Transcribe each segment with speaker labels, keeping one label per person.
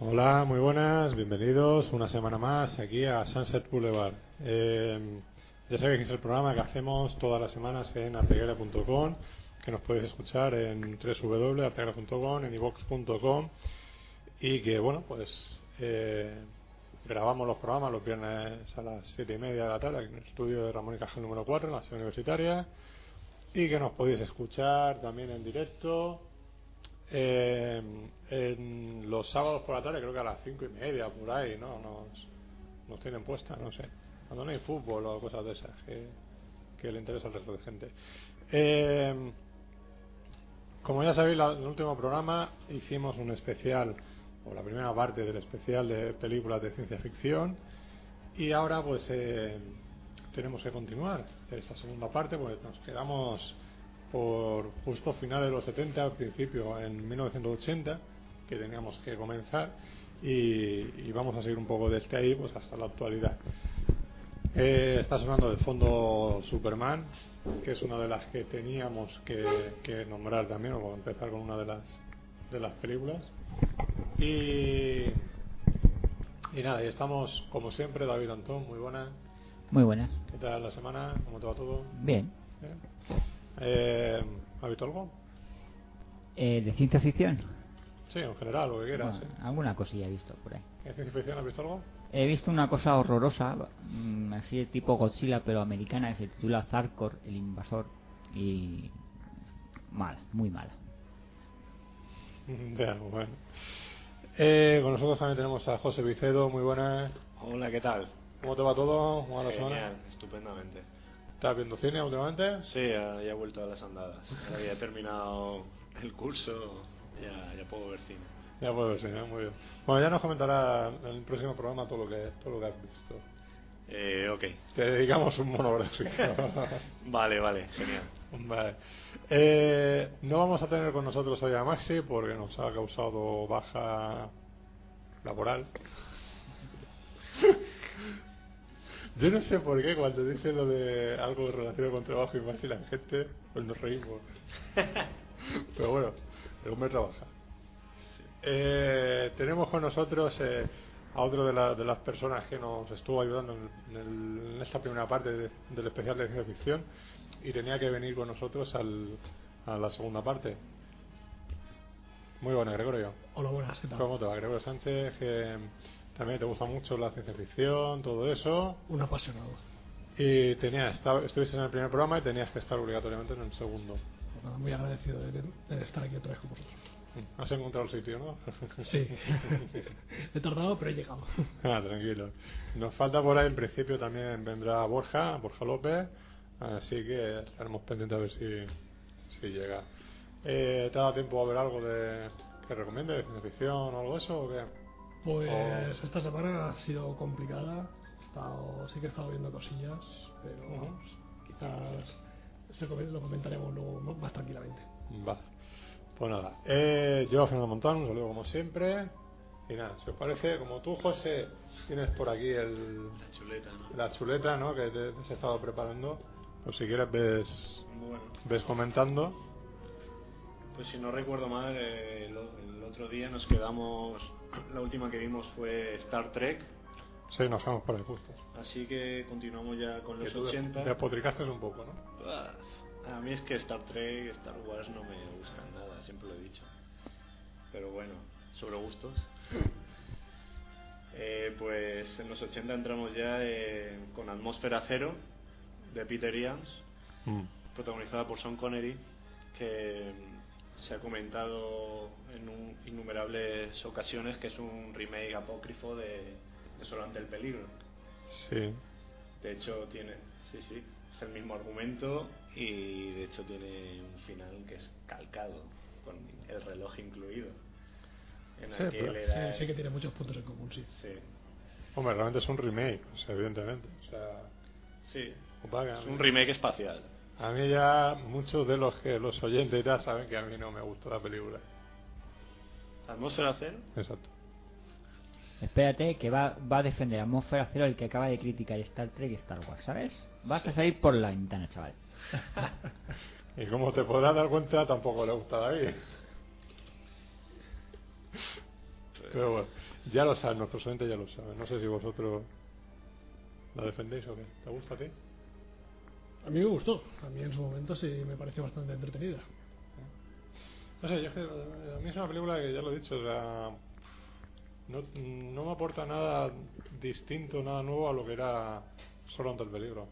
Speaker 1: Hola, muy buenas, bienvenidos una semana más aquí a Sunset Boulevard. Eh, ya sabéis que es el programa que hacemos todas las semanas en arteguera.com, que nos podéis escuchar en www.arteguera.com, en ivox.com y que, bueno, pues eh, grabamos los programas los viernes a las siete y media de la tarde en el estudio de Ramón y Cajal número 4 en la sede universitaria y que nos podéis escuchar también en directo eh, en los sábados por la tarde, creo que a las cinco y media, por ahí, ¿no? Nos, nos tienen puesta, no sé. Cuando no hay fútbol o cosas de esas que, que le interesa al resto de gente. Eh, como ya sabéis, la- el último programa hicimos un especial, o la primera parte del especial de películas de ciencia ficción, y ahora pues eh, tenemos que continuar hacer esta segunda parte, pues nos quedamos por justo finales de los 70, al principio en 1980, que teníamos que comenzar, y, y vamos a seguir un poco desde ahí pues hasta la actualidad. Eh, está sonando de fondo Superman, que es una de las que teníamos que, que nombrar también, o empezar con una de las, de las películas. Y, y nada, y estamos como siempre, David Antón, muy buena.
Speaker 2: Muy buenas.
Speaker 1: ¿Qué tal la semana? ¿Cómo te va todo?
Speaker 2: Bien.
Speaker 1: ¿Bien? Eh, ¿Ha visto algo?
Speaker 2: Eh, ¿De ciencia ficción?
Speaker 1: Sí, en general, lo que quieras.
Speaker 2: Bueno,
Speaker 1: ¿eh?
Speaker 2: alguna cosilla he visto por ahí.
Speaker 1: ¿En ciencia ficción has visto algo?
Speaker 2: He visto una cosa horrorosa, mm, así de tipo Godzilla, pero americana, que se titula Zarkor, el invasor. Y. mala, muy mala.
Speaker 1: Ya, bueno. Eh, con nosotros también tenemos a José Vicedo, muy buenas.
Speaker 3: Hola, ¿qué tal?
Speaker 1: ¿Cómo te va todo? ¿Cómo va la
Speaker 3: Genial,
Speaker 1: semana?
Speaker 3: estupendamente.
Speaker 1: ¿Estás viendo cine últimamente?
Speaker 3: Sí, ya, ya he vuelto a las andadas. Ahora que ya he terminado el curso, ya, ya puedo ver cine.
Speaker 1: Ya puedo ver, sí, ¿no? muy bien. Bueno, ya nos comentará en el próximo programa todo lo que, todo lo que has visto.
Speaker 3: Eh, ok.
Speaker 1: Te dedicamos un monográfico.
Speaker 3: Vale, vale, genial.
Speaker 1: Vale. Eh, no vamos a tener con nosotros hoy a Maxi porque nos ha causado baja laboral. Yo no sé por qué cuando dice lo de algo relacionado con trabajo y Maxi la gente, pues nos reímos. Pero bueno, el hombre trabaja. Eh, tenemos con nosotros eh, a otro de, la- de las personas que nos estuvo ayudando en, el- en esta primera parte de- del especial de ciencia ficción y tenía que venir con nosotros al- a la segunda parte. Muy buena, Gregorio.
Speaker 4: Hola, buenas, ¿qué tal?
Speaker 1: ¿Cómo te va, Gregorio Sánchez? Que también te gusta mucho la ciencia ficción, todo eso.
Speaker 4: Un apasionado.
Speaker 1: Y tenías, esta- estuviste en el primer programa y tenías que estar obligatoriamente en el segundo.
Speaker 4: Pues nada, muy agradecido de, de estar aquí otra vez con vosotros.
Speaker 1: Mm, Has encontrado el sitio, ¿no?
Speaker 4: Sí, he tardado, pero he llegado.
Speaker 1: Ah, tranquilo. Nos falta por ahí, en principio también vendrá Borja, Borja López, así que estaremos pendientes a ver si, si llega. Eh, ¿Te ha dado tiempo a ver algo de, que recomiende, de ciencia ficción o algo de eso o qué? Oh.
Speaker 4: Pues esta semana ha sido complicada. He estado, sí que he estado viendo cosillas, pero
Speaker 1: Ujú.
Speaker 4: vamos, quizás se comen- lo comentaremos luego más más tranquilamente.
Speaker 1: Vale. Pues nada, eh, yo, Fernando Montán, un saludo como siempre. Y nada, si os parece, como tú, José, tienes por aquí el,
Speaker 3: La chuleta, ¿no?
Speaker 1: la chuleta ¿no? que te, te has estado preparando, pues si quieres ves,
Speaker 3: Bueno,
Speaker 1: ves comentando.
Speaker 3: pues si no recuerdo mal, eh, el, o- el otro día nos quedamos... La última que vimos fue Star Trek,
Speaker 1: Sí, nos vamos por ahí justos.
Speaker 3: así que continuamos ya con
Speaker 1: Que
Speaker 3: los
Speaker 1: tú de-
Speaker 3: 80.
Speaker 1: Despotricaste un poco, ¿no?
Speaker 3: Ah, A mí es que Star Trek y Star Wars no me gustan nada, siempre lo he dicho. Pero bueno, sobre gustos. Eh, pues en los 80 entramos ya eh, con Atmósfera Cero de Peter Ians, protagonizada por Sean Connery, que mm, se ha comentado en un- innumerables ocasiones que es un remake apócrifo de, de Solo ante el peligro.
Speaker 1: Sí.
Speaker 3: De hecho, tiene. Sí, sí. Es el mismo argumento y de hecho tiene un final que es calcado, con el reloj incluido. En
Speaker 1: Sí,
Speaker 3: aquel
Speaker 1: pero-
Speaker 3: era.
Speaker 4: Sí, sí que tiene muchos puntos en común, sí.
Speaker 3: Sí.
Speaker 1: Hombre, realmente es un remake, o sea, evidentemente. O sea,
Speaker 3: Sí.
Speaker 1: opa,
Speaker 3: Es un remake espacial.
Speaker 1: A mí ya muchos de los que los oyentes y tal saben que a mí no me gustó la película.
Speaker 3: ¿Atmósfera cero?
Speaker 1: Exacto.
Speaker 2: Espérate, que va, va a defender Atmósfera Cero el que acaba de criticar Star Trek y Star Wars, ¿sabes? Vas a salir por la ventana, chaval.
Speaker 1: Y como te podrás dar cuenta, tampoco le gusta a David. Pero bueno. Ya lo saben, nuestros oyentes ya lo saben. No sé si vosotros la defendéis o qué. ¿Te gusta a ti?
Speaker 5: A mí me gustó. A mí en su momento sí me pareció bastante entretenida.
Speaker 1: No sé, yo es que eh, a mí es una película que ya lo he dicho, o sea, no, no me aporta nada distinto, nada nuevo a lo que era solo ante el peligro.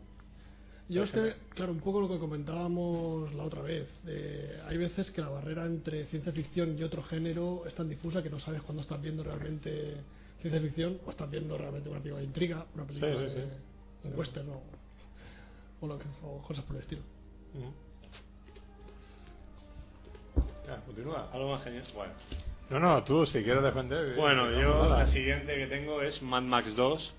Speaker 5: Yo es
Speaker 1: Por
Speaker 5: que,
Speaker 1: ejemplo.
Speaker 5: claro, un poco lo que comentábamos la otra vez. eh, hay veces que la barrera entre ciencia ficción y otro género es tan difusa que no sabes cuándo estás viendo realmente ciencia ficción o estás viendo realmente una película de intriga, una
Speaker 1: Sí,
Speaker 5: película
Speaker 1: sí,
Speaker 5: de
Speaker 1: sí.
Speaker 5: un western o, o lo que- o cosas por el estilo.
Speaker 1: Ujú. Ya, continúa.
Speaker 3: Algo más genial. Bueno,
Speaker 1: No, no, tú si quieres defender. bien,
Speaker 3: Bueno,
Speaker 1: si no,
Speaker 3: yo
Speaker 1: nada.
Speaker 3: la siguiente que tengo es Mad Max 2,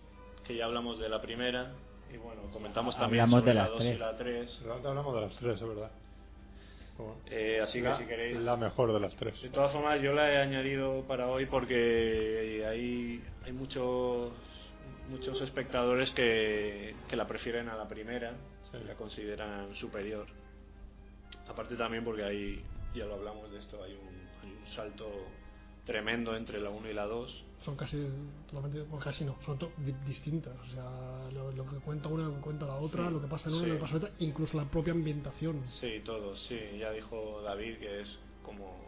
Speaker 3: que ya hablamos de la primera. Y bueno, comentamos también
Speaker 2: Hablamos
Speaker 3: sobre
Speaker 2: de
Speaker 3: la
Speaker 2: las
Speaker 3: 2 y
Speaker 2: tres.
Speaker 3: la 3.
Speaker 1: Realmente hablamos de las tres, es verdad. Bueno,
Speaker 3: Eh, así que
Speaker 1: la,
Speaker 3: si queréis.
Speaker 1: La mejor de las tres.
Speaker 3: De todas formas, yo la he añadido para hoy porque hay, hay muchos muchos espectadores que, que la prefieren a la primera,
Speaker 1: Sí.
Speaker 3: la consideran superior. Aparte también porque hay, ya lo hablamos de esto, hay un, hay un salto tremendo entre la 1 y la 2.
Speaker 5: Son casi totalmente, bueno, casi no, son to- di- distintas. O sea, lo, lo que cuenta una, lo que cuenta la otra,
Speaker 3: Sí,
Speaker 5: lo que pasa en una,
Speaker 3: sí.
Speaker 5: lo que pasa en otra, incluso la propia ambientación.
Speaker 3: Sí, todos, sí. Ya dijo David que es como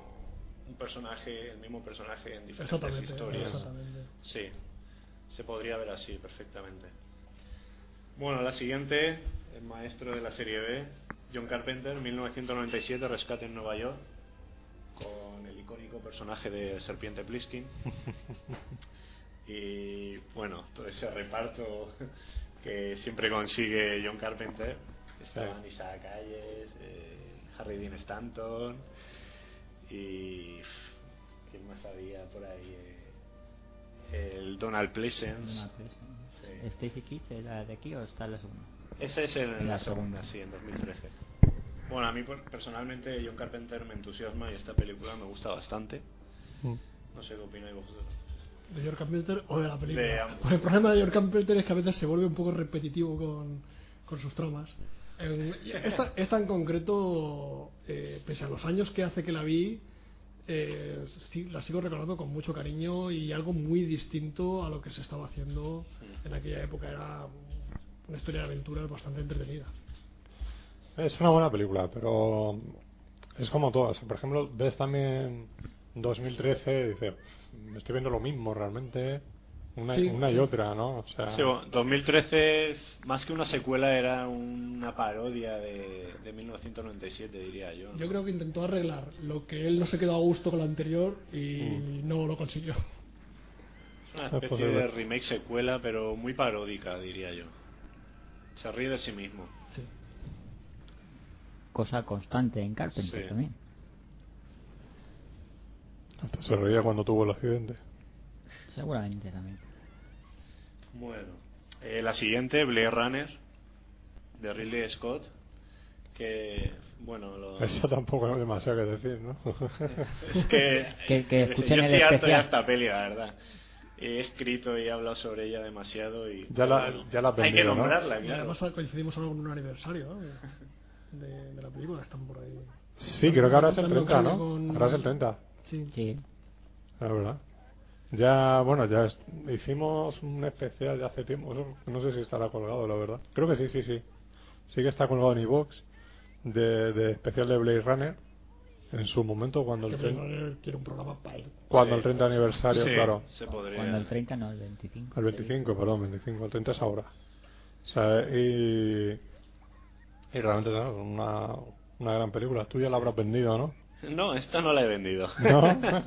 Speaker 3: un personaje, el mismo personaje en diferentes
Speaker 5: Exactamente,
Speaker 3: historias.
Speaker 5: exactamente.
Speaker 3: Sí, se podría ver así perfectamente. Bueno, la siguiente, el maestro de la serie B, John Carpenter, 1997, Rescate en Nueva York, con el icónico personaje de Serpiente Pliskin. Y bueno, todo ese reparto que siempre consigue John Carpenter. Estaban
Speaker 1: Sí.
Speaker 3: Isaac Hayes, eh, Harry Dean Stanton y. pff, ¿Quién más había por ahí? Eh, el Donald Pleasence.
Speaker 2: Una tres,
Speaker 3: Sí.
Speaker 2: ¿no? ¿Stacy Kids es la de aquí o está en la segunda?
Speaker 3: Ese es en
Speaker 2: En
Speaker 3: la
Speaker 2: la segunda.
Speaker 3: segunda, sí, en 2013. Bueno, a mí por- personalmente John Carpenter me entusiasma y esta película me gusta bastante.
Speaker 1: Mm.
Speaker 3: No sé qué opináis vosotros.
Speaker 5: ¿De York Carpenter o de la película?
Speaker 3: De ambos.
Speaker 5: Pues el problema de York Carpenter es que a veces se vuelve un poco repetitivo con, con sus tramas. En- Esta, esta en concreto, eh, pese a los años que hace que la vi, eh, sí, la sigo recordando con mucho cariño y algo muy distinto a lo que se estaba haciendo en aquella época. Era una historia de aventuras bastante entretenida.
Speaker 1: Es una buena película, pero es como todas. Por ejemplo, ves también 2013 y dices, me estoy viendo lo mismo realmente, una,
Speaker 5: Sí.
Speaker 1: una y otra, ¿no? O sea,
Speaker 3: Sí, bueno, 2013, más que una secuela, era una parodia de, de 1997, diría yo. ¿no?
Speaker 5: Yo creo que intentó arreglar lo que él no se quedó a gusto con lo anterior y no lo consiguió.
Speaker 3: Es una
Speaker 1: Es
Speaker 3: especie
Speaker 1: posible.
Speaker 3: de remake secuela, pero muy paródica, diría yo. Se ríe de sí mismo.
Speaker 5: Sí.
Speaker 2: Cosa constante en Carpenter
Speaker 3: Sí.
Speaker 2: también.
Speaker 1: hasta se reía cuando tuvo el accidente.
Speaker 2: Seguramente también.
Speaker 3: Bueno, eh, la siguiente, Blade Runner, de Ridley Scott, que, bueno, lo-
Speaker 1: Esa tampoco hay demasiado que decir, ¿no?
Speaker 3: es que,
Speaker 2: Que- que
Speaker 3: yo
Speaker 2: escuchen
Speaker 3: estoy
Speaker 2: el
Speaker 3: harto ya
Speaker 2: especial.
Speaker 3: de esta peli, la verdad. He escrito y he hablado sobre ella demasiado y...
Speaker 1: Ya la-
Speaker 3: bueno,
Speaker 1: ya la has
Speaker 3: Hay que
Speaker 1: vendido, ¿no?
Speaker 3: nombrarla,
Speaker 5: Y
Speaker 3: claro.
Speaker 5: además coincidimos ahora con un aniversario ¿no? de, de la película, están por ahí.
Speaker 1: sí, creo que ahora es el 30, ¿no?
Speaker 5: Con-
Speaker 1: Ahora es el 30.
Speaker 5: Sí.
Speaker 2: Sí.
Speaker 1: La verdad. Ya, bueno, ya es- hicimos un especial de hace tiempo. eso No sé si estará colgado, la verdad. Creo que sí, sí, sí. Sí que está colgado en iBox de, de especial de Blade Runner. En su momento, cuando el,
Speaker 5: Que
Speaker 1: tren-
Speaker 5: Blade quiere un programa para él.
Speaker 1: cuando
Speaker 3: Sí.
Speaker 1: el 30 aniversario,
Speaker 3: Sí,
Speaker 1: claro.
Speaker 3: se podría.
Speaker 2: Cuando el 30 no, el 25.
Speaker 1: El 25, perdón, 25, el 30 es ahora. O sea, y, y realmente es una, una gran película. Tú ya la habrás vendido, ¿no?
Speaker 3: No, esta no la he vendido.
Speaker 1: ¿No?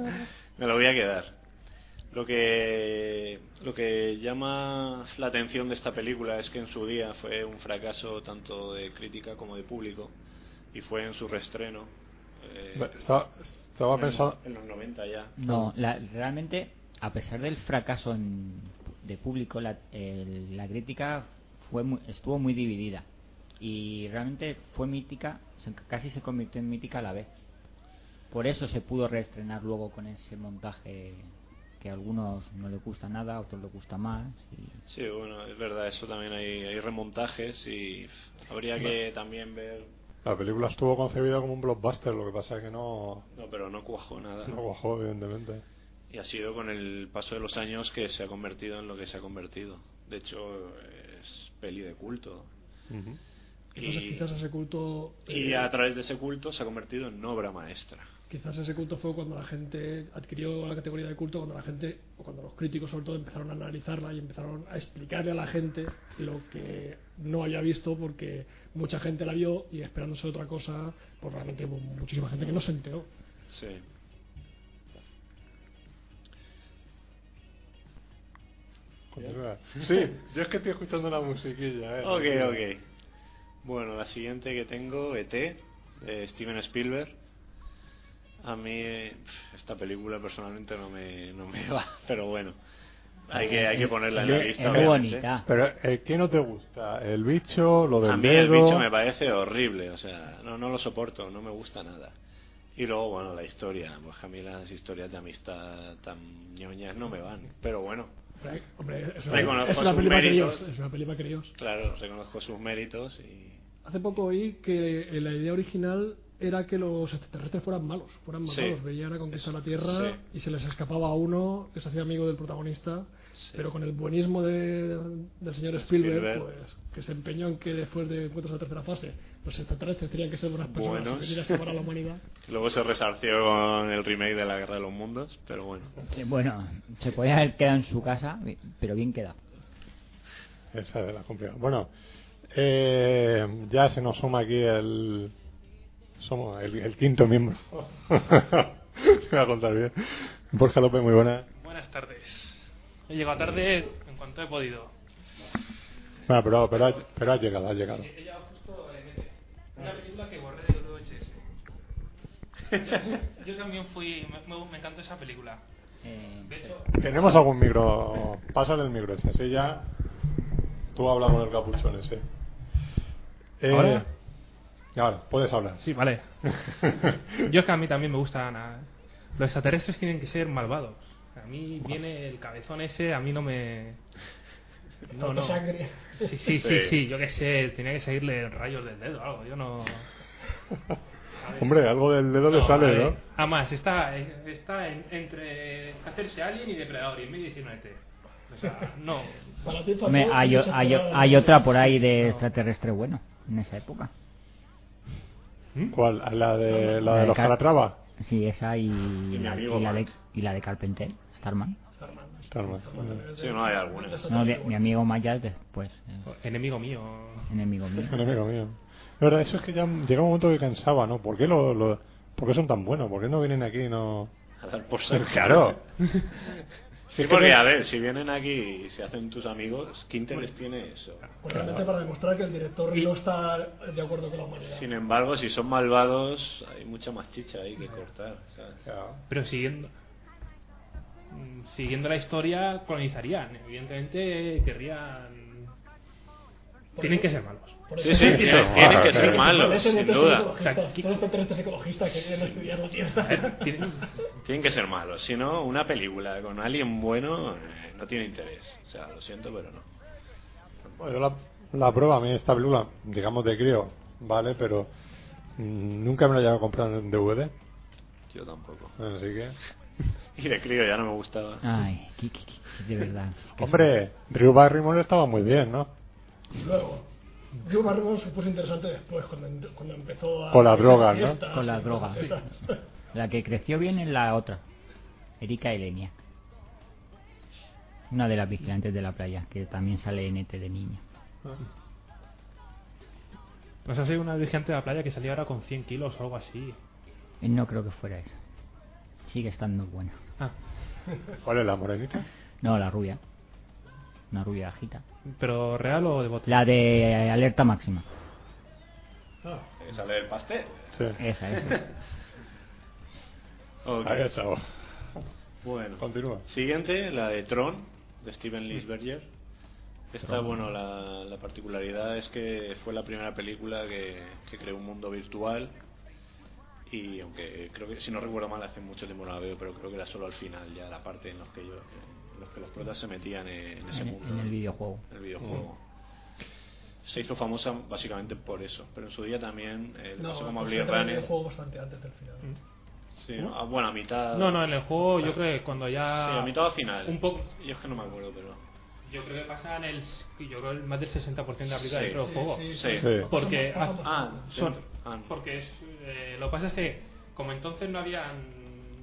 Speaker 3: Me lo voy a quedar. Lo que, lo que llama la atención de esta película es que en su día fue un fracaso tanto de crítica como de público y fue en su reestreno. eh,
Speaker 1: Estaba, estaba
Speaker 3: en-
Speaker 1: pensando.
Speaker 3: En los 90 ya.
Speaker 2: No, la- realmente, a pesar del fracaso en- de público, la, el- la crítica fue mu- estuvo muy dividida. Y realmente fue mítica, se- casi se convirtió en mítica a la vez. Por eso se pudo reestrenar luego con ese montaje que a algunos no les gusta nada, a otros les gusta más. y-
Speaker 3: Sí, bueno, es verdad, eso también hay, hay remontajes y habría que también ver...
Speaker 1: La película estuvo concebida como un blockbuster, lo que pasa es que no,
Speaker 3: No, pero no cuajo nada.
Speaker 1: no cuajó, evidentemente.
Speaker 3: y ha sido con el paso de los años que se ha convertido en lo que se ha convertido. De hecho, es peli de culto.
Speaker 1: Ujú.
Speaker 5: Entonces,
Speaker 3: Y-
Speaker 5: quizás ese culto.
Speaker 3: Y
Speaker 5: eh,
Speaker 3: a través de ese culto se ha convertido en obra maestra.
Speaker 5: Quizás ese culto fue cuando la gente adquirió la categoría de culto, cuando la gente, o cuando los críticos sobre todo empezaron a analizarla y empezaron a explicarle a la gente lo que no había visto porque mucha gente la vio y esperándose otra cosa, pues realmente hubo muchísima gente que no se enteró.
Speaker 3: Sí.
Speaker 1: Continúa. Sí, yo es que estoy escuchando la musiquilla. eh.
Speaker 3: Ok, ok. Bueno, la siguiente que tengo, ET, de Steven Spielberg. A mí eh, pf, esta película personalmente no me, no me va, pero bueno. Hay que, hay que ponerla en la
Speaker 2: Es-
Speaker 3: lista.
Speaker 2: es
Speaker 3: obviamente.
Speaker 2: bonita.
Speaker 1: Pero, eh, ¿qué no te gusta? ¿El bicho? ¿Lo del
Speaker 3: A mí el
Speaker 1: dedo?
Speaker 3: bicho me parece horrible, o sea, no, no lo soporto, no me gusta nada. Y luego, bueno, la historia, pues que a mí las historias de amistad tan ñoñas no me van, pero bueno,
Speaker 5: Hombre, hombre, es una,
Speaker 3: Reconozco
Speaker 5: es una
Speaker 3: sus
Speaker 5: peli para
Speaker 3: méritos.
Speaker 5: críos, es una peli para críos.
Speaker 3: claro, reconozco sus méritos y...
Speaker 5: Hace poco oí que eh, la idea original era que los extraterrestres fueran malos, fueran
Speaker 3: Sí.
Speaker 5: malos, veían a conquistar la Tierra
Speaker 3: Sí.
Speaker 5: y se les escapaba a uno, que se hacía amigo del protagonista,
Speaker 3: Sí.
Speaker 5: pero con el buenismo de- del señor Spielberg,
Speaker 3: Spielberg.
Speaker 5: pues que se empeñó en que después de encuentros a la tercera fase, los extraterrestres tenían que ser buenas personas
Speaker 3: Buenos.
Speaker 5: y venir a salvar a la humanidad.
Speaker 3: que Luego se resarció con el remake de la Guerra de los Mundos, pero bueno.
Speaker 2: Eh, Bueno, se podía haber quedado en su casa, pero bien queda.
Speaker 1: Esa de la complicada. Bueno, eh, ya se nos suma aquí el. Somos el, el quinto miembro. Te voy a contar bien. Borja López, muy buena.
Speaker 6: Buenas tardes. He llegado tarde en cuanto he podido.
Speaker 1: Bueno, Ah, pero, pero, ha- pero ha llegado, ha llegado.
Speaker 6: He llegado justo en ET, Una película que borré del VHS. Yo, yo también fui. Me, me- me encantó esa película.
Speaker 2: Eh,
Speaker 6: De hecho,
Speaker 1: Tenemos algún micro. Pásale el micro ese, así ya. Tú habla con el capuchón ese. Eh,
Speaker 6: ¿Ahora?
Speaker 1: ahora, puedes hablar.
Speaker 6: sí, vale. Yo es que a mí también me gusta Ana. Los extraterrestres tienen que ser malvados. A mí viene el cabezón ese, a mí no me. No, no.
Speaker 5: Sangre.
Speaker 6: Sí, sí, sí,
Speaker 3: Sí.
Speaker 6: sí, yo qué sé, tenía que salirle rayos del dedo o algo, yo no...
Speaker 1: Hombre, algo del dedo le
Speaker 6: a
Speaker 1: sale,
Speaker 6: ver,
Speaker 1: ¿no?
Speaker 6: Además, está, está en- entre hacerse alien y depredador, y en medio dice una ET. E O sea, no.
Speaker 5: Para ti, para
Speaker 2: hombre,
Speaker 5: todos,
Speaker 2: hay, o-
Speaker 5: muchas
Speaker 2: hay, o-
Speaker 5: gracias.
Speaker 2: hay otra por ahí de extraterrestre bueno, en esa época.
Speaker 1: ¿Cuál? ¿La de, la
Speaker 2: La
Speaker 1: de
Speaker 2: de
Speaker 1: los
Speaker 2: Car-
Speaker 1: Calatrava?
Speaker 2: Sí, esa y,
Speaker 3: mi
Speaker 2: la,
Speaker 3: amigo
Speaker 2: y la de,
Speaker 3: Mark.
Speaker 2: y la de Carpenter, Starman.
Speaker 1: Starman.
Speaker 3: Sí, no hay alguna.
Speaker 2: No, de- mi amigo Mayas después, eh,
Speaker 6: Enemigo mío.
Speaker 2: enemigo mío.
Speaker 1: Enemigo mío. La verdad, eso es que ya llega un momento que cansaba, ¿no? ¿Por qué, lo, lo- por qué son tan buenos? ¿Por qué no vienen aquí y no...?
Speaker 3: A dar por saco.
Speaker 1: Claro.
Speaker 3: Sí, porque a ver, si vienen aquí y se hacen tus amigos, ¿qué interés tiene eso?
Speaker 5: Pues realmente para demostrar que el director no está de acuerdo con la humanidad.
Speaker 3: Sin embargo, si son malvados, hay mucha más chicha ahí que cortar. ¿sabes?
Speaker 6: Pero siguiendo... mm, Siguiendo la historia, colonizarían. Evidentemente, querrían... Tienen que ser malos.
Speaker 5: Por
Speaker 3: Sí,
Speaker 5: eso-
Speaker 3: sí, tienes- tienen que ser
Speaker 1: Claro.
Speaker 3: malos,
Speaker 5: Parece
Speaker 3: sin
Speaker 5: que
Speaker 3: duda.
Speaker 5: son ecologistas,
Speaker 6: O sea,
Speaker 5: son extraterrestres ecologistas este que quieren estudiar la
Speaker 3: Eh,
Speaker 5: Tierra.
Speaker 6: Tienen-
Speaker 3: Tienen que ser malos, si no, una película con alguien bueno eh, no tiene interés. O sea, lo siento, pero no.
Speaker 1: Bueno, yo la, la prueba, a mí esta película, digamos de crío, ¿vale? Pero mm, nunca me la llevo a comprar en DVD,
Speaker 3: Yo tampoco.
Speaker 1: así que...
Speaker 3: Y de crío ya no me gustaba.
Speaker 2: Ay, qui- qui- qui- de verdad.
Speaker 1: Hombre, Drew Barrymore estaba muy bien, ¿no?
Speaker 5: Luego, Drew Barrymore se puso interesante después, cuando, en- cuando empezó a...
Speaker 1: Con las
Speaker 5: hacer
Speaker 1: drogas, ¿no?
Speaker 5: fiestas
Speaker 2: Con las
Speaker 5: y
Speaker 2: drogas.
Speaker 5: fiestas.
Speaker 2: La que creció bien es la otra, Erika Elenia. Una de las vigilantes de la playa, que también sale en ET de niña.
Speaker 6: Pues ha sido una vigente de la playa que salía ahora con 100 kilos o algo así.
Speaker 2: Eh, No creo que fuera esa. Sigue estando buena.
Speaker 6: Ah,
Speaker 1: ¿Cuál es la morenita?
Speaker 2: No, la rubia. Una rubia bajita.
Speaker 6: ¿pero real o de bote?
Speaker 2: La de eh, alerta máxima.
Speaker 3: Eh, Sale el pastel.
Speaker 1: Sí.
Speaker 2: Esa, esa.
Speaker 3: Eh, Ok.
Speaker 1: Ahí estaba.
Speaker 3: Bueno.
Speaker 1: Continúa.
Speaker 3: Siguiente, la de Tron, de
Speaker 2: Mm.
Speaker 3: Steven Lisberger. Esta, bueno, la, la particularidad es que fue la primera película que, que creó un mundo virtual. Y aunque creo que, si no recuerdo mal, hace mucho tiempo no la veo, pero creo que era solo al final, ya la parte en los que, yo, en los, que los protas se metían en, en ese
Speaker 2: En,
Speaker 3: mundo.
Speaker 2: en el videojuego.
Speaker 3: el videojuego.
Speaker 6: Mm.
Speaker 3: Se hizo famosa básicamente por eso, pero en su día también eh, le
Speaker 5: No,
Speaker 3: pasó como a
Speaker 5: pues
Speaker 3: Blade
Speaker 5: yo también
Speaker 3: Runner.
Speaker 5: juego bastante antes del final.
Speaker 3: Sí, a- bueno, a mitad.
Speaker 6: No, no, en el juego yo creo que cuando ya...
Speaker 3: Sí, a mitad o final.
Speaker 6: Un poco...
Speaker 3: Yo es que no me acuerdo, pero.
Speaker 6: Yo creo que pasa en el... Yo creo el más del 60% de aplica
Speaker 3: Sí.
Speaker 6: dentro del juego.
Speaker 3: Sí.
Speaker 1: Sí.
Speaker 6: Porque...
Speaker 5: Pasa- pasa-
Speaker 3: Ah,
Speaker 6: Son,
Speaker 3: dentro. Ah, no.
Speaker 6: porque es, eh, lo que pasa es que como entonces no habían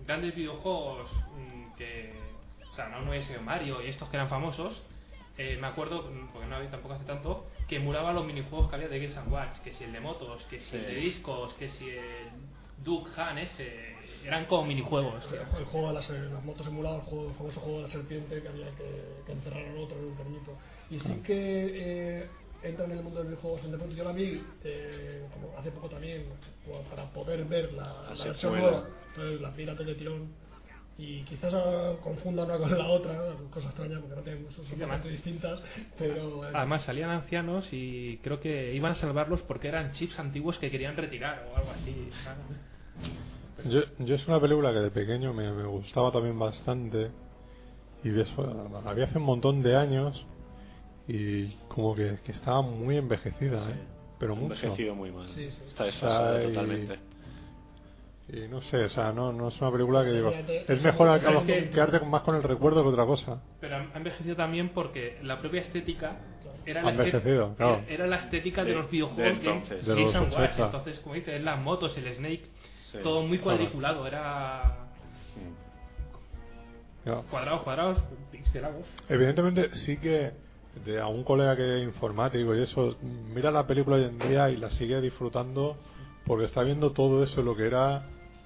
Speaker 6: grandes videojuegos mm, que, o sea, no hubiese Mario y estos que eran famosos, eh, me acuerdo, mm, porque no había tampoco hace tanto, que emulaba los minijuegos que había de Games and Watch, que si el de motos, que si
Speaker 3: Sí.
Speaker 6: el de discos, que si el Duke Han ese, eran como minijuegos. tío.
Speaker 5: El juego de las, las motos simuladas, el, juego, el famoso juego de la serpiente que había que, que encerrar al otro en un termito. Y sí que eh, entra en el mundo de los videojuegos en Deportes. Yo la vi eh, como hace poco también pa- para poder ver la, la
Speaker 3: La
Speaker 5: versión
Speaker 3: secuela.
Speaker 5: nueva. Entonces la vi la todo de tirón. Y quizás ah, confunda una con la otra, cosa extraña porque no tienen sus
Speaker 6: Sí, además.
Speaker 5: distintas, pero... eh,
Speaker 6: Además salían ancianos y creo que iban a salvarlos porque eran chips antiguos que querían retirar o algo así.
Speaker 1: Yo, yo es una película que de pequeño me, me gustaba también bastante y de eso, la había hace un montón de años y como que, que estaba muy envejecida,
Speaker 3: Sí.
Speaker 1: ¿eh? pero mucho.
Speaker 3: Envejecido muy mal.
Speaker 5: Sí, sí.
Speaker 3: Está
Speaker 1: O
Speaker 3: desfasada
Speaker 1: sea, y-
Speaker 3: totalmente.
Speaker 1: Y no sé, o sea, no, no es una película que digo.
Speaker 5: Fíjate.
Speaker 1: Es mejor
Speaker 6: Pero
Speaker 1: acabas
Speaker 6: es que-
Speaker 1: con- quedarte con- más con el recuerdo que otra cosa.
Speaker 6: Pero ha ha envejecido también porque la propia estética era
Speaker 1: Ha
Speaker 6: la, estet-
Speaker 1: envejecido, claro.
Speaker 6: era la estética de,
Speaker 3: De-
Speaker 6: los videojuegos
Speaker 3: de
Speaker 6: Game-
Speaker 3: entonces.
Speaker 1: De
Speaker 6: Games
Speaker 1: los
Speaker 6: and Watch.
Speaker 1: 80.
Speaker 6: Entonces, como dices, las motos, el Snake,
Speaker 3: Sí.
Speaker 6: todo muy
Speaker 1: Claro.
Speaker 6: cuadriculado, era
Speaker 1: Claro.
Speaker 6: cuadrados, cuadrados, pixelados.
Speaker 1: Evidentemente sí que de a un colega que es informático y eso mira la película hoy en día y la sigue disfrutando porque está viendo todo eso lo que era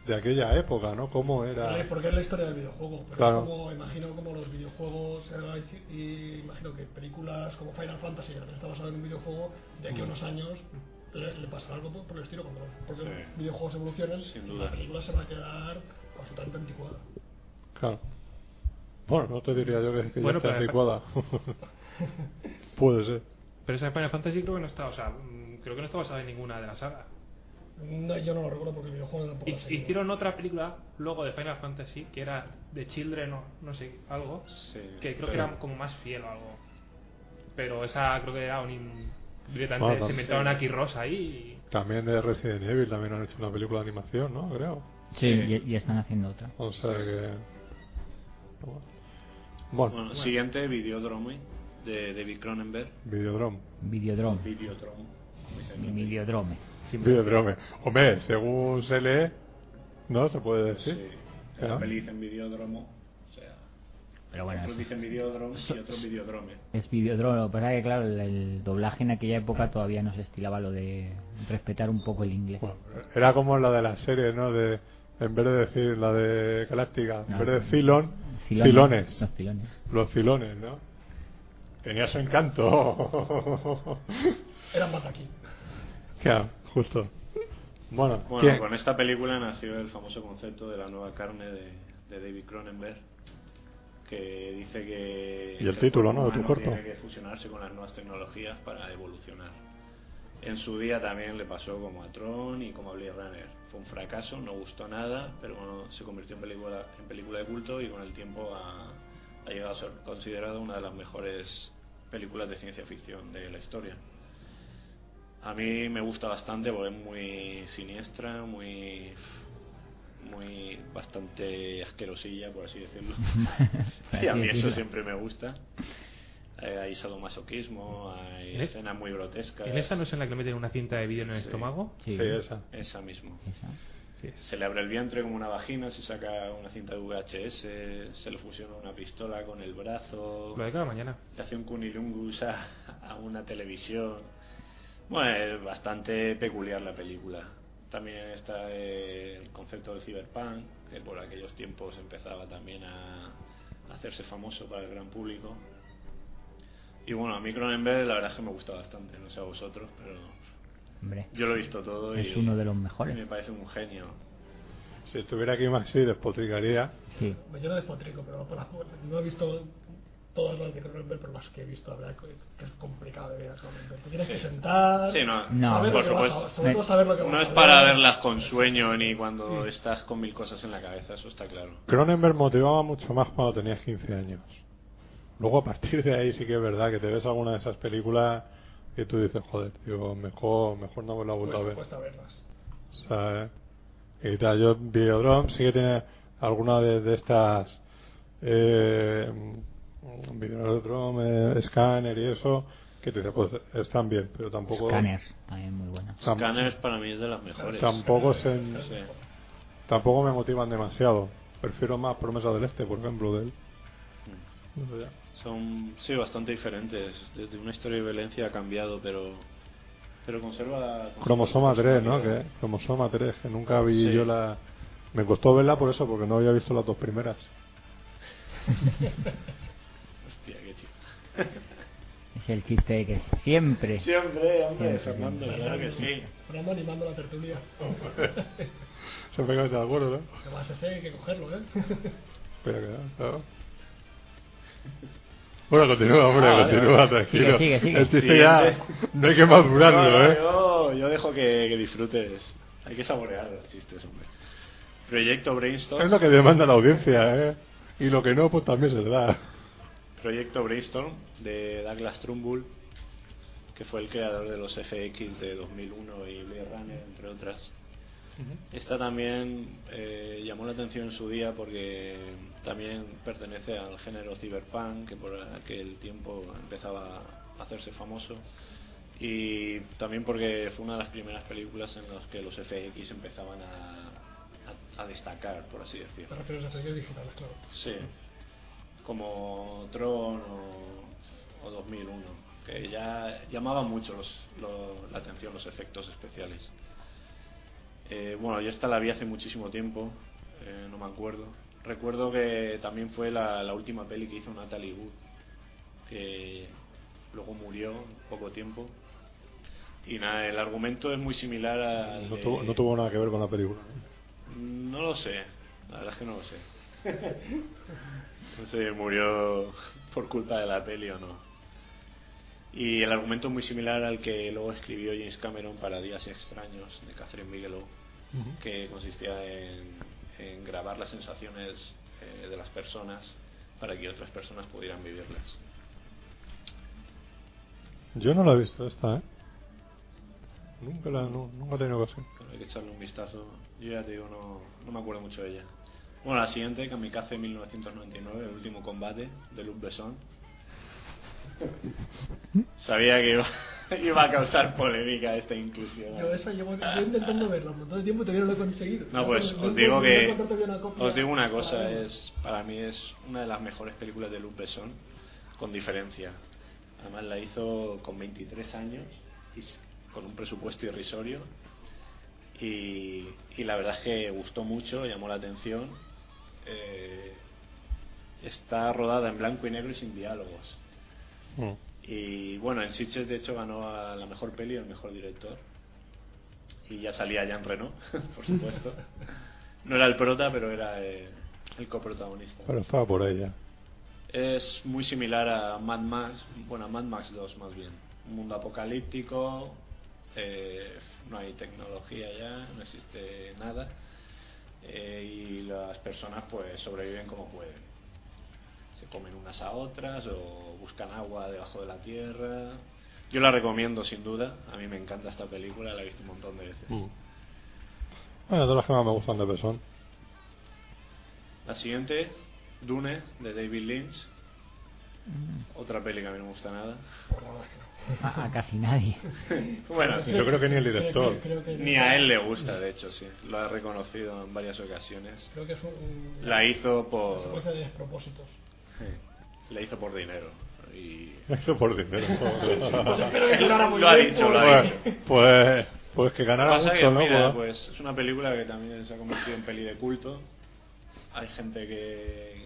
Speaker 1: de aquella época, ¿no? Cómo
Speaker 5: Vale,
Speaker 1: era.
Speaker 5: Porque es la historia del videojuego. Pero
Speaker 1: Claro.
Speaker 5: es como, imagino como los videojuegos, eh, y imagino que películas como Final Fantasy, que está basada en un videojuego, de aquí a unos años le, le pasará algo por, por el estilo cuando los propios
Speaker 3: Sí.
Speaker 5: videojuegos evolucionen.
Speaker 3: Sin
Speaker 5: y
Speaker 3: duda.
Speaker 5: La película se va a quedar bastante anticuada.
Speaker 1: Claro. Bueno, no te diría yo que, que
Speaker 6: Bueno,
Speaker 1: ya está anticuada.
Speaker 6: pero-
Speaker 1: Puede ser.
Speaker 6: Pero esa de Final Fantasy creo que no está, o sea, mm, creo que no está basada en ninguna de la saga.
Speaker 5: No, yo no lo recuerdo porque el videojuego tampoco lo
Speaker 6: Hi-
Speaker 5: seguí.
Speaker 6: Hicieron otra película luego de Final Fantasy que era The Children o no sé, algo,
Speaker 3: Sí.
Speaker 6: que creo
Speaker 1: Sí.
Speaker 6: que era como más fiel o algo. Pero esa creo que era un... in- directamente
Speaker 1: Bueno, pues,
Speaker 6: se
Speaker 1: también-
Speaker 6: inventaron aquí Rosa ahí y...
Speaker 1: También de Resident Evil también han hecho una película de animación, ¿no? Creo.
Speaker 2: Sí, y, y están haciendo otra.
Speaker 1: O sea que. Bueno,
Speaker 3: Bueno, siguiente, Videodrome, de David Cronenberg.
Speaker 1: Videodrome.
Speaker 2: Videodrome.
Speaker 3: Videodrome.
Speaker 2: Videodrome.
Speaker 1: Videodrome. Hombre, según se lee, ¿no? Se puede
Speaker 3: Sí.
Speaker 1: decir.
Speaker 3: En la
Speaker 1: Claro.
Speaker 3: peli dicen Videodromo. O sea,
Speaker 2: Pero bueno,
Speaker 3: otros
Speaker 2: es,
Speaker 3: dicen Videodrome y otros Videodrome.
Speaker 2: es Videodrome. Lo que pasa es que, claro, el, el doblaje en aquella época todavía no se estilaba lo de respetar un poco el inglés.
Speaker 1: Bueno, era como la de las series, ¿no? De, en vez de decir la de Galáctica, en
Speaker 2: No.
Speaker 1: vez de Cilon,
Speaker 2: Cilones.
Speaker 1: Cilones.
Speaker 2: Los cilones.
Speaker 1: Los Cilones, ¿no? Tenía su encanto.
Speaker 5: Eran Bataki.
Speaker 1: claro, justo. Bueno,
Speaker 3: Bueno,
Speaker 1: ¿quién?
Speaker 3: con esta película nació el famoso concepto de la nueva carne de, de David Cronenberg, que dice que...
Speaker 1: Y el
Speaker 3: que
Speaker 1: título, ¿no? de tu
Speaker 3: humano
Speaker 1: cuerpo.
Speaker 3: Tiene que fusionarse con las nuevas tecnologías para evolucionar. En su día también le pasó como a Tron y como a Blade Runner. Fue un fracaso, no gustó nada, pero bueno, se convirtió en película, en película de culto y con el tiempo ha, ha llegado a ser considerada una de las mejores películas de ciencia ficción de la historia. A mí me gusta bastante porque es muy siniestra, muy. muy. bastante asquerosilla, por así decirlo. y a mí eso siempre me gusta. Eh, hay sadomasoquismo, hay
Speaker 6: ¿En es-
Speaker 3: escenas muy grotescas.
Speaker 6: ¿En esa no es en la que le meten una cinta de vídeo en el
Speaker 3: Sí.
Speaker 6: estómago?
Speaker 1: Sí, esa.
Speaker 3: Esa mismo.
Speaker 2: Esa.
Speaker 6: Sí.
Speaker 3: Se le abre el vientre como una vagina, se saca una cinta de VHS, se le fusiona una pistola con el brazo.
Speaker 6: Lo de cada mañana.
Speaker 3: le hace un cunilungus a, a una televisión. Bueno, es bastante peculiar la película. También está eh, el concepto del cyberpunk, que por aquellos tiempos empezaba también a a hacerse famoso para el gran público. Y bueno, a mí Cronenberg la verdad es que me gusta bastante, no sé a vosotros, pero
Speaker 2: Hombre,
Speaker 3: yo lo he visto todo y,
Speaker 2: es uno de los
Speaker 3: y me
Speaker 2: mejores.
Speaker 3: parece un genio.
Speaker 1: Si estuviera aquí Maxi, despotricaría.
Speaker 2: Sí.
Speaker 5: Pues Yo no despotrico, pero por las- no he visto todas las de Cronenberg, pero las que he visto, la verdad que que es complicado de ver a Cronenberg. Te tienes que
Speaker 3: Sí.
Speaker 5: sentar,
Speaker 3: Sí, no,
Speaker 2: No,
Speaker 5: saber
Speaker 3: por
Speaker 5: lo que vas a-
Speaker 3: supuesto.
Speaker 5: sobre todo saber lo que
Speaker 3: No
Speaker 5: vas
Speaker 3: es
Speaker 5: a
Speaker 3: para
Speaker 5: ver.
Speaker 3: verlas con sueño ni cuando estás con mil cosas en la cabeza, eso está claro.
Speaker 1: Cronenberg motivaba mucho más cuando tenías 15 años. Luego a partir de ahí sí que es verdad que te ves alguna de esas películas que tú dices, joder, tío, mejor, mejor no me la he vuelto
Speaker 5: Cuesta,
Speaker 1: a ver.
Speaker 5: cuesta verlas.
Speaker 1: O sea, eh, y tal. Yo, Videodrome sí que tiene alguna de, de estas. Eh, Videodrome, eh, Scanner y eso, que te dice, pues están bien, pero tampoco.
Speaker 2: Scanner, también muy bueno.
Speaker 1: tam-
Speaker 3: Scanners para mí es de las mejores.
Speaker 1: Tampoco se-
Speaker 3: Sí.
Speaker 1: tampoco me motivan demasiado. Prefiero más Promesa del Este, por ejemplo, del.
Speaker 3: Son, sí, bastante diferentes. Desde una historia de violencia ha cambiado, pero. Pero conserva la. conserva
Speaker 1: Cromosoma
Speaker 3: la
Speaker 1: 3, ¿no?
Speaker 3: personalidad.
Speaker 1: Que, cromosoma 3, que nunca vi
Speaker 3: Sí.
Speaker 1: yo la. Me costó verla por eso, porque no había visto las dos primeras.
Speaker 3: Hostia, qué chido.
Speaker 2: Es el chiste que siempre.
Speaker 3: Siempre, hombre,
Speaker 2: Siempre,
Speaker 3: Fernando,
Speaker 2: siempre.
Speaker 3: claro que sí.
Speaker 4: Fernando animando la tertulia.
Speaker 1: Siempre que me de acuerdo, ¿no?
Speaker 4: Que vas a ser, hay que cogerlo, ¿eh?
Speaker 1: Pero que, ¿eh? claro. Bueno, continúa, hombre,
Speaker 3: Ah, vale,
Speaker 1: continúa,
Speaker 3: vale.
Speaker 1: tranquilo.
Speaker 2: Sigue, sigue, sigue.
Speaker 1: El chiste ya
Speaker 3: Siguiente.
Speaker 1: no hay que madurarlo,
Speaker 3: No, no,
Speaker 1: ¿eh?
Speaker 3: Yo, yo dejo que, que disfrutes. Hay que saborear los chistes, hombre. Proyecto Brainstorm.
Speaker 1: Es lo que demanda la audiencia, ¿eh? Y lo que no, pues también se le da.
Speaker 3: Proyecto Brainstorm de Douglas Trumbull, que fue el creador de los FX de 2001 y Blade Runner, entre otras. Esta también eh, llamó la atención en su día porque también pertenece al género cyberpunk, que por aquel tiempo empezaba a hacerse famoso. Y también porque fue una de las primeras películas en las que los FX empezaban a, a- a destacar, por así
Speaker 4: Te
Speaker 3: decirlo.
Speaker 4: refieres a efectos digitales, claro.
Speaker 3: Sí, como Tron o, o 2001, que ya llamaba mucho los- lo- la atención los efectos especiales. Eh, bueno, yo esta la vi hace muchísimo tiempo, eh, no me acuerdo. Recuerdo que también fue la, la última peli que hizo Natalie Wood, que luego murió poco tiempo. Y nada, el argumento es muy similar a...
Speaker 1: No tuvo, no tuvo nada que ver con la película.
Speaker 3: No lo sé, la verdad es que no lo sé. No sé si murió por culpa de la peli o no. Y el argumento es muy similar al que luego escribió James Cameron para Días Extraños de Catherine Bigelow, que consistía en, en grabar las sensaciones eh, de las personas para que otras personas pudieran vivirlas.
Speaker 1: Yo no la he visto esta, ¿eh? Nunca la no, nunca he tenido ocasión.
Speaker 3: Bueno, hay que echarle un vistazo. Yo ya te digo, no, no me acuerdo mucho de ella. Bueno, la siguiente, Kamikaze 1999, el último combate de Luc Besson. Sabía que iba, iba a causar polémica esta inclusión.
Speaker 4: Yo esa llevo yo intentando verla un montón de tiempo y todavía no lo he conseguido.
Speaker 3: No, pues
Speaker 4: No, no,
Speaker 3: os digo
Speaker 4: no he
Speaker 3: que
Speaker 4: encontrado todavía una copia.
Speaker 3: os digo una cosa,
Speaker 4: Ah, no.
Speaker 3: es para mí es una de las mejores películas de Luc Besson con diferencia. Además la hizo con 23 años y s- con un presupuesto irrisorio y, y la verdad es que gustó mucho, llamó la atención. Eh, está rodada en blanco y negro y sin diálogos. Y bueno, en Sitges de hecho ganó a la mejor peli y al mejor director. Y ya salía Jean Reno, por supuesto. No era el prota, pero era eh, el coprotagonista.
Speaker 1: Pero estaba por ella.
Speaker 3: Es muy similar a Mad Max, bueno, a Mad Max 2 más bien. Un mundo apocalíptico, eh, no hay tecnología ya, no existe nada. eh, y las personas pues sobreviven como pueden. Se comen unas a otras o buscan agua debajo de la tierra. Yo la recomiendo sin duda, a mí me encanta esta película, la he visto un montón de veces.
Speaker 1: Mm. Bueno, de las que más me gustan de Besón.
Speaker 3: La siguiente, Dune, de David Lynch. Otra peli que a mí no me gusta nada.
Speaker 5: Pues
Speaker 2: A, a casi nadie.
Speaker 3: Bueno,
Speaker 1: Yo creo que ni el director.
Speaker 4: Creo, creo que,
Speaker 3: Ni a él le gusta, de hecho, sí. Lo ha reconocido en varias ocasiones.
Speaker 4: Creo que es un- un,
Speaker 3: La hizo
Speaker 4: una
Speaker 3: por...
Speaker 4: secuencia de despropósitos.
Speaker 3: sí, La hizo por dinero. Y...
Speaker 1: Eso por dinero.
Speaker 3: Ah.
Speaker 4: Pues
Speaker 3: Lo ha dicho, lo ha
Speaker 1: pues,
Speaker 3: dicho.
Speaker 1: pues, pues que
Speaker 3: Lo que
Speaker 1: ganara
Speaker 3: pasa
Speaker 1: mucho,
Speaker 3: es que,
Speaker 1: ¿no?
Speaker 3: mira,
Speaker 1: Pues-
Speaker 3: pues es una película que también se ha convertido en peli de culto. Hay gente que,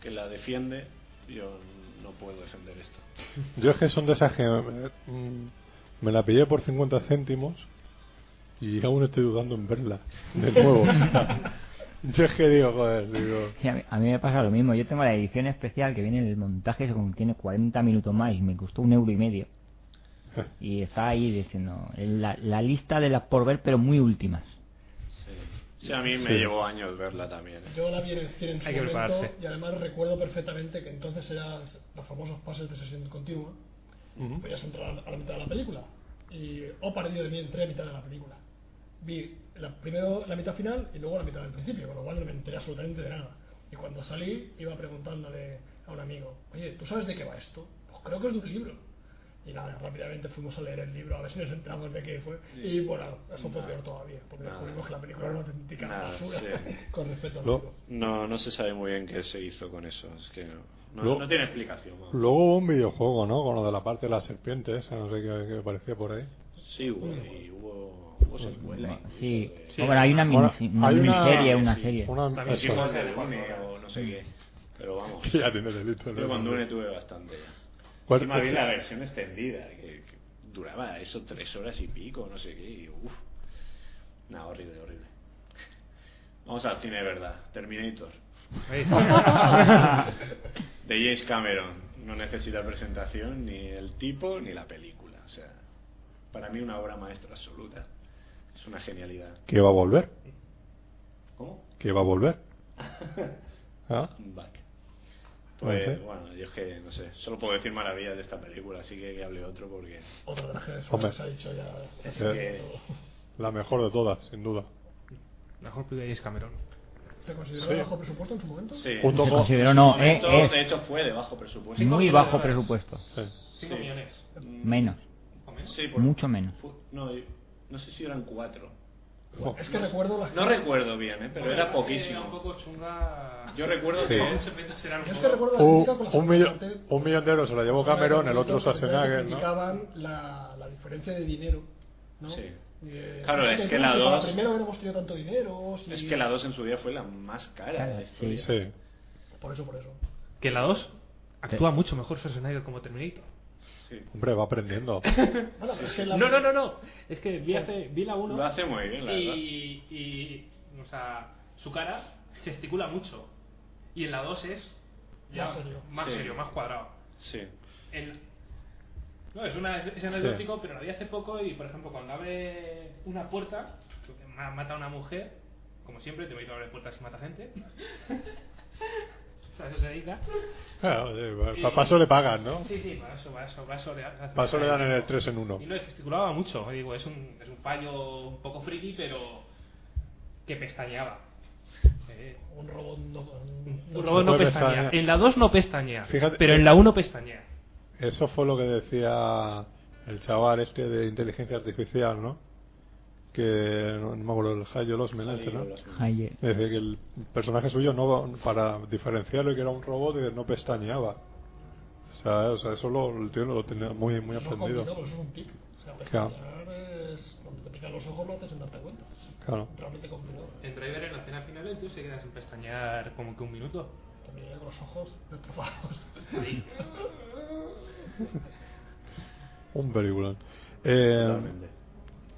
Speaker 3: que la defiende. Yo no puedo defender esto.
Speaker 1: Yo es que son de esas que eh, mm, me la pillé por 50 céntimos y aún estoy dudando en verla de nuevo. o sea, yo es que digo, joder, digo,
Speaker 2: Sí, a, mí, a mí me pasa lo mismo. Yo tengo la edición especial que viene en el montaje, que contiene 40 minutos más y me costó un euro y medio. Y está ahí diciendo la, la lista de las por ver, pero muy últimas.
Speaker 3: Sí, a mí me
Speaker 1: Sí.
Speaker 3: llevó años verla también. ¿eh?
Speaker 4: Yo la vi en el cine en su
Speaker 6: Hay que
Speaker 4: momento
Speaker 6: prepararse.
Speaker 4: y además recuerdo perfectamente que entonces eran los famosos pases de sesión continua.
Speaker 3: Mm.
Speaker 1: mm.
Speaker 5: oh,
Speaker 4: Podías entrar a la mitad de la película y o perdido de mí entré a mitad de la película.
Speaker 5: vi la, primero la mitad final y luego la mitad del principio, con lo cual no me enteré absolutamente de nada. Y cuando salí, iba preguntándole a un amigo, oye, ¿tú sabes de qué va esto? Pues creo que es de un libro. Y nada, rápidamente fuimos a leer el libro a ver si nos enteramos de qué fue.
Speaker 3: Sí.
Speaker 5: Y bueno, eso fue
Speaker 3: Nada.
Speaker 5: peor todavía, porque
Speaker 3: Nada.
Speaker 5: descubrimos que la película era una auténtica
Speaker 3: Nada,
Speaker 5: basura
Speaker 3: sí.
Speaker 5: con respecto al
Speaker 1: Lo-
Speaker 5: libro.
Speaker 3: No, no se sabe muy bien qué se hizo con eso. Es que no, no,
Speaker 1: Luego-
Speaker 3: no tiene explicación. vamos.
Speaker 1: Luego hubo un videojuego, ¿no? Con lo de la parte de las serpientes, no sé qué, qué parecía por ahí.
Speaker 3: Sí, hubo, y hubo, hubo secuela.
Speaker 2: Sí.
Speaker 3: incluso
Speaker 6: Sí.
Speaker 2: Ahora hay una
Speaker 1: Ahora,
Speaker 2: minisi- una
Speaker 1: hay una-
Speaker 2: miniserie, una
Speaker 3: sí,
Speaker 2: serie.
Speaker 1: Una,
Speaker 6: También
Speaker 1: eso,
Speaker 6: sí, Jorge.
Speaker 3: de Dune o no sé qué. Pero vamos.
Speaker 1: que ya tiene delito. ¿no?
Speaker 3: Yo con Dune tuve bastante ya.
Speaker 1: ¿Cuál-
Speaker 3: Encima vi la versión extendida, que, que duraba eso tres horas y pico, no sé qué, y uff. Nada, horrible, horrible. Vamos al cine, de ¿verdad? Terminator.
Speaker 6: ¿Veis?
Speaker 3: De James Cameron. No necesita presentación ni el tipo ni la película. O sea, para mí una obra maestra absoluta. Es una genialidad.
Speaker 1: Que va a volver,
Speaker 3: ¿Cómo?
Speaker 1: que va a volver. ¿Ah?
Speaker 3: I'm back.
Speaker 1: Entonces.
Speaker 3: Pues bueno, yo es que no sé, solo puedo decir maravillas de esta película, así que que hable otro porque
Speaker 5: Otra de las
Speaker 1: Hombre. Eh.
Speaker 5: generaciones se ha dicho ya.
Speaker 3: es que
Speaker 1: La mejor de todas, sin duda.
Speaker 6: Mejor película de James Cameron.
Speaker 5: ¿Se consideró
Speaker 1: Sí.
Speaker 5: bajo presupuesto en su momento?
Speaker 3: sí.
Speaker 1: Junto
Speaker 2: Se
Speaker 1: con-
Speaker 2: consideró, no,
Speaker 3: En
Speaker 2: eh,
Speaker 3: su momento, de
Speaker 2: es
Speaker 3: hecho fue de bajo presupuesto.
Speaker 2: muy
Speaker 6: millones
Speaker 2: bajo
Speaker 6: de dólares.
Speaker 2: presupuesto.
Speaker 1: Sí.
Speaker 6: 5
Speaker 3: Sí.
Speaker 6: millones.
Speaker 3: Mm,
Speaker 2: Menos.
Speaker 6: ¿O menos?
Speaker 3: Sí, por-
Speaker 2: Mucho menos.
Speaker 3: fu- no, yo- no sé si eran cuatro.
Speaker 1: Jo.
Speaker 5: Es que recuerdo las
Speaker 3: No recuerdo bien, ¿eh? pero era
Speaker 6: Era un
Speaker 3: poquísimo.
Speaker 6: poco chunga.
Speaker 3: Yo recuerdo
Speaker 1: Sí.
Speaker 6: Los
Speaker 3: que
Speaker 6: efectos eran
Speaker 5: Yo es
Speaker 6: un
Speaker 5: que
Speaker 6: poco-
Speaker 5: recuerdo la
Speaker 1: Un,
Speaker 5: crítica con la
Speaker 1: un, millo-
Speaker 5: Sacerdotante-
Speaker 1: un millón de euros se la llevó Cameron, el otro
Speaker 5: Sacerdotante
Speaker 1: Schwarzenegger, ¿no?
Speaker 5: Criticaban la, la diferencia de dinero, ¿no?
Speaker 3: Sí.
Speaker 5: Eh,
Speaker 3: Claro,
Speaker 5: no sé
Speaker 3: es
Speaker 5: si
Speaker 3: que la
Speaker 5: si para
Speaker 3: dos-
Speaker 5: Primero hubiéramos tenido tanto dinero. si-
Speaker 3: es que la 2 en su día fue la más cara de la
Speaker 2: Cara,
Speaker 3: historia.
Speaker 1: Sí.
Speaker 5: Por eso, por eso.
Speaker 6: Que la 2 actúa mucho mejor Schwarzenegger como Terminator.
Speaker 3: Sí.
Speaker 1: Hombre, va aprendiendo.
Speaker 5: Bueno, pero es que la-
Speaker 6: No, no, no, no. Es que vi, hace- vi la 1.
Speaker 3: Lo hace muy bien, la verdad.
Speaker 6: y, y, o sea, su cara gesticula mucho. Y en la 2 es ya
Speaker 5: Más serio.
Speaker 6: más,
Speaker 3: Sí.
Speaker 6: serio, más cuadrado.
Speaker 3: Sí.
Speaker 6: El- no, es, una, es, es anecdótico, pero la vi hace poco y, por ejemplo, cuando abre una puerta, ma- mata a una mujer, como siempre, te voy a abrir puertas y mata gente. o sea, eso se dedica.
Speaker 1: Claro, sí, pa-
Speaker 6: Y-
Speaker 1: pa- Eh, paso le pagan, ¿no?
Speaker 6: Sí, sí, para eso, para eso, para eso le, hace-
Speaker 1: Para eso le dan en el tres en uno.
Speaker 6: Y lo gesticulaba mucho, digo, es un, es un fallo un poco friki, pero que pestañeaba. Eh,
Speaker 5: Un robot no.
Speaker 6: un robot no
Speaker 1: puede
Speaker 6: pestañea.
Speaker 1: pestañear.
Speaker 6: En la 2 no pestañea,
Speaker 1: Fíjate-
Speaker 6: pero en la 1 pestañea.
Speaker 1: Eso fue lo que decía el chaval este de inteligencia artificial, ¿no? Que no, no me acuerdo el Jayo Losmen, este, ¿no?
Speaker 2: Ayer.
Speaker 1: Dice que el personaje suyo no para diferenciarlo y que era un robot y no pestañeaba. O sea, o sea, eso lo, el tío lo tenía muy muy
Speaker 5: Eso es complicado,
Speaker 1: aprendido.
Speaker 5: eso es un tip. O sea,
Speaker 1: Claro.
Speaker 5: pestañear es- Cuando te pican los ojos lo haces sin darte cuenta.
Speaker 1: Claro.
Speaker 5: Realmente complicado. Eh,
Speaker 6: En Driver, en la escena final, el tío se queda sin pestañear como que un minuto.
Speaker 5: También con los ojos destrozados.
Speaker 1: Un película. Eh,
Speaker 3: Totalmente.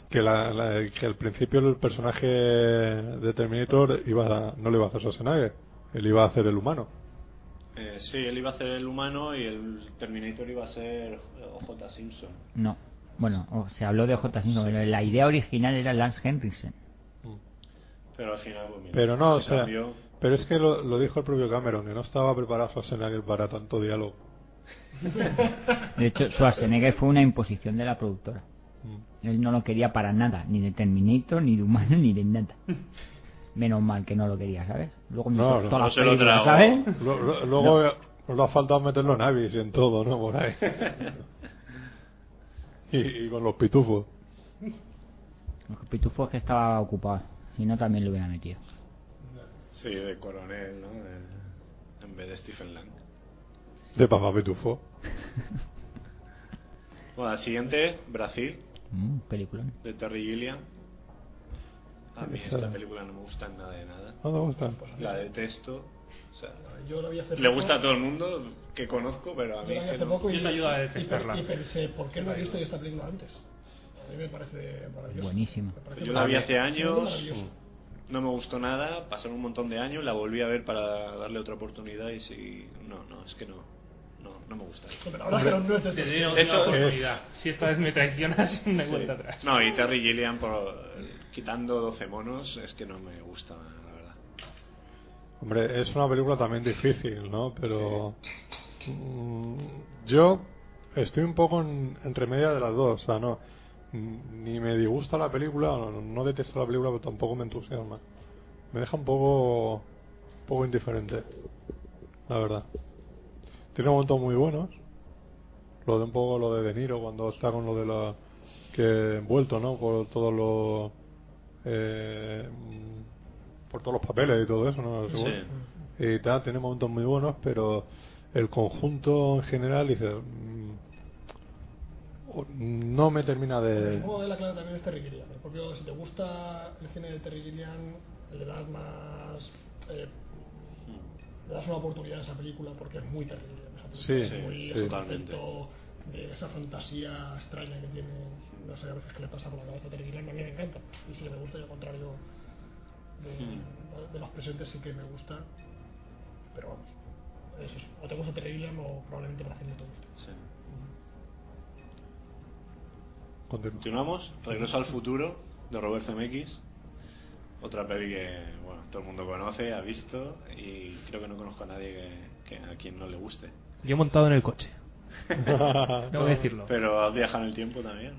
Speaker 1: que, la, la- que al principio el personaje de Terminator iba a- no le iba a hacer Schwarzenegger, él iba a hacer el humano.
Speaker 3: Eh, sí, él iba a ser el humano y el Terminator iba a ser OJ Simpson.
Speaker 2: No. Bueno, o- se habló de J. Simpson, pero la idea original era Lance Henriksen.
Speaker 3: Pero al final, pues mira,
Speaker 1: Pero no, o
Speaker 3: se
Speaker 1: sea,
Speaker 3: cambió.
Speaker 1: pero es que lo, lo dijo el propio Cameron, que no estaba preparado Schwarzenegger para tanto diálogo.
Speaker 2: De hecho, Schwarzenegger fue una imposición de la productora.
Speaker 1: Mm.
Speaker 2: Él no lo quería para nada, ni de Terminator, ni de humano, ni de nada. Menos mal que no lo quería, ¿sabes? Luego me
Speaker 1: No,
Speaker 2: hizo
Speaker 1: no,
Speaker 2: todas
Speaker 3: no
Speaker 2: las
Speaker 3: se lo
Speaker 2: películas,
Speaker 3: tragó.
Speaker 2: ¿sabes?
Speaker 1: Lo- lo- luego eh, lo ha faltado meterlo en Avis y en todo, ¿no? Por ahí. y, y con los pitufos.
Speaker 2: Los pitufos que estaba ocupado, si no también lo hubiera metido.
Speaker 3: Sí, de coronel, ¿no? De- en vez de Stephen Lang.
Speaker 1: De papá pitufo.
Speaker 3: Bueno, la siguiente, Brasil,
Speaker 2: Mm, peliculón.
Speaker 3: de Terry Gilliam. A mí
Speaker 1: Esa-
Speaker 3: esta película no me gusta nada de nada.
Speaker 1: ¿No te gusta?
Speaker 3: La detesto. O sea,
Speaker 5: Yo la vi hace
Speaker 3: le
Speaker 5: poco.
Speaker 3: gusta a todo el mundo que conozco, pero a
Speaker 5: Yo
Speaker 3: mí
Speaker 5: la
Speaker 3: es
Speaker 5: vi
Speaker 3: que
Speaker 5: hace
Speaker 3: no.
Speaker 5: poco y,
Speaker 6: Yo te ayudo a
Speaker 5: y-
Speaker 6: detectarla.
Speaker 5: Y, pensé, ¿por qué no he
Speaker 6: Te
Speaker 5: visto
Speaker 6: ayudo.
Speaker 5: yo esta película antes? A mí me parece maravillosa.
Speaker 2: Buenísima.
Speaker 5: Me parece
Speaker 3: Yo la vi hace
Speaker 5: maravillosa.
Speaker 3: años. Mm.
Speaker 5: Maravillosa.
Speaker 3: No me gustó nada, pasaron un montón de años, la volví a ver para darle otra oportunidad y si... No, no, es que no. No, no me gusta.
Speaker 5: No, pero ahora que no es de
Speaker 6: Te dieron
Speaker 3: De
Speaker 6: otra
Speaker 3: hecho,
Speaker 6: oportunidad. Si esta vez me traicionas, no hay
Speaker 3: Sí.
Speaker 6: vuelta atrás.
Speaker 3: No, y Terry Gilliam por, quitando 12 monos es que no me gusta, la verdad.
Speaker 1: Hombre, es una película también difícil, ¿no? Pero mm, yo estoy un poco en, entre media de las dos, o sea, no, ni me disgusta la película, no, no detesto la película, pero tampoco me entusiasma. Me deja un poco, un poco indiferente, la verdad. Tiene momentos muy buenos. Lo de un poco lo de De Niro cuando está con lo de la que envuelto, ¿no? Por todos los eh, mm, por todos los papeles y todo eso, ¿no?
Speaker 3: Sí.
Speaker 1: Seguro. Y tal, tiene momentos muy buenos, pero el conjunto en general, dices, mm, o- no me termina
Speaker 5: El
Speaker 1: de.
Speaker 5: juego de la clave también es Terry Gilliam. El propio, si te gusta el cine de Terry Gilliam, le das más. eh, le das una oportunidad a esa película porque es muy Terry Gilliam. esa película.
Speaker 1: Sí,
Speaker 5: es muy
Speaker 1: sí.
Speaker 5: ese
Speaker 3: Totalmente.
Speaker 5: concepto De esa fantasía extraña que tiene, no sé a veces qué le pasa por la cabeza a Terry Gilliam, a mí me encanta. Y si me gusta, y al contrario de, de los presentes, sí que me gusta. Pero vamos, eso es, o te gusta Terry Gilliam o probablemente la cine no te guste.
Speaker 3: Sí.
Speaker 1: Continúa.
Speaker 3: Continuamos. Regreso al futuro de Robert Zemeckis. Otra peli que bueno, todo el mundo conoce, ha visto y creo que no conozco a nadie que, que- a quien no le guste.
Speaker 6: Yo he montado en el coche, tengo que decirlo.
Speaker 3: Pero has viajado en el tiempo también.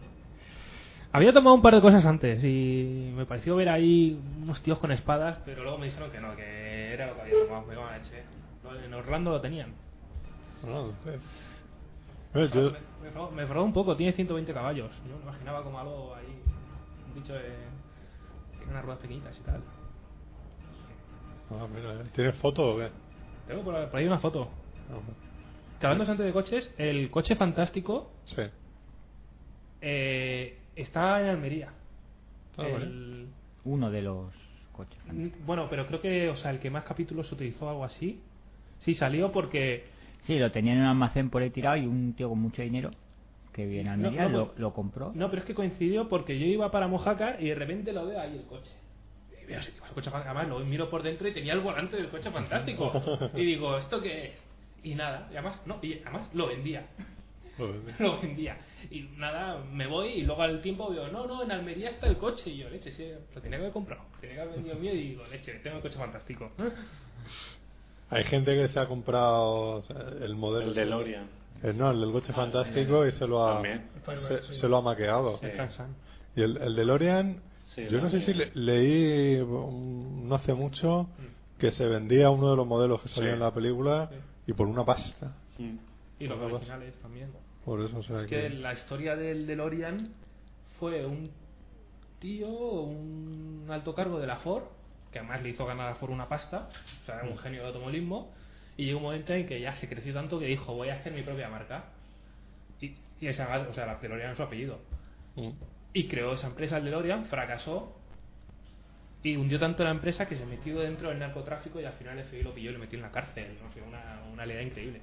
Speaker 6: Había tomado un par de cosas antes y me pareció ver ahí unos tíos con espadas,
Speaker 7: Pero luego me dijeron que no, que era lo que había tomado. Me iba a la leche.
Speaker 6: pero en Orlando lo tenían.
Speaker 1: No, no sé.
Speaker 3: Pues
Speaker 1: Eh,
Speaker 7: Me,
Speaker 1: yo-
Speaker 7: me
Speaker 6: Me
Speaker 7: fro-
Speaker 6: me frodó un poco, tiene 120 caballos.
Speaker 7: Yo me imaginaba como algo ahí, un bicho de... Tiene unas ruedas pequeñitas y tal.
Speaker 1: Ah, mira, eh. ¿Tienes foto o qué?
Speaker 6: Tengo por por ahí una foto.
Speaker 1: No.
Speaker 6: Que hablando antes de coches, el coche fantástico
Speaker 1: Sí.
Speaker 6: eh, está en Almería.
Speaker 1: Ah,
Speaker 6: El- mm,
Speaker 2: Uno de los coches.
Speaker 6: Bueno, pero creo que, o sea, el que más capítulos se utilizó algo así. Sí, salió porque
Speaker 2: Sí, lo tenían en un almacén por ahí tirado y un tío con mucho dinero que viene a
Speaker 6: No,
Speaker 2: Almería
Speaker 6: no,
Speaker 2: lo,
Speaker 6: pues-
Speaker 2: lo compró.
Speaker 6: No, pero es que coincidió porque yo iba para Mojácar y de repente lo veo ahí el coche. Y veo ese tipo de coche fan- además lo miro por dentro y tenía el volante del coche fantástico. Y digo, ¿esto qué es? Y nada, y además, no, y además lo vendía.
Speaker 1: Lo vendí.
Speaker 6: Lo vendía. Y nada, me voy y luego al tiempo veo, no, no, en Almería está el coche. Y yo, leche, sí, lo tenía que haber comprado. Tenía que haber vendido el mío y digo, leche, tengo el coche fantástico.
Speaker 1: Hay gente que se ha comprado o sea, el modelo.
Speaker 3: El de Lorian.
Speaker 1: Eh, no, el del coche fantástico y se lo ha,
Speaker 3: También.
Speaker 1: se, se lo ha maqueado.
Speaker 3: Sí.
Speaker 6: El Frank Sam.
Speaker 1: Y el, el DeLorean,
Speaker 3: Sí,
Speaker 1: yo no sé
Speaker 3: también.
Speaker 1: si le- leí um, no hace mucho que se vendía uno de los modelos que salía
Speaker 3: Mm. Sí.
Speaker 1: en la película y por una pasta.
Speaker 3: Mm.
Speaker 6: Y los
Speaker 1: Otra cosa.
Speaker 6: originales también.
Speaker 1: Por eso, o sea,
Speaker 6: Es
Speaker 1: que-
Speaker 6: que la historia del DeLorean fue un tío, un alto cargo de la Ford, que además le hizo ganar a Ford una pasta, o sea, era un genio del automovilismo, y llegó un momento en que ya se creció tanto que dijo, voy a hacer mi propia marca. Y, y esa, o sea, la DeLorean es su apellido.
Speaker 1: Mm.
Speaker 6: Y creó esa empresa, el DeLorean, fracasó y hundió tanto la empresa que se metió dentro del narcotráfico y al final el FBI lo pilló y lo metió en la cárcel. No sé, una, una leada increíble.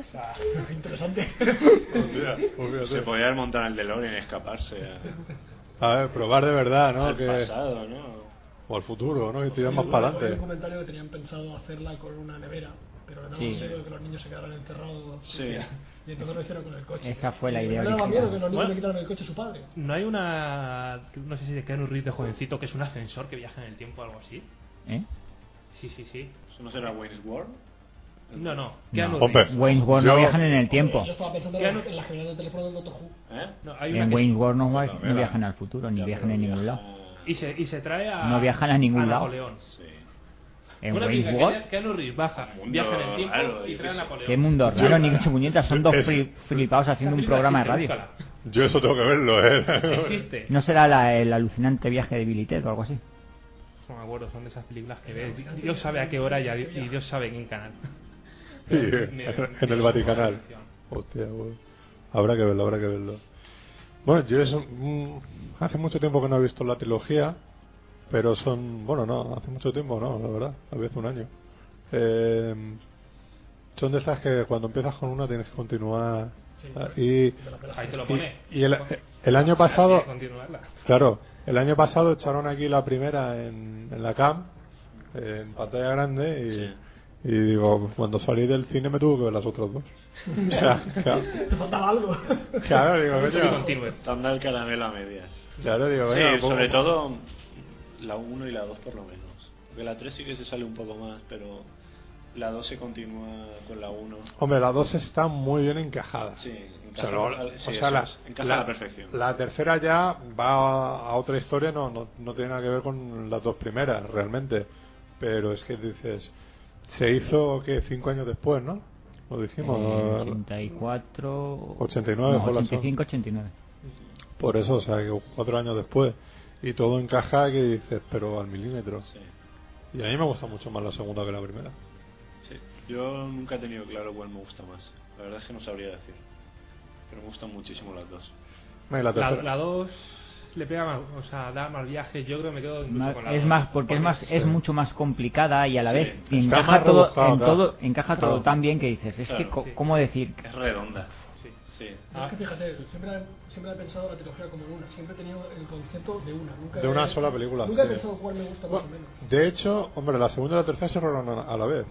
Speaker 6: O sea,
Speaker 5: Interesante.
Speaker 1: Hostia, pues fíjate.
Speaker 3: Se podía haber montado en el DeLorean y escaparse a-
Speaker 1: A ver, probar de verdad, ¿no?
Speaker 3: al
Speaker 1: Que-
Speaker 3: pasado, ¿no?
Speaker 1: O al futuro, ¿no? Y tirar más
Speaker 5: Había
Speaker 1: para
Speaker 5: un
Speaker 1: adelante.
Speaker 5: comentario que tenían pensado hacerla con una nevera, pero le daba
Speaker 2: Sí.
Speaker 5: miedo de que los niños se quedaran encerrados.
Speaker 3: Sí.
Speaker 5: Y entonces lo hicieron con el coche.
Speaker 2: Esa fue la
Speaker 5: Y
Speaker 2: idea
Speaker 5: Le daba miedo que los
Speaker 2: original.
Speaker 5: niños
Speaker 6: Bueno.
Speaker 5: le quitaran el coche a su padre.
Speaker 6: ¿No hay una. No sé si de Keanu Reeves de jovencito que es un ascensor que viaja en el tiempo o algo así?
Speaker 2: ¿Eh?
Speaker 6: Sí, sí, sí.
Speaker 3: ¿Eso no será Wayne's World?
Speaker 6: No, no.
Speaker 2: No.
Speaker 6: Keanu
Speaker 1: Hombre.
Speaker 6: Reeves.
Speaker 2: Wayne World no
Speaker 1: Yo-
Speaker 2: viajan en el tiempo.
Speaker 5: Yo estaba pensando en, la- en las gemelas de teléfono del Doctor Who.
Speaker 3: ¿Eh?
Speaker 6: No, hay una
Speaker 2: En
Speaker 6: que
Speaker 2: Wayne
Speaker 6: es-
Speaker 2: World no, va-
Speaker 3: Pues La
Speaker 2: no
Speaker 3: novela.
Speaker 2: viajan al futuro ni
Speaker 3: Ya,
Speaker 2: viajan
Speaker 3: pero
Speaker 2: en ningún
Speaker 3: viaja-
Speaker 2: lado.
Speaker 6: Y se, y se trae a.
Speaker 2: No viajan a ningún lado.
Speaker 6: Napoleón.
Speaker 3: Sí.
Speaker 2: En
Speaker 6: Bueno,
Speaker 2: Wayne
Speaker 6: venga,
Speaker 2: World,
Speaker 6: Keanu- Keanu Reeves baja,
Speaker 3: Mundo
Speaker 6: viaja en el tiempo
Speaker 3: raro,
Speaker 6: y
Speaker 3: yo
Speaker 6: trae a
Speaker 3: qué sé.
Speaker 6: Napoleón.
Speaker 2: qué mundo
Speaker 1: Yo-
Speaker 2: raro, ni mucho puñetas, son dos
Speaker 1: Es-
Speaker 2: fri- flipados haciendo un
Speaker 6: Esa
Speaker 2: programa de radio.
Speaker 6: película
Speaker 1: Yo eso tengo que verlo, ¿eh?
Speaker 6: existe, búscala. Existe.
Speaker 2: ¿No será la- el alucinante viaje de Billy Ted o algo así?
Speaker 6: No me acuerdo, son de esas películas que ves. Dios sabe a qué hora y, a Dios, y Dios sabe en qué canal.
Speaker 1: Sí, en el Vaticanal. Hostia, güey. Habrá que verlo, habrá que verlo. Bueno, yo eso, mm, hace mucho tiempo que no he visto la trilogía, pero son, bueno, no, hace mucho tiempo no, la verdad, tal vez un año. Eh, son de esas que cuando empiezas con una tienes que continuar.
Speaker 5: Sí.
Speaker 1: Ah, y,
Speaker 6: Ahí te lo pone.
Speaker 1: y- y el, el año pasado,
Speaker 6: Tienes que continuarla.
Speaker 1: Claro, el año pasado echaron aquí la primera en, en la CAM, en pantalla grande, y, y digo, cuando salí del cine me tuvo que ver las otras dos. O sea, claro,
Speaker 5: Te faltaba algo.
Speaker 1: claro, digo,
Speaker 6: Eso que
Speaker 1: coño,
Speaker 6: continúe.
Speaker 3: Te han dado el caramelo a medias.
Speaker 1: claro, digo,
Speaker 3: Sí,
Speaker 1: coño,
Speaker 3: sobre
Speaker 1: ¿cómo?
Speaker 3: todo la 1 y la 2 por lo menos. Porque la 3 sí que se sale un poco más, pero La 2 se continúa con la 1.
Speaker 1: Hombre, la 2 está muy bien encajada.
Speaker 3: Sí,
Speaker 1: O sea,
Speaker 3: encaja,
Speaker 1: lo-
Speaker 3: al- sí,
Speaker 1: o sea,
Speaker 3: eso
Speaker 1: la,
Speaker 3: es, encaja a la perfección.
Speaker 1: la tercera ya va a, a otra historia, no, no, no tiene nada que ver con las dos primeras, realmente. Pero es que dices, se hizo que cinco años después, ¿no? Lo dijimos.
Speaker 2: Eh,
Speaker 1: eh,
Speaker 2: 84...
Speaker 1: 89
Speaker 2: no,
Speaker 1: fue la
Speaker 2: 85, 89.
Speaker 1: Por eso, o sea, que cuatro años después. Y todo encaja que dices, pero al milímetro.
Speaker 3: Sí,
Speaker 1: Y a mí me gusta mucho más la segunda que la primera.
Speaker 3: sí. Yo nunca he tenido claro cuál me gusta más. La verdad es que no sabría decir. Pero me gustan muchísimo las dos.
Speaker 1: No, y la
Speaker 6: La
Speaker 1: tercera.
Speaker 6: la 2 le pega más, o sea, da más viaje. Yo creo que me quedo incluso
Speaker 2: Ma-
Speaker 6: con la
Speaker 2: es
Speaker 6: dos.
Speaker 2: más porque es más es
Speaker 1: sí.
Speaker 2: mucho más complicada y a la
Speaker 3: Sí,
Speaker 2: vez
Speaker 3: está
Speaker 2: encaja
Speaker 1: más
Speaker 2: todo en
Speaker 1: rebuscado, claro.
Speaker 2: todo encaja todo
Speaker 1: Claro.
Speaker 2: tan bien que dices es que
Speaker 3: Claro,
Speaker 2: co-
Speaker 6: sí.
Speaker 2: cómo decir
Speaker 3: Es redonda.
Speaker 6: Sí.
Speaker 3: Sí.
Speaker 6: Ah.
Speaker 4: Es que fíjate, siempre, siempre he pensado la trilogía como en una, siempre he tenido el concepto de una. Nunca
Speaker 1: De
Speaker 4: he-
Speaker 1: una sola película,
Speaker 4: Nunca
Speaker 1: sí.
Speaker 4: he pensado cuál me gusta más o menos.
Speaker 1: De hecho, hombre, la segunda y la tercera se rolan a la vez.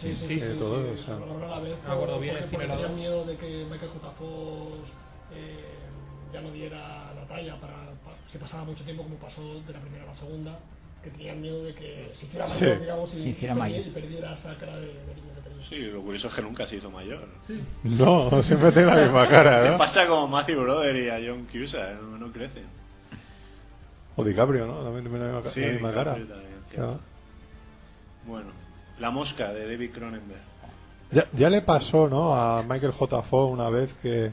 Speaker 3: sí.
Speaker 4: Sí, sí,
Speaker 6: sí,
Speaker 1: eh, todo, o sea.
Speaker 4: pero no a la vez,
Speaker 6: Me acuerdo
Speaker 4: no,
Speaker 6: bien,
Speaker 4: porque-
Speaker 6: el
Speaker 4: porque tenía
Speaker 6: final dos.
Speaker 4: miedo de que Michael J. Fox eh, ya no diera la talla para, pa- si pasaba mucho tiempo como pasó de la primera a la segunda, que tenían miedo de que se hiciera mayor,
Speaker 1: Sí.
Speaker 4: digamos, y,
Speaker 2: Se hiciera
Speaker 4: y perdi-
Speaker 2: mayor.
Speaker 4: y perdiera esa cara de, de niño que tenía.
Speaker 3: Sí, lo curioso es que nunca se hizo mayor.
Speaker 1: No, siempre tiene la misma cara,
Speaker 3: ¿Qué
Speaker 1: ¿no?
Speaker 3: pasa como Matthew Brother y a John Cusack? eh, No, no crecen.
Speaker 1: O DiCaprio, ¿no? También tiene la misma, ca-
Speaker 3: Sí,
Speaker 1: la misma cara.
Speaker 3: DiCaprio también, cierto. Bueno, La Mosca de David Cronenberg.
Speaker 1: Ya, ya le pasó, ¿no? A Michael J. Fox una vez que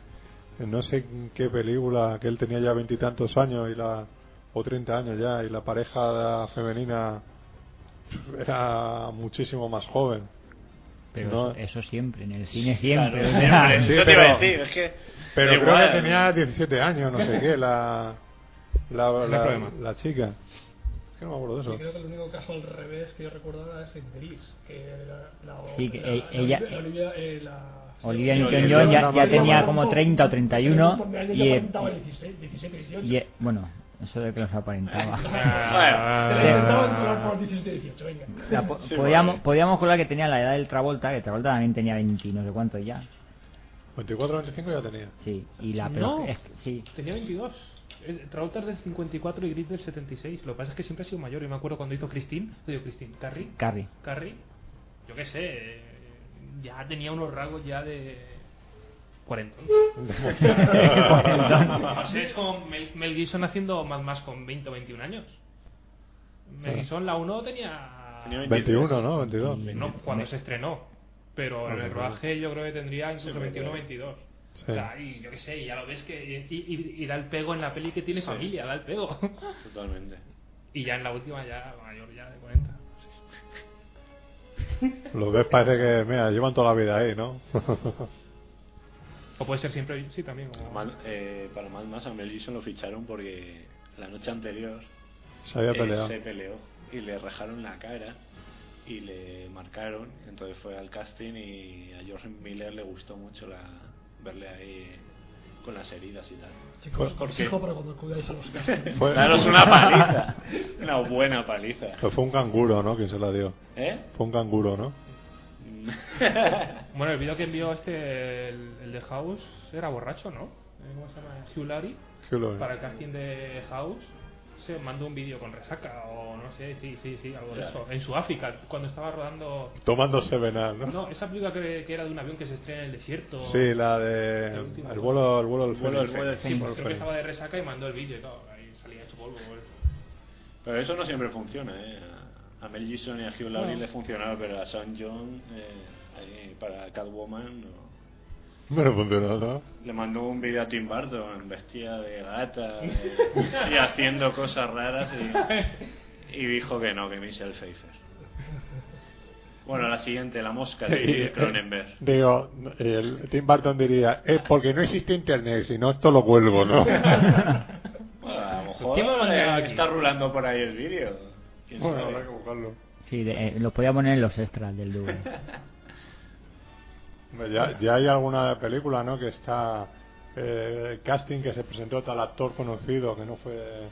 Speaker 1: en no sé en qué película, que él tenía ya veintitantos años y la o 30 años ya y la pareja femenina era muchísimo más joven.
Speaker 2: pero
Speaker 1: No.
Speaker 2: eso, eso siempre en el cine siempre
Speaker 3: Claro,
Speaker 2: o sea,
Speaker 3: siempre.
Speaker 1: Sí,
Speaker 3: Eso te iba a
Speaker 1: pero-
Speaker 3: decir, es que.
Speaker 1: Pero
Speaker 3: da
Speaker 1: creo
Speaker 3: igual.
Speaker 1: que tenía 17 años, no sé qué, la la,
Speaker 6: No hay
Speaker 1: la-
Speaker 6: problema.
Speaker 1: la chica. Es que no me acuerdo de
Speaker 4: Y
Speaker 1: eso.
Speaker 4: creo que el único caso al revés que yo recuerdo ahora es en Gris, que la, la,
Speaker 2: Sí, que
Speaker 4: la-
Speaker 2: e-
Speaker 4: la-
Speaker 2: ella-
Speaker 4: la Olivia, eh, la-
Speaker 2: Olivia
Speaker 3: Sí,
Speaker 2: Newton-John
Speaker 1: Olivia
Speaker 2: ya, ya
Speaker 1: Newton-John.
Speaker 2: tenía como 30 o
Speaker 4: Por
Speaker 2: 31
Speaker 4: mi año ya
Speaker 2: y, eh,
Speaker 4: aparentaba 16, 17, 18.
Speaker 2: y, eh, bueno eso de que los
Speaker 1: Ah.
Speaker 2: aparentaba
Speaker 6: Ah.
Speaker 3: Bueno,
Speaker 4: Te levantaba el color por 17, 18, venga.
Speaker 2: La po-
Speaker 3: Sí,
Speaker 2: podíamos
Speaker 3: vale.
Speaker 2: podíamos jurar que tenía la edad del Travolta que Travolta también tenía 20 y no sé cuánto ya
Speaker 1: 24 25 ya tenía.
Speaker 2: sí y la
Speaker 6: No.
Speaker 2: es que- sí
Speaker 6: Tenía 22. Eh, Travolta es del 54 y Gris del 76. Lo que pasa es que siempre ha sido mayor. Yo me acuerdo cuando hizo Christine, digo Christine, Carrie,
Speaker 2: Carrie
Speaker 6: Carrie, yo qué sé, eh, ya tenía unos rasgos ya de 40. No sé, es como Mel, Mel Gibson haciendo más más con 20 o 21 años. Mel Gibson la 1 tenía...
Speaker 3: Tenía
Speaker 1: 21, ¿no? 22.
Speaker 6: No, cuando se estrenó. Pero en
Speaker 1: No,
Speaker 6: el
Speaker 1: no.
Speaker 6: rodaje yo creo que tendría
Speaker 3: Sí,
Speaker 6: incluso
Speaker 3: pero-
Speaker 6: 21 22.
Speaker 1: Sí.
Speaker 6: O sea, y yo qué sé, y ya lo ves que... Y, y- y da el pego en la peli que tiene
Speaker 3: Sí.
Speaker 6: familia, da el pego.
Speaker 3: Totalmente.
Speaker 6: y ya en la última ya mayor ya de 40.
Speaker 1: Los ves parece que, mira, llevan toda la vida ahí, ¿no?
Speaker 6: O puede ser siempre... Sí, también. como-
Speaker 3: Mal- eh, para más más a Mel Gibson lo ficharon porque la noche anterior
Speaker 1: se había
Speaker 3: eh,
Speaker 1: peleado.
Speaker 3: se peleó y le rajaron la cara y le marcaron. Entonces fue al casting y a George Miller le gustó mucho la, verle ahí con las heridas y tal.
Speaker 4: Chicos,
Speaker 3: ¿Por qué?
Speaker 4: consejo para cuando acudáis a los castings.
Speaker 1: Fue,
Speaker 3: Daros una paliza, una buena paliza.
Speaker 1: Pero fue un canguro, ¿no? Quien se la dio.
Speaker 3: ¿Eh?
Speaker 1: Fue un canguro, ¿no?
Speaker 6: Bueno, el vídeo que envió este, el, el de House, era borracho, ¿no? Eh, ¿Cómo se llama? Hugh Laurie,
Speaker 1: Qué lo-
Speaker 6: para el casting de House, se mandó un vídeo con resaca, o no sé, sí, sí, sí, algo de
Speaker 3: Ya.
Speaker 6: eso. En Sudáfrica, cuando estaba rodando...
Speaker 1: Tomando Sevenal, ¿no?
Speaker 6: No, esa película que, que era de un avión que se estrena en el desierto.
Speaker 1: Sí, la de...
Speaker 6: El último.
Speaker 1: El vuelo, el vuelo del
Speaker 3: El vuelo del
Speaker 1: Fénix.
Speaker 3: Fénix.
Speaker 1: Sí,
Speaker 6: Creo
Speaker 1: el
Speaker 6: que
Speaker 1: Fénix.
Speaker 6: estaba de resaca y mandó el vídeo y todo. Ahí salía hecho polvo.
Speaker 3: Pero eso no siempre funciona, ¿eh? A a Mel Gibson y a Hugh Laurie
Speaker 6: No.
Speaker 3: le funcionaba, pero a Sean John, eh, ahí para Catwoman, no.
Speaker 1: Bueno, funcionó, ¿no?
Speaker 3: Le mandó un vídeo a Tim Burton, vestida de gata de- y haciendo cosas raras y, y dijo que no, que Michelle Pfeiffer. Bueno, la siguiente, La Mosca de Cronenberg.
Speaker 1: eh, Digo, el Tim Burton diría, es porque no existe internet, si no esto lo cuelgo, ¿no?
Speaker 3: Bueno, a lo mejor
Speaker 6: ¿Qué me han mandado
Speaker 3: eh,
Speaker 6: aquí?
Speaker 3: está rulando por ahí el vídeo. ¿Quién
Speaker 1: bueno,
Speaker 3: sabe?
Speaker 1: habrá que buscarlo.
Speaker 2: sí de- eh, los podía poner en los extras del DVD
Speaker 1: Hombre, Ya, ya hay alguna película, ¿no? Que está eh, el casting que se presentó tal actor conocido que no fue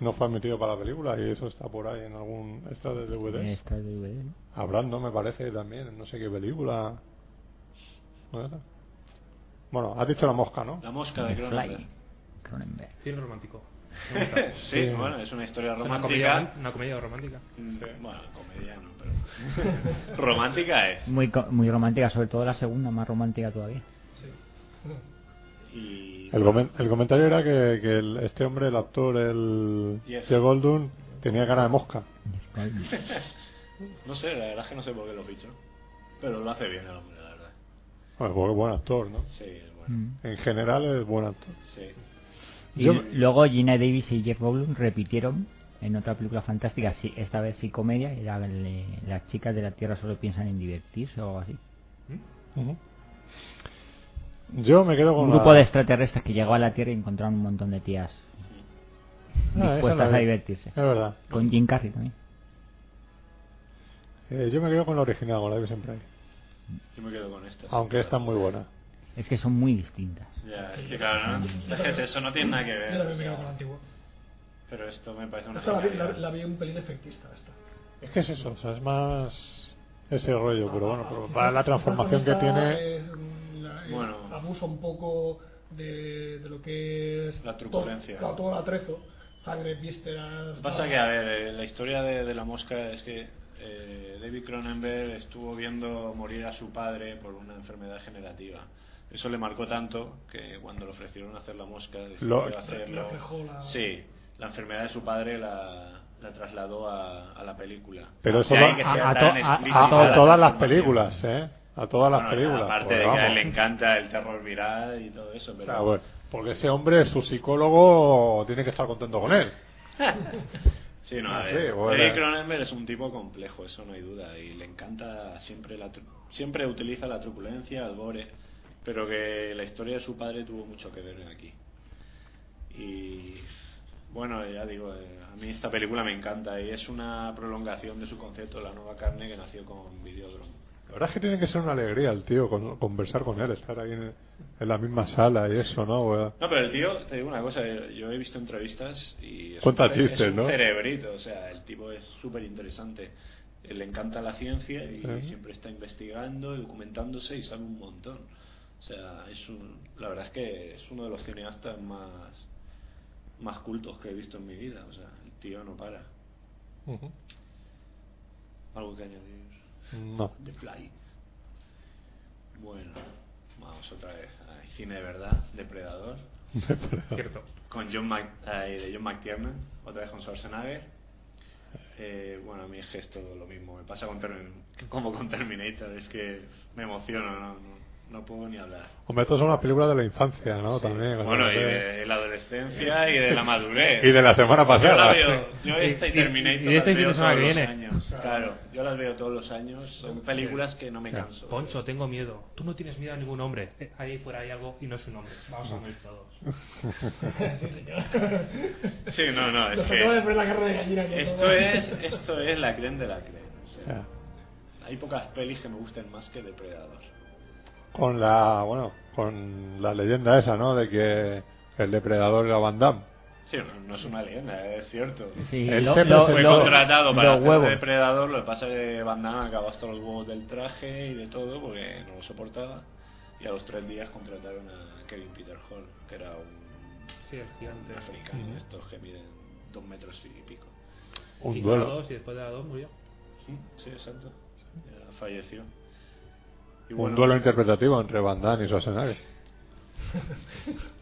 Speaker 1: no fue admitido para la película y eso está por ahí en algún extra de
Speaker 2: En
Speaker 1: DVD.
Speaker 2: extras del DVD ¿no?
Speaker 1: Hablando, me parece también, en no sé qué película. ¿No era? Bueno, has dicho la mosca, ¿no?
Speaker 3: La Mosca de
Speaker 2: The Fly,
Speaker 3: Cronenberg.
Speaker 2: Cronenberg.
Speaker 6: Cine romántico.
Speaker 3: sí, bueno, es una historia
Speaker 6: Es una comedia,
Speaker 3: romántica.
Speaker 6: una comedia romántica.
Speaker 3: Mm, Bueno, comedia no, pero. romántica es.
Speaker 2: Muy, co- muy romántica, sobre todo la segunda, más romántica todavía.
Speaker 3: Y.
Speaker 1: El, comen- el comentario era que, que el- este hombre, el actor, el
Speaker 3: Jeff.
Speaker 1: Jeff Goldblum, tenía cara de mosca.
Speaker 3: No sé, la verdad es que no sé por qué lo ficho. Pero lo hace bien el hombre, la verdad.
Speaker 1: Bueno, porque es buen actor, ¿no?
Speaker 3: Sí, es bueno.
Speaker 2: Mm.
Speaker 1: En general es buen actor.
Speaker 3: Sí.
Speaker 2: Y
Speaker 1: Yo-
Speaker 2: luego Gina Davis y Jeff Goldblum repitieron en otra película fantástica, sí, esta vez sí comedia, era el de las chicas de la Tierra solo piensan en divertirse o algo así.
Speaker 6: ¿Mm?
Speaker 1: Ujú. Yo me quedo con
Speaker 2: Un grupo
Speaker 1: la-
Speaker 2: de extraterrestres que llegó a la Tierra y encontraron un montón de tías
Speaker 1: Ah, esa la
Speaker 2: dispuestas
Speaker 1: vi.
Speaker 2: a divertirse.
Speaker 1: Es verdad.
Speaker 2: Con Jim Carrey también.
Speaker 1: Eh, yo me quedo con la original, con la que siempre hay.
Speaker 3: Yo me quedo con esta. sí,
Speaker 1: Aunque
Speaker 3: claro.
Speaker 1: esta es muy buena.
Speaker 2: Es que son muy distintas.
Speaker 3: Ya, es que claro, ¿no? Es que eso no tiene nada que
Speaker 5: Yo también me quedo con la
Speaker 3: ver.
Speaker 5: antigua.
Speaker 3: Pero esto me parece una.
Speaker 5: Esta la, vi- la-
Speaker 3: genialidad.
Speaker 5: la vi un pelín efectista. Esta.
Speaker 1: Es que es eso, o sea, es más ese rollo, pero bueno, pero para la transformación que
Speaker 5: Esta
Speaker 1: tiene...
Speaker 5: es, mm, la- eh,
Speaker 3: Bueno.
Speaker 5: Abusa un poco de, de lo que es.
Speaker 3: La
Speaker 5: to-
Speaker 3: truculencia.
Speaker 5: claro, todo el atrezo. Sangre, vísceras.
Speaker 3: Lo que pasa
Speaker 5: tal.
Speaker 3: que, a ver, eh, la historia de, de la mosca es que eh, David Cronenberg estuvo viendo morir a su padre por una enfermedad generativa. Eso le marcó tanto que cuando le ofrecieron hacer la mosca, decidió
Speaker 1: Lo-
Speaker 3: hacerlo.
Speaker 5: Reflejó la-
Speaker 3: Sí, la enfermedad de su padre la, la trasladó a, a la película.
Speaker 1: Pero
Speaker 3: De
Speaker 1: eso
Speaker 3: ahí
Speaker 1: va
Speaker 3: que
Speaker 1: a-
Speaker 3: sea
Speaker 2: a
Speaker 3: tan
Speaker 2: to- a- a
Speaker 3: explícita
Speaker 1: a, a
Speaker 3: la
Speaker 1: todas las
Speaker 3: transformación.
Speaker 1: películas, ¿eh? A todas las
Speaker 3: Bueno,
Speaker 1: películas.
Speaker 3: Aparte
Speaker 1: porque
Speaker 3: de que a él le
Speaker 1: vamos.
Speaker 3: encanta el terror viral y todo eso.
Speaker 1: O
Speaker 3: Pero
Speaker 1: sea, bueno, porque ese hombre, su psicólogo, tiene que estar contento con él.
Speaker 3: Sí, no,
Speaker 1: Ah,
Speaker 3: a ver,
Speaker 1: sí, bueno.
Speaker 3: David Cronenberg es un tipo complejo, eso no hay duda, y le encanta siempre la tru- siempre utiliza la truculencia, el gore, pero que la historia de su padre tuvo mucho que ver en aquí. Y bueno, ya digo, eh, a mí esta película me encanta y es una prolongación de su concepto La nueva carne que nació con Videodrome.
Speaker 1: La verdad es que tiene que ser una alegría el tío con- conversar con él, estar ahí en, en la misma sala y eso, ¿no? Bueno,
Speaker 3: No, pero el tío, te digo una cosa, eh, yo he visto entrevistas y es
Speaker 1: Cuenta
Speaker 3: un, ce-
Speaker 1: chistes,
Speaker 3: es un
Speaker 1: ¿no?
Speaker 3: cerebrito, o sea, el tipo es súper interesante. Eh, Le encanta la ciencia y
Speaker 1: Ajá.
Speaker 3: siempre está investigando y documentándose y sabe un montón. O sea, es un, la verdad es que es uno de los cineastas más, más cultos que he visto en mi vida. O sea, el tío no para.
Speaker 1: ujú.
Speaker 3: Algo que añadir.
Speaker 1: No.
Speaker 3: The Fly. Bueno, vamos otra vez. Ay, cine de verdad, depredador.
Speaker 6: Cierto.
Speaker 3: con John Mc, eh, de John McTiernan, otra vez con Schwarzenegger. Eh, bueno, a mí es que es todo lo mismo. Me pasa con Termin- como con Terminator, es que me emociono, no, no, no puedo ni hablar.
Speaker 1: Hombre, estas son las películas de la infancia, ¿no? También. cuando
Speaker 3: Bueno,
Speaker 1: las
Speaker 3: y
Speaker 1: ves.
Speaker 3: de la adolescencia y de la madurez.
Speaker 1: Y de la semana
Speaker 3: Yo la
Speaker 1: pasada.
Speaker 3: veo, yo esta y
Speaker 6: Y- y-
Speaker 3: Terminator
Speaker 6: y de este
Speaker 3: las
Speaker 6: fin de
Speaker 3: veo
Speaker 6: semana
Speaker 3: todos
Speaker 6: que
Speaker 3: los
Speaker 6: viene.
Speaker 3: años. Claro, yo las veo todos los años. Son películas que no me canso.
Speaker 6: Poncho, tengo miedo. Tú no tienes miedo a ningún hombre. Eh, Ahí fuera hay algo y no es un hombre. Vamos a morir todos.
Speaker 3: Sí, no, no, es
Speaker 5: Nos acaba de
Speaker 3: que
Speaker 5: poner la carne de gallina. aquí a
Speaker 3: esto
Speaker 5: todos.
Speaker 3: es, esto es la creen de la creen. o sea.
Speaker 1: Ya.
Speaker 3: Hay pocas pelis que me gusten más que Depredador.
Speaker 1: Con la, bueno, con la leyenda esa, ¿no? De que el depredador era Van Damme.
Speaker 3: Sí, no, no es una leyenda, ¿eh? es cierto.
Speaker 2: Sí,
Speaker 1: Él
Speaker 2: lo-
Speaker 1: se
Speaker 2: lo-
Speaker 3: Fue
Speaker 1: presentó-
Speaker 2: lo-
Speaker 3: contratado para
Speaker 2: lo
Speaker 3: hacer de
Speaker 2: huevo.
Speaker 3: depredador, lo que pasa es que Van Damme acabó hasta los huevos del traje y de todo porque no lo soportaba. Y a los tres días contrataron a Kevin Peter Hall, que era un
Speaker 6: Sí, el gigante.
Speaker 3: africano
Speaker 1: Ujú.
Speaker 3: de estos que miden dos metros y pico.
Speaker 1: Un
Speaker 6: Y la
Speaker 1: duelo.
Speaker 6: dos, y después de la dos murió.
Speaker 3: Sí, exacto. Ya falleció. Y
Speaker 1: Un
Speaker 3: bueno,
Speaker 1: duelo interpretativo entre Van Damme y Schwarzenegger.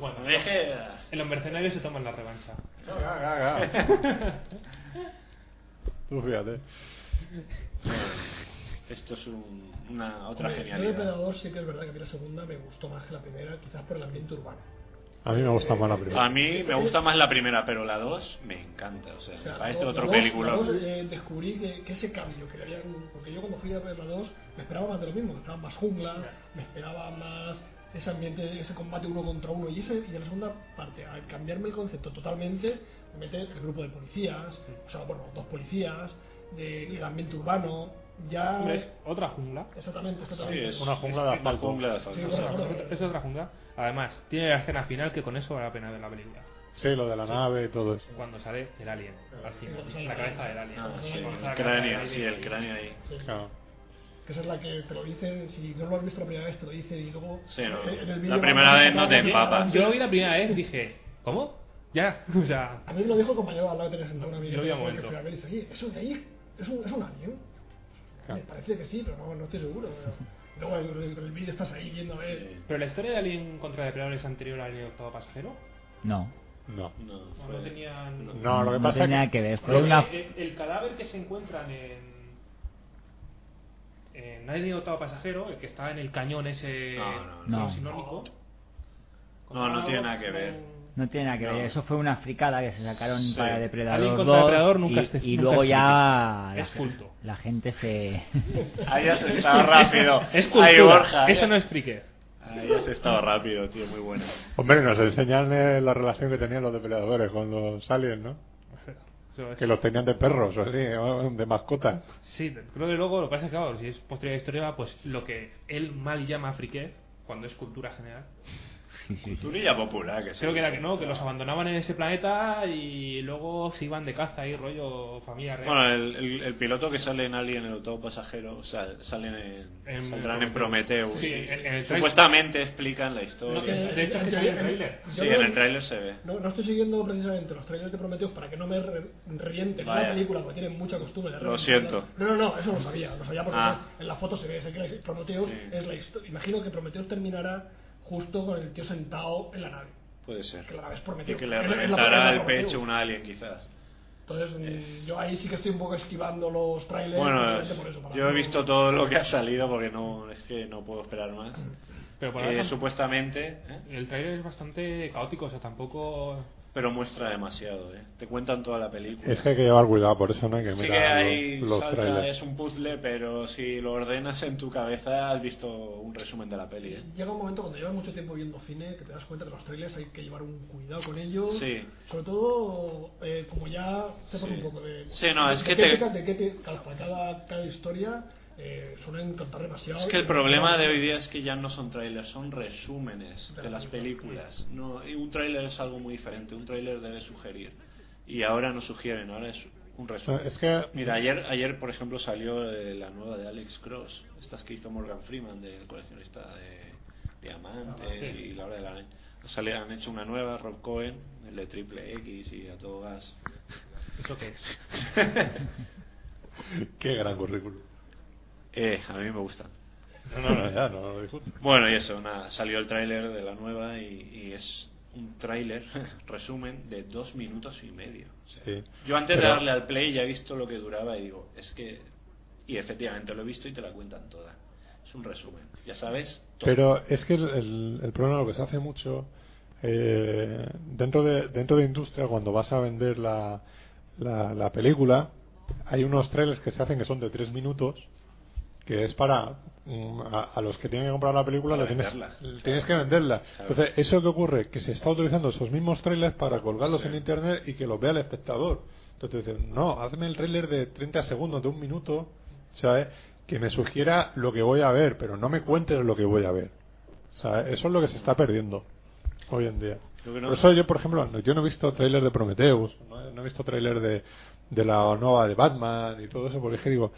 Speaker 6: Bueno,
Speaker 3: es que- ah,
Speaker 6: en los mercenarios se toman la revancha.
Speaker 1: Tú fíjate.
Speaker 3: Esto es un- una otra
Speaker 5: Hombre, Yo de
Speaker 3: genialidad.
Speaker 5: Depredador sí que es verdad que a mí la segunda me gustó más que la primera, quizás por el ambiente urbano.
Speaker 1: A mí me gusta más la
Speaker 3: A
Speaker 1: primera.
Speaker 3: mí me gusta más la primera, pero la 2 me encanta. O sea,
Speaker 5: O sea,
Speaker 3: me parece
Speaker 5: la-
Speaker 3: otro
Speaker 5: la dos-
Speaker 3: película.
Speaker 5: la dos, eh, descubrí que, que ese cambio que le habían. Porque yo cuando fui a ver la 2 me esperaba más de lo mismo, me esperaba más jungla, me esperaba más ese ambiente, ese combate uno contra uno. Y, ese, y en la segunda parte, al cambiarme el concepto totalmente, me mete el grupo de policías, o sea, bueno, dos policías, de- el ambiente urbano, ya.
Speaker 6: Hombre, es otra jungla.
Speaker 5: Exactamente,
Speaker 3: Sí,
Speaker 5: exactamente.
Speaker 3: es
Speaker 1: Una jungla de
Speaker 3: es una
Speaker 1: asfalto.
Speaker 3: jungla de
Speaker 5: Sí,
Speaker 3: asfalto.
Speaker 5: bueno,
Speaker 3: o sea,
Speaker 6: Es otra- Es otra jungla. Además, tiene la escena final que con eso vale la pena ver la película.
Speaker 1: Sí, lo de la nave y todo eso.
Speaker 6: Cuando sale el alien, al final, la cabeza del alien.
Speaker 3: Ah, sí,
Speaker 6: Cuando sale
Speaker 3: el
Speaker 6: la cabeza del
Speaker 3: cráneo,
Speaker 6: alien
Speaker 3: sí, el
Speaker 6: y-
Speaker 3: cráneo ahí.
Speaker 5: Sí.
Speaker 1: Claro.
Speaker 5: Que esa es la que te lo dicen, si no lo has visto la primera vez te lo dicen y luego...
Speaker 3: Sí, no,
Speaker 5: en el
Speaker 3: la
Speaker 5: vídeo
Speaker 3: primera
Speaker 5: van-
Speaker 3: vez no te
Speaker 5: van-
Speaker 3: empapas.
Speaker 6: Yo lo vi la primera vez y dije, ¿cómo? Ya, o sea,
Speaker 5: A mí me lo dijo el compañero de al lado que tenía sentado una amiga
Speaker 6: Yo lo vi a
Speaker 5: que
Speaker 6: momento.
Speaker 5: fui a ver y dice, oye, ¿eso de ahí es un, es un alien?
Speaker 1: Claro.
Speaker 5: Me parece que sí, pero no, no estoy seguro. pero Luego en el, el vídeo estás ahí viendo a ver...
Speaker 6: pero la historia de Alien contra Depredador es anterior al Alien Octavo Pasajero.
Speaker 2: No.
Speaker 1: No.
Speaker 3: No,
Speaker 6: ¿O
Speaker 3: fue-
Speaker 6: no tenían.
Speaker 1: No, lo que
Speaker 2: No
Speaker 1: pasa
Speaker 2: tiene nada
Speaker 1: que,
Speaker 2: que ver.
Speaker 6: Porque
Speaker 2: Fue una...
Speaker 6: el, el cadáver que se encuentran en. En Alien Octavo Pasajero, el que estaba en el cañón ese.
Speaker 3: No, no,
Speaker 2: no.
Speaker 6: transinónico,
Speaker 3: No, no tiene nada que ver.
Speaker 2: No tiene nada que
Speaker 3: No.
Speaker 2: ver. Eso fue una fricada que se sacaron
Speaker 3: Sí.
Speaker 2: para
Speaker 6: Alien
Speaker 2: Depredador
Speaker 6: contra
Speaker 2: 2
Speaker 6: Depredador nunca
Speaker 2: y,
Speaker 6: se-
Speaker 2: y
Speaker 6: nunca
Speaker 2: luego
Speaker 6: se
Speaker 2: ya
Speaker 6: explica.
Speaker 2: la,
Speaker 6: Es culto.
Speaker 2: la gente se...
Speaker 3: Ahí has estado rápido.
Speaker 6: Es
Speaker 3: Ahí,
Speaker 6: cultura.
Speaker 3: Borja. Ah,
Speaker 6: Eso no expliques.
Speaker 3: Ahí has estado rápido, tío. Muy buena.
Speaker 1: hombre, nos enseñan eh, la relación que tenían los depredadores con los aliens, ¿no?
Speaker 6: Eso es-
Speaker 1: Que los tenían de perros o así, o de mascotas.
Speaker 6: Sí, creo que luego lo que pasa es que, claro, si es posterior historia, pues lo que él mal llama friquez, cuando es cultura general.
Speaker 3: Turilla popular, que sí.
Speaker 6: Creo que era que no, que los abandonaban en ese planeta y luego se iban de caza y rollo familia real.
Speaker 3: Bueno, el, el, el piloto que sale en Alien, el octavo pasajero, o sea, salen en,
Speaker 6: En-
Speaker 3: saldrán en Prometeo.
Speaker 6: Sí, en- en el trailer.
Speaker 3: Supuestamente explican la
Speaker 6: No,
Speaker 3: historia.
Speaker 6: de hecho, es que
Speaker 5: Ya-
Speaker 6: sale en
Speaker 5: ya-
Speaker 6: el tráiler.
Speaker 5: yo
Speaker 3: Sí,
Speaker 5: no-
Speaker 3: en el tráiler se ve.
Speaker 5: No, no estoy siguiendo precisamente los trailers de Prometheus para que no me re- revienten
Speaker 3: Vaya.
Speaker 5: la película, porque tienen mucha costumbre. de
Speaker 3: Lo
Speaker 5: reventar.
Speaker 3: siento.
Speaker 5: No, no, no, eso lo sabía, lo sabía porque
Speaker 3: Ah.
Speaker 5: en la foto se ve, sé que la- Prometheus
Speaker 3: Sí.
Speaker 5: es la historia. Imagino que Prometheus terminará justo con el tío sentado en la nave.
Speaker 3: Puede ser.
Speaker 5: Que la nave es Prometeo.
Speaker 3: Y que le
Speaker 5: Es la- es la
Speaker 3: reventará
Speaker 5: palabra
Speaker 3: el
Speaker 5: Prometeo.
Speaker 3: pecho un Alien, quizás.
Speaker 5: Entonces, mm, yo ahí sí que estoy un poco esquivando los trailers.
Speaker 3: Eh. Bueno,
Speaker 5: precisamente por eso, para
Speaker 3: yo he
Speaker 5: no-
Speaker 3: visto todo lo que ha salido porque no es que no puedo esperar más.
Speaker 6: Pero por
Speaker 3: Eh,
Speaker 6: ahora tam-
Speaker 3: supuestamente, ¿eh?
Speaker 6: el tráiler es bastante caótico, o sea, tampoco...
Speaker 3: pero muestra demasiado. ¿eh? Te cuentan toda la película.
Speaker 1: Es que hay que llevar cuidado, por eso no hay que
Speaker 3: Sí que
Speaker 1: mirar
Speaker 3: hay
Speaker 1: los, los
Speaker 3: salta,
Speaker 1: trailers.
Speaker 3: es un puzzle, pero si lo ordenas en tu cabeza has visto un resumen de la peli. ¿eh?
Speaker 5: Llega un momento cuando llevas mucho tiempo viendo cine que te das cuenta que los trailers hay que llevar un cuidado con ellos.
Speaker 3: Sí.
Speaker 5: Sobre todo, eh, como ya sepas
Speaker 3: Sí.
Speaker 5: un poco de.
Speaker 3: Sí, no,
Speaker 5: de
Speaker 3: es
Speaker 5: qué
Speaker 3: que te-
Speaker 5: pica, de qué pi- cada, cada, cada historia eh, suelen contar demasiado.
Speaker 3: Es que el
Speaker 5: y-
Speaker 3: problema de hoy día es que ya no son trailers, son resúmenes de las películas. No, y un trailer es algo muy diferente, un trailer debe sugerir. Y ahora no sugieren, ahora es un resumen.
Speaker 1: Es que-
Speaker 3: Mira, ayer, ayer por ejemplo salió eh, la nueva de Alex Cross, estas que hizo Morgan Freeman del coleccionista de diamantes
Speaker 6: Ah, sí.
Speaker 3: y la hora de la araña. O sea, le han hecho una nueva, Rob Cohen, el de Triple X y a todo gas.
Speaker 6: ¿Eso qué es?
Speaker 1: Qué gran currículum.
Speaker 3: Eh, a mí me gustan.
Speaker 1: No, no, no, ya, no lo discuto.
Speaker 3: Bueno, y eso, nada, salió el tráiler de la nueva y, y es un tráiler, resumen, de dos minutos y medio. O sea,
Speaker 1: Sí.
Speaker 3: Yo antes
Speaker 1: Pero-
Speaker 3: de darle al play ya he visto lo que duraba y digo, es que... Y efectivamente lo he visto y te la cuentan toda. Es un resumen, ya sabes. todo.
Speaker 1: Pero es que el, el- el problema lo que se hace mucho eh, dentro de dentro de industria cuando vas a vender la, la, la película hay unos trailers que se hacen que son de tres minutos que es para mm, a, a los que tienen que comprar la película
Speaker 3: Para
Speaker 1: le tienes,
Speaker 3: venderla.
Speaker 1: le tienes que venderla entonces eso que ocurre que se está utilizando esos mismos trailers para colgarlos en internet y que los vea el espectador entonces te dicen no hazme el trailer de 30 segundos de un minuto ¿sabes? que me sugiera lo que voy a ver pero no me cuentes lo que voy a ver ¿sabes? eso es lo que se está perdiendo hoy en día
Speaker 3: Yo creo-
Speaker 1: por eso yo por ejemplo no- yo no he visto trailer de Prometheus no he, no he visto trailer de, de la nueva de Batman y todo eso porque es que digo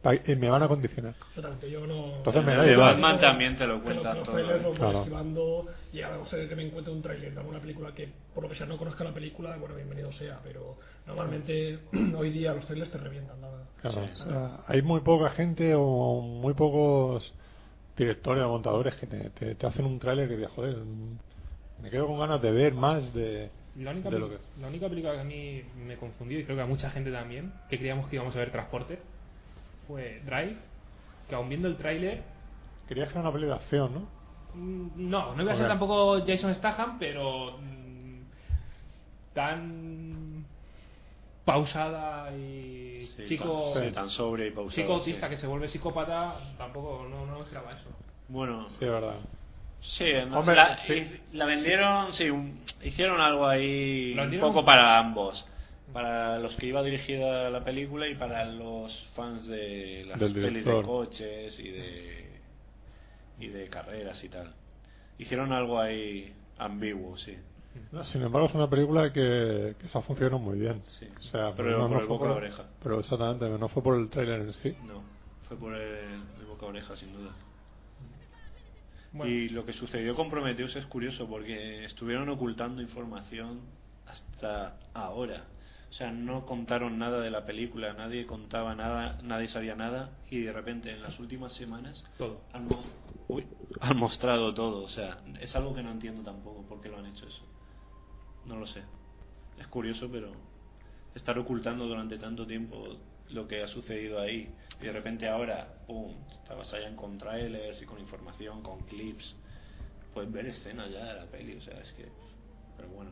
Speaker 1: "Pa- eh, me van a condicionar
Speaker 5: Exactamente, yo no.
Speaker 1: Entonces me
Speaker 3: El
Speaker 1: da
Speaker 3: de
Speaker 1: igual.
Speaker 3: Batman también te lo cuenta
Speaker 5: que los
Speaker 3: todo,
Speaker 5: trailers
Speaker 3: ¿eh?
Speaker 5: los voy
Speaker 1: Claro.
Speaker 5: esquivando y a ser que me encuentre un trailer de alguna película que por lo que sea no conozca la película, bueno, bienvenido sea, pero normalmente hoy día los trailers te revientan, la verdad.
Speaker 1: Claro, o sea, hay muy poca gente o muy pocos directores o montadores que te, te- te hacen un tráiler que te joder, mm, me quedo con ganas de ver más de,
Speaker 6: La única,
Speaker 1: de lo
Speaker 6: peli-
Speaker 1: que...
Speaker 6: la única película que a mí me confundió, y creo que a mucha gente también, que creíamos que íbamos a ver transporte, fue Drive, que aun viendo el tráiler...
Speaker 1: Querías que era una película feo, ¿no?
Speaker 6: mm, No, no iba a ser
Speaker 1: Ok.
Speaker 6: tampoco Jason Statham, pero... mm, tan... pausada y...
Speaker 3: Sí,
Speaker 6: chico...
Speaker 3: tan, sí, tan sobria y pausada.
Speaker 6: chico autista
Speaker 3: sí.
Speaker 6: que se vuelve psicópata, tampoco, no, no esperaba eso.
Speaker 3: Bueno,
Speaker 1: Sí, verdad.
Speaker 3: Sí, no,
Speaker 1: Hombre,
Speaker 3: la,
Speaker 1: sí.
Speaker 3: y- la vendieron, sí, un- hicieron algo ahí
Speaker 6: Lo
Speaker 3: un
Speaker 6: vendieron-
Speaker 3: poco para ambos. Para los que iba dirigida la película y para los fans de las
Speaker 1: Del
Speaker 3: pelis de
Speaker 1: director.
Speaker 3: coches y de, y de carreras y tal. Hicieron algo ahí ambiguo, sí. Mm.
Speaker 1: No, sin embargo, es una película que, que se funcionado muy bien.
Speaker 3: Sí.
Speaker 1: O sea,
Speaker 3: Pero por el
Speaker 1: fue
Speaker 3: boca a oreja. Mm.
Speaker 1: Pero exactamente, no fue por el tráiler en sí.
Speaker 3: No, fue por el, el boca a oreja, sin duda.
Speaker 6: Bueno.
Speaker 3: Y lo que sucedió con Prometheus es curioso porque estuvieron ocultando información hasta ahora. O sea, no contaron nada de la película, nadie contaba nada, nadie sabía nada y de repente en las últimas semanas
Speaker 6: Todo.
Speaker 3: han, mo- uy, han mostrado todo. O sea, es algo que no entiendo tampoco por qué lo han hecho eso. No lo sé. Es curioso, pero estar ocultando durante tanto tiempo lo que ha sucedido ahí y de repente ahora, ¡pum!, estabas allá con trailers y con información, con clips. Pues ver escenas ya de la peli, o sea, es que... Pero bueno.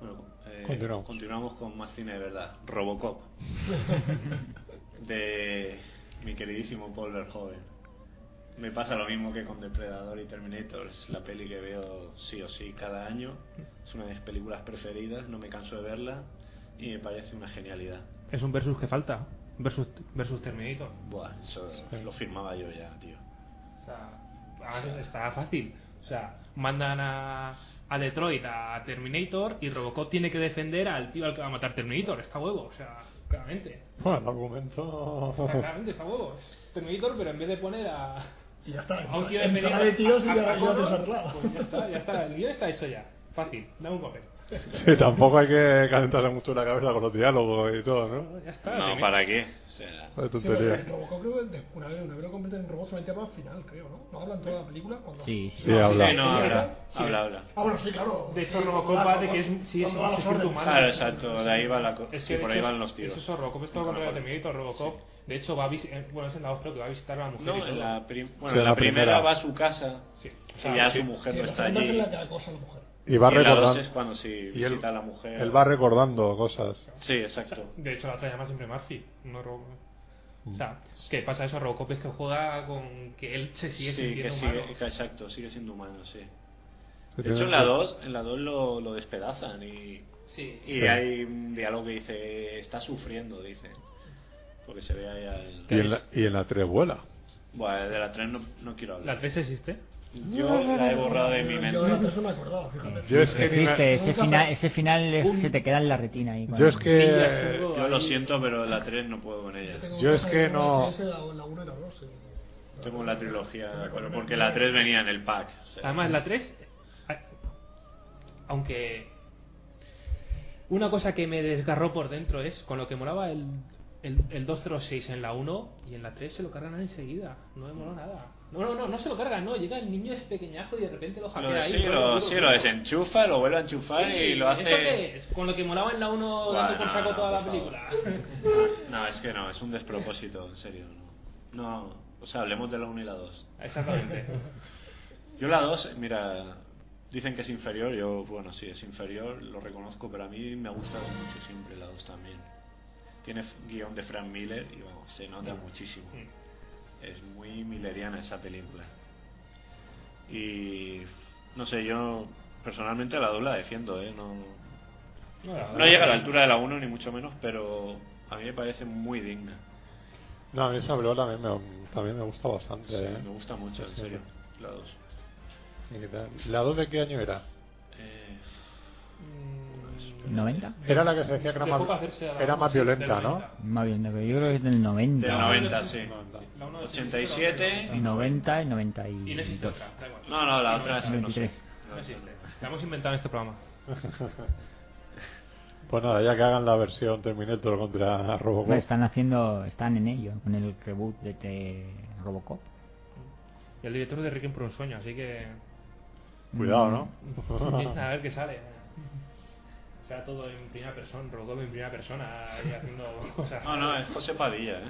Speaker 3: Bueno, eh,
Speaker 1: Continuamos.
Speaker 3: continuamos con más cine de verdad. Robocop. de mi queridísimo Paul Verhoeven. Me pasa lo mismo que con Depredador y Terminator. Es la peli que veo sí o sí cada año. Es una de mis películas preferidas, no me canso de verla y me parece una genialidad.
Speaker 6: Es un versus que falta. Versus, versus Terminator.
Speaker 3: Buah, eso lo firmaba yo ya, tío.
Speaker 6: O sea, además está fácil. O sea, mandan a, a Detroit a Terminator y Robocop tiene que defender al tío al que va a matar Terminator. Está huevo, o sea, claramente.
Speaker 1: Bueno, el argumento.
Speaker 6: Está claramente está huevo. Es Terminator, pero en vez de poner a.
Speaker 5: Y ya está.
Speaker 6: a un tío
Speaker 5: en
Speaker 6: defendiendo
Speaker 5: sala de tiros y
Speaker 6: a-
Speaker 5: ya,
Speaker 6: a
Speaker 5: ya
Speaker 6: Connor,
Speaker 5: desarreglado.
Speaker 6: pues ya está, ya está. El guión está hecho ya. Fácil, dame un papel.
Speaker 1: Sí, tampoco hay que calentarse mucho la cabeza con los diálogos y todo, ¿no?
Speaker 6: Ya está. Terminator.
Speaker 3: qué? O sea,
Speaker 1: Joder,
Speaker 5: Sí, pero
Speaker 1: tontería.
Speaker 5: el Robocop creo que de- una vez, una vez lo convierten en robots, solamente hablan al final, creo, ¿no? ¿No hablan toda la película? ¿O no?
Speaker 2: Sí,
Speaker 1: Sí, habla.
Speaker 3: Sí, no, habla,
Speaker 5: Sí.
Speaker 3: habla, habla.
Speaker 5: Ah, bueno, sí, claro.
Speaker 6: De hecho,
Speaker 5: Sí,
Speaker 6: Robocop
Speaker 5: claro,
Speaker 6: va de que es-
Speaker 5: cuando-
Speaker 6: sí, es-
Speaker 5: cuando va a
Speaker 6: es
Speaker 5: las
Speaker 6: un
Speaker 5: órdenes.
Speaker 6: humano.
Speaker 3: Claro, exacto, de ahí va la co- sí,
Speaker 6: de
Speaker 3: por
Speaker 6: hecho
Speaker 3: ahí van
Speaker 6: es-
Speaker 3: los tiros.
Speaker 6: Eso es Robocop, es todo
Speaker 3: Y
Speaker 6: lo
Speaker 3: con la
Speaker 6: contrario de
Speaker 3: parte.
Speaker 6: Terminator. Robocop, de hecho, va a vis- eh, bueno, es en la otra que va a visitar a la mujer. y
Speaker 3: No,
Speaker 6: todo.
Speaker 3: en la, prim- bueno,
Speaker 1: Sí,
Speaker 3: en la,
Speaker 1: la
Speaker 3: primera,
Speaker 1: primera.
Speaker 3: va a su casa
Speaker 6: Sí.
Speaker 3: y
Speaker 6: Claro,
Speaker 3: ya
Speaker 6: sí.
Speaker 3: su mujer
Speaker 5: Sí,
Speaker 3: no
Speaker 5: la
Speaker 3: está
Speaker 5: segunda
Speaker 3: allí.
Speaker 5: Es la que acosa a la mujer.
Speaker 1: Y va
Speaker 3: y en la dos es
Speaker 1: recordando.
Speaker 3: cuando si
Speaker 1: y él,
Speaker 3: visita a la mujer.
Speaker 1: él va recordando cosas.
Speaker 3: Sí, exacto.
Speaker 6: De hecho, la otra llama siempre Murphy, no Robocop.
Speaker 5: Mm.
Speaker 6: O sea, que pasa eso, Robocop es que juega con que él se sigue
Speaker 3: sí, que
Speaker 6: sintiendo
Speaker 3: sigue,
Speaker 6: humano.
Speaker 3: que exacto, sigue siendo humano, sí.
Speaker 1: Sí,
Speaker 3: De hecho,
Speaker 1: tiene-
Speaker 3: en la 2, en la 2 lo, lo despedazan y,
Speaker 6: Sí,
Speaker 3: y hay un diálogo que dice, está sufriendo, dice. Porque se ve ahí al...
Speaker 1: Y en la, y en la 3 vuela.
Speaker 3: Bueno, de la 3 no, no quiero
Speaker 6: ¿La
Speaker 3: hablar.
Speaker 6: 3 existe?
Speaker 3: Yo la he borrado de mi
Speaker 5: Yo de la
Speaker 3: mente.
Speaker 5: persona acordaba, fíjate.
Speaker 1: Yo es que ni me-
Speaker 2: Existe, ese
Speaker 5: Nunca
Speaker 2: final,
Speaker 5: me-
Speaker 2: ese final eh, se te queda en la retina. Ahí
Speaker 1: Yo
Speaker 2: cuando-
Speaker 1: es
Speaker 5: Eh,
Speaker 1: que.
Speaker 6: Ninja,
Speaker 3: Yo lo siento, pero la 3 no puedo con ella.
Speaker 5: tengo
Speaker 1: Yo
Speaker 5: un
Speaker 1: es
Speaker 5: caso
Speaker 1: que
Speaker 5: de
Speaker 1: no-
Speaker 5: VHS, La, la uno y la dos, sí.
Speaker 3: Tengo la trilogía, pero porque la 3 venía en el pack. o sea.
Speaker 6: Además, la 3, a- aunque una cosa que me desgarró por dentro es con lo que molaba el, el, el 206 en la 1 y en la 3 se lo cargan enseguida. No me moló nada. No, no, no, no se lo cargan, no. Llega el niño ese pequeñajo y de repente lo
Speaker 3: Lo
Speaker 6: hackea
Speaker 3: de-
Speaker 6: ahí.
Speaker 3: sí,
Speaker 6: y
Speaker 3: lo, sí, lo
Speaker 6: Sí,
Speaker 3: desenchufa, lo vuelve a enchufar y lo hace...
Speaker 6: ¿Eso qué es? Con lo que molaba en la 1
Speaker 3: Buah,
Speaker 6: dando por
Speaker 3: no,
Speaker 6: saco
Speaker 3: no,
Speaker 6: toda
Speaker 3: por
Speaker 6: la
Speaker 3: favor.
Speaker 6: película.
Speaker 3: No, es que no, es un despropósito, en serio. No, no o sea, hablemos de la 1 y la 2.
Speaker 6: Exactamente.
Speaker 3: Yo la 2, mira, dicen que es inferior, yo, bueno, sí, es inferior, lo reconozco, pero a mí me ha gustado mucho siempre la 2 también. Tiene f- guión de Frank Miller y vamos, se nota muchísimo. Es muy milleriana esa película. Y no sé, yo personalmente la 2 la defiendo, ¿eh? No, No llega a la altura de la 1 ni mucho menos, pero a mí me parece muy digna.
Speaker 1: No, a mí esa película también me, también me gusta
Speaker 3: O
Speaker 1: bastante.
Speaker 3: sea,
Speaker 1: ¿eh?
Speaker 3: me gusta mucho, en
Speaker 1: Sí.
Speaker 3: serio, la 2.
Speaker 1: ¿Y qué tal? ¿La 2 de qué año era?
Speaker 3: Eh,
Speaker 2: ¿90?
Speaker 1: Era la que se decía que era
Speaker 6: Dejó
Speaker 1: más,
Speaker 6: hacerse a la
Speaker 1: era más
Speaker 6: del
Speaker 1: violenta, ¿no?
Speaker 6: 90.
Speaker 2: Más bien, no, pero yo creo que es del 90.
Speaker 3: del 90, sí.
Speaker 6: La 1
Speaker 3: 87.
Speaker 2: 90 y 90
Speaker 6: Y no existe otra, da igual.
Speaker 3: No, no, la otra es que no
Speaker 2: 93.
Speaker 3: sé. No
Speaker 6: No
Speaker 3: sé.
Speaker 6: existe. La hemos inventado en este programa.
Speaker 1: Pues nada, ya que hagan la versión Terminator contra
Speaker 2: Hombre,
Speaker 1: Robocop.
Speaker 2: Están haciendo, están en ello, con el reboot de te- Robocop.
Speaker 6: Y el director de Requiem por un sueño, así que.
Speaker 1: Cuidado, ¿no?
Speaker 6: A ver qué sale. O sea, todo en primera persona, Robocop en primera persona, ahí haciendo cosas.
Speaker 3: No, no, es José Padilla, ¿eh?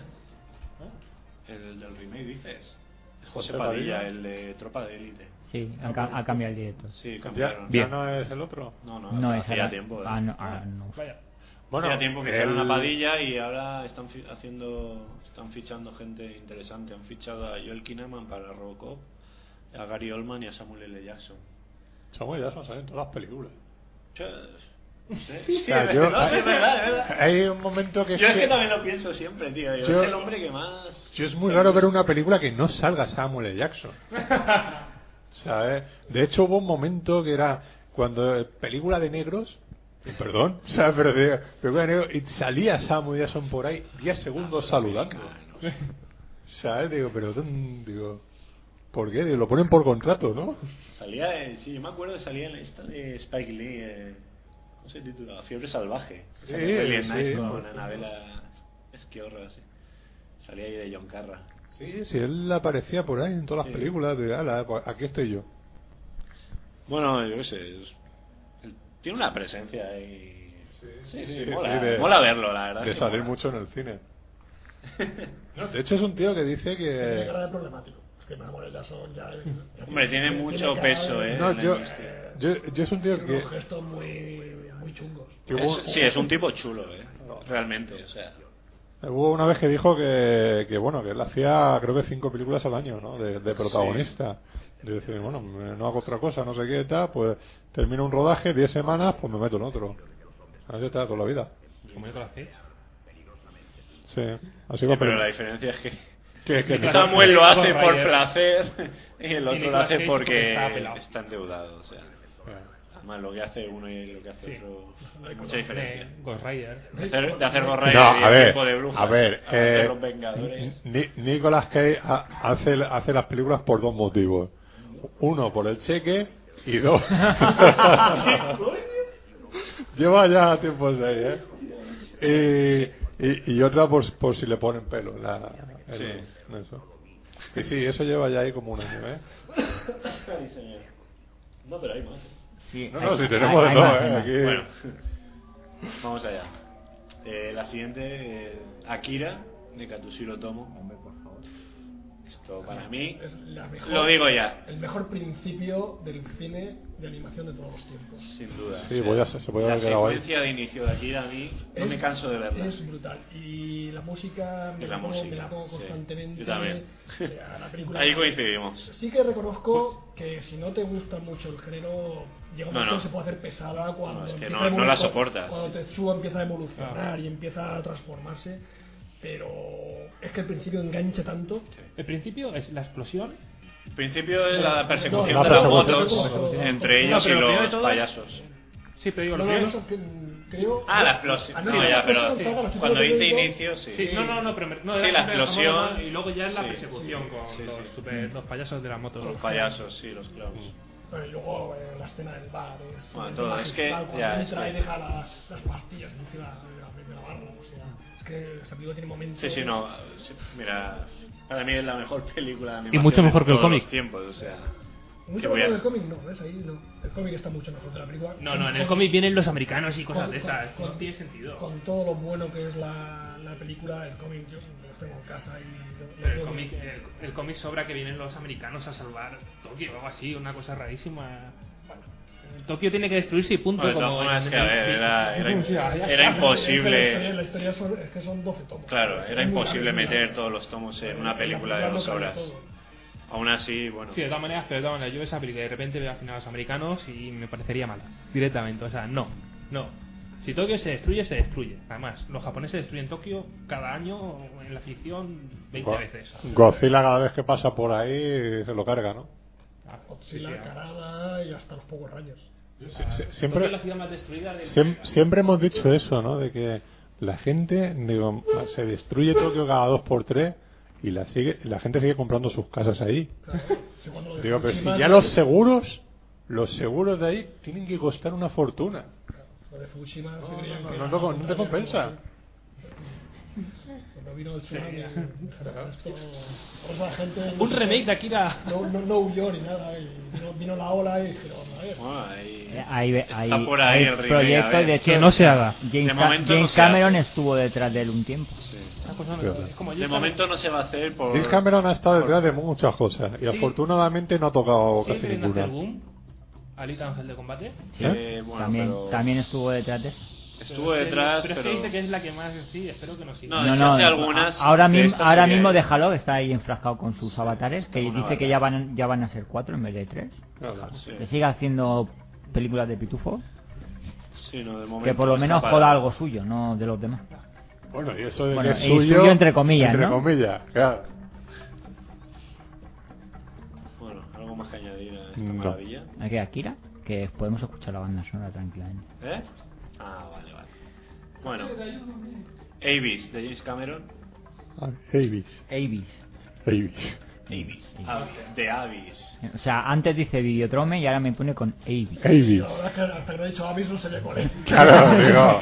Speaker 6: ¿Eh?
Speaker 3: El del remake, dices. Es
Speaker 1: José
Speaker 3: José Padilla,
Speaker 1: Padilla.
Speaker 3: el de Tropa de Élite.
Speaker 2: Sí, ha, ca- ha cambiado el director.
Speaker 3: Sí,
Speaker 1: ¿Ya,
Speaker 3: cambiaron.
Speaker 1: ya no es el otro?
Speaker 3: No, no,
Speaker 2: No es
Speaker 3: hacía
Speaker 2: ahora-
Speaker 3: tiempo. ¿eh?
Speaker 2: ah, no, ah, no.
Speaker 6: Vaya.
Speaker 3: hacía tiempo que hicieron
Speaker 1: el-
Speaker 3: a Padilla y ahora están fi- haciendo están fichando gente interesante. Han fichado a Joel Kinnaman para Robocop, a Gary Oldman y a Samuel L. Jackson.
Speaker 1: Samuel Jackson sale en todas las películas.
Speaker 3: Che, no sé.
Speaker 1: O sea, yo-
Speaker 3: no, sí, es verdad, es verdad.
Speaker 1: Hay un momento que...
Speaker 3: Yo es que también lo pienso siempre, tío. Yo,
Speaker 1: Yo-
Speaker 3: es el hombre que más...
Speaker 1: Yo es muy raro ver una película que no salga Samuel L. Jackson. O sea, eh, de hecho hubo un momento que era cuando eh, película de negros, eh, perdón, o sea, pero de- película de negros, y salía Samuel L. Jackson por
Speaker 3: Ah,
Speaker 1: ahí 10 segundos saludando.
Speaker 3: Claro, no sé.
Speaker 1: O sea, eh, digo, pero ¿dónde? digo, ¿Por qué? Lo ponen por contrato, ¿no?
Speaker 3: Salía, en- sí, yo me acuerdo que salía en la esta de Spike Lee, eh, ¿cómo se titula? Fiebre salvaje.
Speaker 1: Sí,
Speaker 3: Salía en Alien
Speaker 1: sí.
Speaker 3: Nights con Anabela Esquiorra, sí. Salía ahí de John Carra.
Speaker 1: Sí, sí, él aparecía por ahí en todas las
Speaker 3: Sí.
Speaker 1: películas. De, "Ala, pues aquí estoy yo.
Speaker 3: Bueno, yo qué sé. es- él tiene una presencia ahí. Sí, sí,
Speaker 1: sí,
Speaker 3: mola,
Speaker 1: sí, de-
Speaker 3: mola verlo, la verdad.
Speaker 1: De
Speaker 3: es que
Speaker 1: salir
Speaker 3: mola.
Speaker 1: mucho en el cine. No, eh, de hecho, es un tío que dice
Speaker 5: Tiene
Speaker 1: que.
Speaker 5: cara de problemático. Es que me amor el caso ya. eh. ya
Speaker 3: Hombre, tiene mucho
Speaker 5: cara
Speaker 3: peso,
Speaker 5: de-
Speaker 3: ¿eh?
Speaker 1: No,
Speaker 3: en la
Speaker 1: yo,
Speaker 3: industria.
Speaker 1: yo, yo es un tío
Speaker 5: Tiene
Speaker 1: que.
Speaker 5: unos gestos muy, muy chungos.
Speaker 1: que hubo-
Speaker 3: Es- sí, es un tipo chulo, ¿eh? Realmente, o sea.
Speaker 1: Hubo una vez que dijo que, que, bueno, que él hacía creo que cinco películas al año, ¿no? De, de protagonista. De decir, bueno, me- no hago otra cosa, no sé qué, tal, pues termino un rodaje, diez semanas, pues me meto en otro. Así está toda la vida.
Speaker 6: Como Nicolas Cage.
Speaker 1: Sí, así
Speaker 3: Sí,
Speaker 1: va
Speaker 3: pero la diferencia es que.
Speaker 1: que, que-
Speaker 6: Nicolas
Speaker 3: Samuel lo
Speaker 6: Cage,
Speaker 3: hace
Speaker 6: Ghost
Speaker 3: por
Speaker 6: Rider.
Speaker 3: placer y el otro lo
Speaker 6: Nicolas
Speaker 3: hace
Speaker 6: Cage porque está
Speaker 3: porque
Speaker 6: pelado.
Speaker 3: está endeudado, o sea. Además, lo que hace uno y lo que hace
Speaker 6: Sí.
Speaker 3: otro. Hay mucha diferencia.
Speaker 6: Eh, Ghost Rider.
Speaker 3: De hacer, de hacer Ghost Rider
Speaker 1: No,
Speaker 3: y
Speaker 1: a
Speaker 3: el
Speaker 1: ver,
Speaker 3: tipo de brujas,
Speaker 1: a ver,
Speaker 3: hacer
Speaker 1: eh,
Speaker 3: los Vengadores.
Speaker 1: Ni- Nicolas Cage ha- hace, hace las películas por dos motivos. Uno, por el cheque y dos... Lleva ya tiempos de ahí, ¿eh? Y, y, y otra por, por si le ponen pelo. La, el- eso. Y sí, eso lleva ya ahí como un año, ¿eh?
Speaker 3: Ay, señor. No, pero hay más.
Speaker 2: Sí,
Speaker 1: No,
Speaker 2: hay-
Speaker 1: no, si
Speaker 2: hay-
Speaker 1: tenemos de
Speaker 2: hay
Speaker 1: todo,
Speaker 2: más, hay
Speaker 1: ¿eh?
Speaker 2: más.
Speaker 1: Aquí-
Speaker 3: Bueno, vamos allá. Eh, la siguiente, eh, Akira, de Katsushiro Tomo.
Speaker 2: Hombre, por favor.
Speaker 3: Esto para mí,
Speaker 5: Es la mejor-
Speaker 3: lo digo ya,
Speaker 5: El mejor principio del cine de animación de todos los tiempos.
Speaker 3: sin duda.
Speaker 1: Sí, voy a- se puede
Speaker 3: la
Speaker 1: haber quedado ahí.
Speaker 3: secuencia de inicio de Akira a mí, no
Speaker 5: Es-
Speaker 3: me canso de verla.
Speaker 5: Es brutal. Y la música
Speaker 3: Y
Speaker 5: me
Speaker 3: la
Speaker 5: pongo-
Speaker 3: música,
Speaker 5: me la pongo
Speaker 3: sí.
Speaker 5: constantemente.
Speaker 3: Yo también.
Speaker 5: O sea, la película-
Speaker 3: Ahí coincidimos.
Speaker 5: Sí que reconozco que si no te gusta mucho el género, llega un
Speaker 3: No,
Speaker 5: momento
Speaker 3: no.
Speaker 5: que se puede hacer pesada cuando
Speaker 3: No, es que
Speaker 5: empieza
Speaker 3: no-
Speaker 5: a
Speaker 3: no la
Speaker 5: evolu-
Speaker 3: soportas.
Speaker 5: Cuando Tetsuo empieza a evolucionar y empieza a transformarse, pero es que al principio engancha tanto.
Speaker 6: El principio es la explosión.
Speaker 3: El principio es la
Speaker 1: No,
Speaker 3: persecución de
Speaker 1: la
Speaker 3: las
Speaker 1: persecución.
Speaker 3: motos entre
Speaker 6: No,
Speaker 3: ellos y
Speaker 6: pero lo primero de
Speaker 3: los
Speaker 6: todo es-
Speaker 3: payasos.
Speaker 6: Sí, pero digo,
Speaker 5: No, no,
Speaker 6: lo
Speaker 5: no,
Speaker 6: primero-
Speaker 5: eso que- creo-
Speaker 3: Ah, la explosión.
Speaker 5: Ah, no,
Speaker 3: No, ya,
Speaker 5: la
Speaker 3: pero
Speaker 5: explosión salta, los
Speaker 3: cuando
Speaker 5: títulos
Speaker 3: dice
Speaker 5: de ellos-
Speaker 3: inicio, sí.
Speaker 6: Sí, no, no, no, pero me- no,
Speaker 3: Sí,
Speaker 6: era
Speaker 3: la
Speaker 6: primero
Speaker 3: explosión.
Speaker 6: moto, Y luego ya es la
Speaker 3: Sí,
Speaker 6: persecución con
Speaker 3: sí,
Speaker 6: los,
Speaker 3: sí.
Speaker 6: super- los payasos de la moto.
Speaker 3: Los payasos, sí, los clowns.
Speaker 5: Bueno, y luego eh, la escena del bar. Es,
Speaker 3: Bueno, todo, es que
Speaker 5: magistral, cuando
Speaker 3: ya,
Speaker 5: entra
Speaker 3: es que-
Speaker 5: y deja las, las pastillas encima de la, de la barra. O sea, es que esta película tiene momentos.
Speaker 3: Sí, sí, no. sí, Mira, para mí es la mejor película de
Speaker 8: Y
Speaker 3: animación
Speaker 8: mucho mejor
Speaker 3: de
Speaker 8: que el
Speaker 3: todos
Speaker 8: cómic.
Speaker 3: los tiempos, o sea.
Speaker 5: Mucho
Speaker 3: que voy
Speaker 5: mejor en este
Speaker 3: a-
Speaker 5: el cómic no, ¿ves? Ahí no. El cómic está mucho mejor que la película.
Speaker 6: No, no, en el cómic vienen los americanos y cosas
Speaker 5: Con-
Speaker 6: de
Speaker 5: con-
Speaker 6: esas. No
Speaker 5: con-
Speaker 6: tiene sentido.
Speaker 5: Con todo lo bueno que es la, la película, el cómic, yo los tengo en casa y. lo- lo
Speaker 6: Pero el
Speaker 5: tengo
Speaker 6: cómic,
Speaker 5: que-
Speaker 6: el, el cómic sobra que vienen los americanos a salvar Tokio o algo así, una cosa rarísima. Bueno,
Speaker 9: Tokio tiene que destruirse y punto.
Speaker 3: No, de todas
Speaker 9: como
Speaker 3: formas,
Speaker 9: en-
Speaker 3: que a ver,
Speaker 9: sí.
Speaker 3: era, era,
Speaker 5: O sea,
Speaker 3: era
Speaker 5: ya está. Ah, Es que La
Speaker 3: imposible.
Speaker 5: historia, la historia son, es que son 12 tomos.
Speaker 3: Claro, era
Speaker 5: Es muy
Speaker 3: imposible
Speaker 5: larga.
Speaker 3: meter todos los tomos en una película de
Speaker 5: La
Speaker 3: dos
Speaker 5: no cabe
Speaker 3: horas.
Speaker 5: todo.
Speaker 3: Aún así, bueno.
Speaker 9: Sí, de todas maneras, pero de todas maneras, yo esa película de repente veo al final a los americanos y me parecería mala, directamente. O sea, no, no. Si Tokio se destruye, se destruye. Además, los japoneses destruyen Tokio cada año en la ficción 20
Speaker 1: Go-
Speaker 9: veces.
Speaker 1: Godzilla cada vez que pasa por ahí se lo carga, ¿no?
Speaker 9: Ah, sí,
Speaker 5: Godzilla,
Speaker 9: sí, ah.
Speaker 5: Karada y hasta los Power Rangers.
Speaker 1: Sie- sie-
Speaker 9: Tokio es
Speaker 1: Siempre,
Speaker 9: la ciudad más destruida del
Speaker 1: Siem- siempre hemos dicho eso, ¿no? De que la gente digo, se destruye Tokio cada dos por tres y la sigue, la gente sigue comprando sus casas ahí.
Speaker 5: Sí, cuando lo de
Speaker 1: Digo, pero si
Speaker 5: Fukushima-
Speaker 1: ya los seguros, los seguros de ahí tienen que costar una fortuna.
Speaker 5: Lo de Fukushima se
Speaker 1: No,
Speaker 5: creían
Speaker 1: no,
Speaker 5: que
Speaker 1: no,
Speaker 5: era
Speaker 1: no, no te
Speaker 5: un
Speaker 1: compensa.
Speaker 5: Cuando vino el tsunami, dijeron, esto- por eso la gente no
Speaker 9: Un
Speaker 5: se-
Speaker 9: remake de Akira.
Speaker 5: No, no, no huyó ni nada. y vino, vino la ola y dijeron, a ver.
Speaker 3: Bueno, Ah, ahí-
Speaker 2: Eh, Hay, hay,
Speaker 3: está por ahí
Speaker 2: hay
Speaker 3: el remake, a
Speaker 2: proyectos,
Speaker 3: ver.
Speaker 2: de hecho,
Speaker 9: Que no se haga.
Speaker 2: James,
Speaker 3: De
Speaker 2: Ca-
Speaker 3: momento no
Speaker 2: James
Speaker 3: se
Speaker 2: Cameron
Speaker 3: hace.
Speaker 2: estuvo detrás de él un tiempo.
Speaker 9: Esas cosas Ah, pues no- es como yo
Speaker 3: De
Speaker 9: estaba-
Speaker 3: momento no se va a hacer por.
Speaker 1: James Cameron ha estado detrás de muchas cosas y afortunadamente no ha tocado
Speaker 9: siempre
Speaker 1: casi
Speaker 9: viene a hacer
Speaker 1: ninguna.
Speaker 9: boom, Alita Ángel de Combate.
Speaker 2: Sí.
Speaker 3: Eh, bueno,
Speaker 2: también,
Speaker 3: pero-
Speaker 2: también estuvo detrás de eso.
Speaker 3: Estuvo
Speaker 9: Pero es que-
Speaker 3: detrás,
Speaker 9: pero. es
Speaker 3: pero.
Speaker 9: que dice que es la que más. Sí, espero que no siga.
Speaker 3: No, se hace algunas,
Speaker 2: a- ahora,
Speaker 3: de
Speaker 2: mismo
Speaker 3: estas
Speaker 2: ahora
Speaker 3: sí que
Speaker 2: mismo
Speaker 3: hay.
Speaker 2: déjalo, está ahí enfrascado con sus avatares, que
Speaker 3: con
Speaker 2: dice que
Speaker 3: avatar.
Speaker 2: ya van, ya van a ser cuatro en vez de tres.
Speaker 1: Nada.
Speaker 3: Sí.
Speaker 2: Que siga haciendo películas de pitufo,
Speaker 3: Sí, no, de momento
Speaker 2: que por lo
Speaker 3: está
Speaker 2: menos
Speaker 3: parado.
Speaker 2: joda algo suyo, no de los demás.
Speaker 1: Bueno, y eso de
Speaker 2: Bueno,
Speaker 1: que es
Speaker 2: y
Speaker 1: suyo,
Speaker 2: suyo entre comillas,
Speaker 1: entre
Speaker 2: ¿no?
Speaker 1: comillas, claro.
Speaker 3: Bueno, algo más que añadir a esta
Speaker 1: No.
Speaker 3: maravilla.
Speaker 2: Aquí Akira, que podemos escuchar la banda sonora tranquilamente.
Speaker 3: ¿Eh? Ah, vale, vale. Bueno, Avis de James Cameron.
Speaker 1: Ah, Avis,
Speaker 2: Avis.
Speaker 1: Avis.
Speaker 3: Avis. Ah, De Avis.
Speaker 2: O sea, antes dice Videodrome y ahora me pone con Avis.
Speaker 5: La verdad es que hasta que no he dicho Avis no sabía cuál es.
Speaker 1: Claro, digo.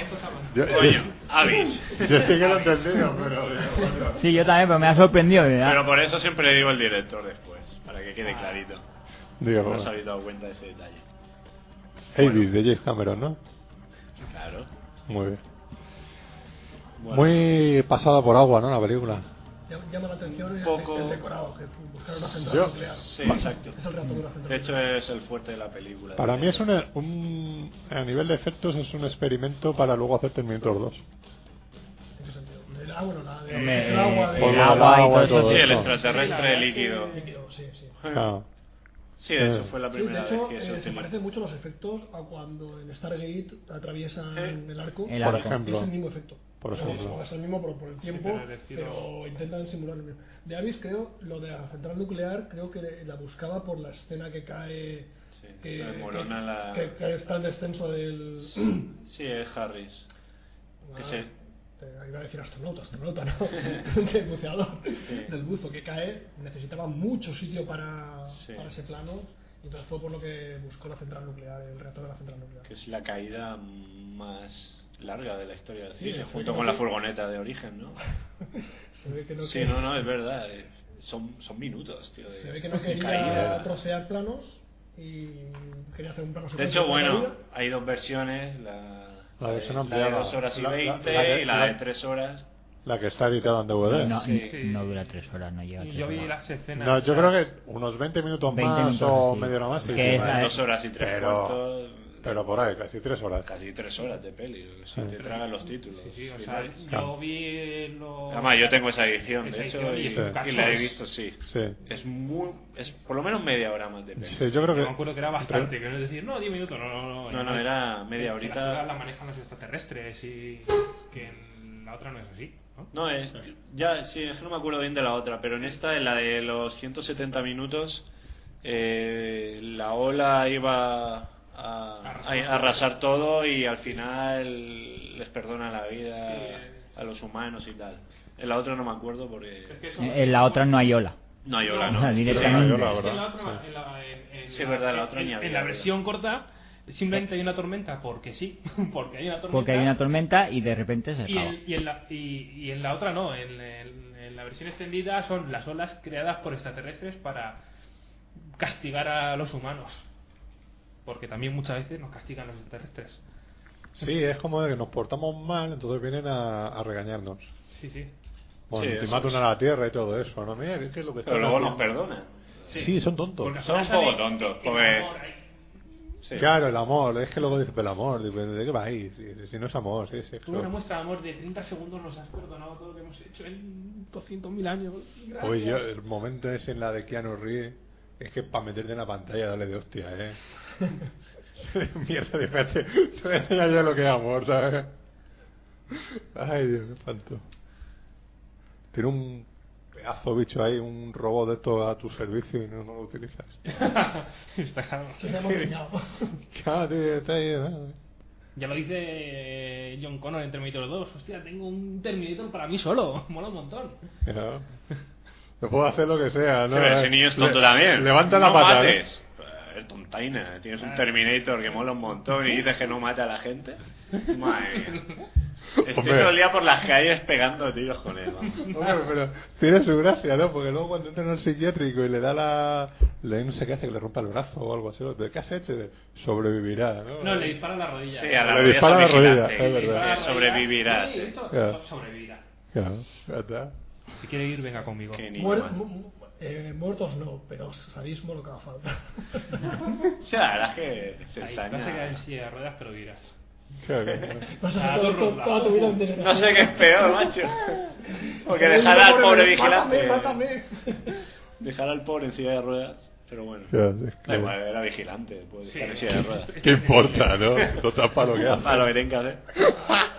Speaker 1: Yo,
Speaker 3: Coño,
Speaker 1: yo-
Speaker 3: Avis.
Speaker 1: yo sí que lo he entendido, pero. bueno.
Speaker 2: Sí, yo también, pero me ha sorprendido. ¿verdad?
Speaker 3: Pero por eso siempre le digo el director después, para que quede clarito.
Speaker 1: Digo,
Speaker 3: No os
Speaker 1: Ah. bueno.
Speaker 3: habéis dado cuenta de ese detalle.
Speaker 1: Avis de James Cameron, ¿no?
Speaker 3: Claro.
Speaker 1: Muy bien.
Speaker 3: Bueno.
Speaker 1: Muy pasada por agua, ¿no? La película.
Speaker 5: Llama- Llama la atención el,
Speaker 3: Poco-
Speaker 5: el decorado, que buscar una central
Speaker 1: Yo-
Speaker 5: nuclear.
Speaker 3: Sí, exacto.
Speaker 5: Es el reactor de una central
Speaker 3: De hecho,
Speaker 5: nuclear.
Speaker 3: es el fuerte de la película.
Speaker 1: Para
Speaker 3: De-
Speaker 1: mí es un, un- A nivel de efectos, es un experimento para luego hacer Terminator 2.
Speaker 5: ¿En qué sentido? El agua, no, la de-
Speaker 2: Hombre,
Speaker 5: eh, el agua, de-
Speaker 1: Por
Speaker 2: eh, el
Speaker 1: lo del
Speaker 2: agua y
Speaker 1: agua y
Speaker 2: todo eso.
Speaker 1: todo
Speaker 3: Sí, el
Speaker 1: eso.
Speaker 3: extraterrestre líquido.
Speaker 5: líquido, sí, sí.
Speaker 1: Claro.
Speaker 3: Sí, de hecho, fue la
Speaker 5: Sí, de
Speaker 3: primera vez
Speaker 5: hecho,
Speaker 3: que
Speaker 5: eh,
Speaker 3: se
Speaker 5: se
Speaker 3: utilizó.
Speaker 5: parecen mucho los efectos a cuando en Stargate atraviesan
Speaker 3: Eh,
Speaker 5: el arco.
Speaker 2: el
Speaker 1: Por
Speaker 2: arco.
Speaker 1: ejemplo.
Speaker 5: Es el mismo efecto.
Speaker 1: Por
Speaker 5: O sea,
Speaker 1: ejemplo.
Speaker 5: Es el mismo por, por el tiempo,
Speaker 6: pero el estilo-
Speaker 5: pero intentan simular el mismo. De Avis, creo, lo de la central nuclear, creo que la buscaba por la escena que cae.
Speaker 3: Sí,
Speaker 5: que,
Speaker 3: se desmorona la-
Speaker 5: que- que está el descenso del.
Speaker 3: Sí, es Harris. Que
Speaker 5: Ah,
Speaker 3: se-
Speaker 5: te- Iba a decir astronauta, astronauta, ¿no? del buceador,
Speaker 3: Sí.
Speaker 5: del buzo que cae, necesitaba mucho sitio para,
Speaker 3: Sí.
Speaker 5: para ese plano, y entonces fue por lo que buscó la central nuclear, el reactor de la central nuclear.
Speaker 3: que es la caída más larga de la historia del
Speaker 5: Sí,
Speaker 3: cine,
Speaker 5: es
Speaker 3: junto
Speaker 5: que-
Speaker 3: con la furgoneta de origen, ¿no?
Speaker 5: Se ve que no,
Speaker 3: Sí,
Speaker 5: que-
Speaker 3: no, no, es verdad. eh, Son, son minutos, tío.
Speaker 5: se ve
Speaker 3: De,
Speaker 5: que no
Speaker 3: de
Speaker 5: quería
Speaker 3: caída.
Speaker 5: trocear planos y quería hacer un plano
Speaker 3: De hecho,
Speaker 5: secuencia con
Speaker 3: bueno,
Speaker 5: caída.
Speaker 3: hay dos versiones: la,
Speaker 1: La versión
Speaker 3: de
Speaker 1: ampliada.
Speaker 3: 2 horas y
Speaker 1: La- la-
Speaker 3: 20
Speaker 1: la que-
Speaker 3: y la,
Speaker 1: la-
Speaker 3: de 3 horas.
Speaker 1: La que está editada en DVD.
Speaker 2: No,
Speaker 3: Sí.
Speaker 2: no dura tres horas, no llega a tres
Speaker 6: Yo vi
Speaker 2: horas.
Speaker 6: las escenas.
Speaker 1: No, yo creo que unos 20 minutos
Speaker 2: 20
Speaker 1: más
Speaker 2: minutos,
Speaker 1: o
Speaker 2: sí.
Speaker 1: media hora más. sí,
Speaker 2: Que
Speaker 1: sí,
Speaker 2: esa
Speaker 1: vale.
Speaker 2: es-
Speaker 3: Dos horas y tres
Speaker 1: pero,
Speaker 3: cuartos.
Speaker 1: pero por ahí, casi tres horas.
Speaker 3: Casi 3 horas de peli. yo que sé, Te tragan los títulos.
Speaker 6: Sí, sí, o sea,
Speaker 3: finales.
Speaker 6: yo vi los.
Speaker 3: Además, yo tengo esa edición,
Speaker 6: Esa
Speaker 3: de hecho,
Speaker 6: edición y
Speaker 3: y,
Speaker 6: es un
Speaker 1: Sí.
Speaker 6: cacho.
Speaker 3: y la he visto, sí.
Speaker 1: Sí.
Speaker 3: Es muy. Es por lo menos media hora más de peli.
Speaker 1: Sí, yo creo
Speaker 6: Yo
Speaker 1: que.
Speaker 6: me acuerdo que era bastante, que no es decir, no, 10 minutos, no, no, no.
Speaker 3: No, no,
Speaker 6: además,
Speaker 3: era media
Speaker 6: que las
Speaker 3: horita.
Speaker 6: horas la manejan los extraterrestres y que en la otra no es así, ¿no?
Speaker 3: No, eh, ya, sí, es que no me acuerdo bien de la otra, pero en esta, en la de los 170 minutos, eh, la ola iba a, a- a arrasar todo y al final les perdona la vida a los humanos y tal. En la otra no me acuerdo
Speaker 6: Es
Speaker 3: porque...
Speaker 6: que eso-
Speaker 2: En Eh, la otra no hay ola.
Speaker 3: No hay ola,
Speaker 2: No,
Speaker 3: ¿no?
Speaker 2: directamente.
Speaker 1: Sí, no hay ola,
Speaker 6: Es que en
Speaker 1: ¿verdad?
Speaker 6: la otra-
Speaker 1: Sí.
Speaker 6: en la- en- en
Speaker 3: Sí, es verdad, la otra
Speaker 6: en-
Speaker 3: ni
Speaker 6: en
Speaker 3: había,
Speaker 6: la
Speaker 3: ¿verdad?
Speaker 6: versión corta, simplemente hay una tormenta porque sí, porque hay una tormenta.
Speaker 2: Porque hay una tormenta y de repente se
Speaker 6: Y,
Speaker 2: acaba.
Speaker 6: en- y en la, y, y en la otra no, en, en- en la versión extendida son las olas creadas por extraterrestres para castigar a los humanos. Porque también muchas veces nos castigan los extraterrestres.
Speaker 1: Sí, es como de que nos portamos mal, entonces vienen a, a regañarnos.
Speaker 6: Sí, sí.
Speaker 1: Bueno,
Speaker 3: Sí,
Speaker 1: te
Speaker 3: eso
Speaker 1: matan
Speaker 3: es.
Speaker 1: a la tierra y todo eso, ¿no? Mira, es que lo que
Speaker 3: Pero
Speaker 1: están
Speaker 3: luego nos
Speaker 1: haciendo-
Speaker 3: perdonan.
Speaker 1: Sí, son tontos.
Speaker 6: Porque
Speaker 3: Son un
Speaker 6: sale
Speaker 3: poco tontos,
Speaker 6: el
Speaker 3: porque-
Speaker 6: amor ahí.
Speaker 3: Sí.
Speaker 1: Claro, el amor, es que luego dices, pero el amor, digo, ¿de qué vais? Si, si no es amor, sí, sí.
Speaker 6: Tú una
Speaker 1: pero-
Speaker 6: muestra de amor de 30 segundos nos has perdonado todo lo que hemos hecho en 200.000 años. Gracias.
Speaker 1: Oye, Pues yo, el momento es en la de Keanu Reeves, es que para meterte en la pantalla, dale de hostia, ¿eh? Mierda, espérate, te voy a enseñar yo lo que es amor, ¿sabes? Ay, Dios, qué espanto. Tiene un pedazo de bicho ahí, un robot de esto a tu servicio y no, no lo utilizas.
Speaker 6: Está claro.
Speaker 5: Sí, se hemos pillado.
Speaker 1: Claro, tío, está ahí, ¿no?
Speaker 6: Ya lo dice eh, John Connor en Terminator 2. Hostia, tengo un Terminator para mí solo. Mola un montón.
Speaker 1: Claro. Yo puedo hacer lo que sea, ¿no? eh,
Speaker 3: Sí, pero ese niño es tonto
Speaker 1: Le-
Speaker 3: también.
Speaker 1: Levanta la
Speaker 3: no
Speaker 1: pata. ¿no?
Speaker 3: Mates. Eh, tontaina. Tienes un Terminator que mola un montón y dices que no mata a la gente. Madre mía. Estoy
Speaker 1: Hombre.
Speaker 3: todo el día por las calles pegando tiros con él. vamos.
Speaker 1: Hombre, pero tiene su gracia, ¿no? Porque luego cuando entra en el psiquiátrico y le da la... Le, no sé qué hace, que le rompa el brazo o algo así. ¿no? ¿Qué has hecho? Y dice, Sobrevivirá, ¿no?
Speaker 6: No, le dispara la rodilla.
Speaker 3: Sí, a la
Speaker 1: Le
Speaker 3: rodilla
Speaker 1: dispara a la
Speaker 3: vigilante.
Speaker 1: rodilla, es
Speaker 3: Le
Speaker 1: verdad.
Speaker 3: dispara a la
Speaker 6: Sobrevivirá.
Speaker 3: Sobrevivirá. sí.
Speaker 1: Claro.
Speaker 6: Sobrevivirá.
Speaker 1: Claro, ya está.
Speaker 6: Si quiere ir, venga conmigo.
Speaker 3: Qué niño
Speaker 5: Muer-
Speaker 3: más.
Speaker 5: mu- mu- eh, muertos no, pero sadismo lo que haga falta.
Speaker 3: O sea, la verdad es que se
Speaker 6: Ahí, vas a quedar en
Speaker 3: ensaña.
Speaker 6: silla de ruedas, pero dirás.
Speaker 1: Claro, claro.
Speaker 5: Vas a
Speaker 6: Ah,
Speaker 5: hacer
Speaker 6: tú
Speaker 5: todo-
Speaker 6: rumba.
Speaker 5: toda tu vida un desgraciado.
Speaker 3: No sé qué es peor, macho. Porque
Speaker 5: Pero
Speaker 3: dejar
Speaker 5: yo
Speaker 3: al
Speaker 5: digo,
Speaker 3: pobre
Speaker 5: mátame,
Speaker 3: vigilante.
Speaker 5: Mátame,
Speaker 3: Dejar al pobre en silla de ruedas. Pero bueno.
Speaker 1: Claro, es
Speaker 3: Da igual,
Speaker 1: que-
Speaker 3: era vigilante. Puede
Speaker 6: Sí.
Speaker 3: estar en silla de ruedas.
Speaker 1: ¿Qué importa, no? Total para lo que
Speaker 3: Para lo
Speaker 1: hace.
Speaker 3: que tenga que hacer.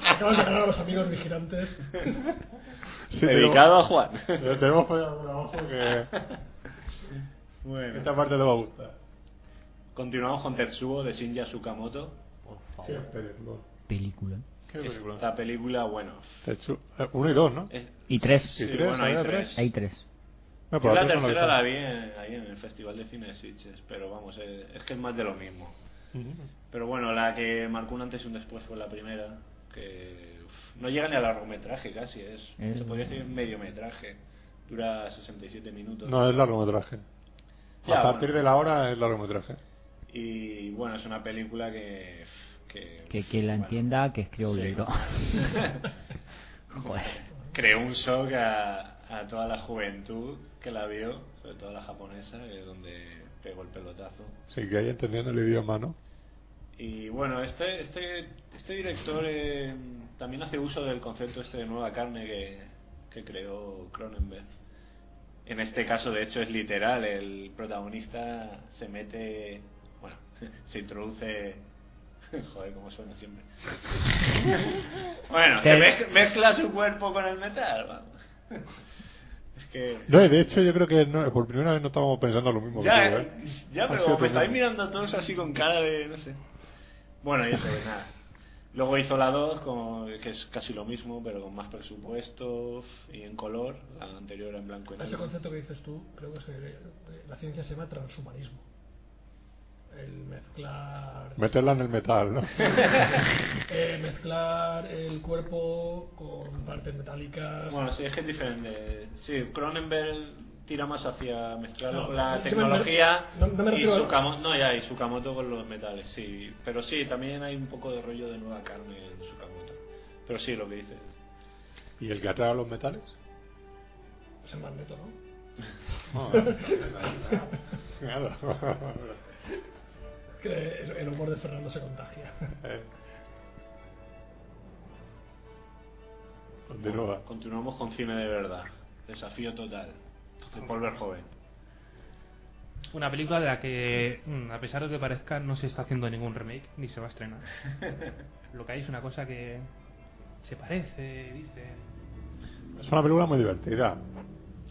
Speaker 5: Acabas de ganar a los amigos vigilantes.
Speaker 1: Sí,
Speaker 3: Dedicado a Juan.
Speaker 1: Tenemos, tenemos follado por abajo que... Esta parte le va a gustar.
Speaker 3: Continuamos con Tetsuo de Shinja Tsukamoto.
Speaker 1: Qué película.
Speaker 2: Película.
Speaker 1: Qué película.
Speaker 3: Esta película, bueno.
Speaker 1: Te chu- eh, Uno y dos, ¿no?
Speaker 3: es-
Speaker 2: Y tres.
Speaker 3: sí,
Speaker 1: tres,
Speaker 3: bueno, hay
Speaker 1: había
Speaker 3: tres.
Speaker 2: Hay tres.
Speaker 1: No,
Speaker 3: Yo
Speaker 1: pero
Speaker 3: la
Speaker 1: otros Ah, pues no lo
Speaker 3: tercera la
Speaker 1: usaron.
Speaker 3: vi en- ahí en el Festival de Cine de Sitges, pero vamos, eh, es que es más de lo mismo.
Speaker 1: Ujú.
Speaker 3: Pero bueno, la que marcó un antes y un después fue la primera, que uf, no llega ni al largometraje casi, es,
Speaker 2: Es-
Speaker 3: se podría decir mediometraje, dura 67 minutos.
Speaker 1: No, es largometraje.
Speaker 3: Ya,
Speaker 1: a
Speaker 3: bueno.
Speaker 1: partir de la hora es largometraje.
Speaker 3: Y bueno, es una película que... Que,
Speaker 2: Que quien la
Speaker 3: bueno,
Speaker 2: entienda, que escriba un
Speaker 3: sí.
Speaker 2: libro. Joder.
Speaker 3: creó un shock a, a toda la juventud que la vio, sobre todo la japonesa, que es donde pegó el pelotazo.
Speaker 1: Sí, que haya entendiendo el idioma, ¿no?
Speaker 3: Y bueno, este, este, este director eh, también hace uso del concepto este de nueva carne que, que creó Cronenberg. En este caso, de hecho, es literal. El protagonista se mete, bueno, se introduce... Joder, como suena siempre. bueno, se
Speaker 2: Te-
Speaker 3: mez- mezcla su cuerpo con el metal. vamos. es que...
Speaker 1: No, y de hecho yo creo que no- por primera vez no estábamos pensando lo mismo.
Speaker 3: Ya,
Speaker 1: que tú,
Speaker 3: eh,
Speaker 1: ¿eh?
Speaker 3: ya,
Speaker 1: Ha
Speaker 3: pero
Speaker 1: sido
Speaker 3: como me estáis
Speaker 1: tremendo.
Speaker 3: mirando todos así con cara de, no sé. Bueno, y eso, pues nada. Luego hizo la 2, con- que es casi lo mismo, pero con más presupuesto y en color. La anterior era en blanco y
Speaker 5: Ese
Speaker 3: negro.
Speaker 5: concepto que dices tú, creo que se- eh, la ciencia se llama transhumanismo. El mezclar.
Speaker 1: Meterla en el metal, ¿no?
Speaker 5: eh, mezclar el cuerpo con partes metálicas.
Speaker 3: Bueno, sí, es que es diferente. Sí, Cronenberg tira más hacia mezclarlo
Speaker 5: No,
Speaker 3: con la
Speaker 5: es que me-
Speaker 3: tecnología
Speaker 5: no- no me
Speaker 3: y
Speaker 5: refiero a-
Speaker 3: Tsukamo- no, ya, y Sukamoto con los metales, sí. Pero sí, también hay un poco de rollo de nueva carne en Sukamoto. Pero sí, lo que dice.
Speaker 1: ¿Y el que atrae a los metales?
Speaker 5: Es el magneto, ¿no?
Speaker 1: No, eh, nada.
Speaker 5: Es que el, el humor de Fernando se contagia.
Speaker 1: Eh. Continúa.
Speaker 3: Continuamos con cine de verdad. Desafío total. De volver joven.
Speaker 6: Una película de la que, mm, a pesar de que parezca, no se está haciendo ningún remake ni se va a estrenar. Lo que hay es una cosa que se parece, dice.
Speaker 1: Es una película muy divertida.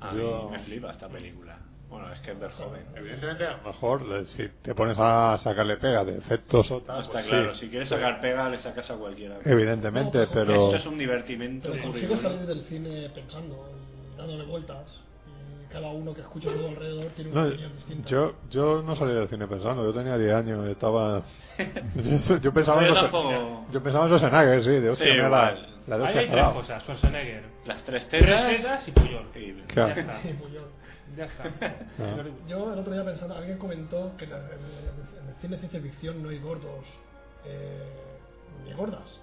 Speaker 3: A
Speaker 1: Yo- Eh,
Speaker 3: mí me flipa esta película. Bueno, es que es ver joven.
Speaker 1: Evidentemente, a lo mejor eh, si te pones a sacarle pega de efectos o tal.
Speaker 3: No, está
Speaker 1: pues
Speaker 3: claro,
Speaker 1: sí.
Speaker 3: si quieres sacar pega, le sacas a cualquiera.
Speaker 1: Evidentemente,
Speaker 5: No,
Speaker 1: pero.
Speaker 3: Esto es un divertimento
Speaker 5: Pero
Speaker 3: puro y
Speaker 5: consigue
Speaker 3: duro.
Speaker 5: salir del cine pensando, y dándole vueltas. y cada uno que escucha a su alrededor tiene una
Speaker 1: No,
Speaker 5: opinión distinta.
Speaker 1: yo, yo no salí del cine pensando, yo tenía 10 años, estaba. Yo, yo pensaba
Speaker 3: No,
Speaker 1: en
Speaker 3: yo
Speaker 1: los-
Speaker 3: tampoco.
Speaker 1: Yo pensaba en Schwarzenegger, sí, de hostia,
Speaker 3: Sí,
Speaker 1: mira
Speaker 3: igual.
Speaker 1: la, la de
Speaker 6: Ahí
Speaker 1: hostia
Speaker 6: hay tres
Speaker 1: jalao.
Speaker 6: cosas: Schwarzenegger,
Speaker 3: Las tres
Speaker 6: Terras
Speaker 3: tetas
Speaker 6: y Puyol.
Speaker 3: y...
Speaker 1: Claro.
Speaker 6: Ya está.
Speaker 5: Sí, pues yo.
Speaker 6: Ya está.
Speaker 1: Ah.
Speaker 5: Yo el otro día pensando, alguien comentó que en el, en el- en el cine de ciencia ficción no hay gordos eh, ni gordas.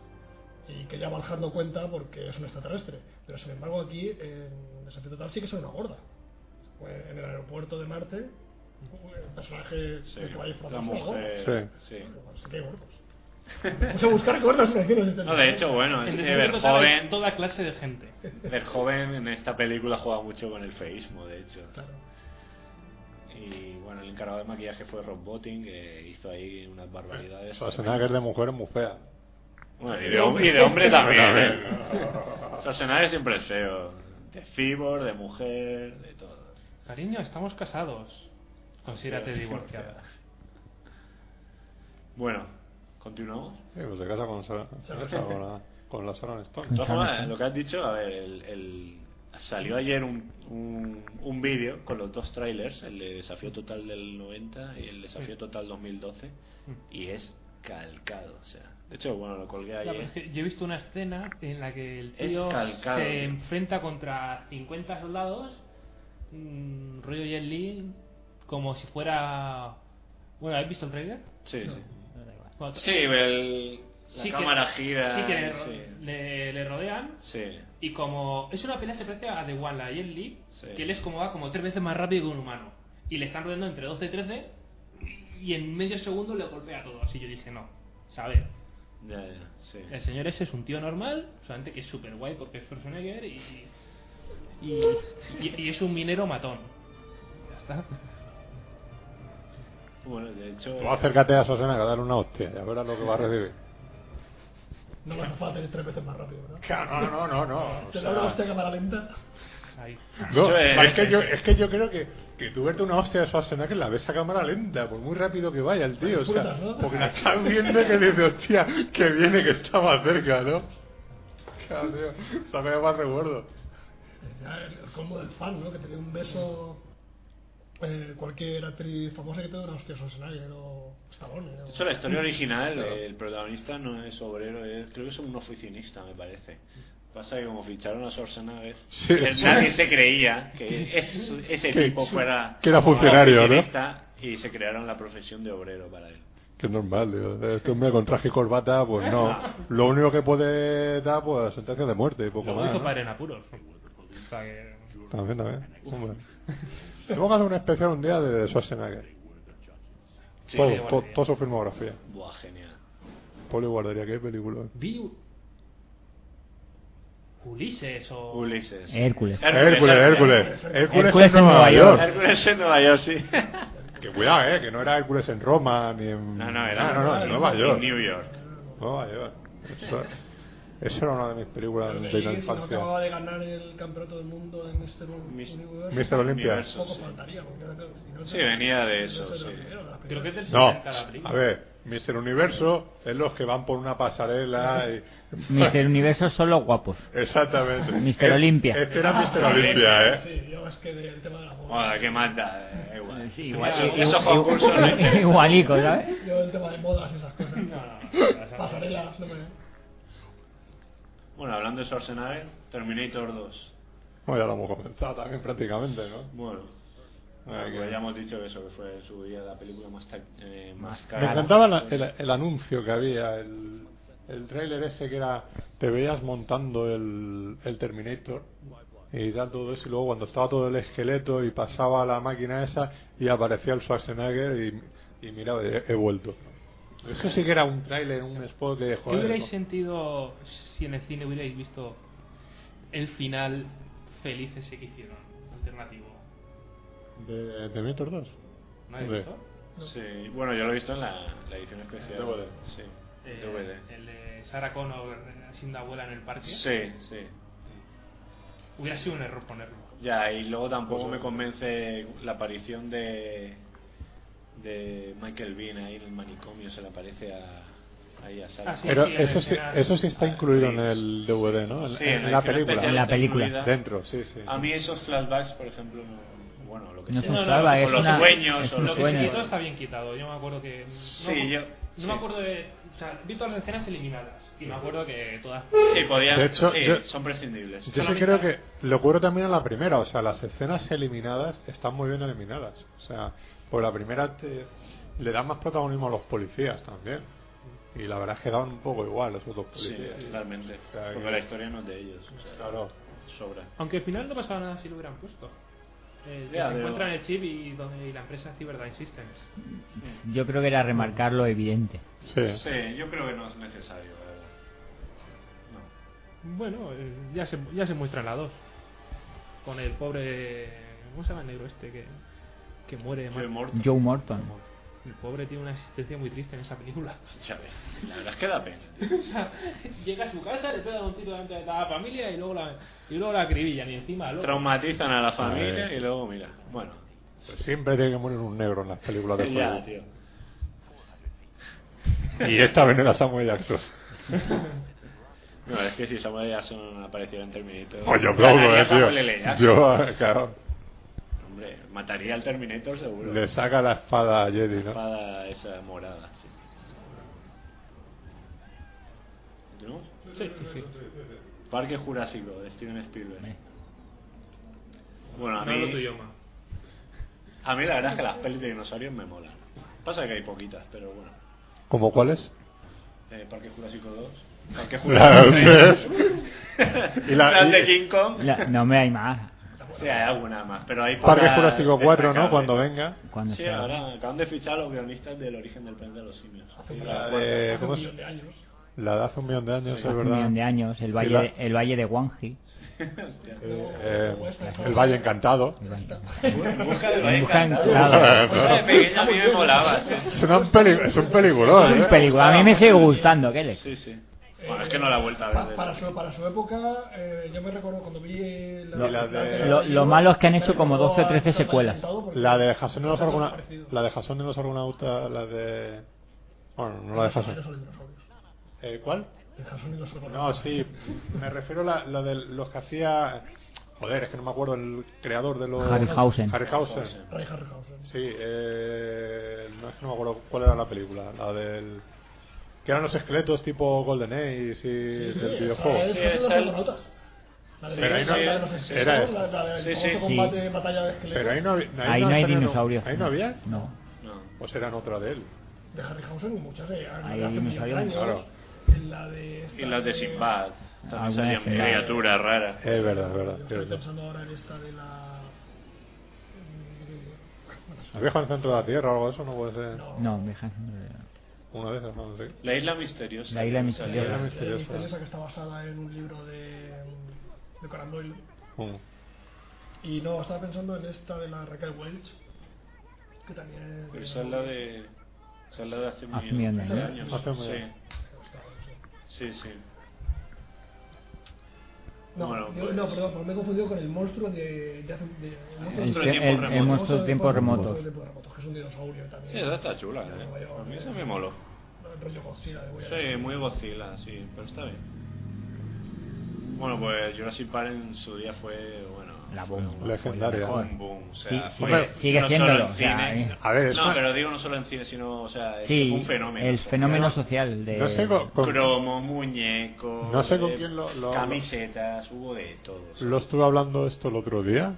Speaker 5: Y que ya Valhalla no cuenta porque es un extraterrestre. Pero sin embargo aquí en Desafío Total sí que son una gorda. Pues, En el aeropuerto de Marte, el personaje
Speaker 3: Sí,
Speaker 5: de que va disfrazado
Speaker 3: la
Speaker 5: es una gorda.
Speaker 3: mujer... Sí.
Speaker 5: Pues sí que hay gordos. Vamos a buscar gordas en el cine
Speaker 3: No, de hecho, bueno, eh, es
Speaker 6: En
Speaker 3: que
Speaker 6: Desafío
Speaker 3: ver
Speaker 6: Total hay
Speaker 3: joven...
Speaker 6: toda clase de gente.
Speaker 3: Ver joven en esta película juega mucho con el feísmo, de hecho.
Speaker 5: Claro.
Speaker 3: Y bueno, el encargado de maquillaje fue Rob Botting, que hizo ahí unas barbaridades.
Speaker 1: Schwarzenegger de mujer es muy fea.
Speaker 3: Bueno, y de, hom- y de hombre también. ¿eh? Schwarzenegger siempre es feo. De fibor, de mujer, de todo.
Speaker 6: Cariño, estamos casados. Pues Considérate
Speaker 3: Sí,
Speaker 6: divorciada.
Speaker 3: Bueno, continuamos.
Speaker 1: Sí, pues se casa con, Sara- con, la, con la Sharon
Speaker 3: De
Speaker 1: Stone.
Speaker 3: todas
Speaker 6: ¿eh?
Speaker 3: formas, ¿eh? lo que has dicho, a ver, el, el- salió ayer un, un, un vídeo con los dos trailers, el de Desafío Total del 90 y el Desafío Total 2012, y es calcado. O sea, de hecho, bueno, lo colgué
Speaker 6: Ya, pero es
Speaker 3: ayer.
Speaker 6: que Yo he visto una escena en la que el
Speaker 3: Es
Speaker 6: tío
Speaker 3: calcado, tío.
Speaker 6: se enfrenta contra 50 soldados, mm, rollo Jet Li, como si fuera... Bueno, ¿habéis visto el trailer?
Speaker 3: Sí, sí.
Speaker 6: Bueno,
Speaker 3: Sí, el, la
Speaker 6: sí que-
Speaker 3: cámara gira.
Speaker 6: Sí, que le, ro-
Speaker 3: sí.
Speaker 6: le- le rodean
Speaker 3: Sí,
Speaker 6: y como... Es una pelea se parece a The One, la de Jet Li,
Speaker 3: Sí.
Speaker 6: que él es como va como tres veces más rápido que un humano. Y le están rodeando entre 12 y 13 y en medio segundo le golpea a todos. Y yo dije, no, o sea, a ver,
Speaker 3: ya, ya, sí.
Speaker 6: El señor ese es un tío normal, solamente que es súper guay porque es Schwarzenegger y, y, y- y es un minero matón. Ya está.
Speaker 3: Bueno, de hecho.
Speaker 1: Tú acércate a Schwarzenegger, dale una hostia, ya verás lo que va a recibir.
Speaker 5: No me hace falta ir tres veces más rápido, ¿verdad?
Speaker 1: No, no, no, no. no.
Speaker 5: Te da una hostia a cámara lenta.
Speaker 6: Ahí.
Speaker 1: No,
Speaker 3: Yo, eh,
Speaker 1: es, que yo, es que yo creo que, que tú verte una hostia de Schwarzenegger la ves a cámara lenta, por muy rápido que vaya el tío, o sea,
Speaker 5: Disfrutas, ¿no?
Speaker 1: porque la estás viendo que dice, hostia, que viene, que está más cerca, ¿no? Claro, tío, se ha quedado más recuerdo.
Speaker 5: ya el, el colmo del fan, ¿no? Que te dé un beso. eh, cualquier actriz famosa que te dé una hostia en su escenario, o Stallone. o-
Speaker 3: De hecho, la historia original, el protagonista no es obrero, es- creo que es un oficinista, me parece. Pasa que como ficharon a Schwarzenegger,
Speaker 1: Sí.
Speaker 3: que nadie se creía que es- ese
Speaker 1: Que-
Speaker 3: tipo fuera
Speaker 1: que era funcionario, ¿no?
Speaker 3: oficinista Y se crearon la profesión de obrero para él.
Speaker 1: Que es normal, digo, este hombre con traje y corbata, pues no. Lo único que puede dar, pues sentencia de muerte, y poco
Speaker 9: Lo
Speaker 1: más.
Speaker 9: hizo
Speaker 1: ¿no?
Speaker 9: padre en apuros. O sea que...
Speaker 1: También, también. Hombre. Tenemos que hacer una especial un día de Schwarzenegger.
Speaker 3: Sí,
Speaker 1: todo,
Speaker 9: guardaría.
Speaker 1: to- toda su filmografía.
Speaker 3: Buah, genial.
Speaker 1: Poli guardaría, qué película.
Speaker 9: Vi U- Ulises o...
Speaker 3: Ulises.
Speaker 2: Hércules.
Speaker 1: Hércules, Hércules. Hércules
Speaker 2: Hércules
Speaker 1: en Nueva York.
Speaker 3: Hércules en Nueva York, sí.
Speaker 1: Que cuidado, eh, que no era Hércules en Roma ni en.
Speaker 3: No, no, era
Speaker 1: Ah, no, no, en Nueva York.
Speaker 3: New York.
Speaker 1: Nueva York. Eso, eso era una de mis películas
Speaker 3: ¿eh?
Speaker 5: Pero
Speaker 1: de la
Speaker 5: sí, si no
Speaker 1: infancia.
Speaker 5: acababa de ganar el campeonato del mundo en este
Speaker 3: Mis-
Speaker 5: universo,
Speaker 1: Mr. Olympia.
Speaker 3: Universo.
Speaker 5: poco
Speaker 3: Sí.
Speaker 5: faltaría. Porque, claro, si no
Speaker 3: Sí,
Speaker 5: era-
Speaker 3: venía de
Speaker 5: no
Speaker 3: eso,
Speaker 5: era
Speaker 3: sí.
Speaker 5: el primero, la
Speaker 9: Creo que es del
Speaker 1: No,
Speaker 9: 70 la película.
Speaker 1: a ver, Mr. Universo es los que van por una pasarela y.
Speaker 2: Mister Universo son los guapos.
Speaker 1: Exactamente.
Speaker 2: Mr.
Speaker 1: Es-
Speaker 2: Olympia.
Speaker 1: Este era Mr.
Speaker 3: Ah,
Speaker 1: Olympia, eh.
Speaker 5: Sí, yo es que del tema de la moda.
Speaker 3: Joder, qué mata. eh, igual.
Speaker 2: Sí, igual-
Speaker 3: Eso-
Speaker 2: i-
Speaker 3: esos
Speaker 2: i-
Speaker 3: concursos no interesan.
Speaker 2: Igualico, ¿sabes?
Speaker 5: Yo el tema de modas y esas cosas.
Speaker 9: No, no,
Speaker 6: Ah,
Speaker 9: no, no, no.
Speaker 5: Pasarelas, no me.
Speaker 3: Bueno, hablando de Schwarzenegger, Terminator 2.
Speaker 1: Bueno, ya lo hemos comentado también prácticamente, ¿no?
Speaker 3: Bueno,
Speaker 1: Ah,
Speaker 3: pues
Speaker 1: que-
Speaker 3: ya hemos dicho eso, que fue en su día la película más, ta- eh, más cara.
Speaker 1: Me encantaba la- el, el anuncio que había, el, el trailer ese que era, te veías montando el, el Terminator y tal, todo eso, y luego cuando estaba todo el esqueleto y pasaba la máquina esa y aparecía el Schwarzenegger y, y miraba, he, he vuelto. Eso sí que era un trailer, un spot de
Speaker 9: ¿Qué
Speaker 1: joder.
Speaker 9: hubierais
Speaker 1: ¿no?
Speaker 9: sentido si en el cine hubierais visto el final feliz ese que hicieron? Alternativo.
Speaker 1: De Terminator 2.
Speaker 9: ¿No habéis
Speaker 1: Hombre.
Speaker 9: visto?
Speaker 3: Sí, bueno, yo lo he visto en la, la edición especial.
Speaker 1: DVD.
Speaker 3: Sí,
Speaker 9: Eh,
Speaker 3: DVD.
Speaker 9: El de Sarah Connor eh, siendo abuela en el parque.
Speaker 3: Sí, sí.
Speaker 9: Hubiera sido un error ponerlo.
Speaker 3: Ya, y luego tampoco me convence la aparición de de Michael Bean ahí en el manicomio, se le aparece a, ahí a Sarah.
Speaker 9: Ah, sí,
Speaker 1: Pero
Speaker 9: en
Speaker 1: eso
Speaker 9: el
Speaker 1: sí,
Speaker 9: final.
Speaker 1: eso sí está incluido en
Speaker 3: Sí.
Speaker 1: el DVD, ¿no? En,
Speaker 3: Sí,
Speaker 1: en
Speaker 3: edición
Speaker 1: la película.
Speaker 3: especial
Speaker 2: En la
Speaker 3: está
Speaker 2: película.
Speaker 3: incluida.
Speaker 1: Dentro, sí, sí.
Speaker 3: A mí esos flashbacks, por ejemplo, no- bueno, lo que
Speaker 2: No
Speaker 3: sea.
Speaker 2: son flashbacks,
Speaker 3: o
Speaker 2: es
Speaker 3: los
Speaker 2: una-
Speaker 3: sueños,
Speaker 2: es
Speaker 3: o
Speaker 2: un
Speaker 3: lo que
Speaker 2: sueño.
Speaker 3: sea.
Speaker 9: Y todo está bien quitado. Yo me acuerdo que. No,
Speaker 3: Sí, yo-
Speaker 9: No
Speaker 3: sí.
Speaker 9: me acuerdo de. O sea, vi todas las escenas eliminadas. Y me acuerdo que todas.
Speaker 3: Sí, podían,
Speaker 1: De hecho,
Speaker 3: sí,
Speaker 1: yo-
Speaker 3: son prescindibles.
Speaker 1: Yo sí
Speaker 9: Solamente-
Speaker 1: creo que lo ocurre también en la primera, o sea, las escenas eliminadas están muy bien eliminadas. O sea, por la primera te- le dan más protagonismo a los policías también. Y la verdad es que dan un poco igual esos dos
Speaker 3: Sí,
Speaker 1: policías.
Speaker 3: totalmente.
Speaker 1: O sea,
Speaker 3: Porque
Speaker 1: que-
Speaker 3: la historia no es de ellos. o sea,
Speaker 1: Claro.
Speaker 3: Sobra.
Speaker 9: Aunque al final no pasaba nada si lo hubieran puesto. Eh, que se
Speaker 3: Ya, pero-
Speaker 9: encuentran el chip y, donde, y la empresa Cyberdyne Systems.
Speaker 2: Yo creo que era remarcar lo evidente.
Speaker 1: Sí.
Speaker 3: Sí, yo creo que no es necesario, la verdad. No.
Speaker 9: Bueno, eh, ya se, ya se muestra en la 2. Con el pobre. ¿Cómo se llama el negro este que, que muere de
Speaker 3: Joe
Speaker 9: mal?
Speaker 3: Morton.
Speaker 2: Joe Morton.
Speaker 9: El pobre tiene una existencia muy triste en esa película.
Speaker 3: Ya ves, La verdad es que da pena. tío.
Speaker 9: O sea, Llega a su casa, le pega un tiro delante de toda la familia y luego la, y luego la acribillan y encima. Luego,
Speaker 3: Traumatizan a la
Speaker 1: A
Speaker 3: familia
Speaker 1: ver.
Speaker 3: y luego, mira. Bueno.
Speaker 1: Pues siempre tiene que morir un negro en las películas de
Speaker 3: Ya,
Speaker 1: Hollywood.
Speaker 3: tío.
Speaker 1: Y esta vez no era Samuel Jackson.
Speaker 3: No, es que si Samuel Jackson apareciera en Terminator.
Speaker 1: Pues yo aplaudo,
Speaker 3: ganaría
Speaker 1: eh, tío.
Speaker 3: Samuel L. Jackson.
Speaker 1: Yo, eh, claro,
Speaker 3: Hombre, mataría al Terminator seguro.
Speaker 1: le saca la espada a Jedi,
Speaker 3: La
Speaker 1: ¿no?
Speaker 3: espada esa morada, sí. ¿Continuamos?
Speaker 9: Sí, sí, sí.
Speaker 3: Parque Jurásico de Steven Spielberg.
Speaker 2: Hombre.
Speaker 3: Bueno, a
Speaker 9: No
Speaker 3: mí,
Speaker 9: hablo tu idioma.
Speaker 3: a mí la verdad es que las pelis de dinosaurios me molan. Pasa que hay poquitas, pero bueno.
Speaker 1: ¿Como cuál es?
Speaker 3: Eh, Parque Jurásico 2. Parque
Speaker 1: La
Speaker 3: Jurásico 3.
Speaker 1: Y la-
Speaker 3: Las de
Speaker 1: y-
Speaker 3: King Kong.
Speaker 2: La- no me hay más.
Speaker 3: Sí, hay alguna más, pero hay
Speaker 1: Parque
Speaker 3: pocas
Speaker 1: Jurásico 4, ¿no?
Speaker 3: destacables.
Speaker 1: Cuando venga.
Speaker 2: Cuando
Speaker 3: Sí,
Speaker 2: sea.
Speaker 3: ahora acaban de fichar a los guionistas del origen del planeta de los simios. Sí,
Speaker 1: La
Speaker 3: la
Speaker 1: de,
Speaker 5: Hace
Speaker 1: Eh, ¿cómo
Speaker 5: un
Speaker 1: es?
Speaker 5: millón de años.
Speaker 1: La de hace un millón de años,
Speaker 2: Hace
Speaker 1: es
Speaker 2: un
Speaker 1: verdad.
Speaker 2: millón de años, el valle,
Speaker 1: la-
Speaker 2: de, el valle de Guanji.
Speaker 3: cuarta. Hostia.
Speaker 1: Eh, el Valle Encantado.
Speaker 3: En busca del
Speaker 2: En
Speaker 3: Valle
Speaker 2: busca del
Speaker 3: Encantado.
Speaker 1: Encantado.
Speaker 3: Pues de pequeño a mí me molaba, sí.
Speaker 1: Es, una peli es un peliculón.
Speaker 2: Es
Speaker 1: ¿eh?
Speaker 2: un película. A mí me sigue gustando, ¿qué le?
Speaker 3: Sí, sí. Bueno, Eh, es que no la he vuelto a ver.
Speaker 5: Pa-
Speaker 3: desde
Speaker 5: para,
Speaker 3: luego.
Speaker 5: su, para su época, eh, yo me recuerdo cuando vi la,
Speaker 2: Lo-
Speaker 5: la-
Speaker 1: lo-
Speaker 5: la-
Speaker 1: lo-
Speaker 2: lo malo es que han
Speaker 5: me
Speaker 2: hecho como
Speaker 5: recordó
Speaker 2: 12 o
Speaker 5: a
Speaker 2: 13
Speaker 5: Soldado
Speaker 2: secuelas.
Speaker 5: Encantado porque-
Speaker 1: La de Jason y los
Speaker 5: Algo
Speaker 1: Argonautas.
Speaker 5: parecido.
Speaker 1: La de Jason y los Argonautas. La de. Bueno, no la de
Speaker 5: Yo
Speaker 1: Jason.
Speaker 5: soy de los obvios.
Speaker 1: Eh, ¿Cuál?
Speaker 5: De Jason y los Argonautas.
Speaker 1: No, sí. Me refiero a la, la de los que hacía. Joder, es que no me acuerdo el creador de los.
Speaker 2: Harryhausen.
Speaker 1: Harryhausen.
Speaker 5: Ray Harryhausen.
Speaker 1: Sí, eh, no es que no me acuerdo cuál era la película, la del. que eran los esqueletos tipo Golden Age y del
Speaker 5: Sí,
Speaker 1: videojuego.
Speaker 5: esa es-
Speaker 1: Sí,
Speaker 5: esa es
Speaker 3: Sí, es
Speaker 5: la de los
Speaker 3: el-
Speaker 5: notas. La de
Speaker 1: Pero ahí no-
Speaker 5: la de los esqueletos,
Speaker 1: era eso.
Speaker 5: la- la del
Speaker 3: Sí,
Speaker 5: famoso
Speaker 3: sí.
Speaker 5: combate,
Speaker 2: Sí.
Speaker 5: batalla de esqueletos
Speaker 1: Pero ahí no, había-
Speaker 2: Ahí no hay
Speaker 1: salieron-
Speaker 2: dinosaurios.
Speaker 1: Ahí no había.
Speaker 2: No.
Speaker 3: No.
Speaker 1: Pues eran otra de él.
Speaker 5: de Harryhausen y muchas de,
Speaker 2: Ahí
Speaker 5: de hace millones de
Speaker 2: dinosaurio.
Speaker 5: años.
Speaker 1: Claro.
Speaker 5: En la de esta
Speaker 3: Y las de Sinbad.
Speaker 2: Alguna
Speaker 3: También salían
Speaker 2: vez,
Speaker 3: criaturas raras.
Speaker 2: Eh.
Speaker 1: Es verdad, es
Speaker 5: Yo
Speaker 1: verdad.
Speaker 5: Estoy
Speaker 1: cierto.
Speaker 5: pensando ahora en esta de la.
Speaker 1: La vieja en el centro de la Tierra o algo de eso no puede ser
Speaker 5: No,
Speaker 2: No, eh, vieja.
Speaker 1: uno de esos, no sé.
Speaker 3: La isla misteriosa.
Speaker 2: La isla
Speaker 3: Salía.
Speaker 2: misteriosa.
Speaker 1: La isla
Speaker 5: la
Speaker 1: misteriosa.
Speaker 5: misteriosa que está basada en un libro de, de Conan Doyle.
Speaker 1: Mm.
Speaker 5: Y no, estaba pensando en esta de la Raquel Welch, que también es.
Speaker 3: Pero esa es la de. Esa es la de hace
Speaker 2: Hace
Speaker 3: mil-
Speaker 2: millones,
Speaker 3: hace
Speaker 2: ¿no?
Speaker 3: años.
Speaker 1: Hace millones.
Speaker 3: sí. sí, sí.
Speaker 5: No,
Speaker 3: Bueno,
Speaker 5: yo-
Speaker 3: pues-
Speaker 5: no, perdón, pues me he confundido con el monstruo de. de hace, de,
Speaker 2: El,
Speaker 3: Monstruo de
Speaker 2: te-
Speaker 3: tiempo
Speaker 2: el- el
Speaker 3: remoto.
Speaker 2: monstruo de tiempos remotos.
Speaker 5: Monstruo de tiempos remotos, que es un dinosaurio también.
Speaker 3: Sí, esa está chula,
Speaker 5: Pero
Speaker 3: ¿eh?
Speaker 5: vaya,
Speaker 3: A mí esa me moló.
Speaker 5: El rollo Godzilla de Goya.
Speaker 3: Sí, muy Godzilla, sí, pero está bien. Bueno, pues Jurassic Park en su día fue, bueno...
Speaker 2: La
Speaker 3: fue
Speaker 2: bomba.
Speaker 3: un-
Speaker 1: Legendaria.
Speaker 3: fue Un boom, o sea,
Speaker 2: Sí,
Speaker 3: fue
Speaker 1: hombre,
Speaker 2: sigue
Speaker 3: no
Speaker 2: siéndolo,
Speaker 3: solo en
Speaker 2: o sea,
Speaker 3: cine,
Speaker 2: eh.
Speaker 1: A ver, es
Speaker 3: no,
Speaker 1: una-
Speaker 3: pero digo no solo en cine, sino, o sea, es que
Speaker 2: Sí,
Speaker 3: fue un fenómeno.
Speaker 2: el
Speaker 3: social.
Speaker 2: fenómeno social de...
Speaker 1: No sé co- con-
Speaker 3: Cromo, muñecos,
Speaker 1: No sé con
Speaker 3: eh,
Speaker 1: quién lo- lo-
Speaker 3: camisetas, hubo de todo. o sea.
Speaker 1: Lo estuve hablando esto el otro día.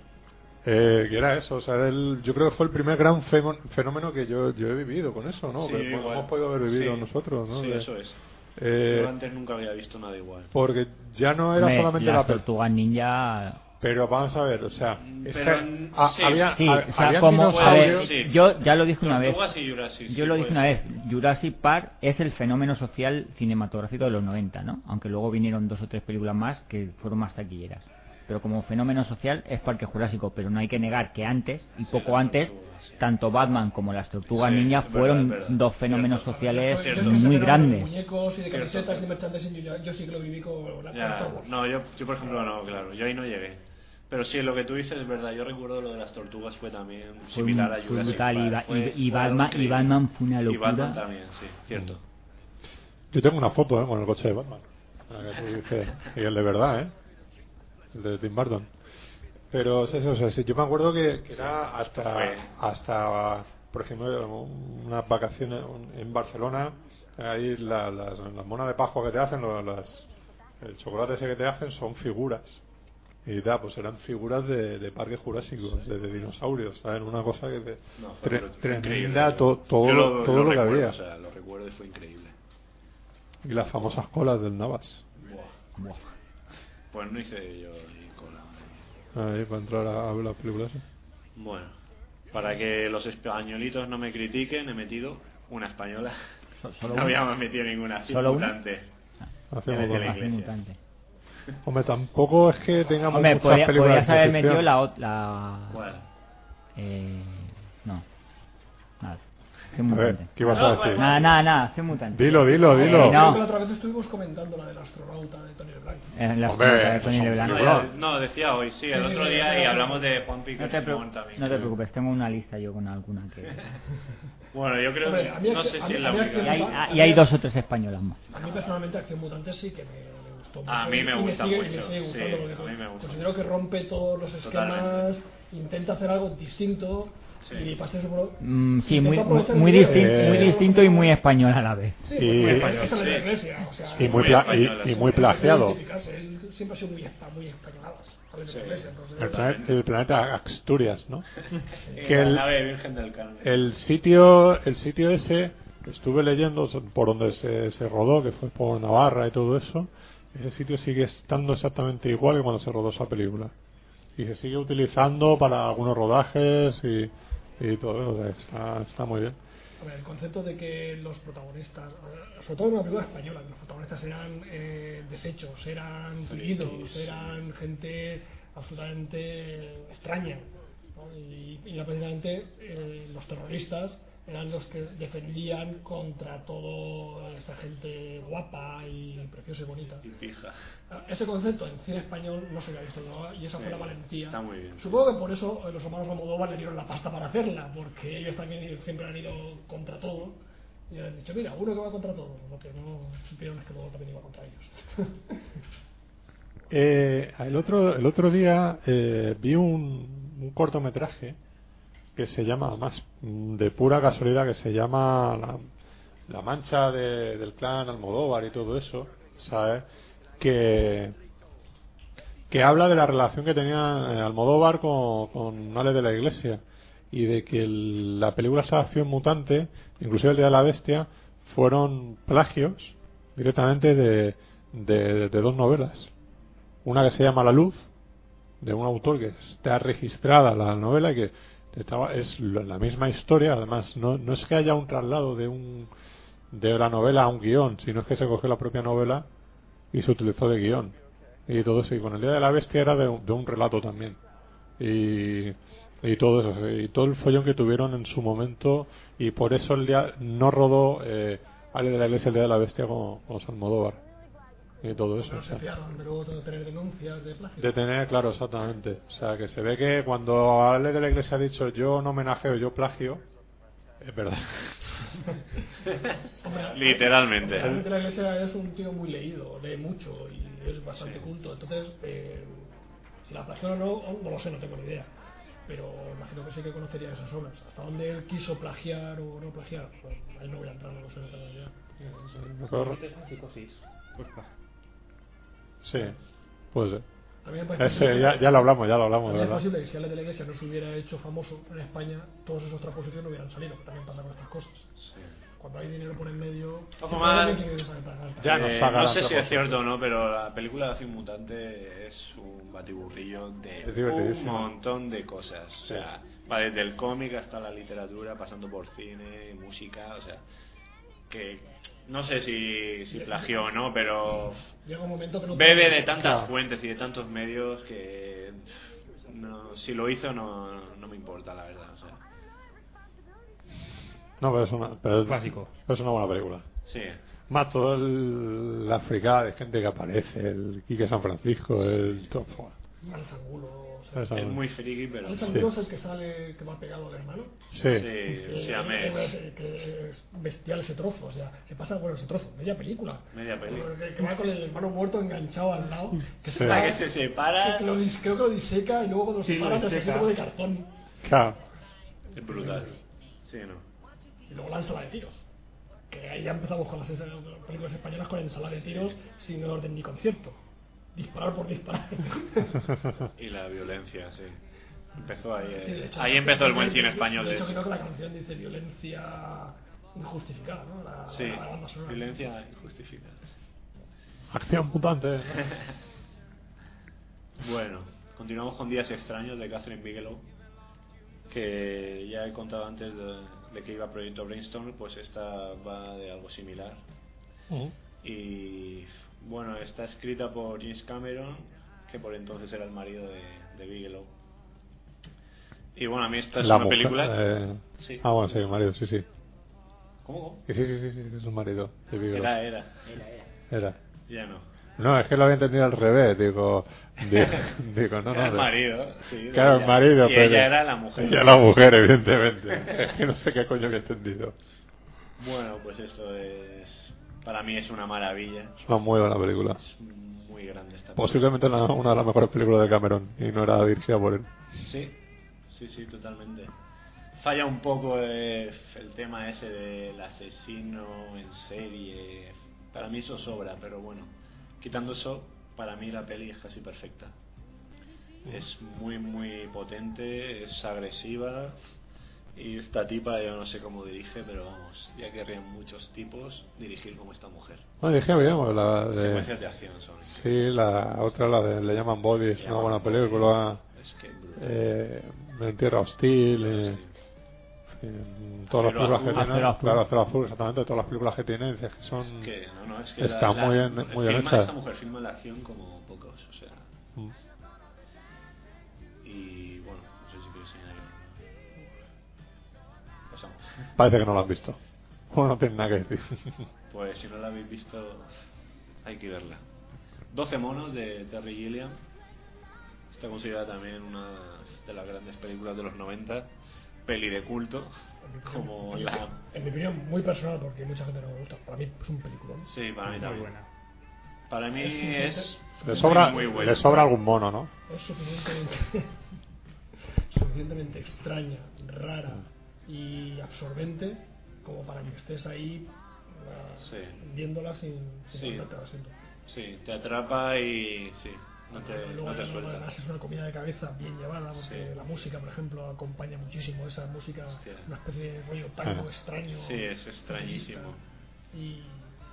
Speaker 1: Eh, que era eso, o sea, el- yo creo que fue el primer gran femo- fenómeno que yo, yo he vivido con eso, ¿no?
Speaker 3: Sí,
Speaker 1: que
Speaker 3: igual.
Speaker 1: hemos podido haber vivido
Speaker 3: Sí.
Speaker 1: nosotros, ¿no?
Speaker 3: Sí,
Speaker 1: De-
Speaker 3: eso es.
Speaker 1: eh,
Speaker 3: Yo antes nunca había visto nada igual.
Speaker 1: porque ya no era
Speaker 2: Hombre,
Speaker 1: solamente
Speaker 2: las
Speaker 1: la pel-
Speaker 2: tortugas ninja...
Speaker 1: Pero vamos a ver, o sea, es
Speaker 3: Pero,
Speaker 1: que ha-
Speaker 3: sí.
Speaker 1: había,
Speaker 2: Sí,
Speaker 1: ha-
Speaker 2: o sea,
Speaker 1: habían
Speaker 2: como... A ver,
Speaker 1: dinosaurios-
Speaker 3: Sí.
Speaker 2: yo ya lo dije una vez.
Speaker 3: Tortugas y Jurassic,
Speaker 2: Yo
Speaker 3: sí,
Speaker 2: lo dije
Speaker 3: puede
Speaker 2: una
Speaker 3: ser.
Speaker 2: vez, Jurassic Park es el fenómeno social cinematográfico de los 90, ¿no? Aunque luego vinieron dos o tres películas más que fueron más taquilleras. Pero como fenómeno social es Parque Jurásico, pero no hay que negar que antes, y
Speaker 3: Sí,
Speaker 2: poco
Speaker 3: las
Speaker 2: antes,
Speaker 3: tortugas, sí.
Speaker 2: tanto Batman como las Tortugas
Speaker 3: Sí,
Speaker 2: Ninja
Speaker 3: es verdad,
Speaker 2: fueron
Speaker 3: es verdad.
Speaker 2: dos fenómenos
Speaker 3: Cierto.
Speaker 2: sociales
Speaker 5: Yo es que
Speaker 3: Cierto.
Speaker 5: se
Speaker 2: muy
Speaker 5: quedaron De
Speaker 2: grandes.
Speaker 5: muñecos y de
Speaker 3: Cierto,
Speaker 5: camisetas y
Speaker 3: cierto.
Speaker 5: merchandising, yo, yo sí que lo viví con la con
Speaker 3: Ya,
Speaker 5: Star Wars.
Speaker 3: no, yo, yo por ejemplo no, claro, yo ahí no llegué. Pero sí, lo que tú dices es verdad. Yo recuerdo lo de las tortugas fue también
Speaker 2: Fue
Speaker 3: similar a
Speaker 2: muy
Speaker 3: Jurassic
Speaker 2: brutal, y
Speaker 3: Park.
Speaker 2: Ba- y-
Speaker 3: Fue-
Speaker 2: y
Speaker 3: fue
Speaker 2: Batman-
Speaker 3: increíble.
Speaker 2: y Batman fue una
Speaker 3: Y Batman
Speaker 2: locura. Mm.
Speaker 3: también, sí, cierto.
Speaker 1: Yo tengo una foto ¿eh? con el coche de Batman. La que tú dices. Y el de verdad, ¿eh? El de Tim Burton. Pero es eso, o sea, sí, yo me acuerdo que, que era hasta,
Speaker 3: fue.
Speaker 1: hasta, por ejemplo, unas vacaciones en Barcelona, ahí la- las, las monas de Pascua que te hacen, lo- las, el chocolate ese que te hacen son figuras. Y tal, pues eran figuras de, de parques jurásicos, de, de dinosaurios, ¿saben? Una cosa que te,
Speaker 3: No, fue
Speaker 1: tre-
Speaker 3: brutal, fue increíble.
Speaker 1: tremenda, to- todo,
Speaker 3: Yo
Speaker 1: lo, todo lo que
Speaker 3: recuerdo,
Speaker 1: había.
Speaker 3: O sea, lo recuerdo y fue increíble.
Speaker 1: Y las famosas colas del Navas.
Speaker 3: Buah. Pues no hice yo ni cola.
Speaker 1: Ahí para entrar a, a ver las películas.
Speaker 3: Bueno, para que los españolitos no me critiquen, he metido una española.
Speaker 2: So- solo
Speaker 3: No
Speaker 2: una.
Speaker 3: habíamos metido ninguna.
Speaker 2: ¿Solo una?
Speaker 3: circundante.
Speaker 1: Hacemos
Speaker 3: Tiene que
Speaker 1: dos.
Speaker 3: la iglesia.
Speaker 2: Mutante.
Speaker 1: Hombre, tampoco es que tengamos
Speaker 2: Hombre,
Speaker 1: muchas
Speaker 2: podía-
Speaker 1: películas
Speaker 2: podías
Speaker 1: de
Speaker 2: haber
Speaker 1: ciencia
Speaker 2: metido
Speaker 1: ficción.
Speaker 2: la... ot- la
Speaker 3: ¿Cuál?
Speaker 2: eh, no. Nada. Cien
Speaker 1: A ver,
Speaker 2: Mutantes.
Speaker 1: ¿qué vas a decir?
Speaker 2: Nada, nada, nada, Cien Mutantes.
Speaker 1: Dilo, dilo, dilo.
Speaker 2: Eh, no.
Speaker 5: La otra vez estuvimos comentando la del astronauta de Tony Blanco.
Speaker 2: Eh, la
Speaker 1: Hombre,
Speaker 2: famosa de
Speaker 1: eso
Speaker 2: Tony
Speaker 1: son
Speaker 2: Leblanc.
Speaker 3: No,
Speaker 1: Película.
Speaker 3: ya- no, decía hoy, sí, el
Speaker 5: Sí, sí,
Speaker 3: otro
Speaker 5: sí,
Speaker 3: día
Speaker 5: sí,
Speaker 3: y
Speaker 5: sí.
Speaker 3: hablamos de Juan Pico
Speaker 2: No
Speaker 3: y
Speaker 2: te,
Speaker 3: Simón
Speaker 2: preocu-
Speaker 3: también.
Speaker 2: no te preocupes, tengo una lista yo con alguna que...
Speaker 3: Bueno, yo creo
Speaker 5: Hombre, a mí
Speaker 3: que no
Speaker 5: es que-
Speaker 3: sé
Speaker 5: a
Speaker 3: si
Speaker 5: mí-
Speaker 3: es la
Speaker 5: a mí es
Speaker 2: Y
Speaker 5: que-
Speaker 2: hay,
Speaker 3: única.
Speaker 2: ah, y hay dos o tres españolas más.
Speaker 5: A mí personalmente Acción Mutante sí que me, me gustó mucho.
Speaker 3: A mí me
Speaker 5: Y
Speaker 3: gusta
Speaker 5: sigue- y
Speaker 3: mucho,
Speaker 5: sigue
Speaker 3: sí,
Speaker 5: gustando, lo
Speaker 3: a
Speaker 5: digo.
Speaker 3: mí me gusta
Speaker 5: Considero
Speaker 3: mucho.
Speaker 5: que rompe todos los esquemas,
Speaker 3: Totalmente.
Speaker 5: intenta hacer algo distinto
Speaker 3: Sí.
Speaker 5: y pase su pro-
Speaker 2: Mm, sí, muy,
Speaker 5: intenta
Speaker 2: muy,
Speaker 5: aprovechar el
Speaker 2: muy,
Speaker 5: nivel.
Speaker 2: distin- muy
Speaker 1: Eh.
Speaker 2: distinto y muy español a la vez.
Speaker 5: Sí,
Speaker 1: Y-
Speaker 5: pues muy español,
Speaker 3: español,
Speaker 5: esa es la
Speaker 3: sí.
Speaker 5: iglesia, o sea,
Speaker 1: Y muy,
Speaker 3: Muy
Speaker 1: pla-
Speaker 3: españolas,
Speaker 1: y, y
Speaker 3: sí.
Speaker 1: muy plagiado.
Speaker 5: Él siempre ha sido muy, espa- muy españoladas. ¿sabes? De
Speaker 3: Sí.
Speaker 5: la iglesia, entonces-
Speaker 1: El planeta, el planeta Asturias, ¿no?
Speaker 3: Eh,
Speaker 1: que el-
Speaker 3: La nave Virgen del Carmen.
Speaker 1: El sitio, el sitio ese, estuve leyendo son- por donde se, se rodó, que fue por Navarra y todo eso. Ese sitio sigue estando exactamente igual que cuando se rodó esa película. Y se sigue utilizando para algunos rodajes y, y todo eso. o sea, está, está muy bien.
Speaker 5: A ver, el concepto de que los protagonistas, eh, sobre todo en una película española, que los protagonistas eran eh, desechos, eran
Speaker 3: Friquis,
Speaker 5: fluidos, eran gente absolutamente extraña. ¿no? Y, y ya precisamente eh, los terroristas eran los que defendían contra toda esa gente guapa y preciosa y bonita.
Speaker 3: Y pija.
Speaker 5: Ah, Ese concepto en cine español no se había visto nunca y esa
Speaker 3: Sí,
Speaker 5: fue la valentía.
Speaker 3: está muy bien.
Speaker 5: Supongo que por eso eh, los hermanos Almodóvar le dieron la pasta para hacerla, porque ellos también siempre han ido contra todo. Y han dicho, mira,
Speaker 1: Pues
Speaker 5: uno que va contra todo. Lo que no supieron es que luego también iba contra ellos.
Speaker 1: Eh, el, otro, el otro día eh, vi un, un cortometraje que se llama, más de pura casualidad, que se llama La, la Mancha de- del Clan Almodóvar y todo eso, ¿sabes? Que, que habla de la relación que tenía eh, Almodóvar con, con Alex de la Iglesia y de que el- la película esta acción mutante, inclusive el Día de la Bestia, fueron plagios directamente de, de, de dos novelas. Una que se llama La Luz, de un autor que está registrada la novela y que te estaba- es lo- la misma historia, además no, no es que haya un traslado de un de la novela a un guión, sino es que se cogió la propia novela y se utilizó de guión y todo eso y con el día de la bestia era de un, de un relato también y, y todo eso y todo el follón que tuvieron en su momento y por eso el día no rodó eh, Ale de la Iglesia el día de la bestia con, con Salmodóvar y todo eso
Speaker 5: No
Speaker 1: o
Speaker 5: se
Speaker 1: sea
Speaker 5: fiaron de luego de tener denuncias de plagio.
Speaker 1: de tener, claro, exactamente. O sea, que se ve que cuando Ale de la Iglesia ha dicho yo no homenajeo, yo plagio, es verdad.
Speaker 5: Hombre,
Speaker 3: Literalmente.
Speaker 5: Realmente la iglesia es un tío muy leído, lee mucho y es bastante culto. Entonces, eh, si la plagió o no, no lo sé, no tengo ni idea. Pero imagino que sí que conocería esas obras. Hasta dónde él quiso plagiar o no plagiar, pues, ahí no voy a entrar, no lo sé. en realidad.
Speaker 1: Mejor-
Speaker 9: Psicosis.
Speaker 1: Sí, pues eh,
Speaker 5: A mí me parece
Speaker 1: ese, ya, ya lo hablamos, ya lo hablamos, de
Speaker 5: también es
Speaker 1: verdad.
Speaker 5: posible que si Ale de la Iglesia no se hubiera hecho famoso en España, todos esos transposiciones no hubieran salido, que también pasa con estas cosas. Cuando hay dinero por en medio,
Speaker 3: Ojo,
Speaker 5: siempre
Speaker 3: mal.
Speaker 5: alguien quiere que salga para acá.
Speaker 1: Ya nos
Speaker 3: Eh,
Speaker 1: saca
Speaker 3: no
Speaker 1: la
Speaker 3: sé si es
Speaker 1: antropófago.
Speaker 3: cierto o no, pero la película de Acción Mutante es un batiburrillo de
Speaker 1: Es
Speaker 3: un
Speaker 1: divertidísimo.
Speaker 3: montón de cosas. O sea, va desde el cómic hasta la literatura, pasando por cine, música, o sea, que no sé si, si plagió o no, pero
Speaker 5: Llega un momento que no
Speaker 3: bebe de tantas
Speaker 1: Claro.
Speaker 3: fuentes y de tantos medios que no, si lo hizo no, no me importa, la verdad. O sea,
Speaker 1: No, pero es una, pero es-
Speaker 9: Clásico.
Speaker 1: pero es una buena película.
Speaker 3: sí,
Speaker 1: Más toda el- la fricada de gente que aparece, el Quique San Francisco, el top. buah,
Speaker 5: Al sangulo.
Speaker 1: ¿sabes?
Speaker 3: es muy friki, pero...
Speaker 5: Al
Speaker 1: Sí.
Speaker 5: sangulo es el que sale, que va pegado al hermano.
Speaker 1: Sí,
Speaker 3: Sí,
Speaker 5: Eh,
Speaker 3: siamés.
Speaker 5: que- que es bestial ese trozo, o sea, se pasa, bueno, ese trozo, media película.
Speaker 3: Media peli.
Speaker 5: Que, que va con el hermano muerto enganchado al lado. Que
Speaker 1: Sí.
Speaker 5: se
Speaker 3: La
Speaker 5: va-
Speaker 3: que se separa
Speaker 5: que lo dis- creo que lo diseca y luego cuando
Speaker 9: Sí,
Speaker 5: se
Speaker 9: lo
Speaker 5: para se hace
Speaker 9: diseca.
Speaker 5: como de cartón.
Speaker 1: claro.
Speaker 3: es brutal. Sí, no.
Speaker 5: Y luego la ensalada de tiros. Que ahí ya empezamos con las esas- películas españolas con ensalada de tiros sin orden ni concierto. Disparar por disparar.
Speaker 3: Y la violencia, sí. Empezó ahí. eh.
Speaker 5: Sí, de hecho,
Speaker 3: ahí
Speaker 5: la-
Speaker 3: empezó el buen
Speaker 5: de-
Speaker 3: cine
Speaker 5: de-
Speaker 3: español,
Speaker 5: De
Speaker 3: de
Speaker 5: hecho, creo
Speaker 3: hecho.
Speaker 5: que la canción dice violencia injustificada, ¿no? La,
Speaker 3: Sí,
Speaker 5: la banda sonora.
Speaker 3: violencia injustificada.
Speaker 1: Acción mutante.
Speaker 3: Bueno, continuamos con Días extraños de Catherine Bigelow, que ya he contado antes de, de que iba Proyecto Brainstorm, pues esta va de algo similar.
Speaker 1: Mm.
Speaker 3: Y bueno, está escrita por James Cameron, que por entonces era el marido de, de Bigelow. Y bueno, a mí esta es
Speaker 1: La
Speaker 3: una
Speaker 1: mujer,
Speaker 3: película...
Speaker 1: eh,
Speaker 3: Sí.
Speaker 1: Ah, bueno, sí, Mario, sí, sí.
Speaker 3: ¿Cómo? cómo?
Speaker 1: Que sí, sí, sí, sí, que es un marido. de Bigelow.
Speaker 3: Era, era.
Speaker 1: Era.
Speaker 3: Ya no.
Speaker 1: No, es que lo había entendido al revés, digo. di- digo, no, no.
Speaker 3: Era el
Speaker 1: de-
Speaker 3: marido, sí. de
Speaker 1: Claro, el
Speaker 3: ella.
Speaker 1: marido,
Speaker 3: Y
Speaker 1: pero.
Speaker 3: ella era la mujer.
Speaker 1: Ella era la mujer, evidentemente. Es que no sé qué coño había entendido.
Speaker 3: Bueno, pues esto es... Para mí es una maravilla.
Speaker 1: Es una muy buena película.
Speaker 3: Es muy grande esta
Speaker 1: Posiblemente la- una de las mejores películas de Cameron, y no era dirigida por él.
Speaker 3: Sí, sí, sí, totalmente. Falla un poco eh, el tema ese del asesino en serie. Para mí eso sobra, pero bueno, quitando eso, para mí la peli es casi perfecta. Es muy, muy potente, es agresiva. Y esta tipa, yo no sé cómo dirige, pero vamos, ya querrían muchos tipos dirigir como esta mujer.
Speaker 1: No, dije bien, bueno, la
Speaker 3: Secuencias de
Speaker 1: de.
Speaker 3: acción son.
Speaker 1: Eh, Sí, la otra, la de Le llaman Body, es una buena película.
Speaker 3: Es que es brutal.
Speaker 1: Eh, en Tierra Hostil. eh,
Speaker 3: Hostia.
Speaker 1: en todas
Speaker 3: Acero
Speaker 1: las películas que
Speaker 3: Azul.
Speaker 1: tiene.
Speaker 2: Acero Azul.
Speaker 1: Claro, Acero Azul, exactamente, todas las películas que tiene, dices que son.
Speaker 3: Es que, no, no, es que
Speaker 1: Mm. Está muy bien- muy bien
Speaker 3: filma-
Speaker 1: hecha.
Speaker 3: Esta mujer filma la acción como pocos, o sea.
Speaker 1: Mm.
Speaker 3: Y bueno, no sé si quieres añadir. algo. Pasamos.
Speaker 1: Parece que no lo has visto. Bueno, no tiene nada que decir.
Speaker 3: Pues si no la habéis visto, hay que verla. 12 monos de Terry Gilliam. Está considerada también una de las grandes películas de los 90. Peli de culto. Como la.
Speaker 5: En mi opinión, muy personal, porque mucha gente no me gusta. Para mí es un peliculón.
Speaker 3: Sí, para mí
Speaker 9: Muy
Speaker 3: también.
Speaker 9: buena.
Speaker 3: Para mí es
Speaker 1: Le sobra,
Speaker 3: muy bueno.
Speaker 1: le sobra algún mono, ¿no?
Speaker 5: es suficientemente, suficientemente extraña, rara y absorbente como para que estés ahí ah,
Speaker 3: Sí.
Speaker 5: viéndola sin, sin
Speaker 3: Sí.
Speaker 5: cortarte el asiento.
Speaker 3: Sí, te atrapa y sí, no te,
Speaker 5: Luego,
Speaker 3: no te
Speaker 5: luego,
Speaker 3: suelta.
Speaker 5: además es una comida de cabeza bien llevada porque
Speaker 3: Sí.
Speaker 5: la música, por ejemplo, acompaña muchísimo esa música,
Speaker 3: Hostia.
Speaker 5: una especie de rollo tango
Speaker 1: Ajá.
Speaker 5: extraño.
Speaker 3: Sí, es extrañísimo.
Speaker 5: Y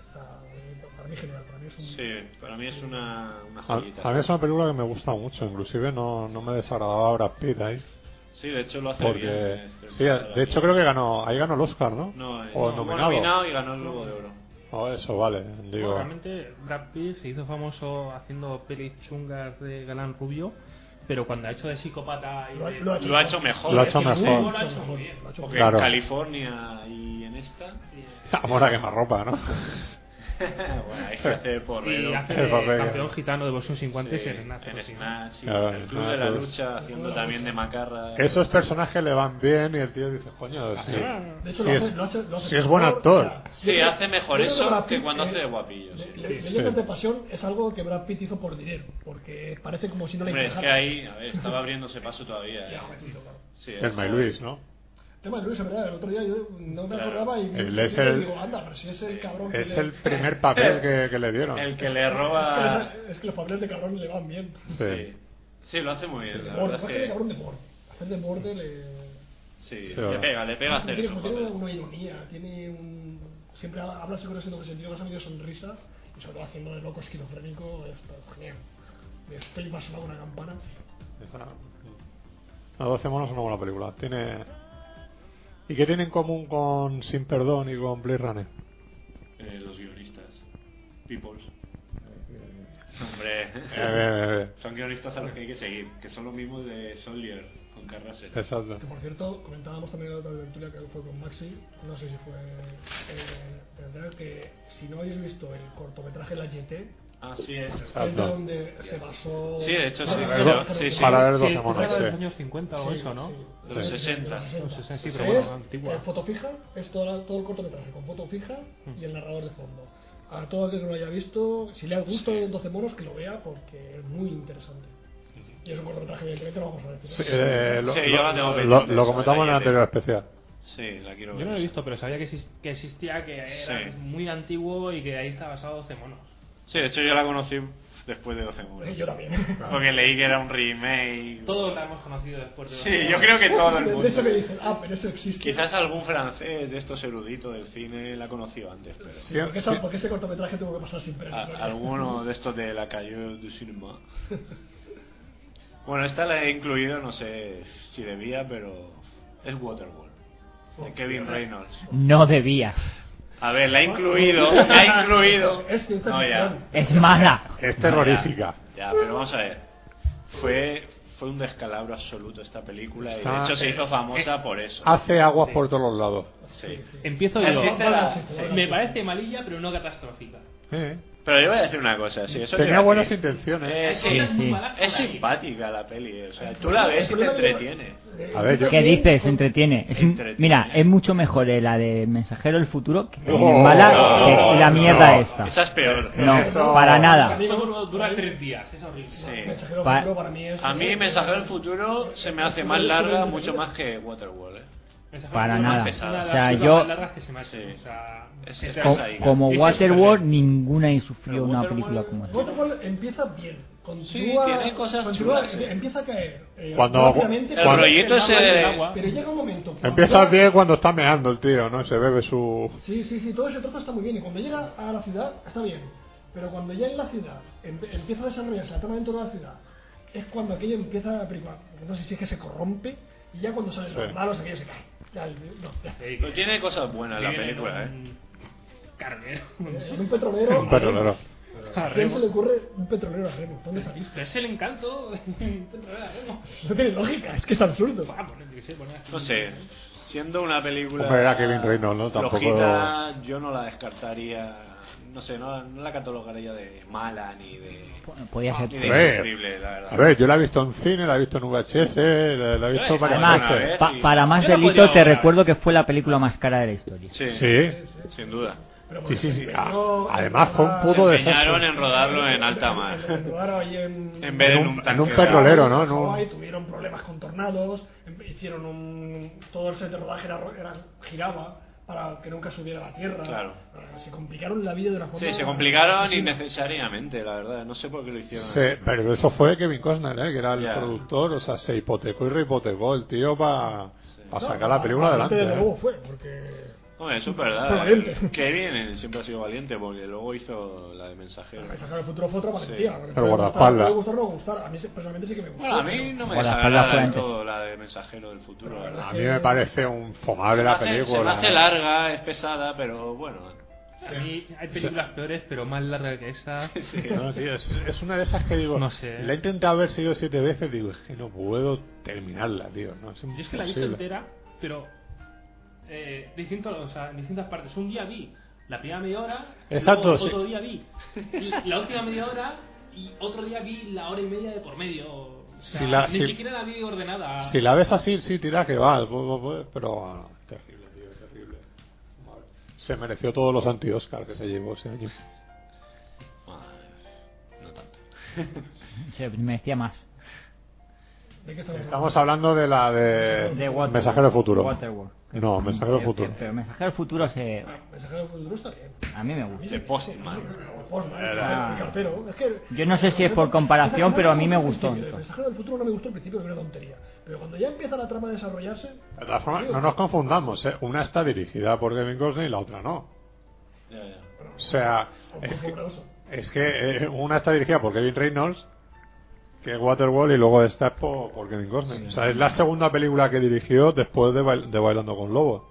Speaker 5: está muy bien, para mí genial, para mí es un...
Speaker 3: Sí, para mí es una, una
Speaker 1: A,
Speaker 3: joyita.
Speaker 1: a mí es una película que me gusta mucho, inclusive no, no me desagradaba Brad Pitt ahí.
Speaker 3: Sí, de hecho lo hace bien.
Speaker 1: Porque,
Speaker 3: este,
Speaker 1: sí, de hecho creo que ganó, ahí ganó el Oscar, ¿no?
Speaker 3: No, eh,
Speaker 1: o
Speaker 3: no,
Speaker 1: nominado.
Speaker 3: nominado y ganó el Globo de Oro.
Speaker 1: O eso, vale,
Speaker 9: Bueno,
Speaker 1: digo.
Speaker 9: realmente Brad Pitt se hizo famoso haciendo pelis chungas de galán rubio, pero cuando ha hecho de psicópata y
Speaker 5: Lo ha-
Speaker 9: de-
Speaker 5: lo ha hecho-
Speaker 3: Lo ha hecho mejor.
Speaker 1: Lo ha
Speaker 3: eh,
Speaker 1: hecho
Speaker 3: que el
Speaker 1: mejor.
Speaker 3: Globo Lo ha hecho
Speaker 5: Lo ha
Speaker 3: muy
Speaker 5: hecho
Speaker 3: bien.
Speaker 5: mejor.
Speaker 3: Porque
Speaker 1: Claro.
Speaker 3: en California y en esta...
Speaker 1: Amor a quemarropa, ¿no?
Speaker 3: bueno, hay que hacer porrero.
Speaker 9: y hace
Speaker 1: El
Speaker 9: de
Speaker 1: papel.
Speaker 9: campeón gitano de boxeo sin guantes
Speaker 3: Sí,
Speaker 9: en Snatch,
Speaker 3: en
Speaker 9: sí.
Speaker 3: Snatch, y
Speaker 1: Claro,
Speaker 3: en
Speaker 1: en
Speaker 3: el Club de la
Speaker 1: Snatch.
Speaker 3: Lucha, haciendo también de macarra.
Speaker 1: Esos personajes le van bien y el tío dice, coño, sí.
Speaker 3: Ah.
Speaker 9: Ah.
Speaker 5: De hecho,
Speaker 1: Sí,
Speaker 5: lo
Speaker 1: es-
Speaker 5: hace, lo hace- lo hace
Speaker 1: sí, es buen
Speaker 5: mejor,
Speaker 1: actor.
Speaker 5: o sea,
Speaker 3: Sí,
Speaker 5: yo creo-
Speaker 3: hace mejor
Speaker 5: yo creo
Speaker 3: eso
Speaker 5: Brad Pitt,
Speaker 3: que cuando
Speaker 5: eh,
Speaker 3: hace de guapillo, sí.
Speaker 5: le- le-
Speaker 1: Sí.
Speaker 5: Leyendas de pasión es algo que Brad Pitt hizo por dinero, porque parece como si no le
Speaker 3: Hombre, es que
Speaker 5: interesara.
Speaker 3: ahí, a ver, estaba abriéndose paso todavía.
Speaker 5: Ya,
Speaker 3: eh.
Speaker 5: jovencito, claro.
Speaker 3: Sí,
Speaker 1: El May Luis, ¿no?
Speaker 5: Tema de Luis, en verdad, el otro día yo no me
Speaker 3: Claro.
Speaker 5: acordaba y
Speaker 1: El
Speaker 5: y
Speaker 1: es el-
Speaker 5: digo, anda, pero si es el cabrón que
Speaker 1: Es
Speaker 5: le-
Speaker 1: el primer papel que, que le dieron.
Speaker 3: El que le
Speaker 5: Es
Speaker 3: roba.
Speaker 5: que, los- es que los papeles de cabrón le van bien.
Speaker 1: Sí.
Speaker 3: Sí. Sí, lo hace muy
Speaker 5: El
Speaker 3: bien.
Speaker 5: de
Speaker 3: La
Speaker 5: Morde,
Speaker 3: verdad
Speaker 5: más
Speaker 3: es
Speaker 5: que de
Speaker 3: que.
Speaker 5: cabrón de Morde. Hacer de Morde le...
Speaker 3: Sí,
Speaker 1: Sí,
Speaker 3: le
Speaker 1: ahora.
Speaker 3: pega, le pega hacer
Speaker 5: tiene,
Speaker 3: eso.
Speaker 5: tiene una ironía, tiene un... Siempre ha- habla así con ese doble sentido, más a medio sonrisa, y sobre todo haciendo de loco esquizofrénico, está genial. Estoy más sonado una campana.
Speaker 1: Esa- Los 12 monos es una buena película. Tiene... ¿Y qué tiene en común con Sin Perdón y con Blade Runner?
Speaker 3: los guionistas. Peoples. Hombre.
Speaker 1: Eh, eh, eh,
Speaker 3: Son guionistas a los que hay que seguir, que son los mismos de Soldier con Carrasel.
Speaker 1: eh. Exacto.
Speaker 5: Que por cierto, comentábamos también en la otra tertulia que fue con Maxi, no sé si fue... Eh, tendrá que si no habéis visto el cortometraje La YT,
Speaker 3: Ah, sí, es.
Speaker 1: Ah,
Speaker 5: es de
Speaker 1: no.
Speaker 5: donde se basó.
Speaker 3: Sí, de hecho, sí,
Speaker 5: Para-
Speaker 1: pero-
Speaker 5: para-
Speaker 3: sí, sí.
Speaker 1: Para ver
Speaker 9: Sí,
Speaker 1: 12
Speaker 9: es
Speaker 1: monos.
Speaker 9: de los
Speaker 1: sí.
Speaker 9: años 50 o
Speaker 5: Sí,
Speaker 9: eso, ¿no?
Speaker 5: sí.
Speaker 3: De los 60.
Speaker 9: Los 60, sí,
Speaker 5: Es,
Speaker 9: pero bueno, antigua.
Speaker 5: eh, foto fija, es todo, todo el cortometraje con foto fija y el narrador de fondo. A todo aquel que lo haya visto, si le ha gustado
Speaker 3: Sí.
Speaker 5: de 12 monos, que lo vea porque es muy interesante. Y es un cortometraje, evidentemente, lo vamos a ver.
Speaker 1: Sí, eh, lo,
Speaker 3: Sí, yo la tengo
Speaker 1: lo-
Speaker 3: pendiente,
Speaker 1: lo- lo
Speaker 3: esa,
Speaker 1: comentamos en el
Speaker 3: la
Speaker 1: anterior especial.
Speaker 3: Sí, la quiero ver.
Speaker 9: Yo no lo he
Speaker 3: esa.
Speaker 9: visto, pero sabía que, exis- que existía, que era
Speaker 3: Sí.
Speaker 9: muy antiguo y que de ahí está basado 12 monos.
Speaker 3: Sí, de hecho yo la conocí después de 12 monos.
Speaker 5: Yo también.
Speaker 3: Porque leí que era un remake.
Speaker 9: Todos la hemos conocido después de 12
Speaker 3: Sí, yo
Speaker 9: monos.
Speaker 3: creo que todo el
Speaker 5: De- De eso me
Speaker 3: mundo.
Speaker 5: dicen, ah, pero eso existe.
Speaker 3: Quizás algún francés de estos eruditos del cine la conoció antes, pero.
Speaker 5: Sí, porque, esa- porque ese cortometraje tuvo que pasar sin pena.
Speaker 3: A- alguno de estos de la calle du cinema. Bueno, esta la he incluido, no sé si debía, pero es Waterworld, de Kevin Reynolds.
Speaker 2: No debía.
Speaker 3: A ver, la he incluido, la he incluido.
Speaker 5: Es que esta
Speaker 3: No,
Speaker 5: es
Speaker 3: ya.
Speaker 5: brutal.
Speaker 2: Es mala.
Speaker 1: Es terrorífica.
Speaker 3: Ya, pero vamos a ver. Fue, fue un descalabro absoluto esta película y de
Speaker 1: Está-
Speaker 3: hecho se hizo famosa por eso.
Speaker 1: Hace aguas por todos los lados.
Speaker 3: Sí.
Speaker 9: Empiezo
Speaker 3: Ah,
Speaker 9: yo.
Speaker 3: existe la- sí.
Speaker 9: Me parece malilla, pero no catastrófica.
Speaker 1: Eh,
Speaker 3: Pero yo voy a decir una cosa, sí, eso te
Speaker 1: Tenía
Speaker 3: iba a
Speaker 1: buenas
Speaker 3: decir.
Speaker 1: intenciones.
Speaker 3: Eh,
Speaker 9: Hay
Speaker 3: sí.
Speaker 9: cosas muy
Speaker 2: Sí.
Speaker 9: malas
Speaker 3: Es
Speaker 9: por ahí.
Speaker 3: simpática la peli, o sea, tú la ves y te entretiene.
Speaker 5: eh,
Speaker 1: A ver, yo-
Speaker 2: ¿Qué dices? Entretiene. Es un-
Speaker 3: Entretiene.
Speaker 2: Mira, es mucho mejor eh, la de Mensajero del Futuro que
Speaker 1: No,
Speaker 2: mala
Speaker 1: no,
Speaker 2: que- que la
Speaker 1: no,
Speaker 2: mierda
Speaker 1: no.
Speaker 2: esta.
Speaker 3: Esa es peor.
Speaker 2: No,
Speaker 1: Eso-
Speaker 2: para nada.
Speaker 9: Amigo, no, dura tres días, es horrible.
Speaker 3: Sí.
Speaker 5: Mensajero
Speaker 2: Pa-
Speaker 5: futuro para mí es.
Speaker 3: Eh, A mí Mensajero del Futuro se me hace más larga mucho más que Waterworld. ¿eh?
Speaker 9: Esa
Speaker 2: Para
Speaker 9: película
Speaker 2: nada.
Speaker 9: más pesada,
Speaker 2: O
Speaker 9: las
Speaker 2: sea,
Speaker 9: películas
Speaker 2: yo-
Speaker 9: más largas que se me hacen,
Speaker 3: Sí.
Speaker 9: o sea,
Speaker 3: Es-
Speaker 9: que
Speaker 3: es
Speaker 9: te-
Speaker 2: Co-
Speaker 3: ahí.
Speaker 2: como
Speaker 3: Ese es
Speaker 2: Waterworld,
Speaker 3: perfecto.
Speaker 2: ninguna y sufrió
Speaker 3: Pero
Speaker 2: una
Speaker 3: Waterworld-
Speaker 2: película como esta.
Speaker 5: Waterworld empieza bien. Continúa,
Speaker 3: tiene cosas
Speaker 5: continúa,
Speaker 3: chulas, eh.
Speaker 5: Empieza a caer. eh,
Speaker 1: Cuando-
Speaker 5: rápidamente,
Speaker 1: el Cuando-
Speaker 3: rollito
Speaker 5: pero-
Speaker 3: ese de-
Speaker 5: Pero llega un momento. cuando
Speaker 1: Empieza
Speaker 5: llega-
Speaker 1: bien cuando está meando el tío, ¿no? Y Se bebe su...
Speaker 5: Sí, sí, sí, todo ese trozo está muy bien. Y cuando llega a la ciudad, está bien. Pero cuando ya en la ciudad em- empieza a desarrollarse la trama dentro de la ciudad, es cuando aquello empieza a película. No sé si es que se corrompe y ya cuando salen
Speaker 1: Sí.
Speaker 5: los malos, aquello se cae. Ya, no, ya.
Speaker 9: Sí,
Speaker 3: Pero tiene cosas buenas la
Speaker 9: viene
Speaker 3: película, ¿eh?
Speaker 9: un Carnero.
Speaker 5: En un petrolero.
Speaker 1: Un petrolero.
Speaker 5: ¿A quién se le ocurre un petrolero a Remo? ¿Dónde saliste?
Speaker 9: Pero es el encanto. Vamos,
Speaker 5: No tiene lógica, es que es absurdo.
Speaker 9: yo qué sé, poner aquí-
Speaker 3: No sé. Siendo una película.
Speaker 1: Hombre, era Kevin Reynolds, ¿no? Tampoco-
Speaker 3: flojita, yo no la descartaría. No sé, no, no la catalogaría de mala ni de.
Speaker 2: Bueno, podía
Speaker 3: ni
Speaker 2: ser.
Speaker 3: de
Speaker 1: A ver.
Speaker 3: insufrible, la verdad.
Speaker 1: A ver, yo la he visto en cine, la he visto en VHS, la, la he visto
Speaker 3: Eh,
Speaker 1: varias
Speaker 3: además,
Speaker 1: veces.
Speaker 3: a ver.
Speaker 2: Pa- para más
Speaker 3: Yo la podía
Speaker 2: delito, te
Speaker 3: ahorrar.
Speaker 2: recuerdo que fue la película más cara de la historia.
Speaker 3: Sí,
Speaker 1: Sí,
Speaker 3: sin duda.
Speaker 5: ¿eh? Pero
Speaker 1: Sí,
Speaker 5: porque
Speaker 1: sí,
Speaker 5: se
Speaker 1: sí.
Speaker 5: empeñó
Speaker 1: Ah,
Speaker 5: en
Speaker 1: además fue un
Speaker 5: rodar-
Speaker 1: puto
Speaker 3: Se
Speaker 1: de-
Speaker 3: empeñaron
Speaker 1: desastre.
Speaker 3: en rodarlo en alta
Speaker 5: en- en
Speaker 3: mar.
Speaker 5: rodar ahí en,
Speaker 3: En vez de en un
Speaker 1: en un
Speaker 3: tanque.
Speaker 1: petrolero, ¿no?
Speaker 5: en
Speaker 1: no
Speaker 5: Hawái, tuvieron problemas con tornados, em- hicieron un... todo el set de rodaje era, ro- era- giraba para que nunca subiera a la tierra.
Speaker 3: Claro.
Speaker 5: Eh, Se complicaron la vida de una forma...
Speaker 3: Sí, se complicaron
Speaker 5: Sí.
Speaker 3: innecesariamente, la verdad. No sé por qué lo hicieron.
Speaker 1: se-
Speaker 3: así.
Speaker 1: pero eso fue Kevin Costner, ¿eh? que era el
Speaker 3: Ya.
Speaker 1: productor, o sea, se hipotecó y rehipotecó el tío para
Speaker 3: Sí.
Speaker 5: No,
Speaker 1: sacar la película adelante.
Speaker 5: parte desde
Speaker 1: ¿eh?
Speaker 5: luego fue, porque...
Speaker 3: No, eso es verdad.
Speaker 5: Fue valiente.
Speaker 3: Qué bien, eh, siempre ha sido valiente porque luego hizo la de mensajero.
Speaker 5: El paisaje del futuro fue otra valentía.
Speaker 3: Sí.
Speaker 5: porque
Speaker 1: El
Speaker 5: puede gustar-
Speaker 1: guardaespaldas.
Speaker 5: Puede gustar o no gustar. A mí se- personalmente sí que me gustó.
Speaker 3: Bueno, a mí no me
Speaker 2: Bueno, espalda
Speaker 3: desagrada del
Speaker 2: fuente.
Speaker 3: todo la de mensajero del futuro, la verdad.
Speaker 1: A mí me parece un fomable
Speaker 3: Se me
Speaker 1: la
Speaker 3: hace- Se me
Speaker 1: película.
Speaker 3: hace larga, es pesada, pero bueno.
Speaker 9: A mí hay películas peores, pero más larga que esa.
Speaker 3: Sí.
Speaker 1: No, tío, es, es una de esas que digo.
Speaker 9: No sé.
Speaker 1: La he intentado ver sido siete veces, digo, es que no puedo terminarla, tío. No, es
Speaker 9: Yo es que la he visto
Speaker 1: imposible.
Speaker 9: entera, pero eh, distinto, o sea, en distintas partes. Un día vi la primera media hora,
Speaker 1: Exacto,
Speaker 9: luego
Speaker 1: sí.
Speaker 9: otro día vi y la última media hora y otro día vi la hora y media de por medio. O sea,
Speaker 1: Si la-
Speaker 9: ni
Speaker 1: si-
Speaker 9: siquiera la vi ordenada.
Speaker 1: Si la ves así, sí, tira que va. bu- bu- bu- Pero ah, terrible, tío, terrible. Madre. Se mereció todos los anti-Oscar que se llevó ese año.
Speaker 3: Ah, No tanto.
Speaker 2: Se merecía más.
Speaker 5: ¿De qué estamos hablando?
Speaker 1: Estamos hablando de la
Speaker 3: Eh,
Speaker 1: de,
Speaker 2: De Water-
Speaker 1: Mensajero Futuro.
Speaker 2: Waterworld.
Speaker 1: No, Mensajero
Speaker 2: Eh,
Speaker 1: Futuro.
Speaker 2: eh, Pero Mensajero Futuro se,
Speaker 5: El paisaje del futuro está bien.
Speaker 2: a mí me
Speaker 5: A mí
Speaker 2: gusta.
Speaker 5: sí
Speaker 3: De
Speaker 5: me-
Speaker 3: Postman.
Speaker 5: sí, sí, de Postman.
Speaker 2: Era-
Speaker 5: el cartero. Es que-
Speaker 2: Yo no sé si es por comparación, pero a mí me gustó.
Speaker 5: El mensaje del futuro no me gustó al principio, era una tontería. Pero cuando ya empieza la trama a desarrollarse.
Speaker 1: De todas formas, no nos confundamos, ¿eh? una está dirigida por Kevin Costner y la otra no.
Speaker 3: Ya, ya.
Speaker 1: O sea, es que, es que, eh, una está dirigida por Kevin Reynolds, que es Waterworld, y luego está por, por Kevin Costner. O sea, es la segunda película que dirigió después de, Bail- de Bailando con Lobos.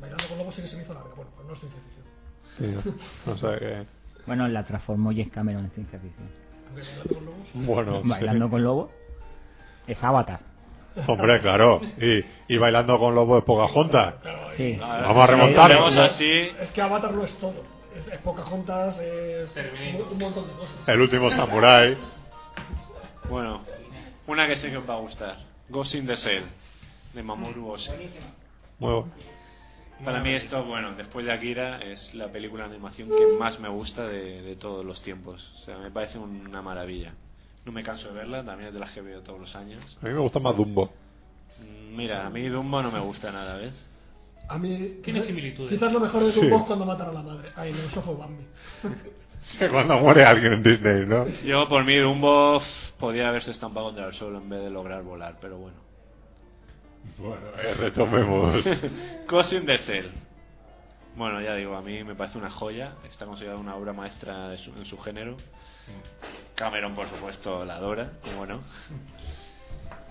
Speaker 5: Bailando con lobos sí que se me hizo larga. Bueno, pues no es ciencia ficción.
Speaker 1: Sí, o sea que,
Speaker 2: Bueno, la transformó James Cameron en ciencia ficción.
Speaker 5: Aunque Bailando con lobos.
Speaker 1: bueno, sí.
Speaker 2: Bailando con Lobo es Avatar.
Speaker 1: Hombre, claro. Y, y Bailando con Lobos es poca junta.
Speaker 5: Claro, eh,
Speaker 2: Sí.
Speaker 3: Claro,
Speaker 1: Vamos a
Speaker 3: si
Speaker 1: remontar.
Speaker 3: volvemos así.
Speaker 5: Es que Avatar lo es todo. Es, es Pocahontas, es.
Speaker 9: Terminator.
Speaker 5: Un, un montón de cosas.
Speaker 1: El último samurái.
Speaker 3: Bueno, una que sé que os va a gustar. Ghost in the Shell, de Mamoru Oshii.
Speaker 1: Muy bueno.
Speaker 3: Para mí esto, bueno, después de Akira, es la película de animación que más me gusta de, de todos los tiempos. O sea, me parece una maravilla. No me canso de verla, también es de las que veo todos los años.
Speaker 1: A mí me gusta más Dumbo.
Speaker 3: Mm, Mira, a mí Dumbo no me gusta nada, ¿ves?
Speaker 5: A mí.
Speaker 9: Tiene similitudes.
Speaker 5: Quizás lo mejor de tu
Speaker 1: Sí.
Speaker 5: voz cuando matan a la madre. Ay, no, eso fue Bambi.
Speaker 1: Que Cuando muere alguien en Disney, ¿no?
Speaker 3: Yo, por mí, Dumbo pf, podía haberse estampado contra el suelo en vez de lograr volar, pero bueno.
Speaker 1: Bueno, eh, retomemos.
Speaker 3: Ghost in the Shell. Bueno, ya digo, a mí me parece una joya. Está considerada una obra maestra de su- en su género. Cameron, por supuesto, la adora, como no.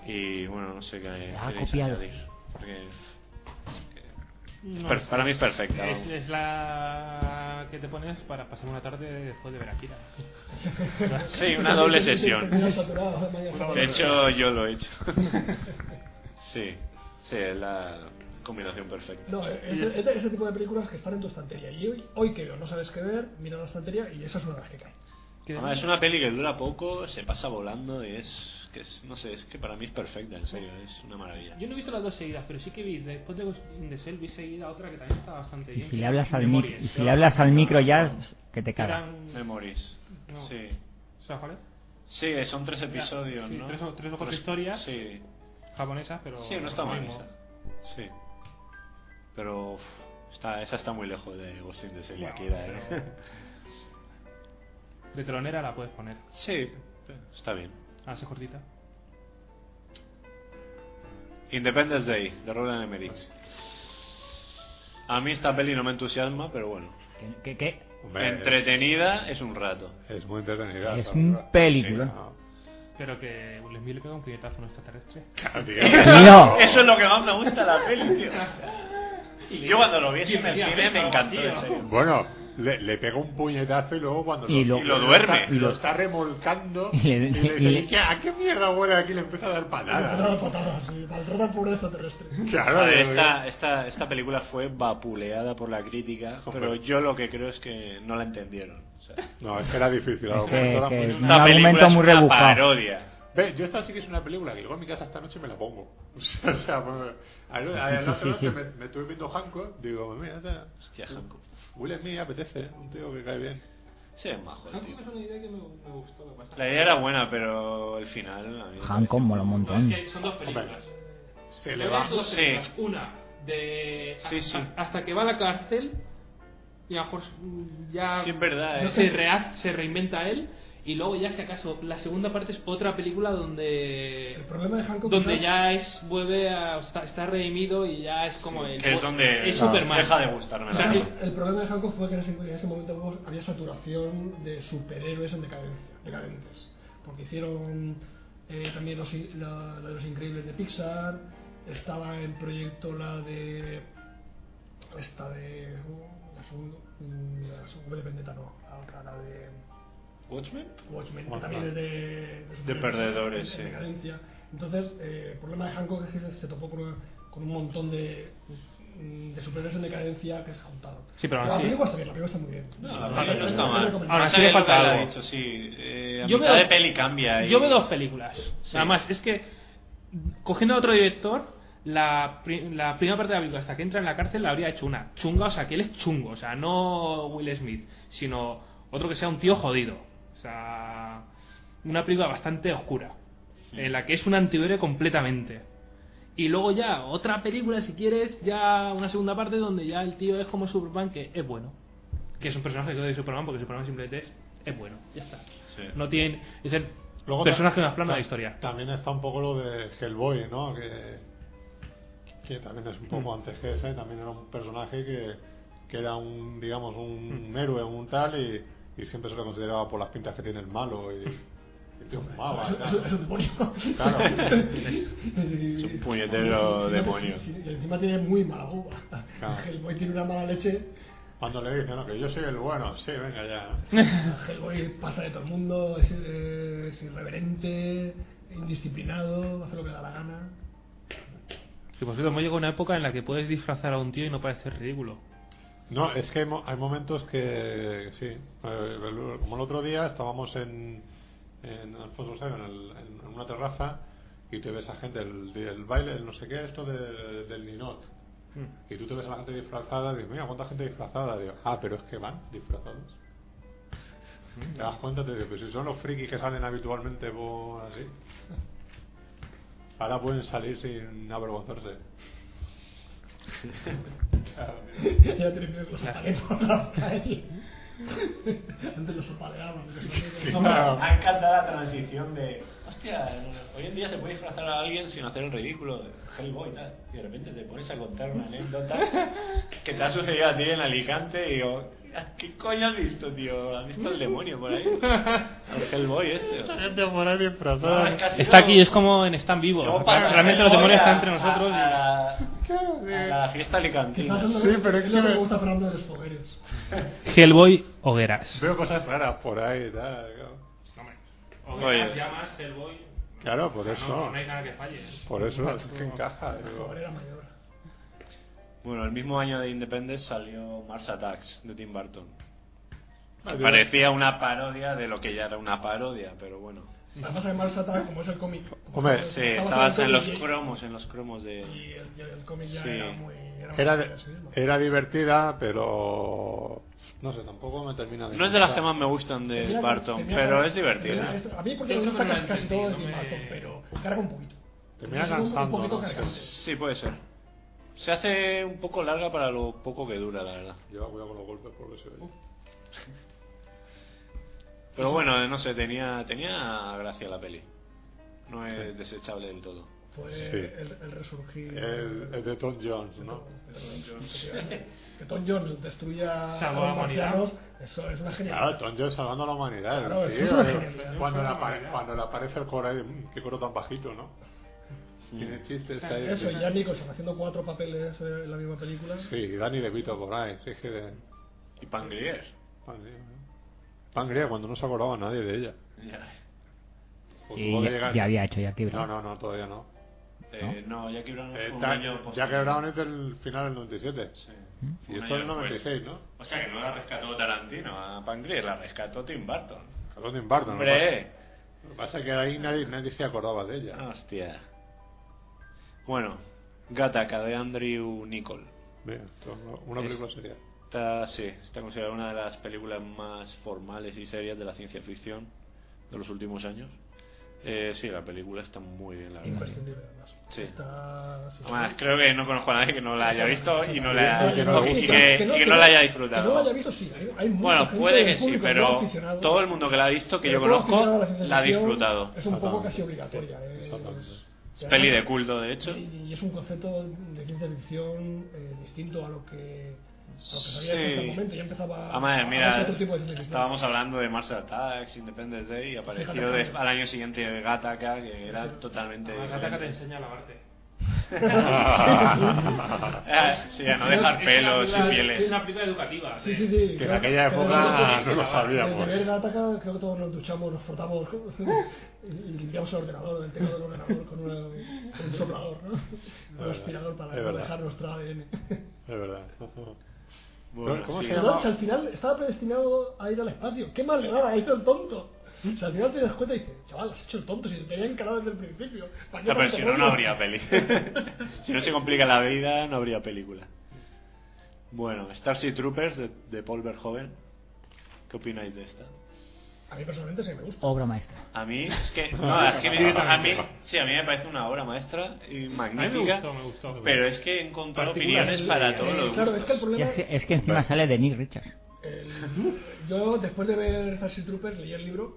Speaker 3: Y bueno, no sé qué
Speaker 2: La ha
Speaker 3: queréis
Speaker 2: copiado.
Speaker 3: añadir. Porque
Speaker 9: No
Speaker 3: per-
Speaker 9: sé.
Speaker 3: para mí es perfecta.
Speaker 9: Es,
Speaker 3: vamos.
Speaker 9: es la que te pones para pasar una tarde después de ver Akira.
Speaker 3: Sí, una doble sesión.
Speaker 5: Terminas saturado, ¿eh, Maya?
Speaker 3: De hecho, yo lo he hecho. Sí, sí, es la combinación perfecta.
Speaker 5: No, eh, ese, ese- ese tipo de películas que están en tu estantería. Y hoy, hoy que no sabes qué ver, mira la estantería y esa es una de las que cae.
Speaker 9: Que-
Speaker 3: Además, es una peli que dura poco, se pasa volando y es que es, no sé, es que para mí es perfecta, en serio, es una maravilla.
Speaker 9: Yo no he visto las dos seguidas, pero sí que vi después de Ghost in the Shell vi seguida otra que también estaba bastante
Speaker 2: Y
Speaker 9: bien.
Speaker 2: si le hablas al, mic-
Speaker 9: Memories,
Speaker 2: y si
Speaker 9: pero-
Speaker 2: le hablas al micro ya, que te cagas.
Speaker 9: Eran-
Speaker 3: Memories.
Speaker 9: No.
Speaker 3: Sí.
Speaker 9: O sea, ¿vale?
Speaker 3: Sí, son tres episodios,
Speaker 9: sí,
Speaker 3: ¿no?
Speaker 9: tres o- tres o cuatro historias.
Speaker 3: Sí.
Speaker 9: Japonesas, pero.
Speaker 3: Sí, no está
Speaker 9: lo
Speaker 3: mal
Speaker 9: mismo.
Speaker 3: esa. Sí. Pero uf, está, esa está muy lejos de Ghost in the Shell y Akira, ¿eh?
Speaker 9: De telonera la puedes poner.
Speaker 3: Sí, está bien.
Speaker 9: Hace cortita.
Speaker 3: Independence Day, de Roland Emmerich. A mí esta peli no me entusiasma, pero bueno.
Speaker 2: ¿Qué- qué- qué?
Speaker 1: Hombre, es-
Speaker 3: Entretenida es un rato.
Speaker 1: Es muy entretenida.
Speaker 2: Es
Speaker 1: la
Speaker 2: un
Speaker 1: verdad.
Speaker 2: película.
Speaker 1: Sí, no.
Speaker 9: Pero que Will Smith le pega un puñetazo a un extraterrestre.
Speaker 1: Claro, tío.
Speaker 2: ¡Tío!
Speaker 3: Eso es lo que más me gusta de la peli, tío. Yo cuando lo vi
Speaker 9: Sí,
Speaker 3: en el
Speaker 9: tío,
Speaker 3: cine me
Speaker 9: tío,
Speaker 3: encantó,
Speaker 9: tío.
Speaker 3: en serio.
Speaker 1: Bueno, le, le pega un puñetazo y luego cuando
Speaker 2: Y lo-
Speaker 3: y lo duerme.
Speaker 1: está-
Speaker 2: Y
Speaker 1: lo
Speaker 2: lo-
Speaker 1: está remolcando
Speaker 2: y
Speaker 1: y
Speaker 2: le-
Speaker 1: le, dice,
Speaker 2: y le-
Speaker 1: "¿Y qué- ¿a qué mierda huele aquí? Le empieza a dar
Speaker 5: Maltratan a
Speaker 1: patadas.
Speaker 5: patadas, sí, maltratan pobre extraterrestre.
Speaker 1: Ah, Claro,
Speaker 3: Joder,
Speaker 1: digo,
Speaker 3: esta, esta, esta película fue vapuleada por la crítica,
Speaker 1: Hombre.
Speaker 3: pero yo lo que creo es que no la entendieron. o sea,
Speaker 1: No, es que era difícil. la
Speaker 2: Es que-
Speaker 1: doctora
Speaker 2: que-
Speaker 1: era muy-
Speaker 2: Un argumento muy
Speaker 3: es una
Speaker 2: rebuscado.
Speaker 3: parodia.
Speaker 1: Ve, yo esta sí que es una película que llego a mi casa esta noche y me la pongo. O sea, o sea, pues, a- a- a- la otra noche me, me estuve viendo Hancock, digo, mira, esta-
Speaker 3: Hostia, Hancock.
Speaker 1: Will Smith apetece, un tío que cae bien.
Speaker 3: Sí, es majo el
Speaker 6: ¿Sabes
Speaker 3: tío.
Speaker 6: que es una idea que me, me gustó? Lo que pasa
Speaker 3: La idea era buena, pero el final. a mí
Speaker 2: Hancock
Speaker 3: me pareció-
Speaker 2: mola un montón.
Speaker 6: No, es que son dos películas.
Speaker 1: Se le va.
Speaker 6: Son dos
Speaker 3: Sí.
Speaker 6: películas. Una de.
Speaker 3: Sí, sí.
Speaker 6: a- hasta que va a la cárcel y a lo mejor mm, ya.
Speaker 3: Sí, es verdad,
Speaker 6: no
Speaker 3: eh.
Speaker 6: se, rea- se reinventa él. Y luego, ya si acaso, la segunda parte es otra película donde.
Speaker 5: El problema de Hancock
Speaker 6: donde
Speaker 5: quizás-
Speaker 6: ya es vuelve a está, está redimido y ya es como el
Speaker 3: Que es donde
Speaker 6: es Superman
Speaker 3: deja de gustarme.
Speaker 6: O sea,
Speaker 3: la
Speaker 6: que-
Speaker 3: verdad.
Speaker 5: El problema de Hancock fue que en ese, en ese momento hubo- había saturación de superhéroes en decadencia, decadentes. Porque hicieron eh, también los, in- la- la de los Increíbles de Pixar, estaba en proyecto la de. Esta de. uh, La segunda. mm, La segunda de Vendetta, no. La otra, la de.
Speaker 3: ¿Watchmen?
Speaker 5: Watchmen, que
Speaker 1: Watchmen.
Speaker 5: también es de. superhéroes,
Speaker 3: perdedores,
Speaker 5: en
Speaker 3: sí.
Speaker 5: decadencia. Entonces, eh, el problema de Hancock es que se, se topó con, una- con un montón de. mm, De superhéroes en decadencia que se juntaron.
Speaker 9: Sí, pero aún
Speaker 5: la
Speaker 9: así-
Speaker 5: película está bien, la película está muy bien.
Speaker 3: No, la película no está mal.
Speaker 5: Ahora
Speaker 3: Pasa
Speaker 9: sí
Speaker 3: que
Speaker 9: le
Speaker 3: él
Speaker 9: falta
Speaker 3: lo ha
Speaker 9: algo.
Speaker 3: dicho, sí. Eh, a
Speaker 6: Yo
Speaker 3: mitad
Speaker 6: veo-
Speaker 3: de peli cambia. y-
Speaker 6: yo veo dos películas
Speaker 3: Sí.
Speaker 6: nada más es que cogiendo a otro director la, pri- la primera parte de la película hasta que entra en la cárcel la habría hecho una chunga o sea que él es chungo o sea no Will Smith sino otro que sea un tío jodido o sea una película bastante oscura
Speaker 3: Mm.
Speaker 6: en la que es un antihéroe completamente y luego ya otra película si quieres ya una segunda parte donde ya el tío es como Superman que es bueno que es un personaje que odio de Superman porque Superman simplemente es, es bueno ya está
Speaker 3: Sí.
Speaker 6: no tiene es el
Speaker 1: Luego
Speaker 6: personaje
Speaker 1: ta-
Speaker 6: más plano de
Speaker 1: ta-
Speaker 6: la historia
Speaker 1: También está un poco lo de Hellboy, ¿no? Que, que también es un poco
Speaker 6: Mm.
Speaker 1: antes que ese, también era un personaje que, que era un, digamos, un
Speaker 6: Mm.
Speaker 1: héroe, un tal, y, y siempre se lo consideraba por las pintas que tiene el malo. Y, y te fumaba,
Speaker 5: Eso-
Speaker 1: claro.
Speaker 5: eso- eso es un demonio.
Speaker 1: Claro.
Speaker 5: Es
Speaker 3: un puñetero demonio.
Speaker 5: Y encima tiene muy mala uva.
Speaker 1: Claro.
Speaker 5: Hellboy tiene una mala leche.
Speaker 1: Cuando le dicen, no, que yo soy el bueno, sí, venga ya.
Speaker 5: Hellboy pasa de todo el mundo, es, eh, es irreverente, indisciplinado, hace lo que le da la gana.
Speaker 9: Sí, por cierto, hemos llegado a una época en la que puedes disfrazar a un tío y no parecer ridículo.
Speaker 1: No, es que hay, mo- hay momentos que sí. eh, el- Como el otro día estábamos en, en Alfonso VII, en, el- en una terraza, y te ves a gente, el, el baile, el no sé qué, esto de- del Ninot. Y tú te ves a la gente disfrazada y dices, mira, ¿cuánta gente disfrazada? Digo, ah, pero es que van disfrazados. Te das cuenta, te dices, pero si son los frikis que salen habitualmente por así. Ahora pueden salir sin avergonzarse.
Speaker 5: ya tiene miedo que los apalen por la calle. Antes los apaleaban.
Speaker 9: Ah.
Speaker 1: Claro.
Speaker 3: Me ha encantado la transición de. Hostia, hoy en día se puede disfrazar a alguien sin hacer el ridículo de Hellboy y tal. Y de repente te pones a contar una anécdota que te ha sucedido a ti en Alicante y digo. "Ah, ¿Qué coño has visto, tío? ¿Has visto el demonio por ahí? El Hellboy este.
Speaker 1: por ahí
Speaker 6: Ah,
Speaker 3: No, es casi
Speaker 9: Está
Speaker 3: todo.
Speaker 9: aquí, es como en Están Vivo.
Speaker 3: Luego pasa
Speaker 9: Realmente los
Speaker 3: Hellboy
Speaker 9: demonios
Speaker 3: a-
Speaker 9: están entre nosotros.
Speaker 3: A,
Speaker 9: y-
Speaker 3: a la, a la fiesta
Speaker 5: Sí,
Speaker 3: alicantina.
Speaker 5: pero es lo que me gusta Fernando de los fogueros.
Speaker 9: Hellboy, hogueras.
Speaker 1: Veo cosas raras por ahí, tal. claro.
Speaker 3: Oye.
Speaker 6: llamas Hellboy
Speaker 1: Claro, por
Speaker 6: no,
Speaker 1: eso.
Speaker 6: no hay nada que falle ¿eh?
Speaker 1: Por eso, es que encaja. digo.
Speaker 5: Foguera mayor.
Speaker 3: Bueno, el mismo año de Independence salió Mars Attacks de Tim Burton.
Speaker 1: Ah,
Speaker 3: Que
Speaker 1: digo,
Speaker 3: parecía una parodia de lo que ya era una parodia, pero bueno.
Speaker 5: Además, además, Satan, como es el cómic.
Speaker 1: Hombre,
Speaker 3: Sí, estabas en los
Speaker 5: y-
Speaker 3: cromos, en los cromos de...
Speaker 5: Y el, y el cómic ya
Speaker 3: Sí.
Speaker 5: era muy. Era, muy
Speaker 1: Era,
Speaker 5: en sí mismo.
Speaker 1: era divertida, pero. No sé, tampoco me termina de.
Speaker 3: No es de las que
Speaker 1: gustar.
Speaker 3: más me gustan de
Speaker 5: Tenía-
Speaker 3: Barton,
Speaker 5: tenía-
Speaker 3: pero es
Speaker 5: tenía
Speaker 3: divertida.
Speaker 5: esto- A mí porque
Speaker 6: Yo
Speaker 5: me
Speaker 6: creo
Speaker 5: gusta
Speaker 6: que no
Speaker 5: casi,
Speaker 6: la
Speaker 5: casi todo de Tim
Speaker 6: entendí, no me-
Speaker 5: Burton, pero carga un poquito.
Speaker 1: Termina
Speaker 5: Es un- un
Speaker 1: cansando,
Speaker 5: poquito
Speaker 1: ¿no?
Speaker 5: cargante.
Speaker 3: Sí, puede ser. Se hace un poco larga para lo poco que dura, la verdad.
Speaker 1: Lleva cuidado con los golpes porque se oye.
Speaker 3: Pero bueno, no sé, tenía, tenía gracia la peli. No es desechable del todo.
Speaker 5: Fue
Speaker 1: Sí.
Speaker 5: el, el resurgir.
Speaker 1: El, el de Tom Jones, ¿no?
Speaker 5: Que Tom Jones destruya
Speaker 6: Salvó a la humanidad.
Speaker 5: marcianos, Eso es una
Speaker 1: Claro,
Speaker 5: genialidad.
Speaker 1: Tom Jones salvando a la humanidad. el
Speaker 5: Claro, es
Speaker 1: tío,
Speaker 5: una
Speaker 1: eh,
Speaker 5: genialidad.
Speaker 1: cuando, le
Speaker 6: Es una
Speaker 1: apare-
Speaker 6: genialidad.
Speaker 1: cuando le aparece el coro ahí, "Mm, qué coro tan bajito, ¿no? Tiene chistes ahí.
Speaker 5: Eso,
Speaker 1: sí.
Speaker 5: y ya Nicholson haciendo cuatro papeles eh, en la misma película.
Speaker 1: Sí, y Danny DeVito por ahí. Sí, es que de...
Speaker 3: Y Pangrier.
Speaker 1: Pangría, Pangría, cuando no se acordaba nadie de ella.
Speaker 3: Ya.
Speaker 1: Pues
Speaker 2: Y
Speaker 1: tuvo que
Speaker 2: ya,
Speaker 1: llegar-
Speaker 2: ya había hecho ya aquí,
Speaker 1: No,
Speaker 2: ¿verdad?
Speaker 1: no, no, todavía no.
Speaker 3: Eh, no, Jackie Brown fue
Speaker 1: Eh,
Speaker 3: un
Speaker 1: Ta-
Speaker 3: año posterior.
Speaker 1: Jack Brown es del final del 97.
Speaker 3: Sí.
Speaker 1: Y
Speaker 3: Un
Speaker 1: esto es
Speaker 3: año
Speaker 1: del
Speaker 3: después.
Speaker 1: 96, ¿no?
Speaker 3: O sea que no la rescató Tarantino a Pangrier, la rescató Tim Burton.
Speaker 1: Carlos de Barton.
Speaker 3: ¡Hombre! Ah.
Speaker 1: Lo que pasa es que ahí nadie, nadie se acordaba de ella.
Speaker 3: Hostia. Bueno, Gattaca de Andrew Nicol.
Speaker 1: Mira, esto, una película seria.
Speaker 3: Está, sí, está considerada una de las películas más formales y serias de la ciencia ficción de los últimos años. Eh, sí, la película está muy bien, la verdad.
Speaker 5: Imprescindible, además.
Speaker 3: Sí.
Speaker 5: Está. sí,
Speaker 3: Además,
Speaker 5: sí.
Speaker 3: creo que no conozco a nadie que no la haya visto y no la,
Speaker 1: Y que no le
Speaker 3: y
Speaker 1: guste.
Speaker 3: que- y que no la haya
Speaker 5: Que no la
Speaker 3: disfrutado.
Speaker 5: haya visto, sí. Hay, hay mucha
Speaker 3: Bueno,
Speaker 5: gente
Speaker 3: puede
Speaker 5: del
Speaker 3: que sí,
Speaker 5: público, no
Speaker 3: pero
Speaker 5: aficionado,
Speaker 3: todo el mundo que la ha visto, que yo
Speaker 5: pero todo
Speaker 3: conozco,
Speaker 5: aficionado a ciencia
Speaker 3: la ha
Speaker 5: ficción
Speaker 3: disfrutado.
Speaker 5: Es un poco
Speaker 1: Exactamente.
Speaker 5: casi obligatoria.
Speaker 1: Sí,
Speaker 5: eh,
Speaker 1: exactamente.
Speaker 5: es-
Speaker 3: Es peli de culto, de hecho.
Speaker 5: Y, y es un concepto de ciencia ficción eh, distinto a lo que, a lo que se había hecho hasta
Speaker 3: Sí.
Speaker 5: el momento. Ya empezaba
Speaker 3: Ah, madre,
Speaker 5: a verse
Speaker 3: mira,
Speaker 5: otro tipo de ciencia ficción.
Speaker 3: estábamos hablando de Mars Attacks, Independence Day y apareció
Speaker 5: Fíjate,
Speaker 3: de-
Speaker 5: fíjate.
Speaker 3: al año siguiente Gattaca, que era totalmente.
Speaker 5: Ah,
Speaker 6: La gata te
Speaker 3: diferente.
Speaker 6: enseña a lavarte.
Speaker 3: Ah, sí, a no dejar
Speaker 6: Es una
Speaker 3: pelos y
Speaker 6: película- Es
Speaker 3: pieles.
Speaker 6: una película educativa.
Speaker 5: Sí,
Speaker 6: de-
Speaker 5: sí, sí.
Speaker 1: Que en
Speaker 5: claro,
Speaker 1: aquella
Speaker 5: claro,
Speaker 1: época
Speaker 5: claro.
Speaker 1: no lo sabíamos.
Speaker 5: Desde ver Gattaca, creo que todos nos duchamos, nos frotamos
Speaker 1: Eh.
Speaker 5: y limpiamos el ordenador, el teclado del ordenador con, una- con un soplador, ¿no? Con un
Speaker 1: verdad,
Speaker 5: aspirador para
Speaker 1: es
Speaker 5: no
Speaker 1: verdad.
Speaker 5: dejar nuestro ADN.
Speaker 1: Es verdad.
Speaker 3: Bueno,
Speaker 1: ¿Cómo
Speaker 3: sí.
Speaker 1: se
Speaker 5: Entonces,
Speaker 1: llama?
Speaker 5: al final estaba predestinado a ir al espacio. ¡Qué mal le daba! ¡Hizo el tonto!
Speaker 3: ¿Mm?
Speaker 5: O sea, al final te das cuenta y dices, chaval, has hecho el tonto, si te tenían encarado desde el principio. ¿Para qué
Speaker 3: No, Ah, pero
Speaker 5: tanto
Speaker 3: si no, no
Speaker 5: rollo?
Speaker 3: habría peli. si no se complica la vida, no habría película. Bueno, Starship Troopers de, de Paul Verhoeven. ¿Qué opináis de esta?
Speaker 5: A mí personalmente sí me gusta.
Speaker 2: Obra maestra.
Speaker 3: A mí, es que. No, es que me- a mí, sí, a mí me parece una obra maestra y magnífica.
Speaker 6: gustó, me gustó.
Speaker 3: Pero es que he encontrado opiniones para todos los
Speaker 5: Eh, claro, es que
Speaker 3: gustos.
Speaker 5: el
Speaker 2: Y
Speaker 5: problema
Speaker 2: es, que, es que encima
Speaker 1: Hombre.
Speaker 2: sale de Nick Richards.
Speaker 5: El- yo después de ver Starship Troopers leí el libro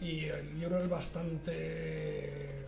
Speaker 5: y el libro es bastante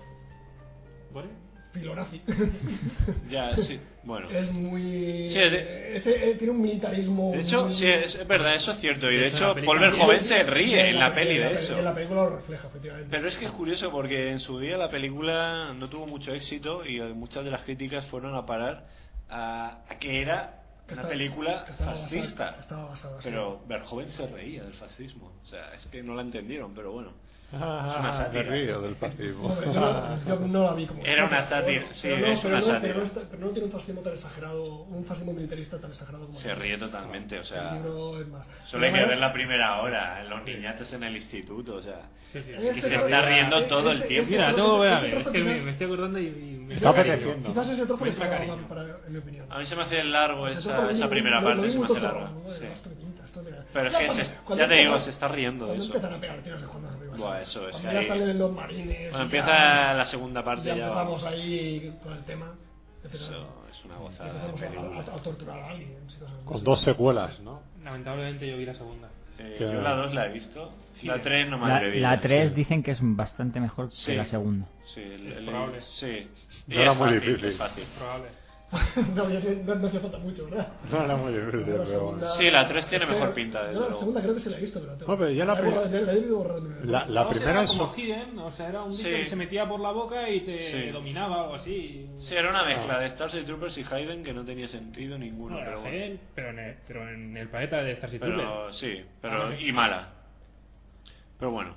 Speaker 6: ¿Vale?
Speaker 5: filonazi.
Speaker 3: Ya, sí. Bueno.
Speaker 5: pues, es muy
Speaker 3: Sí, es de-
Speaker 5: es- eh, tiene un militarismo.
Speaker 3: De hecho,
Speaker 5: muy-
Speaker 3: sí, es, es verdad, eso es cierto. Y de
Speaker 6: De hecho,
Speaker 3: hecho,
Speaker 6: la
Speaker 3: Paul
Speaker 6: película-
Speaker 3: Verhoeven se ríe en la peli
Speaker 5: en
Speaker 3: de
Speaker 5: la-
Speaker 3: eso.
Speaker 5: En la película lo refleja efectivamente.
Speaker 3: Pero es que es curioso porque en su día la película no tuvo mucho éxito y eh, muchas de las críticas fueron a parar a, a que era
Speaker 5: Que
Speaker 3: una
Speaker 5: estaba-
Speaker 3: película
Speaker 5: que estaba basada- que
Speaker 3: fascista.
Speaker 5: estaba basada, sí.
Speaker 3: Pero Verhoeven se reía del fascismo. O sea, es que no la entendieron, pero bueno.
Speaker 1: Ah,
Speaker 3: una sátira.
Speaker 1: me río del fascismo.
Speaker 5: Hombre, yo, no- yo no la vi como
Speaker 3: Era una sátira, sí,
Speaker 5: pero no,
Speaker 3: es
Speaker 5: pero
Speaker 3: una
Speaker 5: no-
Speaker 3: sátira.
Speaker 5: Pero no, está- pero no tiene un fascismo tan exagerado, un fascismo militarista tan exagerado como
Speaker 3: Se
Speaker 5: el-
Speaker 3: ríe totalmente, o sea.
Speaker 5: el libro es más. Este
Speaker 3: Solo hay que
Speaker 5: Además,
Speaker 3: ver la primera hora, en los niñates en el instituto, o sea.
Speaker 6: Sí, sí.
Speaker 5: Es que
Speaker 3: que se está
Speaker 5: este
Speaker 3: riendo todo el tiempo.
Speaker 6: Mira, no, voy a ver, es
Speaker 5: trato
Speaker 6: que me,
Speaker 5: quizás-
Speaker 6: me estoy acordando y, y me
Speaker 1: Está
Speaker 6: cariño.
Speaker 1: apeteciendo.
Speaker 5: Quizás ese trozo
Speaker 6: Me
Speaker 5: que se
Speaker 6: entra
Speaker 5: va
Speaker 6: cariño.
Speaker 5: para, en mi opinión.
Speaker 3: A mí se me hace largo
Speaker 5: Ese
Speaker 3: esa,
Speaker 5: trozo
Speaker 3: esa
Speaker 5: lo-
Speaker 3: primera
Speaker 5: lo- lo
Speaker 3: parte, se me
Speaker 5: mismo
Speaker 3: hace
Speaker 5: todo,
Speaker 3: larga.
Speaker 5: ¿no?
Speaker 3: sí.
Speaker 5: Esto pinta, esto pinta.
Speaker 3: Pero es
Speaker 5: Ya
Speaker 3: que
Speaker 5: cuando-
Speaker 3: se-
Speaker 5: cuando
Speaker 3: ya te
Speaker 5: empiezan-
Speaker 3: digo, se está riendo de
Speaker 5: cuando
Speaker 3: eso.
Speaker 5: empiezan a pegar tiros de cuando arriba.
Speaker 3: Buah,
Speaker 5: ¿sabes?
Speaker 3: eso es
Speaker 5: Cuando
Speaker 3: que
Speaker 5: ya
Speaker 3: ahí-
Speaker 5: salen los marines.
Speaker 3: Cuando
Speaker 5: y
Speaker 3: empieza
Speaker 5: ya-
Speaker 3: la segunda parte
Speaker 5: ya
Speaker 3: ya.
Speaker 5: empezamos
Speaker 3: vamos.
Speaker 5: ahí con el tema. etcétera.
Speaker 3: Eso es una
Speaker 5: Y
Speaker 3: gozada de
Speaker 5: empezamos a,
Speaker 3: película.
Speaker 5: a- a torturar a alguien. sí, cosas
Speaker 1: Con
Speaker 5: así.
Speaker 1: dos secuelas, ¿no?
Speaker 6: Lamentablemente yo vi la segunda.
Speaker 3: Eh,
Speaker 1: Que-
Speaker 3: yo la 2 la he visto. La 3 no me
Speaker 2: La,
Speaker 3: atreví.
Speaker 2: la 3
Speaker 1: sí.
Speaker 2: dicen que es bastante mejor
Speaker 3: Sí.
Speaker 2: que la segunda.
Speaker 3: Sí, el-
Speaker 6: Es
Speaker 3: el-
Speaker 6: probable.
Speaker 3: Sí.
Speaker 1: No
Speaker 3: Y
Speaker 1: era
Speaker 3: es
Speaker 1: muy
Speaker 3: fácil,
Speaker 1: difícil.
Speaker 3: es fácil.
Speaker 6: Probable.
Speaker 5: no, ya que- no, no hace falta mucho, ¿verdad?
Speaker 1: No era muy difícil,
Speaker 5: Pero
Speaker 1: pero
Speaker 5: la segunda-
Speaker 1: bueno.
Speaker 3: Sí, la tres tiene
Speaker 5: es que-
Speaker 3: mejor pinta, desde
Speaker 5: no, la
Speaker 3: luego.
Speaker 5: segunda creo que se la he visto, pero
Speaker 1: No, pero ya la
Speaker 5: he
Speaker 1: primera-
Speaker 5: borrado- la, he ido borrando.
Speaker 1: La, la
Speaker 6: No,
Speaker 1: primera
Speaker 6: era
Speaker 1: es
Speaker 6: como Hidden, o sea, era un bicho
Speaker 3: Sí.
Speaker 6: que se metía por la boca y te
Speaker 3: Sí.
Speaker 6: dominaba o así.
Speaker 3: Sí, era una
Speaker 1: Ah.
Speaker 3: mezcla de Starship Troopers y Hayden que no tenía sentido ninguno.
Speaker 6: No, era
Speaker 3: pero bueno.
Speaker 6: gel, pero, en el, pero en el planeta de Starship Troopers.
Speaker 3: Pero sí,
Speaker 5: Ah,
Speaker 3: pero y mala. Pero bueno,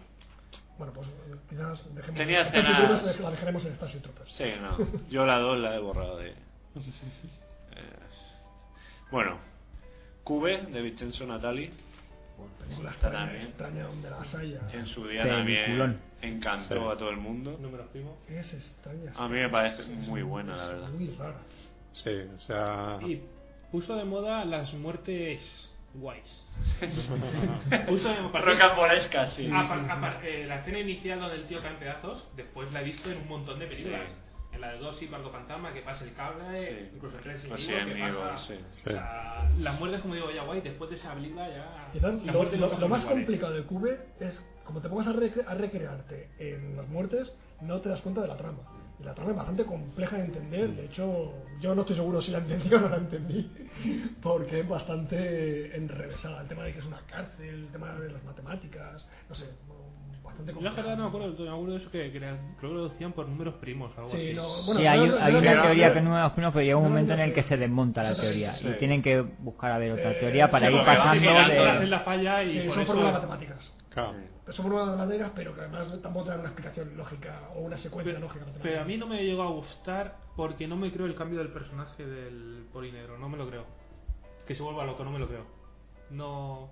Speaker 5: Bueno, pues eh, quizás dejemos.
Speaker 3: Tenía
Speaker 5: Starship
Speaker 3: escenas-
Speaker 5: Troopers, La dejaremos en Starship Troopers.
Speaker 3: sí, no. Yo la 2 la he borrado de. Eh, Bueno, Cube de Vincenzo Natali.
Speaker 5: Película
Speaker 3: Está
Speaker 5: extraña-
Speaker 3: también.
Speaker 5: extraña donde las haya.
Speaker 3: En su día
Speaker 2: Peliculón.
Speaker 3: también encantó
Speaker 1: Sí.
Speaker 3: a todo el mundo.
Speaker 6: Números primos.
Speaker 5: Es extraña.
Speaker 3: A mí me parece muy buena, la
Speaker 5: es
Speaker 3: verdad.
Speaker 5: Muy rara.
Speaker 1: Sí, o sea.
Speaker 6: Y puso de moda las muertes guays. puso de moda.
Speaker 3: Rocambolesca, sí.
Speaker 6: Apar- apar- eh, la escena inicial donde el tío cae en pedazos, después la he visto en un montón de películas. En la de Dorsey, Parco Fantasma, que pasa el cable,
Speaker 3: Sí.
Speaker 6: incluso en Resident
Speaker 3: Resident
Speaker 6: Evil, que
Speaker 3: Evil,
Speaker 6: pasa...
Speaker 3: sí.
Speaker 6: O sea, las muertes, como digo, ya guay, después de esa habilidad ya...
Speaker 5: Quizás
Speaker 6: las
Speaker 5: lo,
Speaker 6: muertes
Speaker 5: lo-
Speaker 6: nunca
Speaker 5: lo
Speaker 6: ¿eh? son
Speaker 5: más
Speaker 6: iguales.
Speaker 5: complicado de Cube es como te pongas a, recre- a recrearte en las muertes, no te das cuenta de la trama. Y la trama es bastante compleja de entender. De hecho, yo no estoy seguro si la entendí o no la entendí, porque es bastante enrevesada. El tema de que es una cárcel, el tema de las matemáticas, no sé, bastante
Speaker 6: Yo la
Speaker 5: compleja.
Speaker 6: verdad no me acuerdo, no me acuerdo de eso que, que era- creo que lo decían por números primos o algo
Speaker 5: Sí,
Speaker 6: así.
Speaker 5: no, bueno,
Speaker 2: sí, hay,
Speaker 5: no, no,
Speaker 2: hay
Speaker 5: no,
Speaker 2: una
Speaker 5: no,
Speaker 2: teoría
Speaker 5: no,
Speaker 2: que no me imagino, pero llega un
Speaker 5: no,
Speaker 2: momento
Speaker 5: no,
Speaker 2: en el que
Speaker 5: no.
Speaker 2: se desmonta la
Speaker 5: Sí,
Speaker 2: teoría
Speaker 3: sí.
Speaker 2: y tienen que buscar a ver otra
Speaker 5: Eh,
Speaker 2: teoría para
Speaker 5: sí,
Speaker 2: ir
Speaker 3: lo que va
Speaker 2: pasando
Speaker 3: girando
Speaker 6: La
Speaker 2: de...
Speaker 6: celda falla y
Speaker 5: Sí,
Speaker 6: por
Speaker 5: son
Speaker 6: eso...
Speaker 5: fórmulas matemáticas.
Speaker 1: claro.
Speaker 5: Son fórmulas matemáticas, pero que además tampoco te dan una explicación lógica o una secuencia lógica. matemática.
Speaker 6: Pero a mí no me llegó a gustar porque no me creo el cambio del personaje del polinegro, no me lo creo. Que se vuelva loco, no me lo creo. No.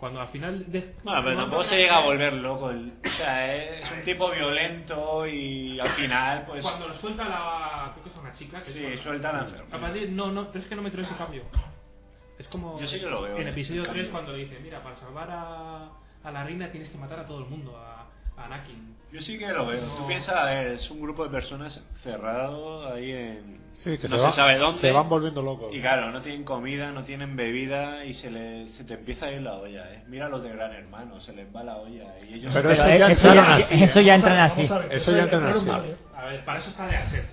Speaker 6: Cuando al final. de-
Speaker 3: Bueno, Ah, pero
Speaker 6: no-
Speaker 3: tampoco se llega a volver loco. el- O sea, es un tipo violento y al final, pues.
Speaker 6: Cuando lo suelta la. Creo que es una chica. que es
Speaker 3: Sí,
Speaker 6: cuando-
Speaker 3: suelta la
Speaker 6: A
Speaker 3: enfermedad.
Speaker 6: partir, no, no, pero es que no me creo ese cambio. Es como
Speaker 3: Yo sí que lo veo,
Speaker 6: en
Speaker 3: eh,
Speaker 6: episodio
Speaker 3: el
Speaker 6: 3
Speaker 3: cambio.
Speaker 6: cuando le dice, mira, para salvar a, a la reina tienes que matar a todo el mundo, a, a Anakin.
Speaker 3: Yo sí que lo veo. Tú piensas, es un grupo de personas cerrado ahí en.
Speaker 1: Sí, que se
Speaker 3: no se,
Speaker 1: va-
Speaker 3: sabe dónde.
Speaker 1: se van volviendo locos.
Speaker 3: Y claro, no tienen comida, no tienen bebida y se, le, se te empieza a ir la olla. ¿eh? Mira los de Gran Hermano, se les va la olla. Y ellos
Speaker 1: Pero
Speaker 2: Pero
Speaker 1: eso ya
Speaker 2: eh, eso,
Speaker 1: entran
Speaker 2: ya,
Speaker 1: así,
Speaker 2: eso
Speaker 1: ¿eh?
Speaker 2: ya
Speaker 5: Vamos
Speaker 2: entran
Speaker 5: a ver,
Speaker 2: así.
Speaker 5: vamos a ver,
Speaker 1: Eso ya entran
Speaker 5: era un
Speaker 1: así.
Speaker 5: mal, ¿eh?
Speaker 6: A ver, para eso está de hacer.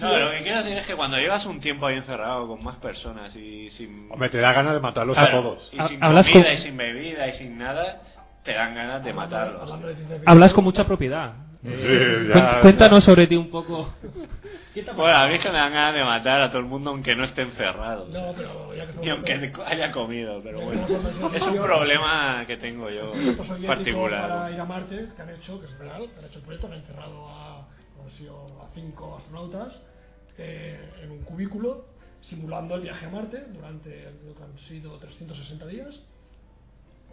Speaker 3: No, lo que quiero decir es que cuando llevas un tiempo ahí encerrado con más personas y sin.
Speaker 1: Hombre, te da ganas de matarlos
Speaker 3: Claro,
Speaker 1: a todos.
Speaker 3: Y sin
Speaker 8: Hablas
Speaker 3: comida
Speaker 8: con-
Speaker 3: y sin bebida y sin nada, te dan ganas de matarlos.
Speaker 5: Hablando de ciencia ficción.
Speaker 8: Hablas con mucha propiedad.
Speaker 1: Sí,
Speaker 8: Cuen-
Speaker 1: ya-
Speaker 8: Cuéntanos sobre ti un poco.
Speaker 3: Bueno, a mí es que me dan ganas de matar a todo el mundo aunque no esté encerrado.
Speaker 5: No, pero ya que
Speaker 3: Y
Speaker 5: estamos
Speaker 3: aunque haya comido, pero bueno.
Speaker 5: Pero-
Speaker 3: Es un problema que tengo yo
Speaker 5: proyectos soviéticos para ir
Speaker 3: particular.
Speaker 5: a Marte que han hecho, que es real, que han hecho el proyecto, que han encerrado a, no sé si, a cinco astronautas eh, en un cubículo simulando el viaje a Marte durante, creo que han sido 360 días,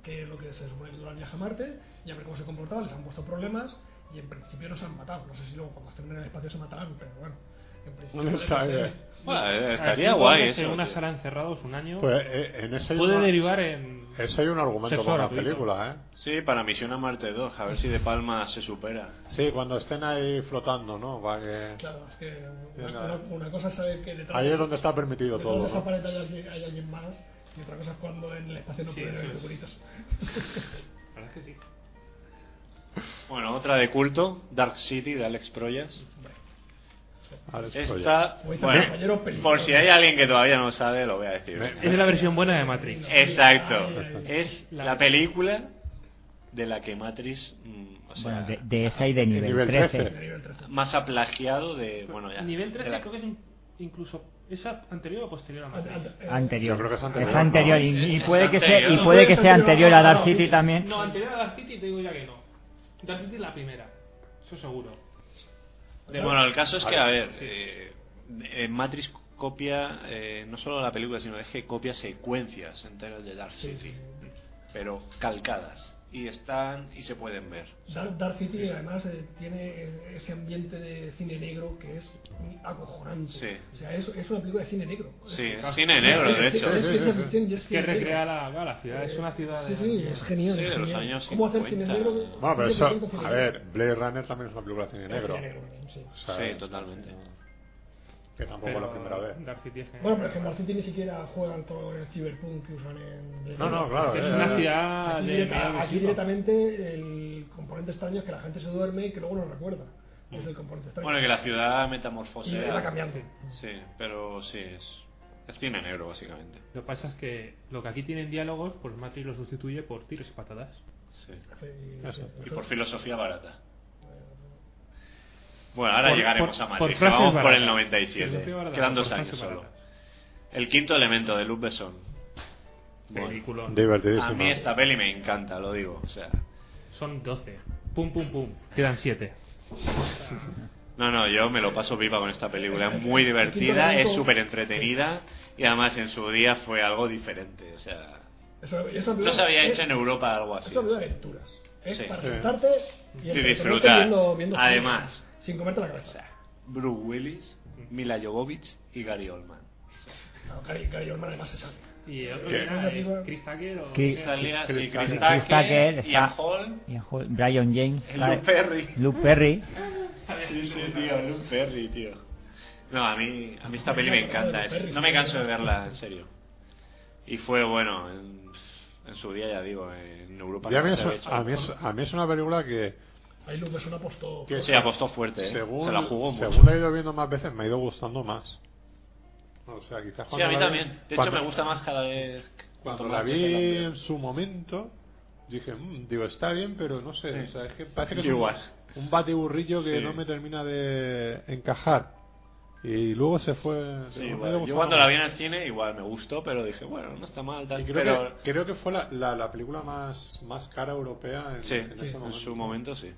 Speaker 5: que es lo que se supone que dura el viaje a Marte, y a ver cómo se comportaban, les han puesto problemas y en principio no se han matado. No sé si luego cuando estén en el espacio se matarán, pero bueno. En principio,
Speaker 1: No
Speaker 5: parece
Speaker 1: está
Speaker 5: ser-
Speaker 1: bien.
Speaker 3: Bueno, eh,
Speaker 9: Aquí
Speaker 3: estaría
Speaker 9: en
Speaker 3: guay
Speaker 9: Londres,
Speaker 3: eso.
Speaker 9: En una
Speaker 3: tío.
Speaker 9: sala encerrados un año
Speaker 1: Pues eh, en eso hay,
Speaker 9: puede
Speaker 1: una-
Speaker 9: derivar en.
Speaker 1: eso hay un argumento
Speaker 9: Sexo
Speaker 1: para la
Speaker 9: gratuito.
Speaker 1: película, ¿eh?
Speaker 3: Sí, para Misión a Marte 2, a ver si De Palma se supera.
Speaker 1: Sí, cuando estén ahí flotando, ¿no? Va que-
Speaker 5: Claro, es que
Speaker 1: Bien,
Speaker 5: una,
Speaker 1: nada.
Speaker 5: una- una cosa es saber que detrás
Speaker 1: Ahí es donde está permitido
Speaker 5: Detrás
Speaker 1: todo.
Speaker 5: de esa
Speaker 1: ¿no?
Speaker 5: pared hay alguien, hay alguien más y otra cosa es cuando en el espacio no
Speaker 9: Sí,
Speaker 5: pueden
Speaker 9: eso
Speaker 5: haber
Speaker 9: es.
Speaker 5: figuritas.
Speaker 9: La verdad es que sí.
Speaker 3: Bueno, otra de culto, Dark City de Alex Proyas.
Speaker 1: Alex Proyas.
Speaker 3: Esta,
Speaker 5: Como dice mi
Speaker 3: bueno,
Speaker 5: este compañero, película.
Speaker 3: por si hay alguien que todavía no sabe, lo voy a decir.
Speaker 1: Me-
Speaker 9: Es de la versión buena de Matrix.
Speaker 3: Exacto.
Speaker 5: Ay, ay, ay.
Speaker 3: Es la película de la que Matrix, mm, o sea,
Speaker 2: Bueno, de, de esa y de nivel,
Speaker 1: nivel
Speaker 2: 13.
Speaker 1: 13.
Speaker 5: Nivel 13.
Speaker 3: más aplagiado de, bueno, ya.
Speaker 9: Nivel
Speaker 3: de
Speaker 9: 13
Speaker 3: la-
Speaker 9: creo que es in- incluso es a- anterior o posterior a
Speaker 5: Ante-
Speaker 9: Matrix.
Speaker 5: ante- eh,
Speaker 2: Anterior.
Speaker 1: Yo creo que es anterior,
Speaker 2: anterior,
Speaker 1: ¿no?
Speaker 2: y, y
Speaker 3: Es
Speaker 2: puede que sea
Speaker 3: anterior.
Speaker 2: y puede
Speaker 3: No
Speaker 5: puede
Speaker 2: que
Speaker 5: ser
Speaker 2: sea
Speaker 5: anterior
Speaker 2: anterior a
Speaker 5: a
Speaker 2: Dark
Speaker 5: Dark
Speaker 2: City
Speaker 5: City.
Speaker 2: también.
Speaker 9: No, anterior a Dark City te digo ya que no. Dark City es la primera, eso seguro.
Speaker 3: De- Bueno, el caso es que, a ver, eh, eh, Matrix copia eh, no solo la película, sino es que copia secuencias enteras de Dark City, pero calcadas. Y están y se pueden ver.
Speaker 5: Dark, Dark City además eh, tiene eh, ese ambiente de cine negro que es acojonante.
Speaker 3: Sí.
Speaker 5: O sea, es, es una película de cine negro.
Speaker 3: Sí,
Speaker 5: Es-
Speaker 3: es cine negro, de
Speaker 5: es-
Speaker 3: hecho.
Speaker 5: Es,
Speaker 1: Sí, sí,
Speaker 5: ciencia
Speaker 1: sí, sí.
Speaker 5: ficción y es
Speaker 9: Que
Speaker 5: cine negro.
Speaker 9: recrea la, va, la ciudad, es una ciudad
Speaker 5: Sí,
Speaker 9: de...
Speaker 5: sí, es genial.
Speaker 3: Sí,
Speaker 5: es
Speaker 3: de los
Speaker 5: genial.
Speaker 3: años
Speaker 5: ¿Cómo hacer cine
Speaker 3: 50.
Speaker 5: negro?
Speaker 1: Bueno, pero
Speaker 5: Cine
Speaker 1: eso,
Speaker 5: perfecto, cine
Speaker 1: a
Speaker 5: negro.
Speaker 1: ver, Blade Runner también es una película de cine negro.
Speaker 5: Cine negro, sí.
Speaker 1: O sea,
Speaker 3: Sí, totalmente.
Speaker 1: Que tampoco
Speaker 9: pero
Speaker 1: es la primera vez.
Speaker 9: Dark City es genial.
Speaker 5: Bueno, pero es que en Dark City ni siquiera juegan todo el cyberpunk que usan en...
Speaker 1: No, no, claro.
Speaker 9: Es
Speaker 1: eh,
Speaker 9: una
Speaker 1: eh,
Speaker 3: Ah,
Speaker 9: ciudad
Speaker 5: Aquí,
Speaker 9: de...
Speaker 5: directa-
Speaker 9: Miguel de
Speaker 5: aquí
Speaker 9: Silva.
Speaker 5: directamente el componente extraño es que la gente se duerme y que luego lo recuerda. Es el componente extraño.
Speaker 3: Mm. Bueno, que la eh. ciudad
Speaker 5: y va
Speaker 3: metamorfosea.
Speaker 5: cambiando.
Speaker 3: Sí, pero sí, es, es cine negro, básicamente.
Speaker 9: Lo que pasa es que lo que aquí tienen diálogos, pues Matrix lo sustituye por tiros y patadas.
Speaker 3: Sí.
Speaker 5: Sí,
Speaker 1: Eso.
Speaker 5: sí.
Speaker 3: Y por filosofía barata. Bueno, ahora llegaremos a Matrix.
Speaker 9: frases
Speaker 3: Vamos por
Speaker 9: baratas.
Speaker 3: el
Speaker 9: Filosofía
Speaker 3: 97.
Speaker 9: barata,
Speaker 3: Quedan
Speaker 9: por
Speaker 3: dos
Speaker 9: frases
Speaker 3: años solo.
Speaker 9: baratas.
Speaker 3: El quinto elemento de Luz Besson. Bueno,
Speaker 9: Peliculón.
Speaker 1: Divertidísima.
Speaker 3: a mí esta peli me encanta, lo digo. O sea,
Speaker 9: Son 12. Pum, pum, pum. Quedan 7.
Speaker 3: no, no, yo me lo paso viva con esta película. Es muy divertida, es súper entretenida y además en su día fue algo diferente. O sea,
Speaker 5: Eso- eso-
Speaker 3: no se había
Speaker 5: es-
Speaker 3: hecho en Europa algo
Speaker 5: Es
Speaker 3: así.
Speaker 5: una película de aventuras. Es
Speaker 3: Sí.
Speaker 5: para
Speaker 1: Sí.
Speaker 5: sentarte y, entretenerte
Speaker 3: disfrutar.
Speaker 5: viendo- viendo cine,
Speaker 3: Además.
Speaker 5: Sin comerte la cabeza.
Speaker 3: O sea, Bruce Willis, Mila Jovovich y Gary Oldman.
Speaker 5: No, Gary, Gary Oldman además se sale.
Speaker 9: Y el otro
Speaker 1: ¿Qué?
Speaker 9: que era eh, Chris Tucker o...
Speaker 2: Chris-
Speaker 3: Y salía sí,
Speaker 1: Chris
Speaker 3: Chris
Speaker 1: Tucker.
Speaker 3: Tucker,
Speaker 2: Chris Tucker,
Speaker 3: Ian
Speaker 2: está-
Speaker 3: Hall,
Speaker 2: Y el jo- Brian James,
Speaker 3: Luke
Speaker 2: Luke
Speaker 3: Perry.
Speaker 2: Luke Perry.
Speaker 3: Sí, sí, tío, Luke Perry, tío. No, a mí, a mí esta peli me encanta. es- no me canso de verla, en serio. Y fue bueno, en, en su día ya digo, en Europa.
Speaker 1: Y a
Speaker 3: no
Speaker 1: mí
Speaker 3: se
Speaker 1: es,
Speaker 3: había hecho.
Speaker 1: a mí es- a mí es una película que,
Speaker 5: Ahí Luke Besson apostó.
Speaker 1: que
Speaker 3: Sí, apostó fuerte, ¿eh?
Speaker 1: según,
Speaker 3: se la jugó mucho.
Speaker 1: según la he ido viendo más veces, me ha ido gustando más. O sea, quizás
Speaker 3: Sí, a
Speaker 1: cuando
Speaker 3: mí
Speaker 1: la vi-
Speaker 3: también. De hecho,
Speaker 1: cuando-
Speaker 3: me gusta más cada vez.
Speaker 1: Cuando
Speaker 3: cuanto
Speaker 1: la
Speaker 3: más
Speaker 1: vi
Speaker 3: veces veo.
Speaker 1: en su momento, dije, "Mm", digo, está bien, pero no sé,
Speaker 3: Sí.
Speaker 1: o sea, es que parece que es
Speaker 3: Yo
Speaker 1: un,
Speaker 3: igual.
Speaker 1: un batiburrillo que
Speaker 3: Sí.
Speaker 1: no me termina de encajar. Y luego se fue...
Speaker 3: Sí,
Speaker 1: me ha ido
Speaker 3: igual. Yo
Speaker 1: gustando
Speaker 3: cuando la
Speaker 1: más.
Speaker 3: vi en el cine, igual me gustó, pero dije, bueno, no está mal, tal.
Speaker 1: Y creo,
Speaker 3: pero
Speaker 1: que, creo que fue la, la, la película más, más cara europea en,
Speaker 3: sí,
Speaker 1: en ese
Speaker 3: en su momento sí.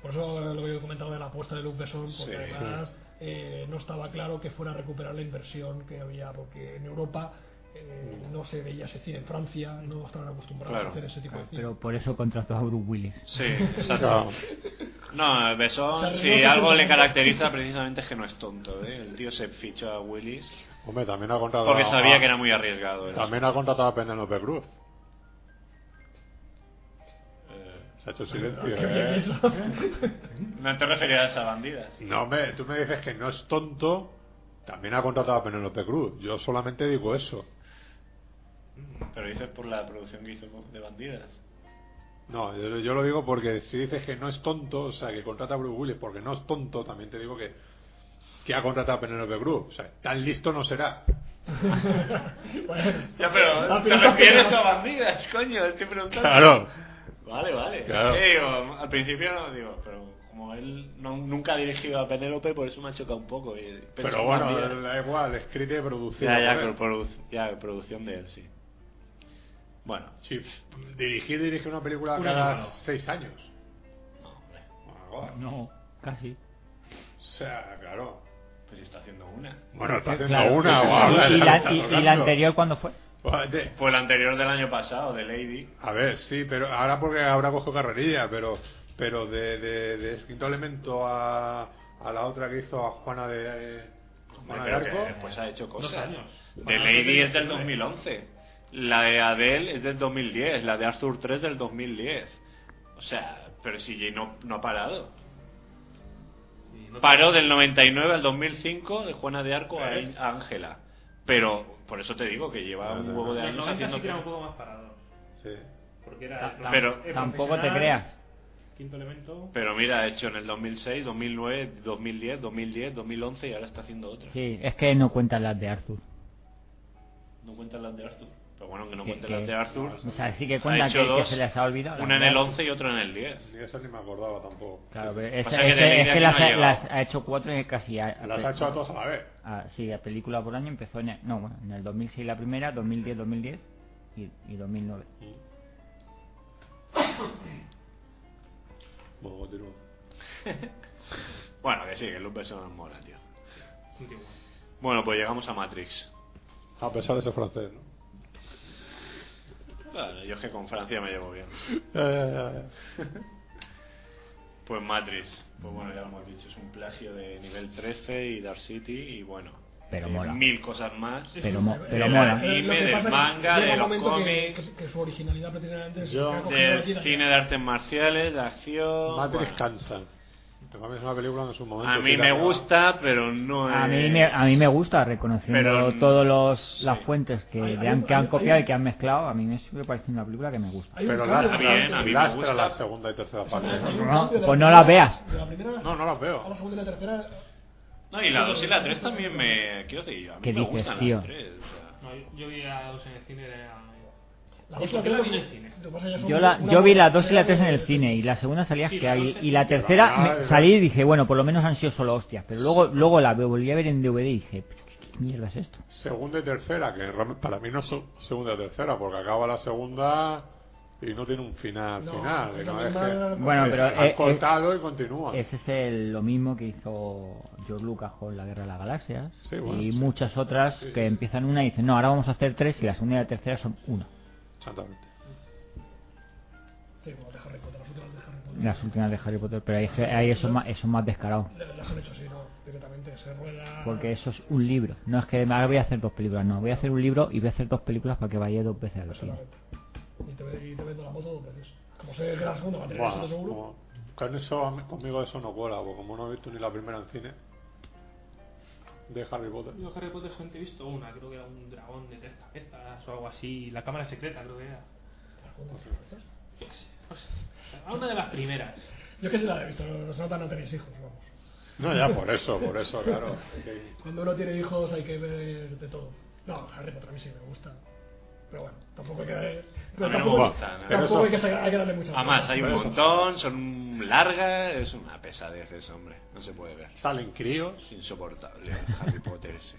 Speaker 5: Por eso eh, lo que yo he comentado de la apuesta de Luke Besson, porque
Speaker 3: Sí.
Speaker 5: además eh, no estaba claro que fuera a recuperar la inversión que había, porque en Europa eh, no se veía ese cine, en Francia no estaban acostumbrados
Speaker 2: Ah,
Speaker 3: Claro.
Speaker 5: a hacer ese tipo de cine.
Speaker 2: Pero por eso contrató a Bruce Willis.
Speaker 3: Sí, exacto.
Speaker 1: Claro.
Speaker 3: No, Besón,
Speaker 5: Se
Speaker 3: si
Speaker 5: arregló
Speaker 3: algo
Speaker 5: con-
Speaker 3: le caracteriza precisamente es que no es tonto. ¿eh? El tío se fichó a Willis
Speaker 1: Hombre, también ha contratado.
Speaker 3: porque
Speaker 1: a-
Speaker 3: sabía que era muy arriesgado. ¿eh?
Speaker 1: También ha contratado a Penélope Cruz.
Speaker 3: Eh,
Speaker 1: Se ha hecho silencio.
Speaker 5: Qué bien
Speaker 1: ¿eh?
Speaker 5: eso.
Speaker 3: No te referías a bandidas.
Speaker 1: No, hombre, tú me dices que no es tonto. También ha contratado a Penélope Cruz. Yo solamente digo eso.
Speaker 3: Pero dices por la producción que hizo con- de bandidas.
Speaker 1: No, yo, yo lo digo porque si dices que no es tonto, o sea, que contrata a Bruce Willis porque no es tonto, también te digo que, que ha contratado a Penélope Cruz. O sea, tan listo no será.
Speaker 5: Bueno,
Speaker 3: Ya, pero
Speaker 5: la
Speaker 3: te
Speaker 5: pelota
Speaker 3: refieres
Speaker 5: que-
Speaker 3: a bandidas, coño, estoy preguntando. Vale, vale.
Speaker 1: Claro.
Speaker 3: Es que digo, al principio no digo, pero como él no- nunca ha dirigido a Penélope, por eso me ha chocado un poco. y pensé
Speaker 1: Pero
Speaker 3: en
Speaker 1: bueno,
Speaker 3: Bandidas.
Speaker 1: da igual, escrita y producida.
Speaker 3: ya, ya,
Speaker 1: por él.
Speaker 3: con produ- ya, producción de él, sí. Bueno,
Speaker 1: Sí, dirigir, dirige una película
Speaker 6: Un
Speaker 1: cada
Speaker 6: año malo.
Speaker 1: seis años. No.
Speaker 2: No, casi.
Speaker 1: O sea, claro.
Speaker 3: pues está haciendo una.
Speaker 1: Bueno, está haciendo
Speaker 2: Claro.
Speaker 1: una. guau,
Speaker 2: y, y
Speaker 1: está
Speaker 2: la, y- y
Speaker 1: tocando.
Speaker 2: la anterior, ¿cuándo fue?
Speaker 1: Guau, Pues, de-
Speaker 3: Fue el anterior del año pasado, de Lady.
Speaker 1: A ver, sí, pero ahora porque habrá cogido carrerilla, pero pero de, de, de quinto elemento a, a la otra que hizo a Juana de Juana de
Speaker 3: Pero que
Speaker 1: Arco.
Speaker 3: después ha hecho cosas.
Speaker 6: Dos años.
Speaker 3: The
Speaker 6: Bueno,
Speaker 3: Lady
Speaker 6: desde
Speaker 3: es del
Speaker 6: 19.
Speaker 3: 2011. La de Adele es del 2010. La de Arthur 3 del 2010. O sea, pero si Jay no, no ha parado.
Speaker 6: Y no te-
Speaker 3: Paró del 99 al 2005 de Juana de Arco a
Speaker 6: ¿Ves?
Speaker 3: a Ángela. Pero por eso te digo que lleva
Speaker 1: No,
Speaker 3: un
Speaker 1: no,
Speaker 3: huevo
Speaker 1: no.
Speaker 3: de
Speaker 6: En los
Speaker 3: años haciendo.
Speaker 6: 90 sí que era un
Speaker 3: cosas.
Speaker 6: poco más parado.
Speaker 1: Sí.
Speaker 6: Porque era.
Speaker 3: tam- Pero-
Speaker 6: era
Speaker 2: Tampoco te
Speaker 6: profesional,
Speaker 2: creas.
Speaker 6: Quinto elemento.
Speaker 3: Pero mira, ha hecho en el 2006, 2009, 2010, 2010, 2011 y ahora está haciendo otra.
Speaker 2: Sí, es que no cuentan las de Arthur.
Speaker 3: No cuentan las de Arthur. Pero bueno, que no
Speaker 2: Que-
Speaker 3: cuenten
Speaker 2: que-
Speaker 3: las de Arthur.
Speaker 2: O sea, sí que
Speaker 3: ha
Speaker 2: cuentan
Speaker 3: hecho
Speaker 2: que, que
Speaker 3: dos,
Speaker 2: se les ha olvidado. las
Speaker 3: Una en
Speaker 2: de
Speaker 3: el
Speaker 2: Arthur.
Speaker 3: 11 y otra en el 10.
Speaker 1: Ni esa ni me acordaba tampoco.
Speaker 2: Claro, pero
Speaker 3: Pasa
Speaker 2: esa-
Speaker 3: que
Speaker 2: es
Speaker 3: de
Speaker 2: que,
Speaker 3: ley
Speaker 2: es
Speaker 3: de
Speaker 2: que
Speaker 3: aquí
Speaker 2: las,
Speaker 3: no ha
Speaker 2: ha-
Speaker 3: llegado.
Speaker 2: las ha hecho cuatro y casi. A,
Speaker 1: Las ha hecho a todas a la vez.
Speaker 2: Ah, sí, la película por año empezó en el, no, bueno, en el 2006 la primera, 2010, 2010 y, y 2009.
Speaker 1: Bueno, continúo.
Speaker 3: Bueno, que sí, que Luke Besson mola, tío.
Speaker 6: Último.
Speaker 3: Bueno, pues llegamos a Matrix.
Speaker 1: A pesar de ser francés, ¿no?
Speaker 3: Bueno, yo es que con Francia me llevo bien.
Speaker 1: Ya, ya, ya, ya.
Speaker 3: Pues Matrix. Pues bueno, ya lo hemos dicho, es un plagio de nivel 13 y Dark City y bueno.
Speaker 2: Pero
Speaker 3: eh,
Speaker 2: mola.
Speaker 3: Mil cosas más.
Speaker 2: Pero, mo- pero
Speaker 3: Del
Speaker 2: mola.
Speaker 3: anime,
Speaker 5: Eh, lo que
Speaker 3: del
Speaker 5: pasa es que
Speaker 3: manga,
Speaker 5: llega
Speaker 3: de
Speaker 5: un
Speaker 3: los
Speaker 5: momento que-
Speaker 3: cómics.
Speaker 5: Que, que su originalidad precisamente es
Speaker 1: Yo-
Speaker 5: que ha cogido aquí
Speaker 3: Del
Speaker 5: allá.
Speaker 3: cine de artes marciales, de acción.
Speaker 1: Matrix
Speaker 3: bueno.
Speaker 1: cansa. Te mames, es una película en su momento.
Speaker 3: A mí
Speaker 1: tira-
Speaker 3: me gusta, pero no
Speaker 2: A
Speaker 3: es-
Speaker 2: mí, me, a mí me gusta reconociendo
Speaker 3: Pues Pero-
Speaker 2: todas los las
Speaker 3: sí.
Speaker 2: fuentes que,
Speaker 5: Hay-
Speaker 2: le
Speaker 5: hay
Speaker 2: han,
Speaker 5: un-
Speaker 2: que han
Speaker 5: hay-
Speaker 2: copiado
Speaker 5: hay-
Speaker 2: y que han mezclado. A mí me sigue pareciendo una película que me gusta.
Speaker 5: Hay un
Speaker 1: Pero
Speaker 5: cambio
Speaker 1: lastra,
Speaker 5: de-
Speaker 3: bien, a mí me
Speaker 1: lastra la
Speaker 3: gusta.
Speaker 1: segunda y tercera parte.
Speaker 5: hay un
Speaker 2: No,
Speaker 5: cambio de
Speaker 2: pues no
Speaker 5: primera-
Speaker 2: la veas.
Speaker 5: de la primera
Speaker 1: No, no la
Speaker 5: a la
Speaker 1: veo.
Speaker 5: segunda y la tercera.
Speaker 3: No, y la 2 y la 3 también me. Quiero decir, a mí
Speaker 2: ¿Qué
Speaker 3: me
Speaker 2: dices,
Speaker 3: gustan
Speaker 2: tío?
Speaker 3: las 3.
Speaker 6: No, yo, yo vi a dos en el cine. Era...
Speaker 5: La
Speaker 6: ¿Y
Speaker 5: dos y
Speaker 6: por
Speaker 5: la
Speaker 6: qué
Speaker 5: tres
Speaker 6: la vi en
Speaker 5: lo-
Speaker 6: el cine?
Speaker 5: lo que pasa es que son
Speaker 2: Yo, la,
Speaker 5: una-
Speaker 2: yo vi la
Speaker 5: una-
Speaker 2: 2 y la 3 en el
Speaker 5: de-
Speaker 2: cine y la segunda salía
Speaker 6: Sí,
Speaker 2: que
Speaker 6: la
Speaker 2: ahí-
Speaker 6: dos
Speaker 2: y la
Speaker 6: en-
Speaker 2: tercera
Speaker 1: Ah,
Speaker 2: me- salí y dije, bueno, por lo menos han sido solo hostias. Pero luego luego la volví a ver en DVD y dije, ¿qué qué mierda es esto?
Speaker 1: Segunda y tercera, que realmente para mí no son segunda y tercera, porque acaba la segunda y no tiene un final
Speaker 5: No,
Speaker 1: final. que
Speaker 5: es
Speaker 1: no
Speaker 5: la
Speaker 1: es
Speaker 5: misma-
Speaker 1: que-
Speaker 2: Bueno,
Speaker 1: que
Speaker 2: pero,
Speaker 1: se han
Speaker 2: eh, eh,
Speaker 1: cortado y continúa.
Speaker 2: Ese es el- lo mismo que hizo George Lucas con La Guerra de las Galaxias
Speaker 1: Sí, bueno,
Speaker 2: y
Speaker 1: sí.
Speaker 2: muchas otras
Speaker 1: Sí, sí.
Speaker 2: que empiezan una y dicen, no, ahora vamos a hacer tres y la segunda y la tercera son una.
Speaker 1: Exactamente.
Speaker 5: Sí, como de Harry Potter, las últimas de Harry Potter.
Speaker 2: Las últimas de Harry Potter, pero ahí, es- ahí eso, es más, eso es más descarado.
Speaker 5: Le- Las han hecho así, ¿no? Directamente, se rueda.
Speaker 2: Porque eso es un libro. No es que ahora voy a hacer dos películas, no. Voy a hacer un libro y voy a hacer dos películas para que vaya dos veces al cine.
Speaker 5: Exactamente. Y te, ve- y te vendo la moto dos veces. Como sé que la segunda va a tener
Speaker 1: Bueno,
Speaker 5: éxito seguro.
Speaker 1: como- con eso, a mí- conmigo eso no cuela, porque como no he visto ni la primera en cine de Harry Potter.
Speaker 6: Yo Harry Potter solamente he visto una, creo que era un dragón de tres cabezas o algo así, la cámara secreta creo que era. Yo qué sé, no sé. Una de las primeras.
Speaker 5: Yo es que sí la he visto, no, no se nota no tenéis hijos, vamos.
Speaker 1: No, ya por eso, por eso, claro.
Speaker 5: Cuando uno tiene hijos hay que ver de todo. No, Harry Potter a mí sí me gusta. Pero bueno, tampoco hay que. pero
Speaker 3: A mí no
Speaker 5: tampoco,
Speaker 3: me gusta, nada.
Speaker 5: tampoco hay, que,
Speaker 1: Pero eso-
Speaker 5: sacar- hay que darle mucha
Speaker 3: Además, hay un
Speaker 1: Por eso.
Speaker 3: montón, son largas, es una pesadez eso, hombre. No se puede ver.
Speaker 1: Salen críos,
Speaker 3: Es insoportable el Harry Potter ese.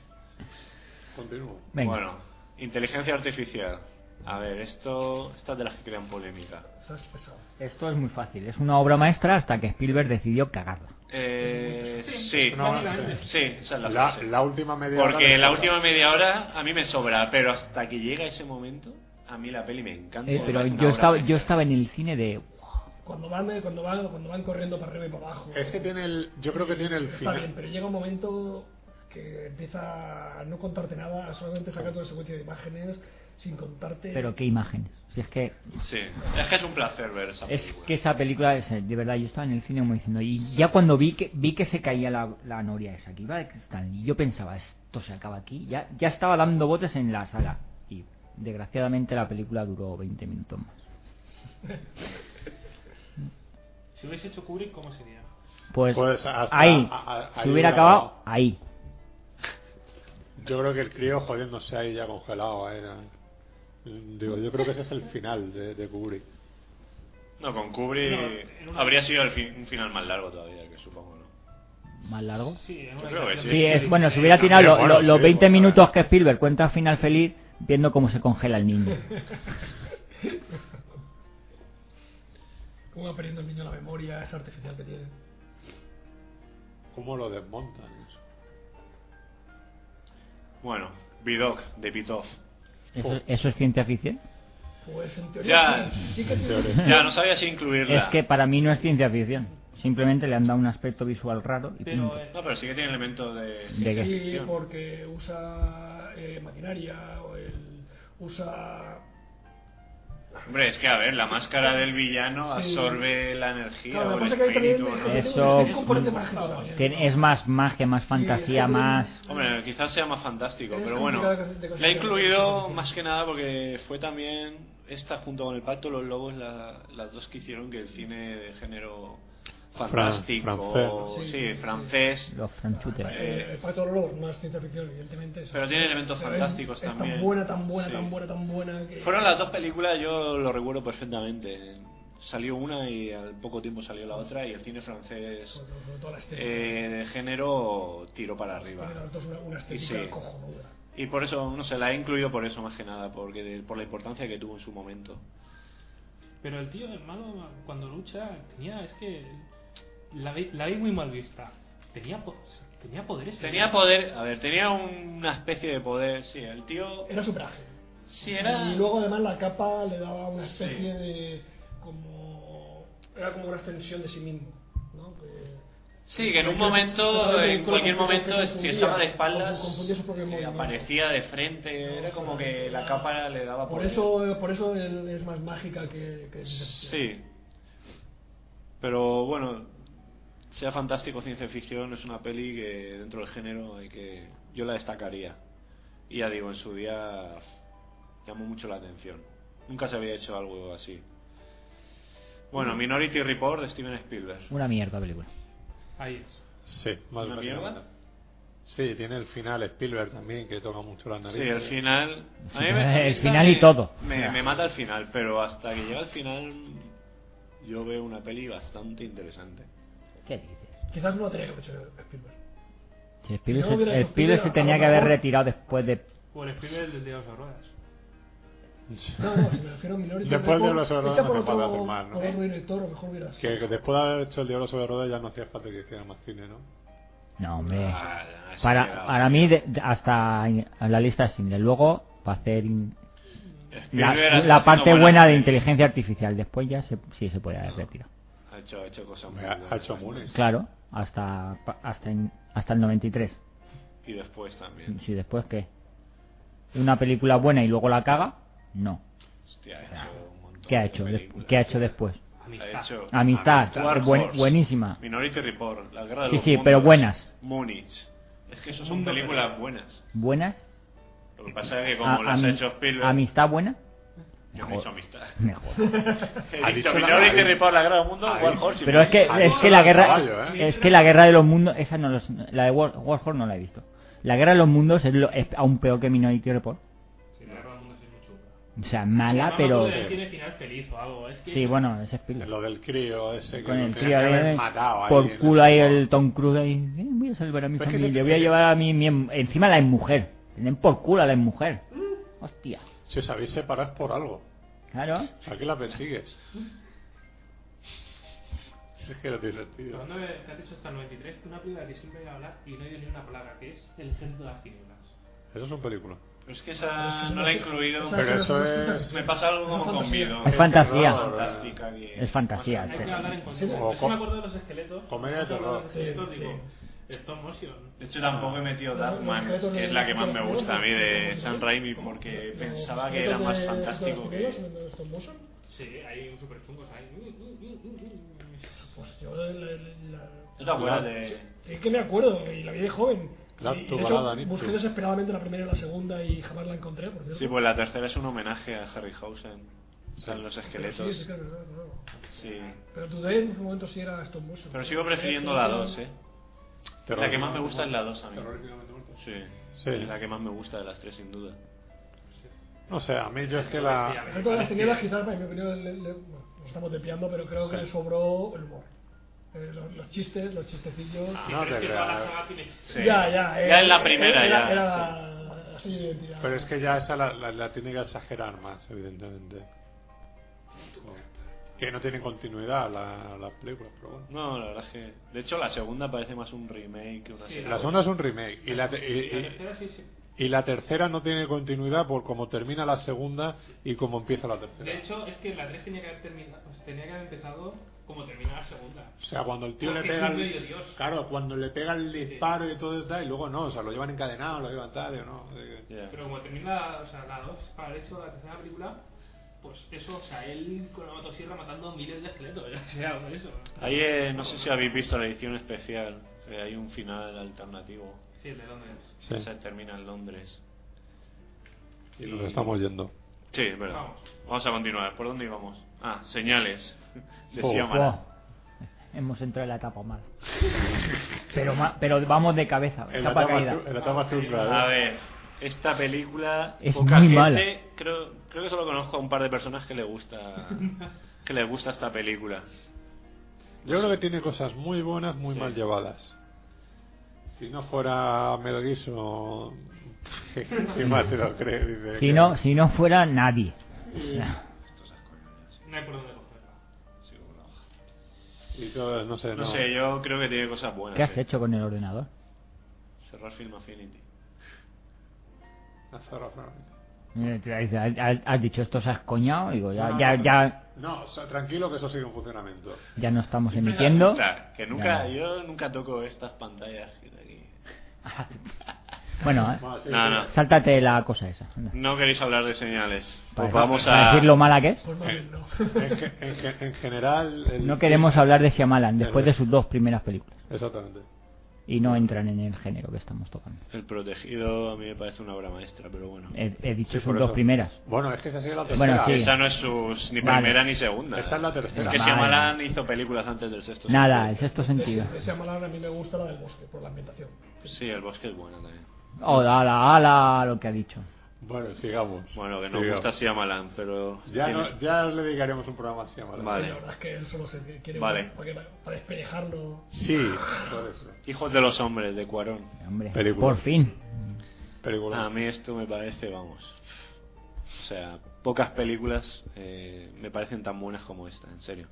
Speaker 1: continúo.
Speaker 2: Venga.
Speaker 3: Bueno, inteligencia artificial. A ver, esto, esta es de las que crean polémica.
Speaker 5: Eso es pesado.
Speaker 2: Esto es muy fácil. Es una obra maestra hasta que Spielberg decidió cagarla.
Speaker 3: Eh, sí,
Speaker 1: Es una buena-
Speaker 3: sí, esa es la,
Speaker 1: La,
Speaker 3: frase.
Speaker 1: la última media hora
Speaker 3: Porque
Speaker 1: les
Speaker 3: la
Speaker 1: sobra.
Speaker 3: última media hora a mí me sobra, pero hasta que llega ese momento, a mí la peli me encanta.
Speaker 2: Eh, pero
Speaker 3: me
Speaker 1: Pues
Speaker 3: parece una
Speaker 2: yo
Speaker 3: obra
Speaker 2: estaba,
Speaker 3: maestra.
Speaker 2: yo estaba en el cine de... "Wow,
Speaker 5: Cuando van, eh, cuando van, cuando van corriendo para arriba y para abajo. eh,
Speaker 1: Es que tiene el. Yo creo que tiene el
Speaker 5: Está bien,
Speaker 1: final.
Speaker 5: pero llega un momento que empieza a no contarte nada, a solamente sacarte una secuencia de imágenes sin contarte.
Speaker 2: Pero qué imágenes. Si es que
Speaker 3: Sí, es que es un placer ver esa
Speaker 2: es
Speaker 3: película.
Speaker 2: que esa película es, eh, de verdad yo estaba en el cine como diciendo y ya cuando vi que vi que se caía la, la noria esa que iba de cristal y yo pensaba esto se acaba aquí ya ya estaba dando botes en la sala y desgraciadamente la película duró 20 minutos más
Speaker 6: Si hubiese hecho Kubrick, ¿cómo sería?
Speaker 2: pues,
Speaker 1: Pues hasta-
Speaker 2: ahí
Speaker 1: a- a-
Speaker 2: si
Speaker 1: ahí
Speaker 2: hubiera
Speaker 1: hubiera
Speaker 2: acabado
Speaker 1: acabado.
Speaker 2: ahí
Speaker 1: Yo creo que el crío jodiéndose ahí ya congelado. eh, eh. Digo, yo creo que ese es el final de, de Kubrick.
Speaker 3: No, con Kubrick
Speaker 6: No, en una-
Speaker 3: habría sido el fi- un final más largo todavía, que supongo, ¿no?
Speaker 2: más largo
Speaker 6: Sí, en una
Speaker 3: Yo creo que
Speaker 6: habitación.
Speaker 3: sí.
Speaker 2: Sí, es, bueno, si hubiera
Speaker 3: Sí,
Speaker 2: tirado lo-
Speaker 1: bueno,
Speaker 2: lo- los
Speaker 1: sí,
Speaker 2: 20
Speaker 1: bueno,
Speaker 2: minutos
Speaker 1: bueno.
Speaker 2: que Spielberg cuenta final feliz viendo cómo se congela el niño.
Speaker 5: Cómo va perdiendo el niño la memoria, esa artificial que tiene.
Speaker 1: ¿Cómo lo desmontan eso?
Speaker 3: Bueno, Vidok, de Pitov.
Speaker 2: ¿Eso, eso es ciencia ficción?
Speaker 5: Pues en teoría
Speaker 3: Ya.
Speaker 5: sí, sí que sí.
Speaker 3: Ya, no sabía si incluirla.
Speaker 2: Es que para mí no es ciencia ficción. Simplemente le han dado un aspecto visual raro y punto.
Speaker 6: Pero eh,
Speaker 3: No, pero sí que tiene elementos de...
Speaker 2: ¿De qué?
Speaker 5: Sí, porque usa eh, maquinaria, o el- usa...
Speaker 3: Hombre, es que a ver, la máscara del villano
Speaker 5: Sí.
Speaker 3: absorbe la energía
Speaker 5: Claro, lo
Speaker 3: o
Speaker 5: que
Speaker 3: el
Speaker 5: pasa es que ahí
Speaker 3: espíritu,
Speaker 5: también
Speaker 3: ¿no?
Speaker 5: eh,
Speaker 2: Eso-
Speaker 5: tiene un componente mágico también.
Speaker 2: Que es más magia, más fantasía,
Speaker 5: Sí,
Speaker 2: más...
Speaker 3: Hombre, quizás sea más fantástico,
Speaker 5: Es
Speaker 3: pero bueno,
Speaker 5: complicado de conseguir.
Speaker 3: la he incluido más que nada porque fue también esta junto con el Pacto de los Lobos la- las dos que hicieron que el cine de género fantástico,
Speaker 5: francés.
Speaker 3: sí, francés,
Speaker 2: Los franchutes.
Speaker 5: Eh, el Pacto de los Lobos no es ciencia ficción, evidentemente. eso
Speaker 3: Pero
Speaker 5: es-
Speaker 3: tiene elementos
Speaker 5: pero es-
Speaker 3: fantásticos
Speaker 5: es
Speaker 3: también.
Speaker 5: tan buena, tan buena,
Speaker 3: Sí.
Speaker 5: tan buena, tan buena. Que...
Speaker 3: Fueron las dos películas, yo lo recuerdo perfectamente. Salió una y al poco tiempo salió la otra y el cine francés
Speaker 5: Sobre- sobre todo la estética.
Speaker 3: eh, de género tiró para
Speaker 5: Tiene
Speaker 3: arriba.
Speaker 5: las dos una, una estética
Speaker 3: Sí.
Speaker 5: cojonuda.
Speaker 3: Y por eso, no sé, la he incluido por eso más que nada, porque de- por la importancia que tuvo en su momento.
Speaker 6: Pero el tío, hermano, cuando lucha, tenía, es que la vi, la vi muy mal vista. Tenía, po- tenía poderes.
Speaker 3: Tenía poder, a ver, tenía una especie de poder, sí, el tío...
Speaker 5: Era su traje.
Speaker 3: Sí, era...
Speaker 5: Y luego además la capa le daba una especie de como era como una extensión de sí mismo, ¿no? Que-
Speaker 3: Sí, que en un
Speaker 5: que- que
Speaker 3: momento,
Speaker 5: la
Speaker 3: en
Speaker 5: película
Speaker 3: cualquier
Speaker 5: que-
Speaker 3: momento,
Speaker 5: que
Speaker 3: si
Speaker 5: confundía,
Speaker 3: estaba de espaldas,
Speaker 5: o confundía sus propios
Speaker 3: eh,
Speaker 5: movimientos.
Speaker 3: aparecía de frente, era como que la capa le daba
Speaker 5: por
Speaker 3: él.
Speaker 5: eso por eso él es más mágica que, que
Speaker 3: Sí. Pero bueno, sea fantástico ciencia ficción, es una peli que dentro del género hay que yo la destacaría. Y ya digo, en su día llamó mucho la atención. Nunca se había hecho algo así.
Speaker 2: Mm.
Speaker 3: Bueno, Minority Report de Steven Spielberg.
Speaker 2: Una mierda película.
Speaker 6: Ahí es.
Speaker 1: Sí, más
Speaker 3: ¿Una
Speaker 1: o menos.
Speaker 3: mierda?
Speaker 1: Sí, tiene el final Spielberg también, que toca mucho las
Speaker 3: Sí,
Speaker 1: narices.
Speaker 3: el final. a mí
Speaker 2: El
Speaker 3: esta
Speaker 2: final y
Speaker 3: me-
Speaker 2: todo.
Speaker 3: Me, me mata el final, pero hasta que llega el final, yo veo una peli bastante interesante.
Speaker 2: ¿Qué dices?
Speaker 5: Quizás no lo tenía que haber hecho Spielberg.
Speaker 2: Si Spielberg,
Speaker 5: Si no hubiera
Speaker 2: se, eh,
Speaker 5: hecho
Speaker 2: Spielberg se
Speaker 5: Spielberg, a
Speaker 2: tenía
Speaker 5: lo
Speaker 2: que haber
Speaker 5: mejor-
Speaker 2: retirado después de...
Speaker 6: O el Spielberg del de las ruedas.
Speaker 5: No, no, si me refiero a Minority
Speaker 1: Después de
Speaker 5: Report,
Speaker 1: los errores
Speaker 5: hecha
Speaker 1: no
Speaker 5: por
Speaker 1: hace
Speaker 5: otro-
Speaker 1: falta hacer más, ¿no?
Speaker 5: por otro director, a lo mejor hubiera
Speaker 1: Que, que después de haber hecho el Diablo sobre Ruedas ya no hacía falta que hiciera más cine, ¿no?
Speaker 2: No, hombre.
Speaker 3: Ah, es
Speaker 2: Para,
Speaker 3: exagerado.
Speaker 2: para mí, de- de- hasta en la lista de Schindler. Luego, para hacer in- la,
Speaker 3: Spielberg
Speaker 2: la
Speaker 3: ha estado haciendo
Speaker 2: parte buena de
Speaker 3: peli.
Speaker 2: inteligencia artificial. Después ya se, sí se puede haber retirado.
Speaker 3: Ha hecho, ha hecho cosas muy
Speaker 1: Ha- ha
Speaker 3: buenas.
Speaker 1: hecho Moonies.
Speaker 2: Claro, hasta pa- hasta en- hasta el 93.
Speaker 3: Y después también.
Speaker 2: Si después qué? Una película buena y luego la caga? No.
Speaker 3: Hostia, ha hecho un montón
Speaker 2: ¿Qué ha
Speaker 3: de
Speaker 2: hecho? de-
Speaker 3: películas.
Speaker 2: ¿Qué ha hecho después?
Speaker 3: Ha hecho
Speaker 2: Amistad,
Speaker 3: War
Speaker 2: buen-
Speaker 3: Horse,
Speaker 2: buenísima.
Speaker 3: Minority Report, La Guerra de
Speaker 2: Sí,
Speaker 3: los
Speaker 2: sí,
Speaker 3: Mundos,
Speaker 2: pero buenas.
Speaker 3: Múnich. Es que eso son
Speaker 6: Mundo
Speaker 3: películas
Speaker 6: Perdido.
Speaker 3: buenas.
Speaker 2: ¿Buenas?
Speaker 3: Lo que pasa es que como
Speaker 2: A-
Speaker 3: las ha
Speaker 2: ami-
Speaker 3: hecho Spielberg...
Speaker 2: ¿Amistad buena?
Speaker 3: Yo no he dicho amistad.
Speaker 2: Mejor.
Speaker 1: Ha
Speaker 3: He dicho
Speaker 1: dicho la-
Speaker 3: Minority
Speaker 1: ha-
Speaker 3: Report, La Guerra de los Mundos,
Speaker 1: ha-
Speaker 3: War Horse y
Speaker 2: Pero es que,
Speaker 3: Múnich.
Speaker 2: es que la guerra
Speaker 1: Caballo, ¿eh?
Speaker 2: es que la guerra de los mundos, esa no los, la de War, Warhorse no la he visto. La guerra de los mundos es, lo- es aún peor que Minority Report.
Speaker 6: Sí, la verdad, no sé mucho.
Speaker 2: O sea, mala,
Speaker 6: Mamá
Speaker 2: pero
Speaker 6: Mía Tiene final feliz o algo. Es que
Speaker 2: sí, bueno, es Spielberg.
Speaker 1: Lo del crío ese que
Speaker 2: con
Speaker 1: lo
Speaker 2: el
Speaker 1: tenía
Speaker 2: tío
Speaker 1: que haber
Speaker 2: ahí,
Speaker 1: matado ahí
Speaker 2: por
Speaker 1: en
Speaker 2: culo ahí
Speaker 1: ese
Speaker 2: el Tom Cruise ahí, "Eh, voy a salvar a mi
Speaker 1: Pero es que
Speaker 2: familia,
Speaker 1: se-
Speaker 2: voy a
Speaker 1: se-
Speaker 2: llevar a mi, mi em- encima la mujer, tienen por culo a la mujer,
Speaker 1: Mm.
Speaker 2: hostia,
Speaker 1: Si os habéis separado es por algo.
Speaker 2: claro,
Speaker 1: ¿A qué la persigues? Si es que no tiene
Speaker 6: Pero
Speaker 1: sentido.
Speaker 6: hablando de- que has dicho hasta el 93, una película que siempre voy a hablar y no he oído ni una palabra, que es El ejército de las tinieblas.
Speaker 1: Eso es un película.
Speaker 3: Pero es que esa Ah, no la he incluido.
Speaker 1: Pero eso es.
Speaker 3: Me pasa algo como con Mido.
Speaker 2: Es fantasía.
Speaker 3: Fantástica, que-
Speaker 2: Es fantasía.
Speaker 6: Hay que hablar en
Speaker 1: Sí,
Speaker 6: contexto.
Speaker 1: como
Speaker 6: Es que
Speaker 1: co-
Speaker 6: me acuerdo de los esqueletos.
Speaker 1: comedia de terror.
Speaker 6: Los esqueletos,
Speaker 5: Sí,
Speaker 6: digo, stop motion.
Speaker 3: De hecho, tampoco he metido Darkman, que es la que más me gusta a mí de San Raimi, porque pensaba que era más fantástico que.
Speaker 6: Sí, hay un super chungos ahí. Mm,
Speaker 5: Pues yo la- la- la-
Speaker 3: ¿Tú te acuerdas de.?
Speaker 5: Sí que me acuerdo, y la vi de joven.
Speaker 1: Claro,
Speaker 5: Y,
Speaker 1: tu
Speaker 5: de hecho,
Speaker 1: balada, Nietzsche.
Speaker 5: busqué desesperadamente la primera y la segunda y jamás la encontré, por cierto.
Speaker 3: Sí, pues la tercera es un homenaje a Harryhausen. O sea,
Speaker 1: Sí.
Speaker 3: los
Speaker 5: Sí, sí,
Speaker 3: esqueletos.
Speaker 5: que es verdad, claro.
Speaker 3: Sí.
Speaker 5: Pero Today en un momento sí era stop motion.
Speaker 3: Pero sigo prefiriendo la 2, ¿eh? La que más me gusta es la 2 a mí.
Speaker 6: terroríficamente muerto.
Speaker 3: Sí.
Speaker 1: Sí.
Speaker 3: Es la que más me gusta de las tres, sin duda.
Speaker 1: No sé, a mí yo es que la.
Speaker 5: Pero todas las tinieblas quizás, en mi opinión, le- le- bueno, nos estamos depiando, pero creo que
Speaker 3: Sí.
Speaker 5: le sobró el humor. Eh, los, los chistes, los chistecillos.
Speaker 3: Ah,
Speaker 1: No
Speaker 6: Pero es
Speaker 1: te
Speaker 6: que toda la
Speaker 1: creas.
Speaker 6: saga tiene-
Speaker 3: Sí.
Speaker 5: Ya, ya. eh,
Speaker 3: Ya en la
Speaker 5: eh,
Speaker 3: primera, ya. sí.
Speaker 5: era- Era la seña de identidad.
Speaker 1: Pero es que ya esa la, la, la tiene que exagerar más, evidentemente. Que no tiene continuidad la, la película, pero bueno.
Speaker 3: No, la verdad es que. De hecho, la segunda parece más un remake que una
Speaker 6: Sí,
Speaker 3: serie.
Speaker 1: La segunda es un remake y la, te-
Speaker 6: La
Speaker 1: y-
Speaker 6: tercera sí, sí.
Speaker 1: y- y la tercera no tiene continuidad por cómo termina la segunda y cómo empieza la
Speaker 6: De
Speaker 1: tercera.
Speaker 6: hecho, es que la 3 tenía que haber terminado, pues, tenía que haber empezado como terminaba la segunda.
Speaker 1: O sea, cuando el tío le
Speaker 6: Porque es
Speaker 1: pega
Speaker 6: un
Speaker 1: el-
Speaker 6: medio dios.
Speaker 1: claro, cuando le pega el disparo y todo está y luego no, o sea, lo llevan encadenado, lo llevan tal, digo, no. eh,
Speaker 3: Ya.
Speaker 6: Pero como termina, o sea, la 2, para el hecho de la tercera película, pues eso, o sea, él con la motosierra matando miles de esqueletos, ya sea, por eso.
Speaker 3: Ahí, eh, no sé si habéis visto la edición especial. eh, hay un final alternativo.
Speaker 6: Sí, el de Londres.
Speaker 1: Sí.
Speaker 3: que Se termina en Londres.
Speaker 1: Y nos estamos yendo.
Speaker 3: Sí, es verdad.
Speaker 6: Vamos.
Speaker 3: Vamos a continuar. ¿Por dónde íbamos? Ah, señales. De
Speaker 1: Oh,
Speaker 3: Shyamalan.
Speaker 2: Hemos entrado en la etapa mala. Pero, ma- pero vamos de cabeza,
Speaker 1: En la
Speaker 2: capa
Speaker 1: etapa,
Speaker 2: caída.
Speaker 1: chu- en la etapa chunga,
Speaker 3: A
Speaker 1: ¿eh?
Speaker 3: ver, esta película
Speaker 2: Es
Speaker 3: poca
Speaker 2: muy
Speaker 3: gente,
Speaker 2: mala.
Speaker 3: creo creo que solo conozco a un par de personas que le gusta que les gusta esta película.
Speaker 1: Yo creo que tiene cosas muy buenas, muy
Speaker 3: Sí.
Speaker 1: mal llevadas. Si no fuera Mel Gibson, ¿qué más te lo crees? Dice
Speaker 2: Si
Speaker 1: que-
Speaker 2: no, si no fuera nadie.
Speaker 6: No hay por dónde cogerla.
Speaker 1: Y todo, no sé,
Speaker 3: No,
Speaker 1: no.
Speaker 3: sé, yo creo que tiene cosas
Speaker 1: Ah,
Speaker 3: buenas.
Speaker 2: ¿Qué has
Speaker 3: eh.
Speaker 2: hecho con el ordenador?
Speaker 3: Cerrar Film Affinity.
Speaker 1: Ah, zorro, zorro.
Speaker 2: Eh, te- Has has dicho esto se has coñado, digo, ya,
Speaker 1: No,
Speaker 2: ya,
Speaker 1: no,
Speaker 2: ya,
Speaker 1: No, o sea, tranquilo que eso sigue en funcionamiento.
Speaker 2: ya no estamos
Speaker 3: Siempre me
Speaker 2: emitiendo.
Speaker 3: asusta, Que nunca,
Speaker 2: Ya.
Speaker 3: yo nunca toco estas pantallas que de aquí.
Speaker 2: Bueno, eh,
Speaker 1: Bueno, sí,
Speaker 3: No,
Speaker 1: sí.
Speaker 3: no.
Speaker 2: sáltate la cosa esa. anda.
Speaker 3: No queréis hablar de señales.
Speaker 2: Para-
Speaker 3: Pues vamos
Speaker 2: para
Speaker 3: a.
Speaker 2: decir lo mala que es.
Speaker 1: Eh,
Speaker 5: Pues más bien, no.
Speaker 1: En, ge- en ge- en general. el-
Speaker 2: No queremos hablar de Shyamalan después de
Speaker 1: Pero-
Speaker 2: sus dos primeras películas.
Speaker 1: Exactamente.
Speaker 2: Y no entran en el género que estamos tocando.
Speaker 3: El protegido a mí me parece una obra maestra, pero bueno.
Speaker 2: He, he dicho
Speaker 1: Sí,
Speaker 2: sus
Speaker 1: por
Speaker 2: dos
Speaker 1: eso.
Speaker 2: primeras.
Speaker 1: Bueno, es que esa sigue la
Speaker 2: Eh, Bueno,
Speaker 1: tercera.
Speaker 2: sí.
Speaker 3: Esa no es sus ni
Speaker 2: Vale.
Speaker 3: primera ni segunda.
Speaker 1: Esa es la tercera.
Speaker 3: Es que
Speaker 2: Vale.
Speaker 3: Shyamalan hizo películas antes del sexto.
Speaker 2: Nada, el
Speaker 3: sentido.
Speaker 2: sexto sentido.
Speaker 5: De esa manera a mí me gusta la del bosque, por la ambientación.
Speaker 3: Sí, el bosque es buena también.
Speaker 2: Oh, ala, ala, lo que ha dicho.
Speaker 1: Bueno, sigamos.
Speaker 3: Bueno, que nos
Speaker 1: Sigamos.
Speaker 3: gusta Shyamalan, pero...
Speaker 1: Ya,
Speaker 3: tiene-
Speaker 1: no- ya le dedicaremos un programa así a Mala.
Speaker 3: Vale.
Speaker 5: Sí, la verdad es que él solo se quiere
Speaker 3: Vale.
Speaker 5: para, que- para desperejarlo.
Speaker 1: Sí, por eso.
Speaker 3: Hijos de los hombres, de Cuarón.
Speaker 2: Hombre,
Speaker 1: Película.
Speaker 2: por fin.
Speaker 1: Película.
Speaker 3: A mí esto me parece, vamos... O sea, pocas películas eh, me parecen tan buenas como esta, en serio.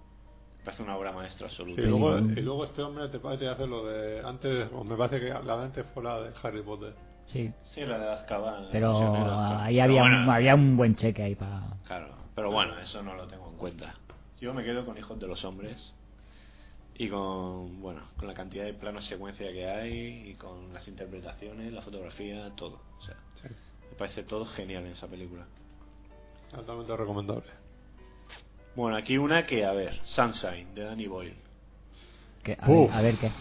Speaker 3: Me parece una obra maestra
Speaker 1: Sí,
Speaker 3: absoluta.
Speaker 1: y, luego, y luego este hombre te parece hacer lo de antes, o me parece que la de antes fue la de Harry Potter.
Speaker 2: Sí.
Speaker 3: Sí, la de Azkaban. la
Speaker 2: Pero
Speaker 3: prisionera de Azkaban.
Speaker 2: ahí
Speaker 3: Pero
Speaker 2: había,
Speaker 3: bueno,
Speaker 2: un- había un buen cheque ahí para...
Speaker 3: Claro, pero bueno, eso no lo tengo en cuenta. Yo me quedo con Hijos de los Hombres y con, bueno, con la cantidad de planos secuencia que hay y con las interpretaciones, la fotografía, todo. O sea,
Speaker 1: Sí.
Speaker 3: me parece todo genial en esa película.
Speaker 1: Altamente recomendable.
Speaker 3: Bueno, aquí una que, a ver, Sunshine, de Danny Boyle.
Speaker 2: que- a,
Speaker 1: Uf.
Speaker 2: ver, a ver qué.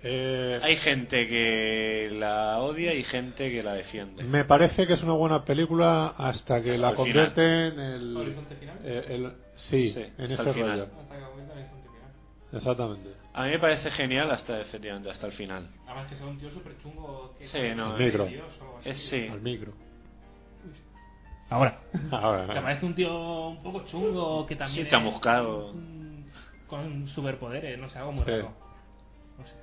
Speaker 1: Eh,
Speaker 3: Hay gente que la odia y gente que la defiende.
Speaker 1: me parece que es una buena película hasta que la
Speaker 3: el
Speaker 1: convierten en el,
Speaker 6: ¿Horizonte final?
Speaker 1: eh, el- sí,
Speaker 3: Sí,
Speaker 1: en
Speaker 3: hasta
Speaker 1: ese
Speaker 3: el final.
Speaker 1: rollo.
Speaker 6: Hasta que aumenta el horizonte final.
Speaker 1: Exactamente.
Speaker 3: A mí me parece genial hasta, efectivamente, hasta el final.
Speaker 6: Además que sea un tío súper chungo. que-
Speaker 3: Sí, no,
Speaker 6: que-
Speaker 1: negro.
Speaker 6: Dios o algo así.
Speaker 3: Es sí.
Speaker 1: Al micro.
Speaker 2: Ahora.
Speaker 6: Que
Speaker 1: Ahora,
Speaker 6: parece un tío un poco chungo que también.
Speaker 3: Sí,
Speaker 6: es
Speaker 3: chamuscado.
Speaker 6: un- Con superpoderes, no sé, algo muy
Speaker 1: Sí.
Speaker 6: raro. No sé.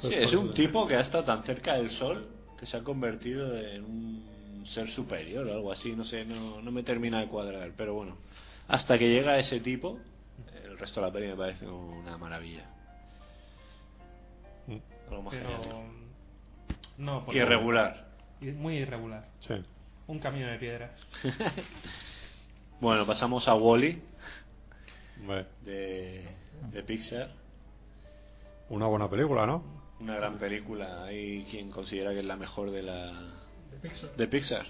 Speaker 1: pues
Speaker 3: Sí, es un tipo que ha estado tan cerca del sol que se ha convertido en un ser superior o algo así, no sé, no, no me termina de cuadrar, pero bueno, hasta que llega ese tipo, el resto de la peli me parece una maravilla.
Speaker 1: Mm.
Speaker 3: Algo más
Speaker 6: Pero.
Speaker 3: genial.
Speaker 6: No, porque-
Speaker 3: Irregular.
Speaker 6: Muy irregular.
Speaker 1: Sí.
Speaker 6: un camino de piedras.
Speaker 3: Bueno, pasamos a Wally
Speaker 1: Vale.
Speaker 3: de, de Pixar.
Speaker 1: Una buena película, ¿no?
Speaker 3: Una gran película. Hay quien considera que es la mejor de la
Speaker 5: de Pixar.
Speaker 3: de Pixar.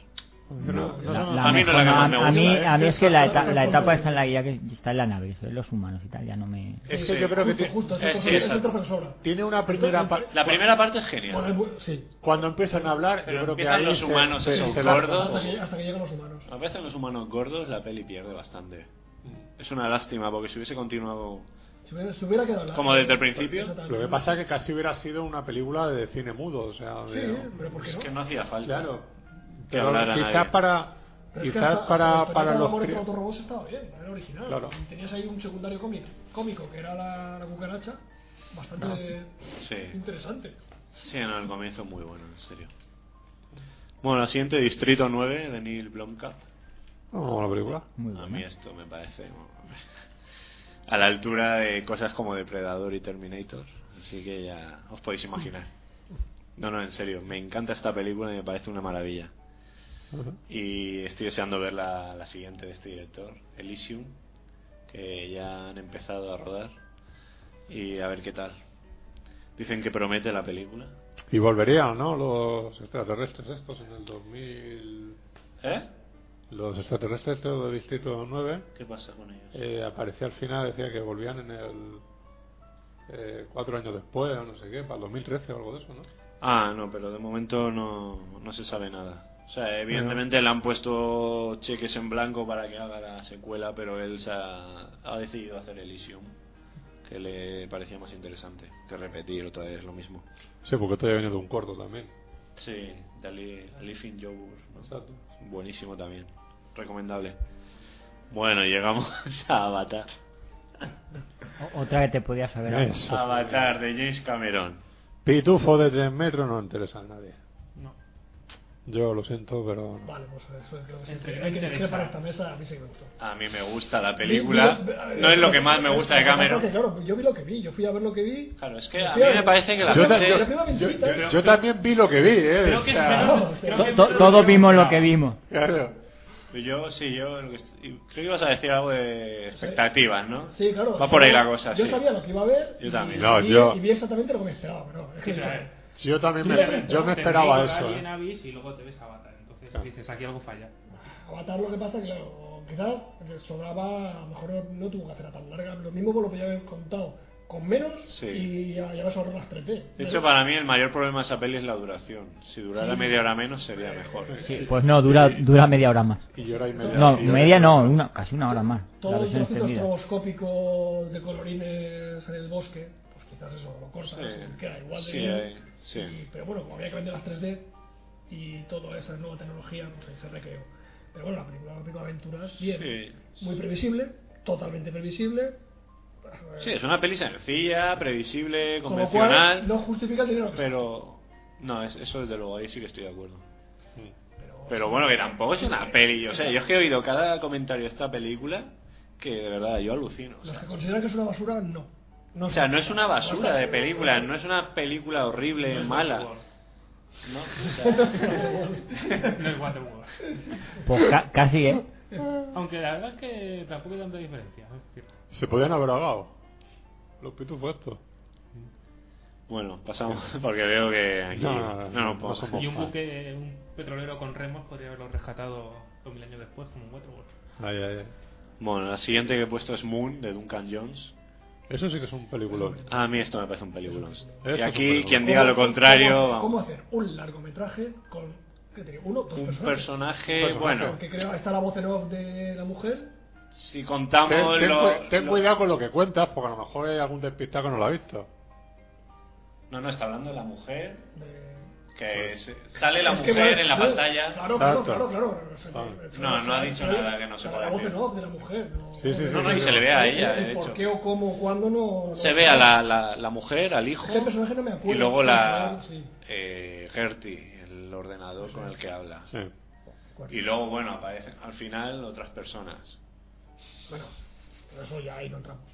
Speaker 1: No, no,
Speaker 2: La-
Speaker 1: no.
Speaker 2: la
Speaker 3: a mí no es la que
Speaker 2: mejor-
Speaker 3: más me
Speaker 2: a- a mí-
Speaker 3: gusta, ¿eh?
Speaker 2: a mí es que la, eta- la etapa esa en la guía que está en la nave, eso de los humanos y tal, ya no me...
Speaker 1: Es
Speaker 5: Sí,
Speaker 1: que yo creo que
Speaker 5: justo,
Speaker 1: ti-
Speaker 5: justo, ese
Speaker 3: eh,
Speaker 5: trozo-
Speaker 3: sí,
Speaker 5: ese
Speaker 3: exacto.
Speaker 5: trozo que sobra.
Speaker 1: Tiene una primera parte.
Speaker 3: La primera parte es
Speaker 5: Bueno, Pues es
Speaker 3: genial.
Speaker 5: bu- sí.
Speaker 1: Cuando empiezan a hablar,
Speaker 3: Pero
Speaker 1: yo creo que
Speaker 3: empiezan
Speaker 1: ahí
Speaker 3: los
Speaker 1: se-
Speaker 3: humanos,
Speaker 1: se-
Speaker 3: esos
Speaker 1: se la-
Speaker 3: gordos. Ah.
Speaker 5: Hasta que, hasta que llegan los humanos.
Speaker 3: A veces los humanos gordos la peli pierde bastante.
Speaker 5: Mm.
Speaker 3: Es una lástima porque si hubiese continuado
Speaker 5: Si hubiera, si hubiera quedado la-
Speaker 3: como desde el principio,
Speaker 5: Exactamente.
Speaker 1: Lo que pasa es que casi hubiera sido una película de cine mudo, o sea,
Speaker 5: Sí,
Speaker 1: de-
Speaker 5: pero ¿por qué
Speaker 3: es
Speaker 5: no?
Speaker 3: que no hacía falta.
Speaker 1: claro.
Speaker 3: Que
Speaker 1: Pero
Speaker 3: hablara
Speaker 1: quizás
Speaker 3: nadie.
Speaker 1: para
Speaker 5: Pero es que
Speaker 1: quizás
Speaker 5: hasta-
Speaker 1: para, para
Speaker 5: hasta Tormenta de
Speaker 1: los
Speaker 5: Amores
Speaker 1: cri-
Speaker 5: con otros robots estaba bien, era el original.
Speaker 1: Claro.
Speaker 5: Y Tenías ahí un secundario cómico, cómico que era la, la cucaracha, bastante
Speaker 3: Sí.
Speaker 5: interesante.
Speaker 3: Sí, no, el comienzo es muy bueno, en serio. Bueno, la siguiente, Distrito 9, de Neil Blomkamp.
Speaker 1: No, la película.
Speaker 2: Muy
Speaker 3: A mí
Speaker 2: buena.
Speaker 3: esto me parece a la altura de cosas como Depredador y Terminator, así que ya os podéis imaginar. No, no, en serio, me encanta esta película y me parece una maravilla.
Speaker 1: Ujú.
Speaker 3: Y estoy deseando ver la, la siguiente de este director, Elysium, que ya han empezado a rodar. Y a ver qué tal. Dicen que promete la película.
Speaker 1: Y volverían, ¿no? Los extraterrestres estos en el 2000.
Speaker 3: ¿Eh?
Speaker 1: Los extraterrestres estos del Distrito 9
Speaker 3: ¿Qué pasa con ellos?
Speaker 1: eh, aparecía al final, decía que volvían en el. eh, cuatro años después, o no sé qué, para el 2013 o algo de eso, ¿no?
Speaker 3: Ah, no, pero de momento no, no se sabe nada. O sea, evidentemente le han puesto cheques en blanco para que haga la secuela, pero él se ha, ha decidido hacer Elysium, que le parecía más interesante que repetir otra vez lo mismo.
Speaker 1: Sí, porque esto ya viene de un corto también.
Speaker 3: Sí, de Ali, Ali Finn Jobur, ¿no?
Speaker 1: Exacto.
Speaker 3: Buenísimo también. Recomendable. Bueno, llegamos a Avatar.
Speaker 2: O- Otra que te podías haber...
Speaker 1: Es.
Speaker 6: Ah,
Speaker 1: Eso
Speaker 3: Avatar de James Cameron.
Speaker 1: Pitufo de 3 metros no interesa a nadie.
Speaker 6: No.
Speaker 1: Yo lo siento, pero. no.
Speaker 5: Vale, pues eso es lo que
Speaker 6: Entre-
Speaker 5: siempre hay que decir
Speaker 6: interesa.
Speaker 5: para esta mesa, a mí sí que me gustó.
Speaker 3: A mí me gusta la película.
Speaker 5: Yo- yo- a ver,
Speaker 3: No es lo que más me gusta de
Speaker 5: lo que pasa es que,
Speaker 3: Cameron.
Speaker 5: claro, yo vi lo que vi, yo fui a ver lo que vi.
Speaker 3: Claro, es que a mí me parece que la
Speaker 1: Yo
Speaker 3: gente...
Speaker 1: te- yo-
Speaker 5: La prima mentirita,
Speaker 1: Yo, yo también vi lo que vi, ¿eh?
Speaker 6: Creo que es
Speaker 1: O sea,
Speaker 6: menos- creo que
Speaker 2: To-
Speaker 6: es
Speaker 2: to-
Speaker 6: menos
Speaker 2: Todos
Speaker 6: lo que
Speaker 2: vimos lo
Speaker 6: esperaba.
Speaker 2: que vimos.
Speaker 1: Claro.
Speaker 3: Yo, sí, yo lo que est- creo que ibas a decir algo de expectativas, ¿no?
Speaker 5: Sí, claro.
Speaker 3: Va por ahí
Speaker 5: yo-
Speaker 3: la cosa,
Speaker 5: Yo
Speaker 3: sí.
Speaker 5: sabía lo que iba a ver.
Speaker 3: Yo
Speaker 5: y-
Speaker 3: también.
Speaker 1: No,
Speaker 5: y,
Speaker 1: yo-
Speaker 5: y vi exactamente lo que me esperaba, pero es que
Speaker 6: Sí,
Speaker 5: yo-
Speaker 6: claro.
Speaker 1: Sí, yo también me,
Speaker 5: Simplemente,
Speaker 1: yo me
Speaker 6: Te
Speaker 1: esperaba
Speaker 6: ríes,
Speaker 1: eso.
Speaker 6: alguien
Speaker 1: ¿eh?
Speaker 6: avis y luego te ves Avatar. Entonces
Speaker 1: Claro.
Speaker 6: dices, aquí algo falla.
Speaker 5: Avatar lo que pasa que claro, quizás sobraba, a lo mejor no, no tuvo que hacerla tan larga, lo mismo por lo que ya habéis contado, con menos
Speaker 3: Sí.
Speaker 5: y ya, ya me sobró las 3D.
Speaker 3: De hecho, para mí el mayor problema de esa peli es la duración. Si durara media hora menos sería mejor.
Speaker 2: Sí, pues no, dura, dura media hora más.
Speaker 1: Y yo era y media.
Speaker 2: No,
Speaker 1: y yo-
Speaker 2: media no, una, casi una hora más. La
Speaker 5: todo el
Speaker 2: versión
Speaker 5: trocito
Speaker 2: extendida.
Speaker 5: estroboscópico de colorines en el bosque, pues quizás eso lo cortas,
Speaker 3: Sí.
Speaker 5: queda igual de
Speaker 3: Sí,
Speaker 5: bien.
Speaker 3: eh, sí.
Speaker 5: Y- pero bueno, como había que vender las 3D y toda esa nueva tecnología, pues ahí se recreó. Pero bueno, la película de Pico Aventuras, bien,
Speaker 3: Sí.
Speaker 5: muy previsible, totalmente previsible.
Speaker 3: Sí, es una peli sencilla, previsible,
Speaker 5: Con lo cual,
Speaker 3: convencional,
Speaker 5: no justifica el dinero que se
Speaker 3: pero... No, es- eso desde luego, ahí sí que estoy de acuerdo.
Speaker 1: Mm.
Speaker 5: Pero,
Speaker 3: Pero bueno, que tampoco es una peli, o sea, yo es que he oído cada comentario de esta pelíula que de verdad yo alucino. o
Speaker 5: los
Speaker 3: sea.
Speaker 5: que consideran que es una basura, no. no
Speaker 3: O sea, no es una basura de película, no es una película horrible,
Speaker 6: No es
Speaker 3: mala.
Speaker 6: Waterworld.
Speaker 3: No, o sea,
Speaker 6: No es Waterworld.
Speaker 2: Pues ca- casi, ¿eh?
Speaker 6: Aunque la verdad es que tampoco hay tanta diferencia. es cierto.
Speaker 1: Se podían haber ahogado. Los pitufos estos.
Speaker 3: bueno, pasamos porque veo que aquí
Speaker 1: No, no,
Speaker 3: no,
Speaker 1: no,
Speaker 3: no,
Speaker 1: no
Speaker 3: puedo.
Speaker 1: somos-
Speaker 6: Y un
Speaker 1: Ojalá.
Speaker 6: buque, un petrolero con remos podría haberlo rescatado dos mil años después como un Waterworld.
Speaker 1: Ay, ay, ay.
Speaker 3: Bueno, la siguiente que he puesto es Moon de Duncan Jones. Ah,
Speaker 1: Eso sí que es un peliculón.
Speaker 3: A mí esto me parece un peliculón.
Speaker 1: Esto es
Speaker 3: Y
Speaker 1: un
Speaker 3: aquí
Speaker 1: peliculón.
Speaker 3: quien diga lo contrario,
Speaker 5: ¿Cómo,
Speaker 3: vamos.
Speaker 5: hacer un largometraje con ¿qué te digo? uno, dos
Speaker 3: un
Speaker 5: personajes?
Speaker 3: personaje, bueno,
Speaker 5: Porque creo está la voz en off de la mujer.
Speaker 3: si
Speaker 1: Ten,
Speaker 3: contamos
Speaker 1: ten
Speaker 3: lo,
Speaker 1: cu- ten
Speaker 3: lo-
Speaker 1: cuidado con lo que cuentas, porque a lo mejor hay algún despistado que no lo ha visto.
Speaker 3: No, no está hablando la mujer,
Speaker 5: de-
Speaker 3: que se- sale la
Speaker 5: Es que,
Speaker 3: mujer
Speaker 5: bueno,
Speaker 3: en la
Speaker 5: claro,
Speaker 3: pantalla.
Speaker 5: Claro,
Speaker 1: Exacto.
Speaker 5: claro,
Speaker 1: Ah.
Speaker 5: claro, claro, no sé,
Speaker 1: Claro.
Speaker 5: eso
Speaker 3: No, no ha
Speaker 5: se-
Speaker 3: dicho
Speaker 5: sale-
Speaker 3: nada que no se
Speaker 5: sale
Speaker 3: pueda
Speaker 5: La voz
Speaker 3: decir.
Speaker 5: en off de la mujer. No,
Speaker 1: Sí, sí, sí,
Speaker 3: No, no,
Speaker 1: sí.
Speaker 3: y se le ve a
Speaker 5: El-
Speaker 3: ella,
Speaker 5: el
Speaker 3: de
Speaker 5: ¿Por
Speaker 3: hecho.
Speaker 5: qué o cómo, cuándo no? no-
Speaker 3: Se ve a la, la, la mujer, al hijo,
Speaker 5: Este personaje no me acuerdo.
Speaker 3: y luego la
Speaker 5: Sí.
Speaker 3: eh, Gertie, el ordenador con el que habla.
Speaker 1: Sí.
Speaker 3: Y luego, bueno, aparecen al final otras personas.
Speaker 5: Bueno, pero eso ya ahí no entramos.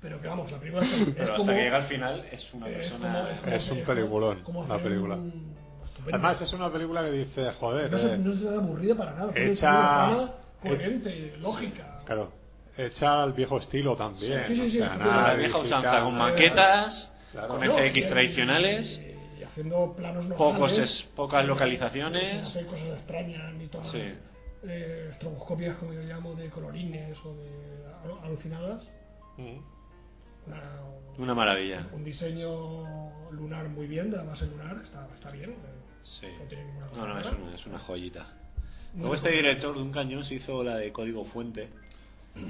Speaker 5: Pero que vamos, la película es,
Speaker 3: Pero
Speaker 5: es
Speaker 3: hasta
Speaker 5: como...
Speaker 3: que llega al final es una
Speaker 5: es
Speaker 3: persona...
Speaker 5: como- como-
Speaker 1: Es un
Speaker 5: como-
Speaker 1: peliculón,
Speaker 5: como
Speaker 1: la
Speaker 5: hacer
Speaker 1: película.
Speaker 5: un- hostia, estupenda.
Speaker 1: Además, es una película que dice, joder.
Speaker 5: no,
Speaker 1: eh,
Speaker 5: se, no se da aburrida para nada. tiene
Speaker 1: hecha-
Speaker 5: una trama coherente, lógica.
Speaker 1: Claro. Hecha al viejo estilo también.
Speaker 5: Sí, sí, sí,
Speaker 1: o sea, nada
Speaker 5: sí. La
Speaker 3: La vieja
Speaker 1: digital,
Speaker 3: usanza con
Speaker 1: nada.
Speaker 3: maquetas,
Speaker 1: Claro.
Speaker 3: con
Speaker 1: No,
Speaker 3: FX
Speaker 5: y-
Speaker 3: tradicionales.
Speaker 5: Y, y haciendo planos
Speaker 3: Pocos
Speaker 5: normales,
Speaker 3: es- pocas localizaciones.
Speaker 5: sin hacer cosas extrañas ni todas.
Speaker 3: Sí.
Speaker 5: eh, estroboscopias, como yo llamo, de colorines o de al- alucinadas.
Speaker 1: Mm.
Speaker 5: Una-
Speaker 3: Una maravilla.
Speaker 5: un diseño lunar muy bien, de la base lunar, está, está bien. eh,
Speaker 3: Sí.
Speaker 5: No tiene ninguna cosa
Speaker 3: No, no, es
Speaker 5: rara.
Speaker 3: una, es una joyita.
Speaker 5: Muy
Speaker 3: Luego este
Speaker 5: bien.
Speaker 3: director de un cañón se hizo la de Código Fuente,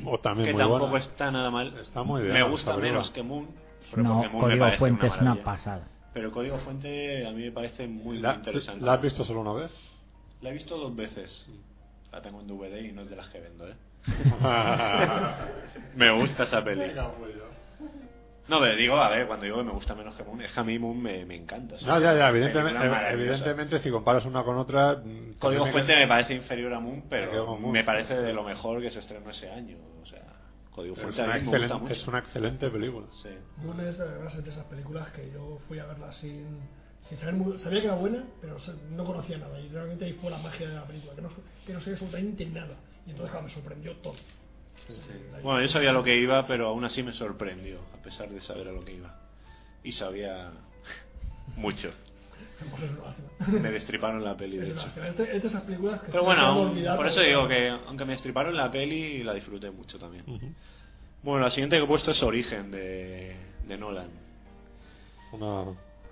Speaker 1: O también
Speaker 3: que
Speaker 1: muy buena.
Speaker 3: tampoco está nada mal.
Speaker 1: Está muy bien,
Speaker 3: Me gusta
Speaker 1: esa película.
Speaker 3: menos que Moon. pero porque
Speaker 2: No,
Speaker 3: Moon me
Speaker 2: Código
Speaker 3: parece
Speaker 2: Fuente es una
Speaker 3: maravilla.
Speaker 2: pasada.
Speaker 3: Pero Código Fuente a mí me parece muy, muy
Speaker 1: ¿La,
Speaker 3: interesante.
Speaker 1: la has visto solo una vez?
Speaker 3: La he visto dos veces. La tengo en DVD y no es de las que vendo, ¿eh? me gusta esa peli.
Speaker 1: pues
Speaker 3: No, pero digo, a ver, cuando digo que me gusta menos que Moon, es que a mí Moon me, me encanta. o sea,
Speaker 1: No, ya, ya,
Speaker 3: es una
Speaker 1: evidentemente,
Speaker 3: película maravillosa.
Speaker 1: evidentemente si comparas una con otra... mm,
Speaker 3: Código
Speaker 1: también
Speaker 3: Fuente me parece inferior a Moon,
Speaker 1: Me quedo
Speaker 3: pero
Speaker 1: con Moon.
Speaker 3: me parece de lo mejor que se estrenó ese año. O sea, Código
Speaker 1: Es
Speaker 3: Fuente a
Speaker 1: una,
Speaker 3: mí me gusta
Speaker 1: excelente,
Speaker 3: mucho.
Speaker 1: es una excelente película.
Speaker 3: Sí.
Speaker 5: Moon es además es de esas películas que yo fui a verla sin, sin saber muy- sabía que era buena, pero se- no conocía nada y realmente ahí fue la magia de la película, que no, que no sabía absolutamente nada y entonces claro, me sorprendió todo. Ahí-
Speaker 3: Bueno, yo sabía a lo que iba, pero aún así me sorprendió, a pesar de saber a lo que iba. Y sabía mucho.
Speaker 5: Pues es una lástima.
Speaker 3: Me destriparon la peli,
Speaker 5: Es
Speaker 3: de
Speaker 5: una
Speaker 3: hecho.
Speaker 5: lástima. Es de- es de esas películas que
Speaker 3: Pero
Speaker 5: se
Speaker 3: bueno,
Speaker 5: han
Speaker 3: aún-
Speaker 5: olvidado.
Speaker 3: por eso digo que aunque me destriparon la peli, la disfruté mucho también.
Speaker 1: Ujú.
Speaker 3: Bueno, la siguiente que he puesto es Origen de, de Nolan.
Speaker 1: Una-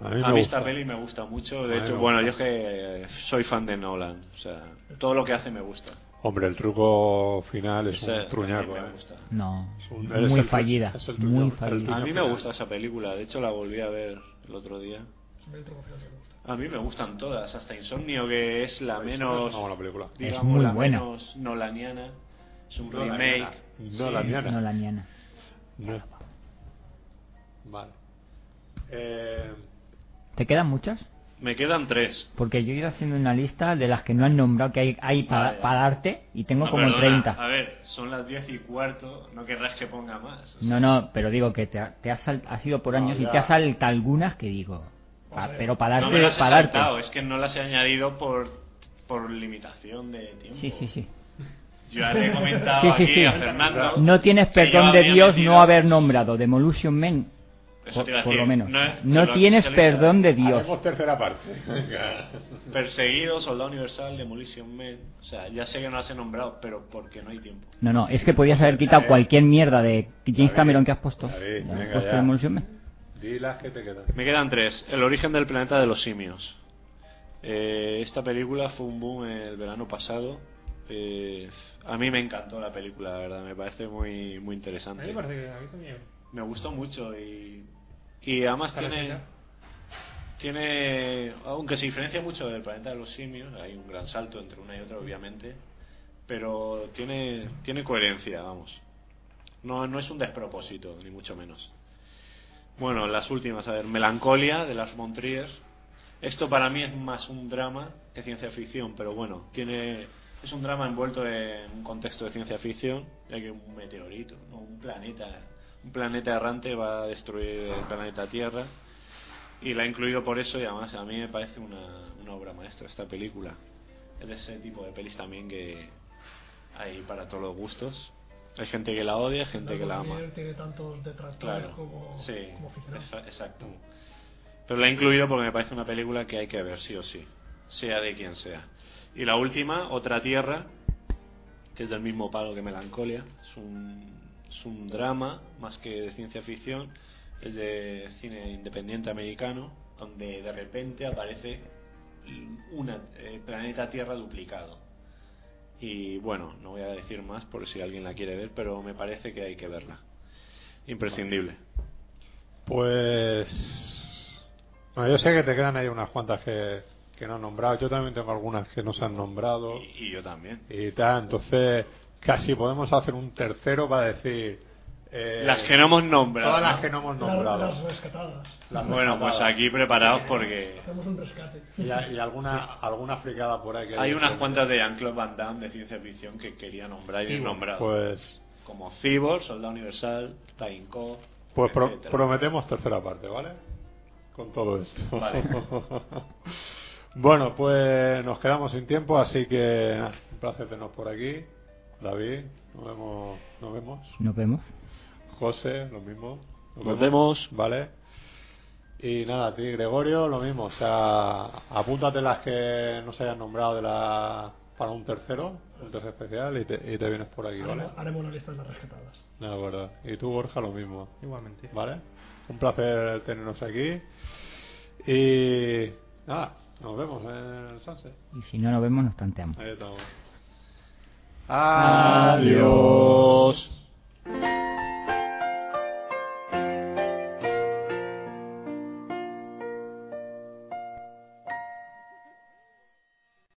Speaker 1: a mí
Speaker 3: A mí,
Speaker 1: me gusta.
Speaker 3: esta peli me gusta mucho.
Speaker 1: A
Speaker 3: De
Speaker 1: mí
Speaker 3: hecho,
Speaker 1: me
Speaker 3: bueno, yo es
Speaker 1: gusta.
Speaker 3: que eh, soy fan de Nolan. O sea, todo lo que hace me gusta.
Speaker 1: Hombre, el truco final es
Speaker 3: Ese
Speaker 1: un truñaco.
Speaker 3: también me
Speaker 1: ¿eh?
Speaker 3: gusta.
Speaker 2: No,
Speaker 1: Es un- es
Speaker 2: muy
Speaker 1: el-
Speaker 2: fallida,
Speaker 1: es el tuyo,
Speaker 2: muy
Speaker 1: el tuyo.
Speaker 3: A
Speaker 2: fallida.
Speaker 3: mí me
Speaker 1: final.
Speaker 3: gusta esa película. De hecho, la volví a ver el otro día.
Speaker 5: Se me ha entrado confianza que me gusta.
Speaker 3: A mí me gustan todas, hasta Insomnio, que es la
Speaker 1: Es
Speaker 3: menos,
Speaker 1: una buena película.
Speaker 3: digamos,
Speaker 2: muy
Speaker 3: la
Speaker 2: buena.
Speaker 3: menos nolaniana. Es un
Speaker 1: Nolaniana.
Speaker 3: remake.
Speaker 1: No, la mía
Speaker 2: Ah, No la niana.
Speaker 1: No. Vale. Eh,
Speaker 2: ¿Te quedan muchas?
Speaker 3: Me quedan tres.
Speaker 2: Porque yo he ido haciendo una lista de las que no han nombrado que hay, hay para
Speaker 3: Vale.
Speaker 2: darte y tengo
Speaker 3: No,
Speaker 2: como
Speaker 3: Ah, perdona,
Speaker 2: 30.
Speaker 3: A ver, son las diez y cuarto, no querrás que ponga más. o sea,
Speaker 2: No, no, pero digo que te, ha- te has, sal- has ido por
Speaker 1: No,
Speaker 2: años y
Speaker 1: ya.
Speaker 2: te has saltado algunas que digo. pa-
Speaker 5: Joder.
Speaker 2: pero para
Speaker 3: no
Speaker 2: darte,
Speaker 3: me las he
Speaker 2: para darte.
Speaker 3: saltado, eh. es que no las he añadido por, por limitación de tiempo.
Speaker 2: Sí, sí, sí.
Speaker 3: Yo ya le he comentado
Speaker 2: Sí, sí,
Speaker 3: aquí
Speaker 2: sí.
Speaker 3: a Fernando.
Speaker 2: No tienes
Speaker 3: que yo
Speaker 2: perdón de
Speaker 3: habría
Speaker 2: Dios
Speaker 3: metido-
Speaker 2: no haber nombrado Demolition Man.
Speaker 3: Eso
Speaker 2: Por,
Speaker 3: te iba a
Speaker 2: por
Speaker 3: decir,
Speaker 2: lo menos.
Speaker 3: no es-
Speaker 2: No
Speaker 3: se lo-
Speaker 2: tienes
Speaker 3: se lo he dicho.
Speaker 2: perdón de Dios.
Speaker 1: Hacemos tercera parte.
Speaker 3: Perseguido, Soldado Universal, Demolition Man. O sea, ya sé que no las he nombrado, pero porque no hay tiempo.
Speaker 2: No, no, es que podías haber quitado
Speaker 1: David.
Speaker 2: cualquier mierda de James
Speaker 1: David,
Speaker 2: Cameron que has puesto.
Speaker 1: David,
Speaker 2: Ya, has
Speaker 1: venga
Speaker 2: puesto
Speaker 1: ya.
Speaker 2: Demolition Man.
Speaker 1: Di las que te quedan.
Speaker 3: Me quedan tres. El origen del planeta de los simios. Eh, esta película fue un boom el verano pasado. Eh, a mí me encantó la película, la verdad. Me parece muy, muy
Speaker 6: A mí me
Speaker 3: interesante.
Speaker 6: parece que a mí también.
Speaker 3: Me gustó mucho y, y además
Speaker 6: Está
Speaker 3: tiene,
Speaker 6: bien,
Speaker 3: tiene, aunque se diferencia mucho del planeta de los simios, hay un gran salto entre una y otra,
Speaker 6: Mm.
Speaker 3: obviamente, pero tiene, tiene coherencia, vamos. No, no es un despropósito, ni mucho menos. Bueno, las últimas, a ver, Melancolia de las Montrías. Esto para mí es más un drama que ciencia ficción, pero bueno, tiene es un drama envuelto en un contexto de ciencia ficción, ya que un meteorito, no, un planeta, un planeta errante va a destruir el planeta Tierra y la he incluido por eso y además a mí me parece una, una obra maestra esta película. Es de ese tipo de pelis también que hay para todos los gustos. Hay gente que la odia, gente que la ama.
Speaker 5: Tiene- Tiene tantos detractores
Speaker 3: Claro,
Speaker 5: como,
Speaker 3: sí,
Speaker 5: como aficionados.
Speaker 3: exa- exacto. Pero la he incluido porque me parece una película que hay que ver, sí o sí, sea de quien sea. Y la última, Otra Tierra, que es del mismo palo que Melancolia, es un, es un drama más que de ciencia ficción, es de cine independiente americano, donde de repente aparece un planeta Tierra duplicado. Y bueno, no voy a decir más por si alguien la quiere ver, pero me parece que hay que verla. Imprescindible.
Speaker 1: Pues. no, yo sé que te quedan ahí unas cuantas que, que no han nombrado. Yo también tengo algunas que no se han nombrado.
Speaker 3: Y, y yo también.
Speaker 1: Y tal, entonces casi podemos hacer un tercero para decir. eh,
Speaker 3: las que no hemos nombrado.
Speaker 1: Todas las que no hemos
Speaker 5: Las-
Speaker 1: nombrado.
Speaker 5: las rescatadas.
Speaker 1: Las
Speaker 3: Bueno, pues
Speaker 1: rescatadas.
Speaker 3: aquí preparados porque
Speaker 5: Hacemos un rescate.
Speaker 1: Y, a- y alguna, alguna fricada por ahí que
Speaker 3: hay unas cuantas de Jean-Claude Van Damme de ciencia ficción que quería nombrar y no he nombrado.
Speaker 1: Pues,
Speaker 3: Como Cyborg, Soldado Universal, Time Cop.
Speaker 1: pues pro-
Speaker 3: etcétera.
Speaker 1: prometemos tercera parte, ¿vale? Con todo esto.
Speaker 3: Vale.
Speaker 1: Bueno, pues nos quedamos sin tiempo, así que nada, un placer tenernos por aquí. David, nos vemos. Nos vemos.
Speaker 2: Nos vemos.
Speaker 1: José, lo mismo.
Speaker 10: Nos vemos.
Speaker 1: Vale. Y nada, a ti, Gregorio, lo mismo. O sea, apúntate las que no se hayan nombrado de la, para un tercero, un tercer especial, y te, y te vienes por aquí, ¿vale?
Speaker 5: Haremos- Haremos una lista de las rescatadas.
Speaker 1: De acuerdo. Y tú, Borja, lo mismo.
Speaker 9: Igualmente.
Speaker 1: ¿Vale? Un placer tenernos aquí. Y nada, nos vemos en el Sunset.
Speaker 2: Y si no nos vemos, nos tanteamos.
Speaker 1: Ahí estamos. Adiós.